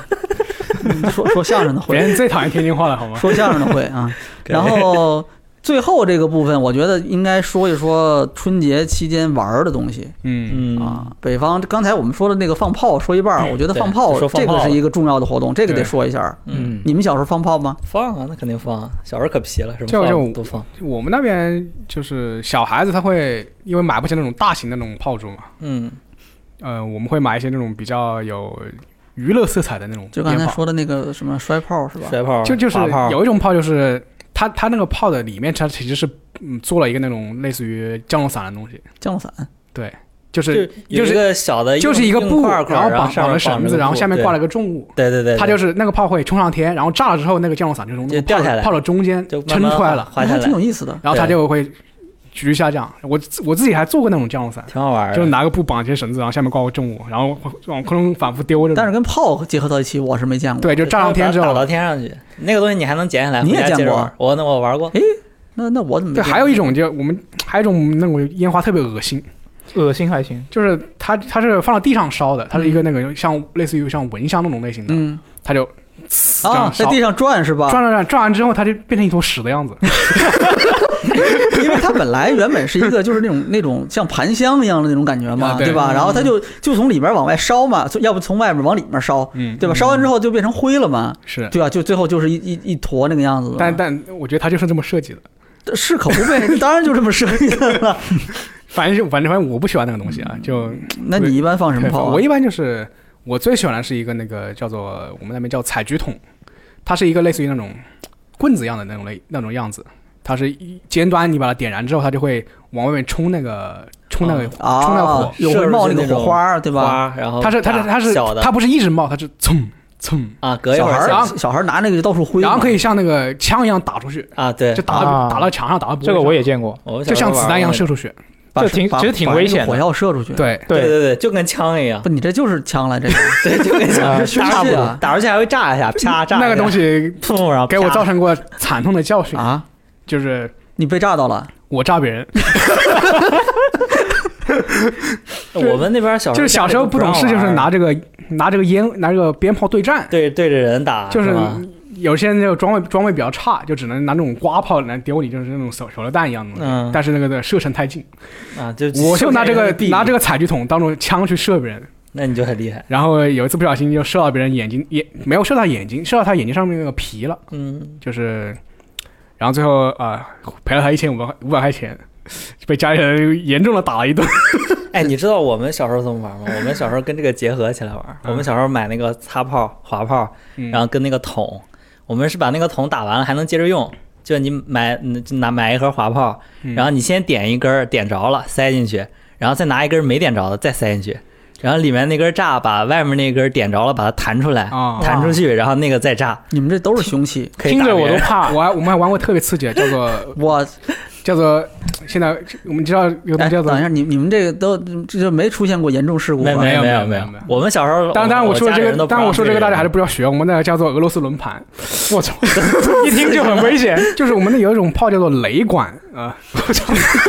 Speaker 1: 也说说相声的
Speaker 3: 别
Speaker 1: 会，
Speaker 3: 人最讨厌天津话了好 吗？
Speaker 1: 说相声的会 啊。然后最后这个部分，我觉得应该说一说春节期间玩儿的东西
Speaker 3: 嗯
Speaker 2: 嗯
Speaker 1: 啊。北方刚才我们说的那个放炮，说一半儿，我觉得
Speaker 2: 对
Speaker 1: 放炮
Speaker 2: 说放
Speaker 1: 这个
Speaker 2: 炮
Speaker 1: 是
Speaker 2: 了
Speaker 1: 一个重要的活动，这个得
Speaker 3: 对
Speaker 1: 说一下。
Speaker 2: 嗯，
Speaker 4: 嗯，
Speaker 1: 你们小时候放炮吗？
Speaker 2: 放啊，那肯定放啊。小时候可皮了，什
Speaker 3: 就
Speaker 2: 么
Speaker 3: 就
Speaker 2: 放都放。
Speaker 3: 我们那边就是小孩子他会因为买不起那种大型的那种炮竹嘛，
Speaker 2: 嗯，
Speaker 3: 呃，我们会买一些那种比较有娱乐色彩的那种
Speaker 1: 就
Speaker 3: 鞭
Speaker 1: 刚才
Speaker 3: 炮。
Speaker 1: 说的那个什么摔炮是吧？
Speaker 2: 摔炮
Speaker 3: 就就是
Speaker 2: 滑炮
Speaker 3: 有一种炮，就是它它那个炮的里面，它其实是嗯做了一个那种类似于降落伞的东西，
Speaker 1: 降落伞。
Speaker 3: 对，就
Speaker 2: 就是有
Speaker 3: 是
Speaker 2: 一个小的，
Speaker 3: 就是一个
Speaker 2: 硬
Speaker 3: 布，
Speaker 2: 块儿块
Speaker 3: 然
Speaker 2: 儿
Speaker 3: 后
Speaker 2: 然
Speaker 3: 绑
Speaker 2: 上
Speaker 3: 绑了
Speaker 2: 面绑
Speaker 3: 绳
Speaker 2: 着
Speaker 3: 子，
Speaker 2: 个
Speaker 3: 然后
Speaker 2: 布
Speaker 3: 下面挂了
Speaker 2: 对
Speaker 3: 个重物，
Speaker 2: 对对对，
Speaker 3: 它
Speaker 2: 对
Speaker 3: 就是那个炮会冲上天，然后炸了之后，那个降落伞就从
Speaker 2: 就掉下来
Speaker 3: 炮的中间
Speaker 2: 就慢
Speaker 3: 撑
Speaker 2: 慢
Speaker 3: 出来了，
Speaker 2: 滑下
Speaker 1: 还
Speaker 2: 来
Speaker 1: 挺，有意思的。
Speaker 3: 然后它
Speaker 2: 对
Speaker 3: 就会急剧下降。我自我自己还做过那种降落伞，
Speaker 2: 挺好玩儿的。
Speaker 3: 就是拿个布绑一些绳子，然后下面挂个重物，然后往空中反复丢着。
Speaker 1: 但是跟炮结合到一起，我是没见过。
Speaker 3: 嗯对，就炸上天之
Speaker 2: 打
Speaker 3: 后，
Speaker 2: 到天上去，那个东西你还能捡起来，
Speaker 1: 你也
Speaker 2: 回家接
Speaker 1: 见
Speaker 2: 着
Speaker 1: 过
Speaker 2: 玩儿？我那我玩过，
Speaker 1: 那那我怎么没
Speaker 3: 对，
Speaker 1: 见过？
Speaker 3: 还有一种就我们还有一种那种烟花特别恶心，
Speaker 4: 恶心还行。
Speaker 3: 就是它它是放到地上烧的，它
Speaker 2: 嗯
Speaker 3: 是一个那个像类似于像蚊香那种类型的，
Speaker 1: 嗯
Speaker 3: 它就这
Speaker 1: 啊，
Speaker 3: 样
Speaker 1: 在
Speaker 3: 烧。
Speaker 1: 地上转是吧？
Speaker 3: 嗯转转转转完之后，它就变成一坨屎的样子。
Speaker 1: 因为它本来原本是一 个就是那种那种像盘香一样的那种感觉嘛，
Speaker 3: 啊对
Speaker 1: 对吧？
Speaker 3: 嗯
Speaker 1: 然后它就就从里边往外烧嘛，就要不从外面往里面烧，
Speaker 3: 嗯，
Speaker 1: 对吧？烧完之后就变成灰了嘛，
Speaker 3: 是，
Speaker 1: 对吧？啊就最后就是一一一坨那个样子了。呃
Speaker 3: 但但我觉得它就是这么设计的。
Speaker 1: 是可不呗，当然就这么设计的了。
Speaker 3: 反正就反正反正我不喜欢那个东西啊，就
Speaker 1: 那你一般放什么炮啊？
Speaker 3: 我一般就是我最喜欢的是一个那个叫做我们那边叫采菊筒，它是一个类似于那种棍子一样的那种类那种样子，它是一尖端你把它点燃之后，它就会往外面冲那个冲那个、
Speaker 1: 啊，
Speaker 3: 冲那个火，
Speaker 1: 有会冒那个
Speaker 2: 射出去
Speaker 1: 火
Speaker 2: 那种
Speaker 1: 花，对吧？
Speaker 2: 花，然后
Speaker 3: 它是它是
Speaker 2: 大
Speaker 3: 它是
Speaker 2: 啊小的
Speaker 3: 它不是一直冒，它是蹭蹭，
Speaker 2: 啊，隔一
Speaker 1: 小
Speaker 2: 会
Speaker 1: 孩
Speaker 2: 儿
Speaker 1: 儿小孩儿拿那个就到处挥嘛，
Speaker 3: 然后可以像那个枪一样打出去，
Speaker 2: 啊，对
Speaker 3: 就，打到、
Speaker 4: 啊
Speaker 3: 打到墙上，打到玻璃
Speaker 4: 这个我也
Speaker 3: 上
Speaker 4: 见过，
Speaker 2: 我小
Speaker 3: 就
Speaker 2: 时候
Speaker 3: 像子
Speaker 2: 玩
Speaker 3: 弹一样
Speaker 2: 过
Speaker 3: 射出去，
Speaker 1: 把
Speaker 4: 这挺
Speaker 1: 把
Speaker 4: 其实挺
Speaker 1: 把那
Speaker 4: 危
Speaker 1: 个
Speaker 4: 险的
Speaker 1: 火药射出去。
Speaker 3: 对。
Speaker 2: 那个， 对对对，就跟 枪一样
Speaker 1: 不，，你这就是枪了，这个
Speaker 2: 对，就跟枪
Speaker 4: 啊
Speaker 1: 这是
Speaker 2: 打
Speaker 1: 凶器
Speaker 2: 出
Speaker 1: 啊
Speaker 2: 打出去还会炸一下，啪炸一下，啊
Speaker 3: 那个东西
Speaker 2: 砰，然后
Speaker 3: 给我
Speaker 2: 啪
Speaker 3: 造成过惨痛的教训，
Speaker 1: 啊！
Speaker 3: 就是
Speaker 1: 你被炸到了，
Speaker 3: 我炸别人，
Speaker 2: 我们那边小
Speaker 3: 就是小时候不懂事，就是拿这个拿这个烟拿这个鞭炮对战，
Speaker 2: 对对着人打，
Speaker 3: 就是嗯
Speaker 2: 吗
Speaker 3: 有些人就装备装备比较差，就只能拿那种刮炮来丢你，就是那种手手榴弹一样的东西。
Speaker 2: 嗯
Speaker 3: 但是那个的射程太近，
Speaker 2: 啊，就
Speaker 3: 我就拿这个拿这个
Speaker 2: 个，
Speaker 3: 采菊筒当做枪去射别人，
Speaker 2: 那你就很厉害，
Speaker 3: 然后有一次不小心就射到别人眼睛，也没有射到眼睛，射到他眼睛上面那个皮了，
Speaker 2: 嗯，
Speaker 3: 就是，然后最后啊、赔了他一千五百五百块钱，被家里人严重的打了一顿。
Speaker 2: 哎，你知道我们小时候怎么玩吗？我们小时候跟这个结合起来玩，我们小时候买那个擦炮、滑炮，
Speaker 3: 嗯
Speaker 2: 然后跟那个桶，我们是把那个桶打完了还能接着用。就你买嗯就拿买一盒滑炮，
Speaker 3: 嗯
Speaker 2: 然后你先点一根儿点着了塞进去，然后再拿一根儿没点着的再塞进去，然后里面那根儿炸把外面那根儿点着了把它弹出来，
Speaker 3: 啊
Speaker 2: 弹出去，然后那个再炸，
Speaker 1: 你们这都是凶器。
Speaker 2: 可以
Speaker 4: 听
Speaker 2: 打
Speaker 4: 着
Speaker 2: 别
Speaker 4: 我都
Speaker 2: 人
Speaker 4: 怕。
Speaker 3: 我还我们还玩过特别刺激的，叫做
Speaker 1: 我
Speaker 3: 叫做现在我们知道有
Speaker 1: 哎，
Speaker 3: 种叫做
Speaker 1: 等一下，你你们这个都这就没出现过严重事故
Speaker 2: 没
Speaker 1: 吗？
Speaker 2: 有
Speaker 3: 没有
Speaker 2: 有
Speaker 3: 没有
Speaker 2: 有
Speaker 3: 没有，
Speaker 2: 我们小时候，
Speaker 3: 当当然
Speaker 2: 我
Speaker 3: 我说的这个，当然我说这个大家还是
Speaker 2: 是
Speaker 3: 不要学，我们那个叫做俄罗斯轮盘，
Speaker 4: 我操，一听就很危险。
Speaker 3: 就是我们那有一种炮叫做雷管啊，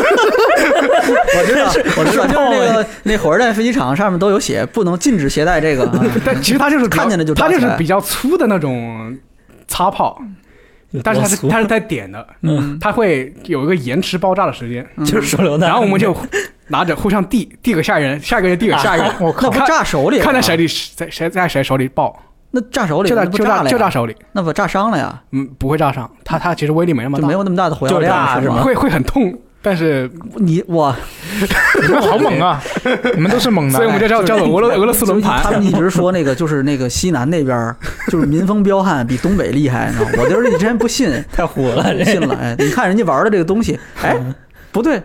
Speaker 1: 我知道，我知道，就是
Speaker 2: 是炮
Speaker 1: 那个那火车站飞机场上面都有写，不能禁止携带这个。啊
Speaker 3: 但其实它就是比较
Speaker 1: 看见了就抓
Speaker 3: 它就
Speaker 1: 起
Speaker 3: 是
Speaker 1: 来
Speaker 3: 比较粗的那种擦炮，但是它是它是带点的，
Speaker 1: 嗯，
Speaker 3: 它会有一个延迟爆炸的时间，
Speaker 1: 嗯
Speaker 2: 就是手榴弹，
Speaker 3: 然后我们就拿着互相递递给下一人，下一个人
Speaker 1: 啊
Speaker 3: 递给下一人，
Speaker 1: 我靠，那不炸手里了吗？
Speaker 3: 看在谁里在谁在谁手里爆，
Speaker 1: 那炸手里
Speaker 3: 就
Speaker 1: 了
Speaker 3: 在
Speaker 1: 那不
Speaker 3: 就
Speaker 1: 炸
Speaker 3: 在
Speaker 1: 了呀
Speaker 3: 就在手里，
Speaker 1: 那不炸伤了呀？
Speaker 3: 嗯，不会炸伤，它它其实威力没那么
Speaker 1: 就没
Speaker 3: 大，
Speaker 1: 有那么大的火药量
Speaker 2: 就炸
Speaker 1: 是
Speaker 2: 是
Speaker 1: 吗？
Speaker 3: 会会很痛，但是
Speaker 1: 你我
Speaker 4: 你们好猛啊！你们都是猛
Speaker 3: 所以我
Speaker 4: 男
Speaker 3: 们。就
Speaker 2: 哎
Speaker 3: 叫叫做俄罗俄罗斯轮盘
Speaker 1: 他。们一直说那个就是那个西南那边儿就是民风彪悍，比东北厉害，你知道吗？我就是之前不信，
Speaker 2: 太虎了，
Speaker 1: 不 信了。哎，你看人家玩的这个东西，哎，不对，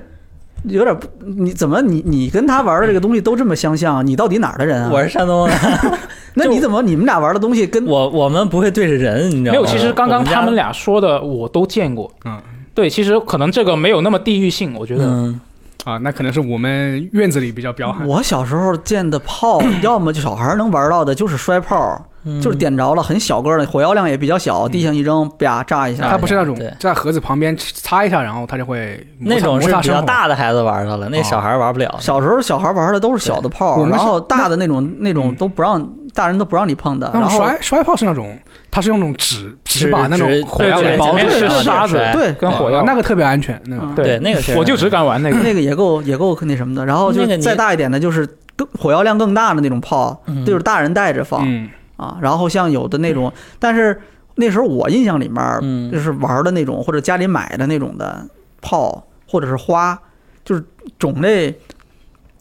Speaker 1: 有点不，你怎么你你跟他玩的这个东西都这么相像？你到底哪儿的人啊？
Speaker 2: 我是山 东的，
Speaker 1: 那
Speaker 2: 就
Speaker 1: 你怎么你们俩玩的东西跟
Speaker 2: 我我们不会对着人，你知道吗？
Speaker 4: 没有，其实刚刚
Speaker 2: 我家
Speaker 4: 他们俩说的我都见过。
Speaker 3: 嗯，
Speaker 4: 对，其实可能这个没有那么地域性，我觉得。
Speaker 2: 嗯，
Speaker 3: 啊，那可能是我们院子里比较彪悍。
Speaker 1: 我小时候见的炮，要么就小孩能玩到的就是摔炮，
Speaker 2: 嗯
Speaker 1: 就是点着了，很小个儿的，火药量也比较小，地上一扔，啪炸一
Speaker 3: 它
Speaker 1: 下
Speaker 3: 不。是那种
Speaker 2: 对
Speaker 3: 在盒子旁边擦一下，然后它就会摩
Speaker 2: 那
Speaker 3: 擦
Speaker 2: 种
Speaker 3: 摩
Speaker 2: 是
Speaker 3: 擦
Speaker 2: 比
Speaker 3: 生
Speaker 2: 较
Speaker 3: 活。哦
Speaker 2: 大的孩子玩的了，那小孩玩不了。
Speaker 1: 小时候小孩玩的都是小的
Speaker 3: 对
Speaker 1: 炮，
Speaker 3: 我们
Speaker 1: 然
Speaker 3: 是
Speaker 1: 后大的那种那种都不让大人都不让你碰的，
Speaker 3: 那
Speaker 1: 然
Speaker 3: 种
Speaker 1: 后
Speaker 3: 摔摔炮是那种，它是用那种纸纸把那种
Speaker 2: 纸
Speaker 3: 火
Speaker 4: 对
Speaker 3: 药
Speaker 4: 对，
Speaker 3: 给
Speaker 4: 前
Speaker 3: 包
Speaker 4: 面
Speaker 3: 住
Speaker 1: 对
Speaker 4: 是
Speaker 1: 对
Speaker 4: 沙子
Speaker 2: 对
Speaker 1: 对
Speaker 4: 跟火药。
Speaker 3: 哦那个特别安全。那
Speaker 1: 嗯
Speaker 3: 个
Speaker 2: 对那个是
Speaker 4: 我就只敢玩那个。
Speaker 1: 那个也够也够那什么的，然后就
Speaker 2: 那个你
Speaker 1: 再大一点的，就是更火药量更大的那种炮，啊
Speaker 2: 嗯
Speaker 1: 就是大人带着放
Speaker 3: 嗯，
Speaker 1: 啊。然后像有的那种，但是那时候我印象里面，
Speaker 2: 嗯
Speaker 1: 就是玩的那种或者家里买的那种的炮或者是花，就是种类。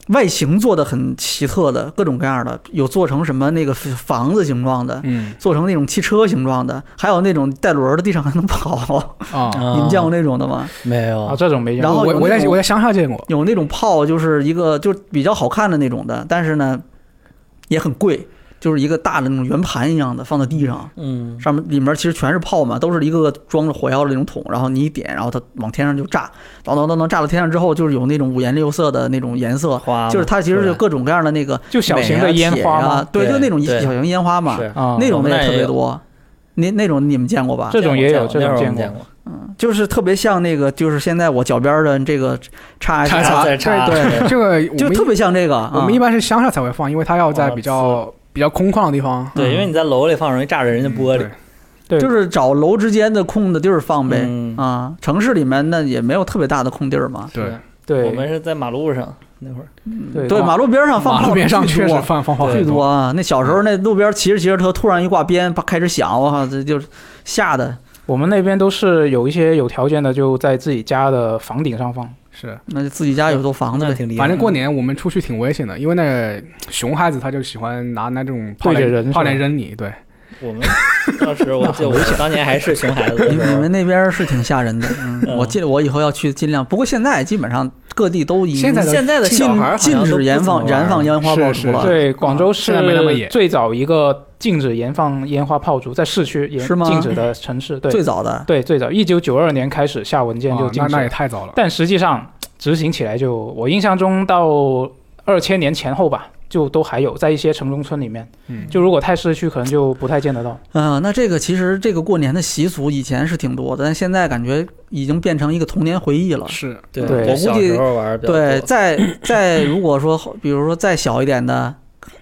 Speaker 1: 外形做的很奇特的，各种各样的，有做成什么那个房子形状的，
Speaker 3: 嗯
Speaker 1: 做成那种汽车形状的，还有那种带轮儿的，地上还能跑。
Speaker 3: 啊，嗯
Speaker 1: 你们见过那种的吗？
Speaker 2: 没
Speaker 4: 啊，
Speaker 2: 有？
Speaker 4: 这种没见过。
Speaker 1: 然后
Speaker 3: 我
Speaker 1: 有
Speaker 3: 我
Speaker 1: 那
Speaker 3: 在
Speaker 1: 种
Speaker 3: 我在乡下见过，
Speaker 1: 有那种炮，就是一个就是比较好看的那种的，但是呢也很贵，就是一个大的那种圆盘一样的放在地上，
Speaker 2: 嗯，
Speaker 1: 上面里面其实全是炮嘛，都是一个个装着火药的那种桶，然后你一点，然后它往天上就炸，当当当当炸到天上之后，就是有那种五颜六色的那种颜色，
Speaker 2: 花嘛
Speaker 1: 就是它其实就各种各样的那个
Speaker 4: 就小型
Speaker 1: 镁
Speaker 4: 的
Speaker 1: 啊
Speaker 4: 烟花
Speaker 1: 铁
Speaker 4: 嘛
Speaker 1: 啊，，对，
Speaker 2: 对
Speaker 1: 就那种
Speaker 2: 对
Speaker 1: 小型烟花嘛，
Speaker 2: 是
Speaker 4: 啊，
Speaker 1: 那种的
Speaker 2: 我们那
Speaker 1: 也特
Speaker 2: 也
Speaker 1: 别
Speaker 2: 有
Speaker 1: 多。那那种你们见过吧？嗯
Speaker 4: 这种也有
Speaker 2: 见过
Speaker 4: 这种
Speaker 2: 见过，
Speaker 1: 就是特别像那个，就是现在我脚边的这个叉
Speaker 3: 叉
Speaker 1: X
Speaker 3: 叉
Speaker 1: 叉，
Speaker 2: 在插
Speaker 3: 啊 对，这个
Speaker 1: 就
Speaker 3: 我们
Speaker 1: 特别像这个。
Speaker 3: 我
Speaker 1: 啊
Speaker 3: 们一般是乡下才会放，因为它要在比较比较空旷的地方。嗯
Speaker 2: 对，因为你在楼里放容易炸着人家玻璃
Speaker 3: 对。
Speaker 4: 对，
Speaker 1: 就是找楼之间的空的地儿放呗。
Speaker 2: 嗯
Speaker 1: 啊，城市里面那也没有特别大的空地儿嘛。
Speaker 3: 对
Speaker 4: 对
Speaker 2: 我们是在马路上那会儿，
Speaker 4: 对
Speaker 1: 对，马路边上放
Speaker 3: 马路边上
Speaker 1: 巨
Speaker 3: 确实
Speaker 1: 多
Speaker 3: 放放炮
Speaker 1: 巨多啊！那小时候那路边骑着骑着车，突然一挂鞭，啪开始响，我靠，这就是吓的。
Speaker 4: 我们那边都是有一些有条件的，就在自己家的房顶上放。
Speaker 3: 是。
Speaker 1: 那就自己家有座房子
Speaker 2: 那
Speaker 1: 呗。
Speaker 2: 挺厉害。
Speaker 3: 反正过年我们出去挺危险的，因为那熊孩子他就喜欢拿那种炮来
Speaker 4: 对着人是吧
Speaker 3: 炮来扔你，对，
Speaker 2: 我们当时我记得我当年还是熊孩子的
Speaker 1: 你
Speaker 2: 时候，
Speaker 1: 你们那边是挺吓人的，嗯，
Speaker 2: 嗯
Speaker 1: 我尽我以后要去尽量。不过现在基本上各地都已经
Speaker 3: 现在都
Speaker 2: 现在的
Speaker 1: 禁
Speaker 2: 小孩儿好像
Speaker 1: 禁
Speaker 2: 都不
Speaker 1: 止燃
Speaker 2: 怎么
Speaker 1: 放
Speaker 2: 玩
Speaker 1: 燃放烟花爆
Speaker 3: 是
Speaker 1: 竹了，
Speaker 4: 对，广州市
Speaker 3: 现在没那么野
Speaker 4: 最早一个禁止燃放烟花炮竹，在市区也
Speaker 1: 是吗
Speaker 4: 禁止的城市。
Speaker 1: 最
Speaker 4: 对，
Speaker 1: 早的。
Speaker 4: 对，最早一九九二年开始下文件就
Speaker 3: 啊
Speaker 4: 禁
Speaker 3: 那
Speaker 4: 止
Speaker 3: 那也
Speaker 4: 了，
Speaker 3: 太早了。
Speaker 4: 但实际上执行起来就我印象中到二千年前后吧，就都还有在一些城中村里面。
Speaker 3: 嗯，
Speaker 4: 就如果太市区，可能就不太见得到。
Speaker 1: 啊、那这个其实这个过年的习俗以前是挺多的，但现在感觉已经变成一个童年回忆了。
Speaker 3: 是
Speaker 2: 对，
Speaker 4: 对
Speaker 2: 我小时候玩儿比较多
Speaker 1: 对，再再如果说比如说再小一点的，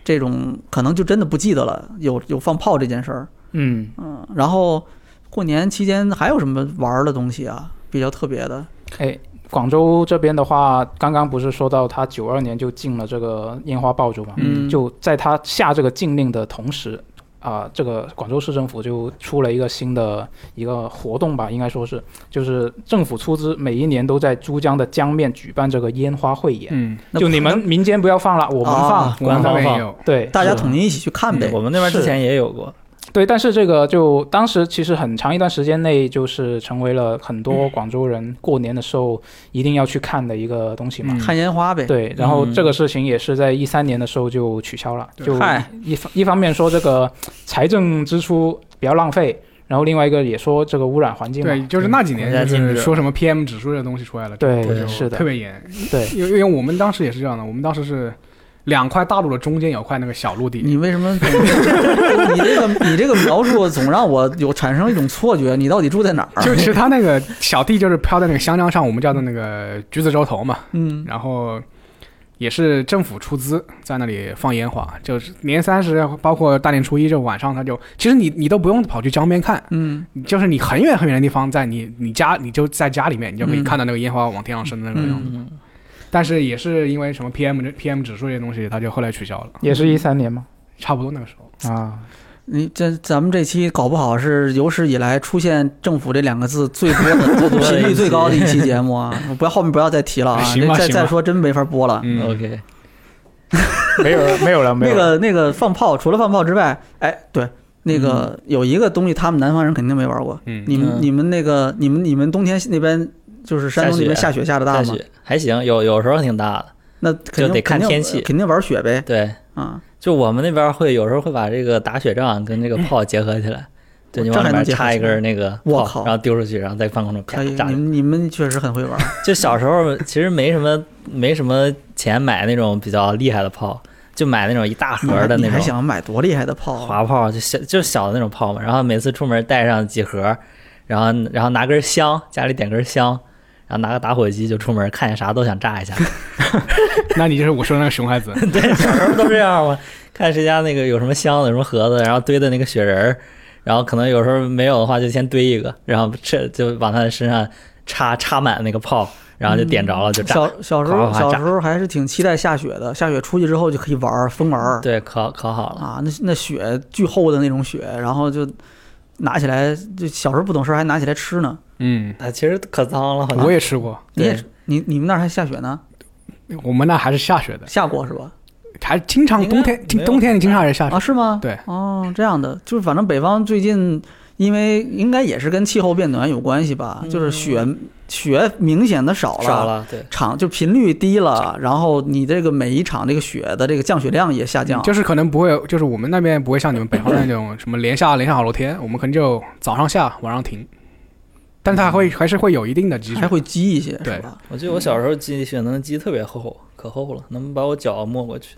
Speaker 1: 这种可能就真的不记得了，有有放炮这件事儿。
Speaker 4: 嗯，
Speaker 1: 嗯，然后过年期间还有什么玩儿的东西啊？比较特别的，
Speaker 4: 哎，广州这边的话，刚刚不是说到他九二年就禁了这个烟花爆竹嘛？
Speaker 1: 嗯
Speaker 4: 就在他下这个禁令的同时，啊、这个广州市政府就出了一个新的一个活动吧，应该说是，就是政府出资，每一年都在珠江的江面举办这个烟花汇演，
Speaker 3: 嗯，
Speaker 1: 那
Speaker 4: 就你们民间不要放了，我们放，
Speaker 1: 啊
Speaker 3: 我们那
Speaker 2: 官方
Speaker 3: 边也
Speaker 2: 放
Speaker 3: 有，
Speaker 4: 对，
Speaker 1: 大家
Speaker 4: 是
Speaker 1: 统一一起去看呗
Speaker 2: 嗯我。们那边之前也有过，
Speaker 4: 对，但是这个就当时其实很长一段时间内，就是成为了很多广州人过年的时候一定要去看的一个东西嘛。
Speaker 3: 嗯
Speaker 1: 看烟花呗。
Speaker 4: 对，然后
Speaker 2: 嗯
Speaker 4: 这个事情也是在一三年的时候就取消了，
Speaker 3: 对
Speaker 4: 就
Speaker 1: 嗨
Speaker 4: 一方一方面说这个财政支出比较浪费，然后另外一个也说这个污染环境嘛，
Speaker 3: 对，就是那几
Speaker 2: 国家
Speaker 3: 年就
Speaker 2: 禁
Speaker 3: 是
Speaker 2: 止
Speaker 3: 说什么 PM 指数这东西出来了，
Speaker 4: 对
Speaker 3: 就
Speaker 4: 对是的
Speaker 3: 特别严。
Speaker 4: 对
Speaker 3: 因为因为我们当时也是这样的，我们当时是两块大陆的中间有块那个小陆地，
Speaker 4: 嗯
Speaker 1: 你为什么？你这个你这个描述总让我有产生一种错觉，你到底住在哪儿？
Speaker 3: 就其实它那个小地就是飘在那个湘江上，我们叫的那个橘子洲头嘛，
Speaker 1: 嗯，
Speaker 3: 然后也是政府出资在那里放烟花，就是年三十包括大年初一这晚上，他就其实你你都不用跑去江边看，
Speaker 1: 嗯，
Speaker 3: 就是你很远很远的地方，在你你家你就在家里面，你就可以
Speaker 1: 嗯
Speaker 3: 看到那个烟花往天上升的那个样子。
Speaker 2: 嗯，
Speaker 3: 但是也是因为什么 PM 这 PM 指数这些东西，它就后来取消了，
Speaker 4: 也是一三年嘛，
Speaker 3: 差不多那个时候。
Speaker 4: 啊，
Speaker 1: 你这咱们这期搞不好是有史以来出现“政府”这两个字最多的、
Speaker 2: 多的一期
Speaker 1: 频率最高的一期节目啊！不要后面不要再提了啊，
Speaker 3: 行
Speaker 1: 这
Speaker 3: 吧
Speaker 1: 再
Speaker 3: 行吧
Speaker 1: 再说真没法播了。
Speaker 2: 嗯
Speaker 3: 嗯，
Speaker 2: ，OK，
Speaker 4: 没有了，没有了，没
Speaker 1: 那
Speaker 4: 有了。
Speaker 1: 个那个放炮，除了放炮之外，哎，对，那个有一个东西，他们南方人肯定没玩过。
Speaker 3: 嗯
Speaker 1: 你们
Speaker 2: 嗯
Speaker 1: 你们那个你们你们冬天那边就是山东那边
Speaker 2: 下
Speaker 1: 下雪下的大
Speaker 2: 下
Speaker 1: 吗？
Speaker 2: 雪还行，有有时候挺大的，
Speaker 1: 那肯定
Speaker 2: 就得看
Speaker 1: 肯定
Speaker 2: 天气
Speaker 1: 肯定玩雪呗
Speaker 2: 对，
Speaker 1: 啊！
Speaker 2: 就我们那边会有时候会把这个打雪仗跟这个炮结合起来，对，你
Speaker 1: 这嗯
Speaker 2: 往
Speaker 1: 还
Speaker 2: 里
Speaker 1: 能
Speaker 2: 面
Speaker 1: 结合
Speaker 2: 插一
Speaker 1: 起来
Speaker 2: 根那个
Speaker 1: 我
Speaker 2: 炮
Speaker 1: 靠，
Speaker 2: 然后丢出去，然后在半空中啪
Speaker 1: 可以，
Speaker 2: 炸
Speaker 1: 你。们你们确实很会玩。
Speaker 2: 就小时候其实没什么没什么钱买那种比较厉害的炮，就买那种一大
Speaker 1: 你
Speaker 2: 盒
Speaker 1: 还
Speaker 2: 的
Speaker 1: 你
Speaker 2: 那
Speaker 1: 还
Speaker 2: 种
Speaker 1: 想买多厉害的炮啊？
Speaker 2: 滑炮，就小就小的那种炮嘛。然后每次出门带上几盒，然后然后拿根香，家里点根香，然后拿个打火机就出门，看见啥都想 炸一下。
Speaker 3: 那你就是我说的那个熊孩子，
Speaker 2: 对，小时候都这样嘛，看谁家那个有什么箱子、有什么盒子，然后堆的那个雪人儿，然后可能有时候没有的话就先堆一个，然后这就往他的身上插插满那个炮，然后就点着了就
Speaker 1: 嗯
Speaker 2: 炸。
Speaker 1: 小小时
Speaker 2: 哗
Speaker 1: 候
Speaker 2: 哗哗
Speaker 1: 小
Speaker 2: 炸
Speaker 1: 时候还是挺期待下雪的，下雪出去之后就可以玩儿疯玩儿
Speaker 2: 对，烤烤好了，
Speaker 1: 啊！那那雪巨厚的那种雪，然后就拿起来，就小时候不懂事儿还拿起来吃呢。
Speaker 3: 嗯，
Speaker 2: 啊，其实可脏了，好像
Speaker 3: 我也吃过，
Speaker 1: 你也
Speaker 2: 对
Speaker 1: 你你们那儿还下雪呢？
Speaker 3: 我们那还是下雪的，
Speaker 1: 下过是吧？
Speaker 3: 还经常
Speaker 2: 应该
Speaker 3: 冬天，
Speaker 2: 没
Speaker 3: 经
Speaker 2: 有
Speaker 3: 冬天你经常还是下雪
Speaker 1: 啊，。是吗？
Speaker 3: 对
Speaker 1: 哦，这样的，就是反正北方最近，因为应该也是跟气候变暖有关系吧，就是雪雪明显的少了，
Speaker 2: 少了，对，
Speaker 1: 场就频率低了，然后你这个每一场这个雪的这个降雪量也下
Speaker 2: 嗯
Speaker 1: 降，
Speaker 3: 嗯就是可能不会，就是我们那边不会像你们北方那种什么连下连下好多天，我们可能就早上下晚上停，但它还会还是会有一定的基
Speaker 1: 还
Speaker 3: 准。
Speaker 1: 会积一些，是
Speaker 3: 对
Speaker 1: 吧？
Speaker 2: 我记得我小时候积雪能积特别厚，可厚了，能把我脚没过去。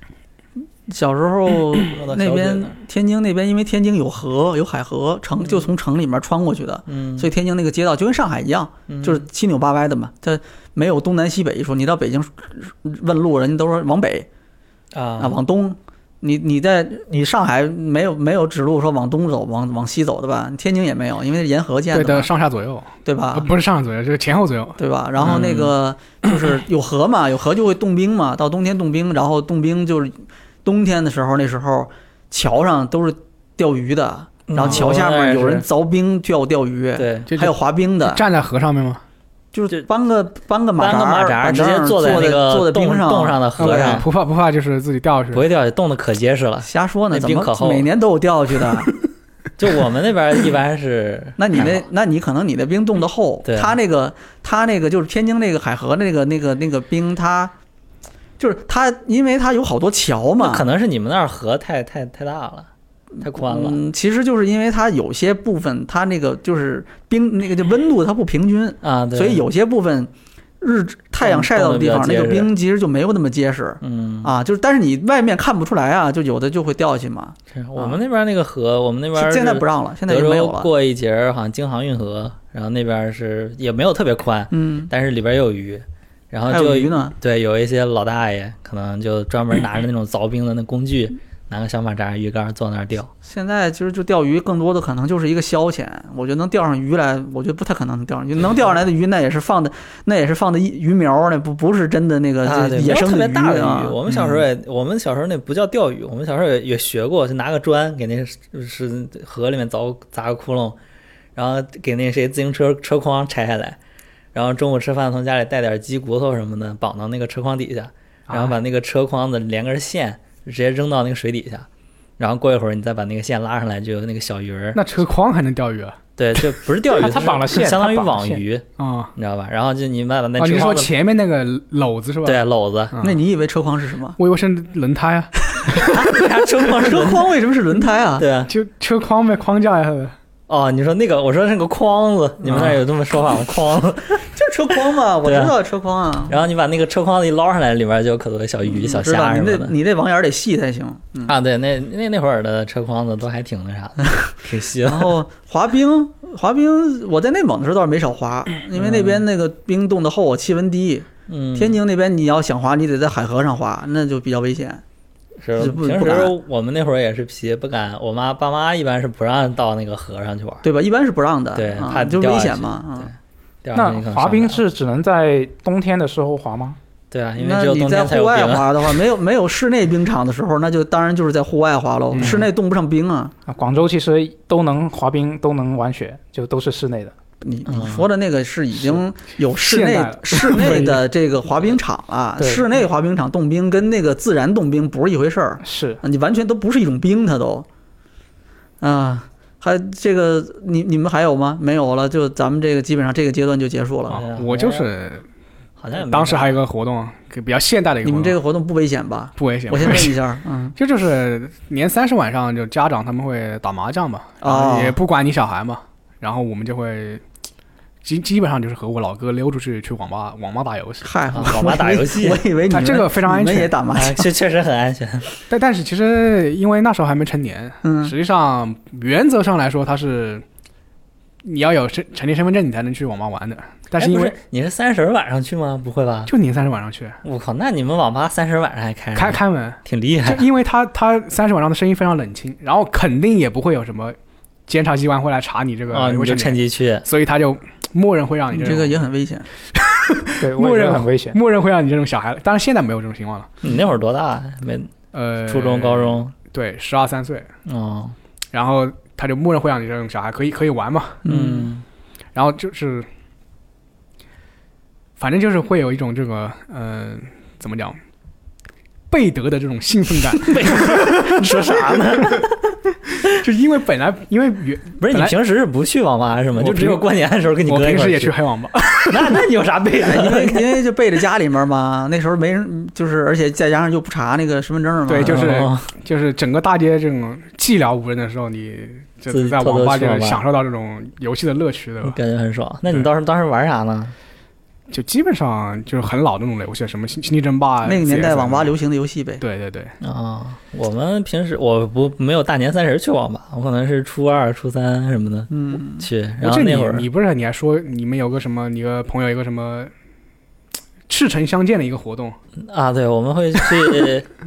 Speaker 1: 小时候
Speaker 2: 没 到小
Speaker 1: 那
Speaker 2: 腿
Speaker 1: 边
Speaker 2: 那儿
Speaker 1: 天津那边，因为天津有河有海河，城就从城里面穿过去的。
Speaker 2: 嗯，
Speaker 1: 所以天津那个街道就跟上海一样，就是七扭八歪的嘛，它没有东南西北一说。你到北京呃问路，人家都说往北，啊，
Speaker 2: 啊，
Speaker 1: 往东，你你在你上海没有没有指路说往东走，往往西走的吧？天津也没有，因为是沿河建
Speaker 3: 对
Speaker 1: 的啊
Speaker 3: 的，
Speaker 1: 嘛，
Speaker 3: 上下左右，
Speaker 1: 对
Speaker 3: 呃
Speaker 1: 吧？
Speaker 3: 不是上下左右，就是前后左右。
Speaker 1: 对吧？然后
Speaker 2: 嗯
Speaker 1: 那个就是有河嘛，有河就会冻冰嘛，到冬天冻冰，然后冻冰就是冬天的时候，那时候桥上都是钓鱼的，然后
Speaker 2: 嗯
Speaker 1: 桥下面有人凿冰钓钓鱼，
Speaker 2: 对，
Speaker 3: 就
Speaker 1: 还有滑冰的，
Speaker 3: 站在河上面吗？
Speaker 1: 就是搬个搬个马
Speaker 2: 搬
Speaker 1: 扎
Speaker 2: 个
Speaker 1: 儿，
Speaker 2: 马扎
Speaker 1: 板
Speaker 2: 儿，直接
Speaker 1: 凳儿
Speaker 2: 坐
Speaker 1: 坐
Speaker 2: 在那个
Speaker 1: 坐在
Speaker 2: 冻
Speaker 1: 冰
Speaker 2: 冻上的河
Speaker 1: 对
Speaker 2: 上，
Speaker 3: 啊不怕不怕，就是自己掉下
Speaker 2: 不
Speaker 3: 去。
Speaker 2: 会掉下去，冻得可结实 了。
Speaker 1: 瞎说呢，
Speaker 2: 那
Speaker 1: 怎
Speaker 2: 冰
Speaker 1: 么
Speaker 2: 可厚
Speaker 1: 每年都有掉下去 的？，
Speaker 2: 就我们那边一般是
Speaker 1: 那你
Speaker 2: 还
Speaker 1: 那
Speaker 2: 好，
Speaker 1: 那你可能你的冰冻得厚，
Speaker 2: 对
Speaker 1: 它那个它那个就是天津那个海河那个那个那个冰，它就是它，因为它有好多桥 嘛，
Speaker 2: 那可能是你们那儿河太太太大了，太宽了。
Speaker 1: 嗯，其实就是因为它有些部分它那个就是冰那个就温度它不平均，
Speaker 2: 啊，对，嗯
Speaker 1: 所以有些部分日太阳晒到的地方，
Speaker 2: 冻得
Speaker 1: 那
Speaker 2: 比
Speaker 1: 个
Speaker 2: 较结实
Speaker 1: 冰其实就没有那么结实。
Speaker 2: 嗯，
Speaker 1: 啊，就是，但是你外面看不出来啊，就有的就会掉下去嘛。
Speaker 2: 是我们那边那个河，我们那边
Speaker 1: 啊现在
Speaker 2: 是
Speaker 1: 不让了，现在
Speaker 2: 德
Speaker 1: 就没有
Speaker 2: 州
Speaker 1: 了。
Speaker 2: 过一节儿好像京杭运河，然后那边是也没有特别宽，
Speaker 1: 嗯，
Speaker 2: 但是里边有鱼，然后
Speaker 1: 还
Speaker 2: 啊就
Speaker 1: 有鱼呢，
Speaker 2: 对有一些老大爷可能就专门拿着那种凿冰的那工具，拿个小马扎鱼竿坐那儿钓。
Speaker 1: 现在其实就钓鱼，更多的可能就是一个消遣。我觉得能钓上鱼来，我觉得不太可能能钓上鱼。能钓上来的鱼，那也是放的，那也是放的一鱼苗儿，那不不是真的那个
Speaker 2: 啊，
Speaker 1: 这
Speaker 2: 对，
Speaker 1: 野
Speaker 2: 没有
Speaker 1: 生
Speaker 2: 特别
Speaker 1: 的鱼
Speaker 2: 大的
Speaker 1: 啊
Speaker 2: 鱼。。我们小时候也，我们小时候那不叫钓鱼，我们小时候也也学过，就拿个砖给那是是河里面凿砸个窟窿，然后给那谁自行车车筐拆下来，然后中午吃饭从家里带点鸡骨头什么的绑到那个车筐底下，
Speaker 1: 啊
Speaker 2: 然
Speaker 3: 啊
Speaker 2: 后把那个车筐子连根线直接扔到那个水底下。然后过一会儿，你再把那个线拉上来，就有那个小鱼儿。
Speaker 3: 那车筐还能钓鱼啊？
Speaker 2: 对，就不是钓鱼，
Speaker 4: 他他
Speaker 2: 是
Speaker 4: 绑了线
Speaker 2: 相当于
Speaker 4: 他绑了
Speaker 2: 网
Speaker 4: 线
Speaker 2: 鱼，
Speaker 3: 啊
Speaker 2: 你知道吧？然后就你把把那
Speaker 3: 啊！
Speaker 2: 车
Speaker 3: 你说
Speaker 2: 筐子，
Speaker 3: 前面那个篓子是吧？
Speaker 2: 对，篓子，
Speaker 3: 嗯，？
Speaker 1: 那你以为车筐是什么
Speaker 3: 我以为是轮胎啊，
Speaker 2: 他车筐是
Speaker 1: 车
Speaker 2: 轮
Speaker 1: 筐为什么是轮胎啊？
Speaker 2: 对啊，
Speaker 3: 就车筐呗，框架呀。
Speaker 2: 哦，你说那个，我说那个筐子，你们那儿有这么说法吗？筐子，
Speaker 1: 就车筐嘛，我知
Speaker 2: 对啊
Speaker 1: 道车筐啊。
Speaker 2: 然后你把那个车筐子一捞上来，里边就有可多小鱼、小
Speaker 1: 嗯知道
Speaker 2: 虾什
Speaker 1: 你
Speaker 2: 么
Speaker 1: 那
Speaker 2: 的。
Speaker 1: 你那网眼儿得细才行。嗯，
Speaker 2: 啊，对，那那那会儿的车筐子都还挺那啥的，挺细
Speaker 1: 然
Speaker 2: 的。
Speaker 1: 后滑冰，滑冰我在内蒙的时候倒是没少滑，因为那边那个冰冻得厚，气温低。
Speaker 2: 嗯，
Speaker 1: 天津那边你要想滑，你得在海河上滑，那就比较危险。
Speaker 2: 是
Speaker 1: 是不
Speaker 2: 平
Speaker 1: 不
Speaker 2: 时
Speaker 1: 敢
Speaker 2: 我们那会儿也是皮，不敢。我妈爸妈一般是不让到那个河上去玩，
Speaker 1: 对吧？一般是不让的，
Speaker 2: 对
Speaker 1: 啊、
Speaker 2: 怕
Speaker 1: 就
Speaker 2: 掉
Speaker 1: 危
Speaker 2: 下
Speaker 1: 险
Speaker 2: 去
Speaker 1: 嘛。啊，
Speaker 2: 第二天就可
Speaker 4: 那
Speaker 2: 能
Speaker 4: 滑
Speaker 2: 上
Speaker 4: 冰
Speaker 2: 不了
Speaker 4: 是只能在冬天的时候滑吗？
Speaker 2: 对啊，因为
Speaker 1: 那
Speaker 2: 只有
Speaker 1: 你
Speaker 2: 冬
Speaker 1: 在
Speaker 2: 天才
Speaker 1: 户
Speaker 2: 有
Speaker 1: 外
Speaker 2: 冰。
Speaker 1: 滑的话，没有没有室内冰场的时候，那就当然就是在户外滑喽。
Speaker 2: 嗯
Speaker 1: 室内冻不上冰啊。
Speaker 4: 啊，广州其实都能滑冰，都能玩雪，就都是室内的。
Speaker 1: 你
Speaker 2: 嗯
Speaker 1: 你说的那个是已经有室内
Speaker 4: 现代了
Speaker 1: 室内的这个滑冰场了，
Speaker 4: 对
Speaker 1: 室内滑冰场冻冰跟那个自然冻冰不是一回事儿，
Speaker 4: 是，
Speaker 1: 你完全都不是一种冰，它都，啊，还这个你你们还有吗？没有了，就咱们这个基本上这个阶段就结束了。
Speaker 2: 呀
Speaker 3: 啊我就是
Speaker 2: 好哎像也没
Speaker 3: 当时还有一个活动，啊比较现代的一个
Speaker 1: 你
Speaker 3: 活
Speaker 1: 们
Speaker 3: 动，
Speaker 1: 这个活动不危险吧？
Speaker 3: 不危险，
Speaker 1: 我
Speaker 3: 不
Speaker 1: 先
Speaker 3: 危
Speaker 1: 问
Speaker 3: 险。
Speaker 1: 一下，嗯，
Speaker 3: 这就是年三十晚上，就家长他们会打麻将嘛，然
Speaker 1: 哦
Speaker 3: 后也不管你小孩嘛，然后我们就会基基本上就是和我老哥溜出去去网吧网吧打游戏，
Speaker 1: 嗨，
Speaker 2: 啊
Speaker 1: 我
Speaker 2: 网吧打游戏
Speaker 1: 我以为你
Speaker 3: 啊
Speaker 1: 们
Speaker 3: 这个非常安
Speaker 1: 你们
Speaker 3: 全
Speaker 1: 也打麻
Speaker 2: 啊
Speaker 1: 将，
Speaker 2: 确确实很安全。
Speaker 3: 但但是其实因为那时候还没成年，
Speaker 1: 嗯
Speaker 3: 实际上原则上来说它是你要有身成年身份证你才能去网吧玩的，但是
Speaker 2: 哎
Speaker 3: 因
Speaker 2: 不哎
Speaker 3: 为
Speaker 2: 你是三十晚上去吗？不会吧？
Speaker 3: 就年三十晚上去
Speaker 2: 我靠，那你们网吧三十晚上还开着呢？
Speaker 3: 开开门，
Speaker 2: 挺厉害
Speaker 3: 就。因为他他三十晚上的声音非常冷清，然后肯定也不会有什么监察机关会来查你这个
Speaker 2: 哦，你
Speaker 3: 未
Speaker 2: 就
Speaker 3: 成
Speaker 2: 趁
Speaker 3: 年，
Speaker 2: 机去，
Speaker 3: 所以他就默认会让你
Speaker 1: 你
Speaker 3: 这
Speaker 1: 这个
Speaker 3: 种
Speaker 1: 也很危险。
Speaker 4: 对，
Speaker 3: 默
Speaker 4: 我觉
Speaker 3: 认
Speaker 4: 得很危险。
Speaker 3: 默认会让你这种小孩，当然现在没有这种情况了。
Speaker 2: 你那会儿多大？啊没，
Speaker 3: 呃，
Speaker 2: 初中、高中，
Speaker 3: 对，十二三岁，
Speaker 2: 哦，
Speaker 3: 然后他就默认会让你这种小孩可以可以玩嘛，
Speaker 2: 嗯，
Speaker 3: 然后就是，反正就是会有一种这个呃，怎么讲，贝德的这种兴奋 感，
Speaker 2: 嗯说啥呢？
Speaker 3: 就因为本来因为原
Speaker 2: 不
Speaker 3: 本
Speaker 2: 是你
Speaker 3: 来
Speaker 2: 平时是不去网吧是吗？
Speaker 3: 我
Speaker 2: 就只有
Speaker 3: 平
Speaker 2: 过年的时候跟你
Speaker 3: 我
Speaker 2: 哥一
Speaker 3: 平
Speaker 2: 块
Speaker 3: 时
Speaker 2: 儿
Speaker 3: 也去
Speaker 2: 去。
Speaker 3: 黑 网吧，
Speaker 2: 那那你有啥背的？
Speaker 1: 因 为因为就背着家里面嘛，那时候没人，就是而且再加上又不查那个身份证嘛，
Speaker 3: 对 就是
Speaker 2: 哦
Speaker 3: 就是整个大街这种寂寥无人的时候，你就
Speaker 2: 自
Speaker 3: 是
Speaker 2: 己
Speaker 3: 在
Speaker 2: 偷偷
Speaker 3: 网吧
Speaker 2: 去
Speaker 3: 就
Speaker 2: 网吧嗯
Speaker 3: 享受到这种游戏的乐趣，对吧？
Speaker 2: 感觉很爽。那你
Speaker 3: 对
Speaker 2: 当时当时玩啥呢？
Speaker 3: 就基本上就是很老的那种游戏，什么星星际争霸，啊
Speaker 1: 那个年代
Speaker 3: CS
Speaker 1: 网 吧流行的游戏呗。
Speaker 3: 对对对，
Speaker 2: 啊、我们平时我不没有大年三十去网吧，我可能是初二、初三什么的
Speaker 1: 嗯，
Speaker 2: 去。然
Speaker 3: 我
Speaker 2: 后
Speaker 3: 记得
Speaker 2: 那会儿
Speaker 3: 你你不是你还说你们有个什么，你个朋友有个什么赤诚相见的一个活动，
Speaker 2: 啊，对，我们 会去，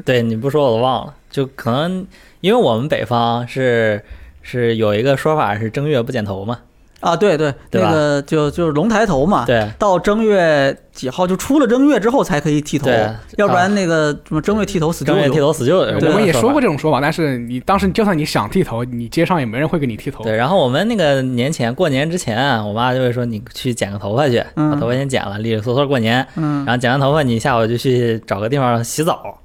Speaker 2: 对你不说我都忘了，就可能因为我们北方是是有一个说法是正月不剪头嘛，
Speaker 1: 啊，对对，
Speaker 2: 对吧
Speaker 1: 那个就就是龙抬头
Speaker 3: 啊
Speaker 1: 嘛，
Speaker 2: 对
Speaker 1: 到正月几号就出了正月之后才可以剃头，
Speaker 2: 对，啊
Speaker 1: 要不然那个什么正月剃头死
Speaker 2: 正
Speaker 1: 舅
Speaker 2: 月剃
Speaker 1: 舅。
Speaker 2: 头死舅舅，
Speaker 3: 我
Speaker 2: 这
Speaker 3: 们
Speaker 2: 个
Speaker 3: 也说
Speaker 2: 法
Speaker 3: 过。这种说法，但是你当时就算你想剃头，你街上也没人会给你剃头。
Speaker 2: 对，然后我们那个年前过年之前啊，我妈就会说你去剪个头发去，把
Speaker 1: 嗯
Speaker 2: 头发先剪了，利利索索过年。
Speaker 1: 嗯
Speaker 2: 然后剪完头发，你下午就去找个地方洗澡。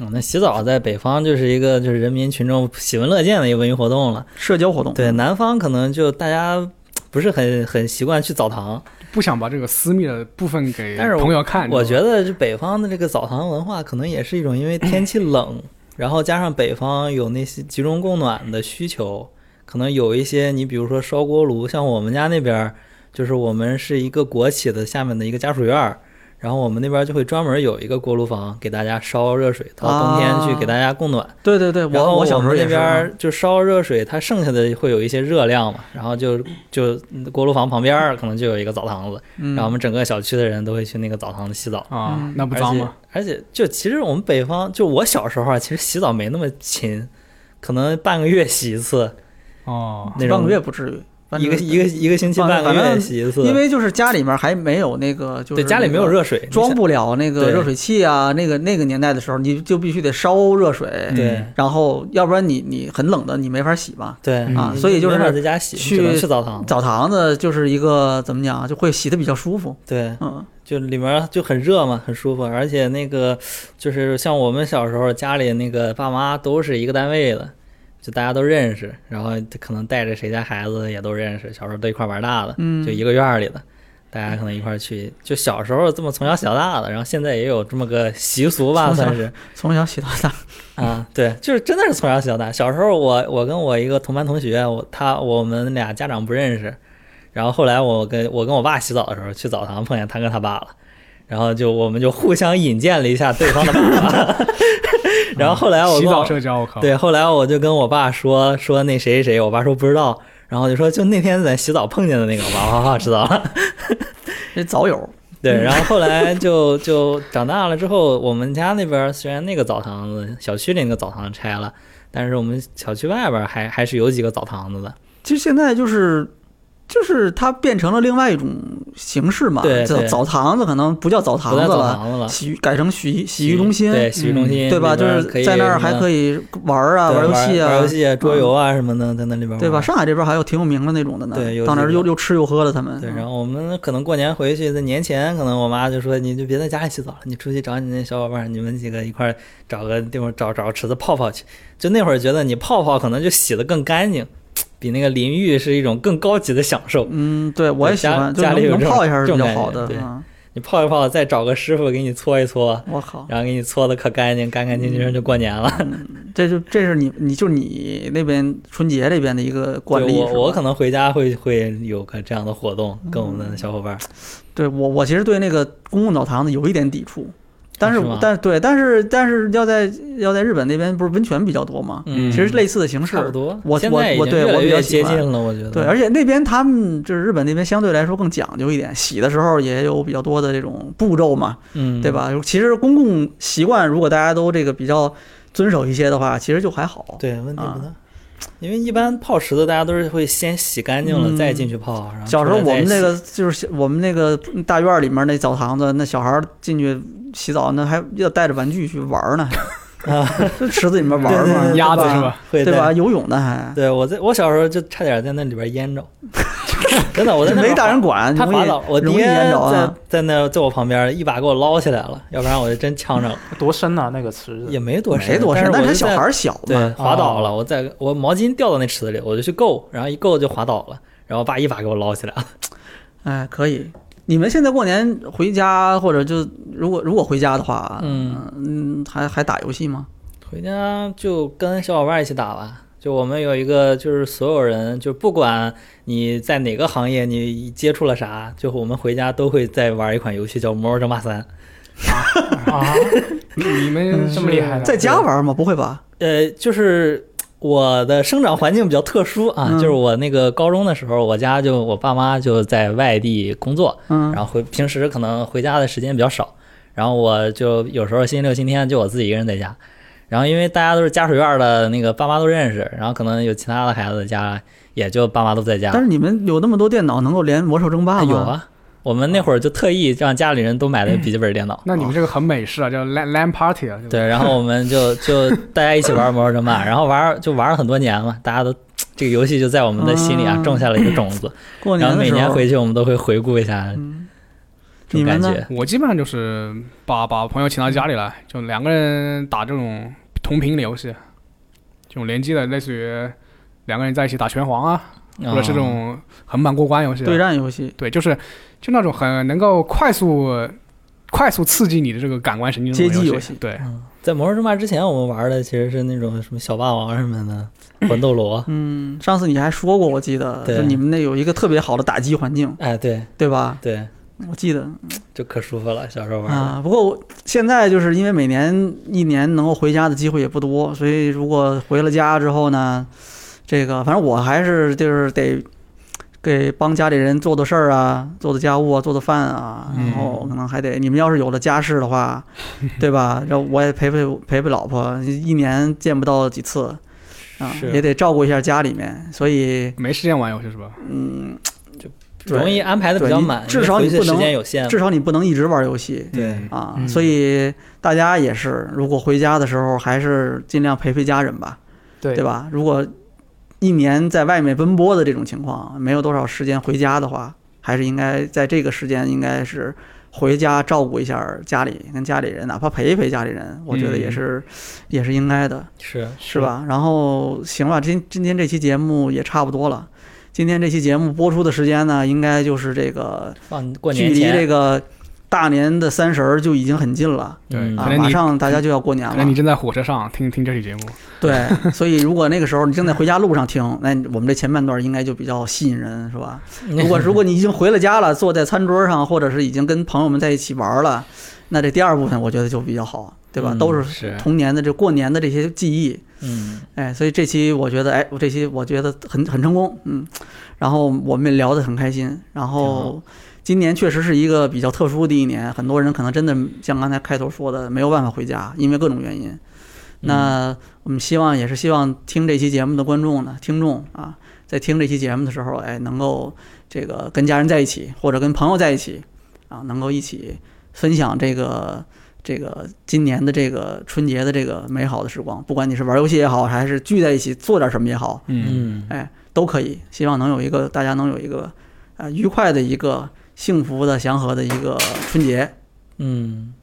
Speaker 2: 嗯，那洗澡在北方就是一个就是人民群众喜闻乐见的一个文娱活动了。
Speaker 1: 社交活动，
Speaker 3: 嗯
Speaker 2: 对，南方可能就大家不是很很习惯去澡堂。
Speaker 3: 不想把这个私密的部分给
Speaker 2: 但是我
Speaker 3: 朋友看。
Speaker 2: 我
Speaker 3: 你知道
Speaker 2: 觉得这北方的这个澡堂文化，可能也是一种因为天气冷，然后加上北方有那些集中供暖的需求，可能有一些你比如说烧锅炉，像我们家那边儿，就是我们是一个国企的下面的一个家属院儿，然后我们那边儿就会专门有一个锅炉房给大家烧热水，到冬天去给大家供暖。
Speaker 1: 对对对，
Speaker 2: 然
Speaker 1: 啊我
Speaker 2: 后
Speaker 1: 我小时候
Speaker 2: 们
Speaker 1: 也
Speaker 2: 那
Speaker 1: 是
Speaker 2: 边
Speaker 1: 啊，
Speaker 2: 儿就烧热水，它剩下的会有一些热量嘛，然后就就锅炉房旁边儿可能就有一个澡堂子，
Speaker 1: 嗯
Speaker 2: 然后我们整个小区的人都会去那个澡堂子洗澡。
Speaker 3: 啊
Speaker 1: 嗯，
Speaker 3: 那不脏吗？
Speaker 2: 而且？而且就其实我们北方，就我小时候啊，其实洗澡没那么勤，可能半个月洗一次，
Speaker 3: 哦，
Speaker 2: 那种
Speaker 1: 半个月不至于，反
Speaker 2: 一
Speaker 1: 正
Speaker 2: 个一个一个星期
Speaker 1: 反
Speaker 2: 半个
Speaker 1: 反
Speaker 2: 月
Speaker 1: 正
Speaker 2: 洗一次，
Speaker 1: 因为就是家里面还没有那个，就是
Speaker 2: 对家里没
Speaker 1: 那
Speaker 2: 有
Speaker 1: 个
Speaker 2: 热水，你
Speaker 1: 装
Speaker 2: 想
Speaker 1: 不了那个
Speaker 2: 对
Speaker 1: 热水器啊，那个那个年代的时候，你就必须得烧热水，
Speaker 2: 对
Speaker 1: 然后要不然你你很冷的你没法洗嘛。
Speaker 2: 对
Speaker 1: 啊
Speaker 2: 你
Speaker 1: 所以就是
Speaker 2: 没法在家洗，
Speaker 1: 去
Speaker 2: 只能去澡堂。
Speaker 1: 澡堂子就是一个怎么讲啊，就会洗的比较舒服，
Speaker 2: 对，
Speaker 1: 嗯，
Speaker 2: 就里面就很热嘛，很舒服，而且那个就是像我们小时候家里那个爸妈都是一个单位的，就大家都认识，然后可能带着谁家孩子也都认识，小时候都一块玩大的，
Speaker 1: 嗯
Speaker 2: 就一个院儿里的，大家可能一块儿去，就小时候这么从小小大的，然后现在也有这么个习俗吧，
Speaker 1: 从小
Speaker 2: 算是
Speaker 1: 从小洗到大，
Speaker 2: 啊，对，就是真的是从小小大。小时候我我跟我一个同班同学，我他我们俩家长不认识，然后后来我跟我跟我爸洗澡的时候去澡堂碰见他跟他爸了，然后就我们就互相引荐了一下对方的爸爸， 然后后来我
Speaker 3: 嗯洗
Speaker 2: 跟我
Speaker 1: 啊
Speaker 3: 澡社交，我靠，
Speaker 2: 对，后来我就跟我爸说说那谁谁谁，我爸说不知道，然后我就说就那天在洗澡碰见的那个，我爸爸知道了。
Speaker 1: 这早有，
Speaker 2: 对，
Speaker 1: 嗯
Speaker 2: 然后后来就 就长大了之后，我们家那边虽然那个澡堂子小区里那个澡堂拆了，但是我们小区外边还还是有几个澡堂子的。
Speaker 1: 其实现在就是就是它变成了另外一种形式嘛，
Speaker 2: 对
Speaker 1: 叫
Speaker 2: 对
Speaker 1: 澡堂子可能不叫澡堂
Speaker 2: 不在
Speaker 1: 子
Speaker 2: 澡
Speaker 1: 了，
Speaker 2: 堂子了，
Speaker 1: 洗浴改成洗浴洗浴中心，嗯
Speaker 2: 对洗浴中心，
Speaker 1: 对吧？就
Speaker 2: 里边可
Speaker 1: 是
Speaker 2: 以
Speaker 1: 在那儿还
Speaker 2: 以
Speaker 1: 可以玩儿啊，
Speaker 2: 玩
Speaker 1: 游戏
Speaker 2: 玩
Speaker 1: 啊
Speaker 2: 游，戏啊、桌游啊什么的，在那里边玩
Speaker 1: 对吧？？上海这边还有挺有名的那种的呢，
Speaker 2: 对有
Speaker 1: 到那儿
Speaker 2: 几个
Speaker 1: 又又吃又喝的，他们
Speaker 2: 对，
Speaker 1: 嗯
Speaker 2: 然后我们可能过年回去，在年前，可能我妈就说你就别在家里洗澡了，你出去找你那小伙伴儿，你们几个一块儿找个地方找找个池子泡泡去。就那会儿觉得你泡泡可能就洗得更干净，比那个淋浴是一种更高级的享受。
Speaker 1: 嗯，对我也喜
Speaker 2: 家
Speaker 1: 欢，就
Speaker 2: 家里
Speaker 1: 能
Speaker 2: 有
Speaker 1: 能
Speaker 2: 这种
Speaker 1: 泡一下是比较好
Speaker 2: 这
Speaker 1: 的
Speaker 2: 种感觉。对
Speaker 1: 嗯
Speaker 2: 你泡一泡，再找个师傅给你搓一搓，
Speaker 1: 我靠，
Speaker 2: 然后给你搓得可干净，干干净净就过年了。
Speaker 1: 嗯这就这是你你就你那边春节这边的一个惯例
Speaker 2: 对，
Speaker 1: 是吧
Speaker 2: 我我可能回家会会有个这样的活动，跟我们的小伙伴儿。
Speaker 1: 对我我其实对那个公共澡堂子有一点抵触，但是
Speaker 2: 哦是吗
Speaker 1: 但对但是但是要在要在日本那边不是温泉比较多吗？
Speaker 2: 嗯，
Speaker 1: 其实类似的形式
Speaker 2: 差不多。
Speaker 1: 我
Speaker 2: 现
Speaker 1: 我
Speaker 2: 在已
Speaker 1: 我
Speaker 2: 经
Speaker 1: 对我
Speaker 2: 越来
Speaker 1: 比较
Speaker 2: 越
Speaker 1: 喜
Speaker 2: 接
Speaker 1: 欢
Speaker 2: 近了，我觉得。
Speaker 1: 对，而且那边他们就是日本那边相对来说更讲究一点，洗的时候也有比较多的这种步骤嘛，
Speaker 2: 嗯，
Speaker 1: 对？吧？其实公共习惯如果大家都这个比较遵守一些的话，其实就还好。
Speaker 2: 对，问题
Speaker 1: 啊
Speaker 2: 不大。因为一般泡池子，大家都是会先洗干净了、
Speaker 1: 嗯
Speaker 2: 再进去泡。然后
Speaker 1: 小时候
Speaker 2: 出来
Speaker 1: 我
Speaker 2: 再
Speaker 1: 们那
Speaker 2: 洗
Speaker 1: 个就是小我们那个大院里面那澡堂子，那小孩儿进去洗澡，那还要带着玩具去玩儿 呢，
Speaker 2: 啊，
Speaker 1: 就池子里面玩儿
Speaker 2: 对对
Speaker 1: 嘛，
Speaker 2: 对
Speaker 3: 鸭子
Speaker 1: 对
Speaker 3: 是
Speaker 1: 吧？
Speaker 3: 吧？
Speaker 2: 会
Speaker 1: 对
Speaker 2: 在
Speaker 1: 吧？？游泳呢还，
Speaker 2: 对我在我小时候就差点在那里边淹着， 真的，我在那
Speaker 1: 没
Speaker 2: 边
Speaker 1: 大人
Speaker 2: 滑
Speaker 1: 管，
Speaker 2: 他
Speaker 1: 容易
Speaker 2: 滑倒，我
Speaker 1: 容易
Speaker 2: 爹
Speaker 1: 淹着
Speaker 2: 在
Speaker 1: 啊。
Speaker 2: 在那在我旁边一把给我捞起来了，要不然我就真呛着了，
Speaker 4: 多深啊那个池
Speaker 2: 也
Speaker 4: 子？
Speaker 2: 没多深，
Speaker 1: 谁多深？
Speaker 2: 但
Speaker 1: 但
Speaker 2: 是
Speaker 1: 是
Speaker 2: 我
Speaker 1: 他小
Speaker 2: 就在
Speaker 1: 孩儿小
Speaker 2: 对
Speaker 1: 嘛，哦
Speaker 2: 滑倒了，我在我毛巾掉到那池子里，我就去够，然后一够就滑倒了，然后我爸一把给我捞起来了，
Speaker 1: 哎，可以。你们现在过年回家，或者就如果如果回家的话，
Speaker 2: 嗯
Speaker 1: 嗯，还还打游戏吗？
Speaker 2: 回家就跟小伙伴一起打吧。就我们有一个，就是所有人，就不管你在哪个行业，你接触了啥，就我们回家都会在玩一款游戏叫《魔兽争霸三》。
Speaker 4: 啊，
Speaker 3: 你你们
Speaker 4: 嗯这么厉害的
Speaker 1: 在家玩吗？不会吧？
Speaker 2: 呃，就是我的生长环境比较特殊啊，
Speaker 1: 嗯
Speaker 2: 就是我那个高中的时候，我家就我爸妈就在外地工作，
Speaker 1: 嗯
Speaker 2: 然，后回平时可能回家的时间比较少，然后我就有时候星期六、星期天就我自己一个人在家。然后因为大家都是家属院的那个爸妈都认识，然后可能有其他的孩子家也就爸妈都在家。
Speaker 1: 但是你们有那么多电脑能够连魔兽争霸
Speaker 2: 啊
Speaker 1: 吗？
Speaker 2: 有，啊，我们那会儿就特意让家里人都买的笔记本电脑。
Speaker 3: 那你们这个很美式啊，叫 LAN LAN party 啊，
Speaker 1: 嗯
Speaker 3: 吧
Speaker 2: 对，然后我们就就大家一起玩《魔兽争霸》，然后玩儿就玩了很多年嘛，大家都这个游戏就在我们的心里啊
Speaker 1: 嗯
Speaker 2: 种下了一个种子，
Speaker 1: 过
Speaker 2: 然
Speaker 1: 年
Speaker 2: 后
Speaker 1: 的
Speaker 2: 每
Speaker 1: 时候，
Speaker 2: 年回去我们都会回顾一下
Speaker 1: 嗯，
Speaker 2: 这
Speaker 1: 你
Speaker 2: 种
Speaker 1: 们
Speaker 2: 感
Speaker 1: 呢？
Speaker 2: 觉。
Speaker 3: 我基本上就是把把朋友请到家里来，就两个人打这种同屏的游戏，这种联机的，类似于两个人在一起打拳皇啊，或者是这
Speaker 2: 嗯
Speaker 3: 种横版过关游戏啊。
Speaker 1: 对战游戏，
Speaker 3: 对，就是就那种很能够快速快速刺激你的这个感官神经的那种
Speaker 1: 街机游
Speaker 3: 游
Speaker 1: 戏
Speaker 3: 对，
Speaker 2: 在《魔兽争霸》之前，我们玩的其实是那种什么小霸王什么的，魂斗罗。
Speaker 1: 嗯，上次你还说过，我记得，
Speaker 2: 对
Speaker 1: 就你们那有一个特别好的打击环境，
Speaker 2: 哎，对
Speaker 1: 对吧？
Speaker 2: 对，
Speaker 1: 我记得
Speaker 2: 就可舒服了，小时候玩的。
Speaker 1: 啊。不过我现在就是因为每年一年能够回家的机会也不多，所以如果回了家之后呢，这个反正我还是就是得给帮家里人做做事儿 啊，做做家务啊，做做饭啊，
Speaker 2: 嗯
Speaker 1: 然后可能还得你们要是有了家室的 话，对吧？然后我也陪陪陪陪老婆，一年见不到几次。啊，
Speaker 2: 是
Speaker 1: 也得照顾一下家里面，所以
Speaker 3: 没时间玩游戏是吧？
Speaker 1: 嗯，对
Speaker 2: 容易安排的比
Speaker 1: 对
Speaker 2: 较
Speaker 1: 你
Speaker 2: 满，
Speaker 1: 至
Speaker 2: 因为
Speaker 1: 少
Speaker 2: 回
Speaker 1: 你
Speaker 2: 去
Speaker 1: 不
Speaker 2: 时
Speaker 1: 能
Speaker 2: 间有限嘛。
Speaker 1: 至少你不能一直玩游戏，
Speaker 2: 对
Speaker 1: 啊，
Speaker 3: 嗯
Speaker 1: 所以大家也是，如果回家的时候还是尽量陪陪家人吧，
Speaker 4: 对
Speaker 1: 对？吧？如果一年在外面奔波的这种情况，没有多少时间回家的话，还是应该在这个时间应该是回家照顾一下家里跟家里人，哪怕陪一陪家里人，我觉得也是、也是应该的，
Speaker 2: 嗯是
Speaker 1: 是吧？然后行了，今今天这期节目也差不多了。今天这期节目播出的时间呢，应该就是这个
Speaker 2: 放过
Speaker 1: 距
Speaker 2: 年
Speaker 1: 离
Speaker 2: 前
Speaker 1: 这个大年的三十儿就已经很近了
Speaker 3: 对，
Speaker 2: 嗯
Speaker 1: 啊
Speaker 3: 可，能
Speaker 1: 马
Speaker 3: 你
Speaker 1: 上大家就要过年
Speaker 3: 可能你
Speaker 1: 了。
Speaker 3: 正在火车上听听这期节目，
Speaker 1: 对，所以如果那个时候你正在回家路上听， 那我们这前半段应该就比较吸引人，是 吧？如果如果你已经回了家了，坐在餐桌上，或者是已经跟朋友们在一起玩了，那这第二部分我觉得就比较好，对吧？
Speaker 2: 嗯
Speaker 1: 都是
Speaker 3: 是
Speaker 1: 童年的这过年的这些记忆，
Speaker 2: 嗯，
Speaker 1: 哎，所以这期我觉得，哎，我这期我觉得很很成功，嗯，然后我们也聊得很开心，然后今年确实是一个比较特殊的一年，很多人可能真的像刚才开头说的，没有办法回家，因为各种原因。那我们希望也是希望听这期节目的观众呢，听众啊，在听这期节目的时候，哎，能够这个跟家人在一起，或者跟朋友在一起，啊，能够一起分享这个这个今年的这个春节的这个美好的时光，不管你是玩游戏也好，还是聚在一起做点什么也好，
Speaker 3: 嗯，
Speaker 2: 嗯，
Speaker 1: 哎，都可以。希望能有一个大家能有一个呃愉快的一个幸福的祥和的一个春节，
Speaker 2: 嗯，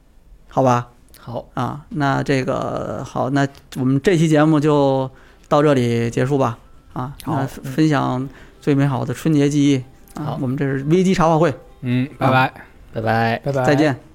Speaker 1: 好吧？
Speaker 2: 好，
Speaker 1: 啊，那这个好，那我们这期节目就到这里结束吧。啊，那
Speaker 2: 好嗯
Speaker 1: 分享最美好的春节记忆。啊
Speaker 2: 好，
Speaker 1: 我们这是危机茶话会，
Speaker 3: 嗯，拜拜。
Speaker 2: 拜拜。
Speaker 4: 拜拜，
Speaker 1: 再见。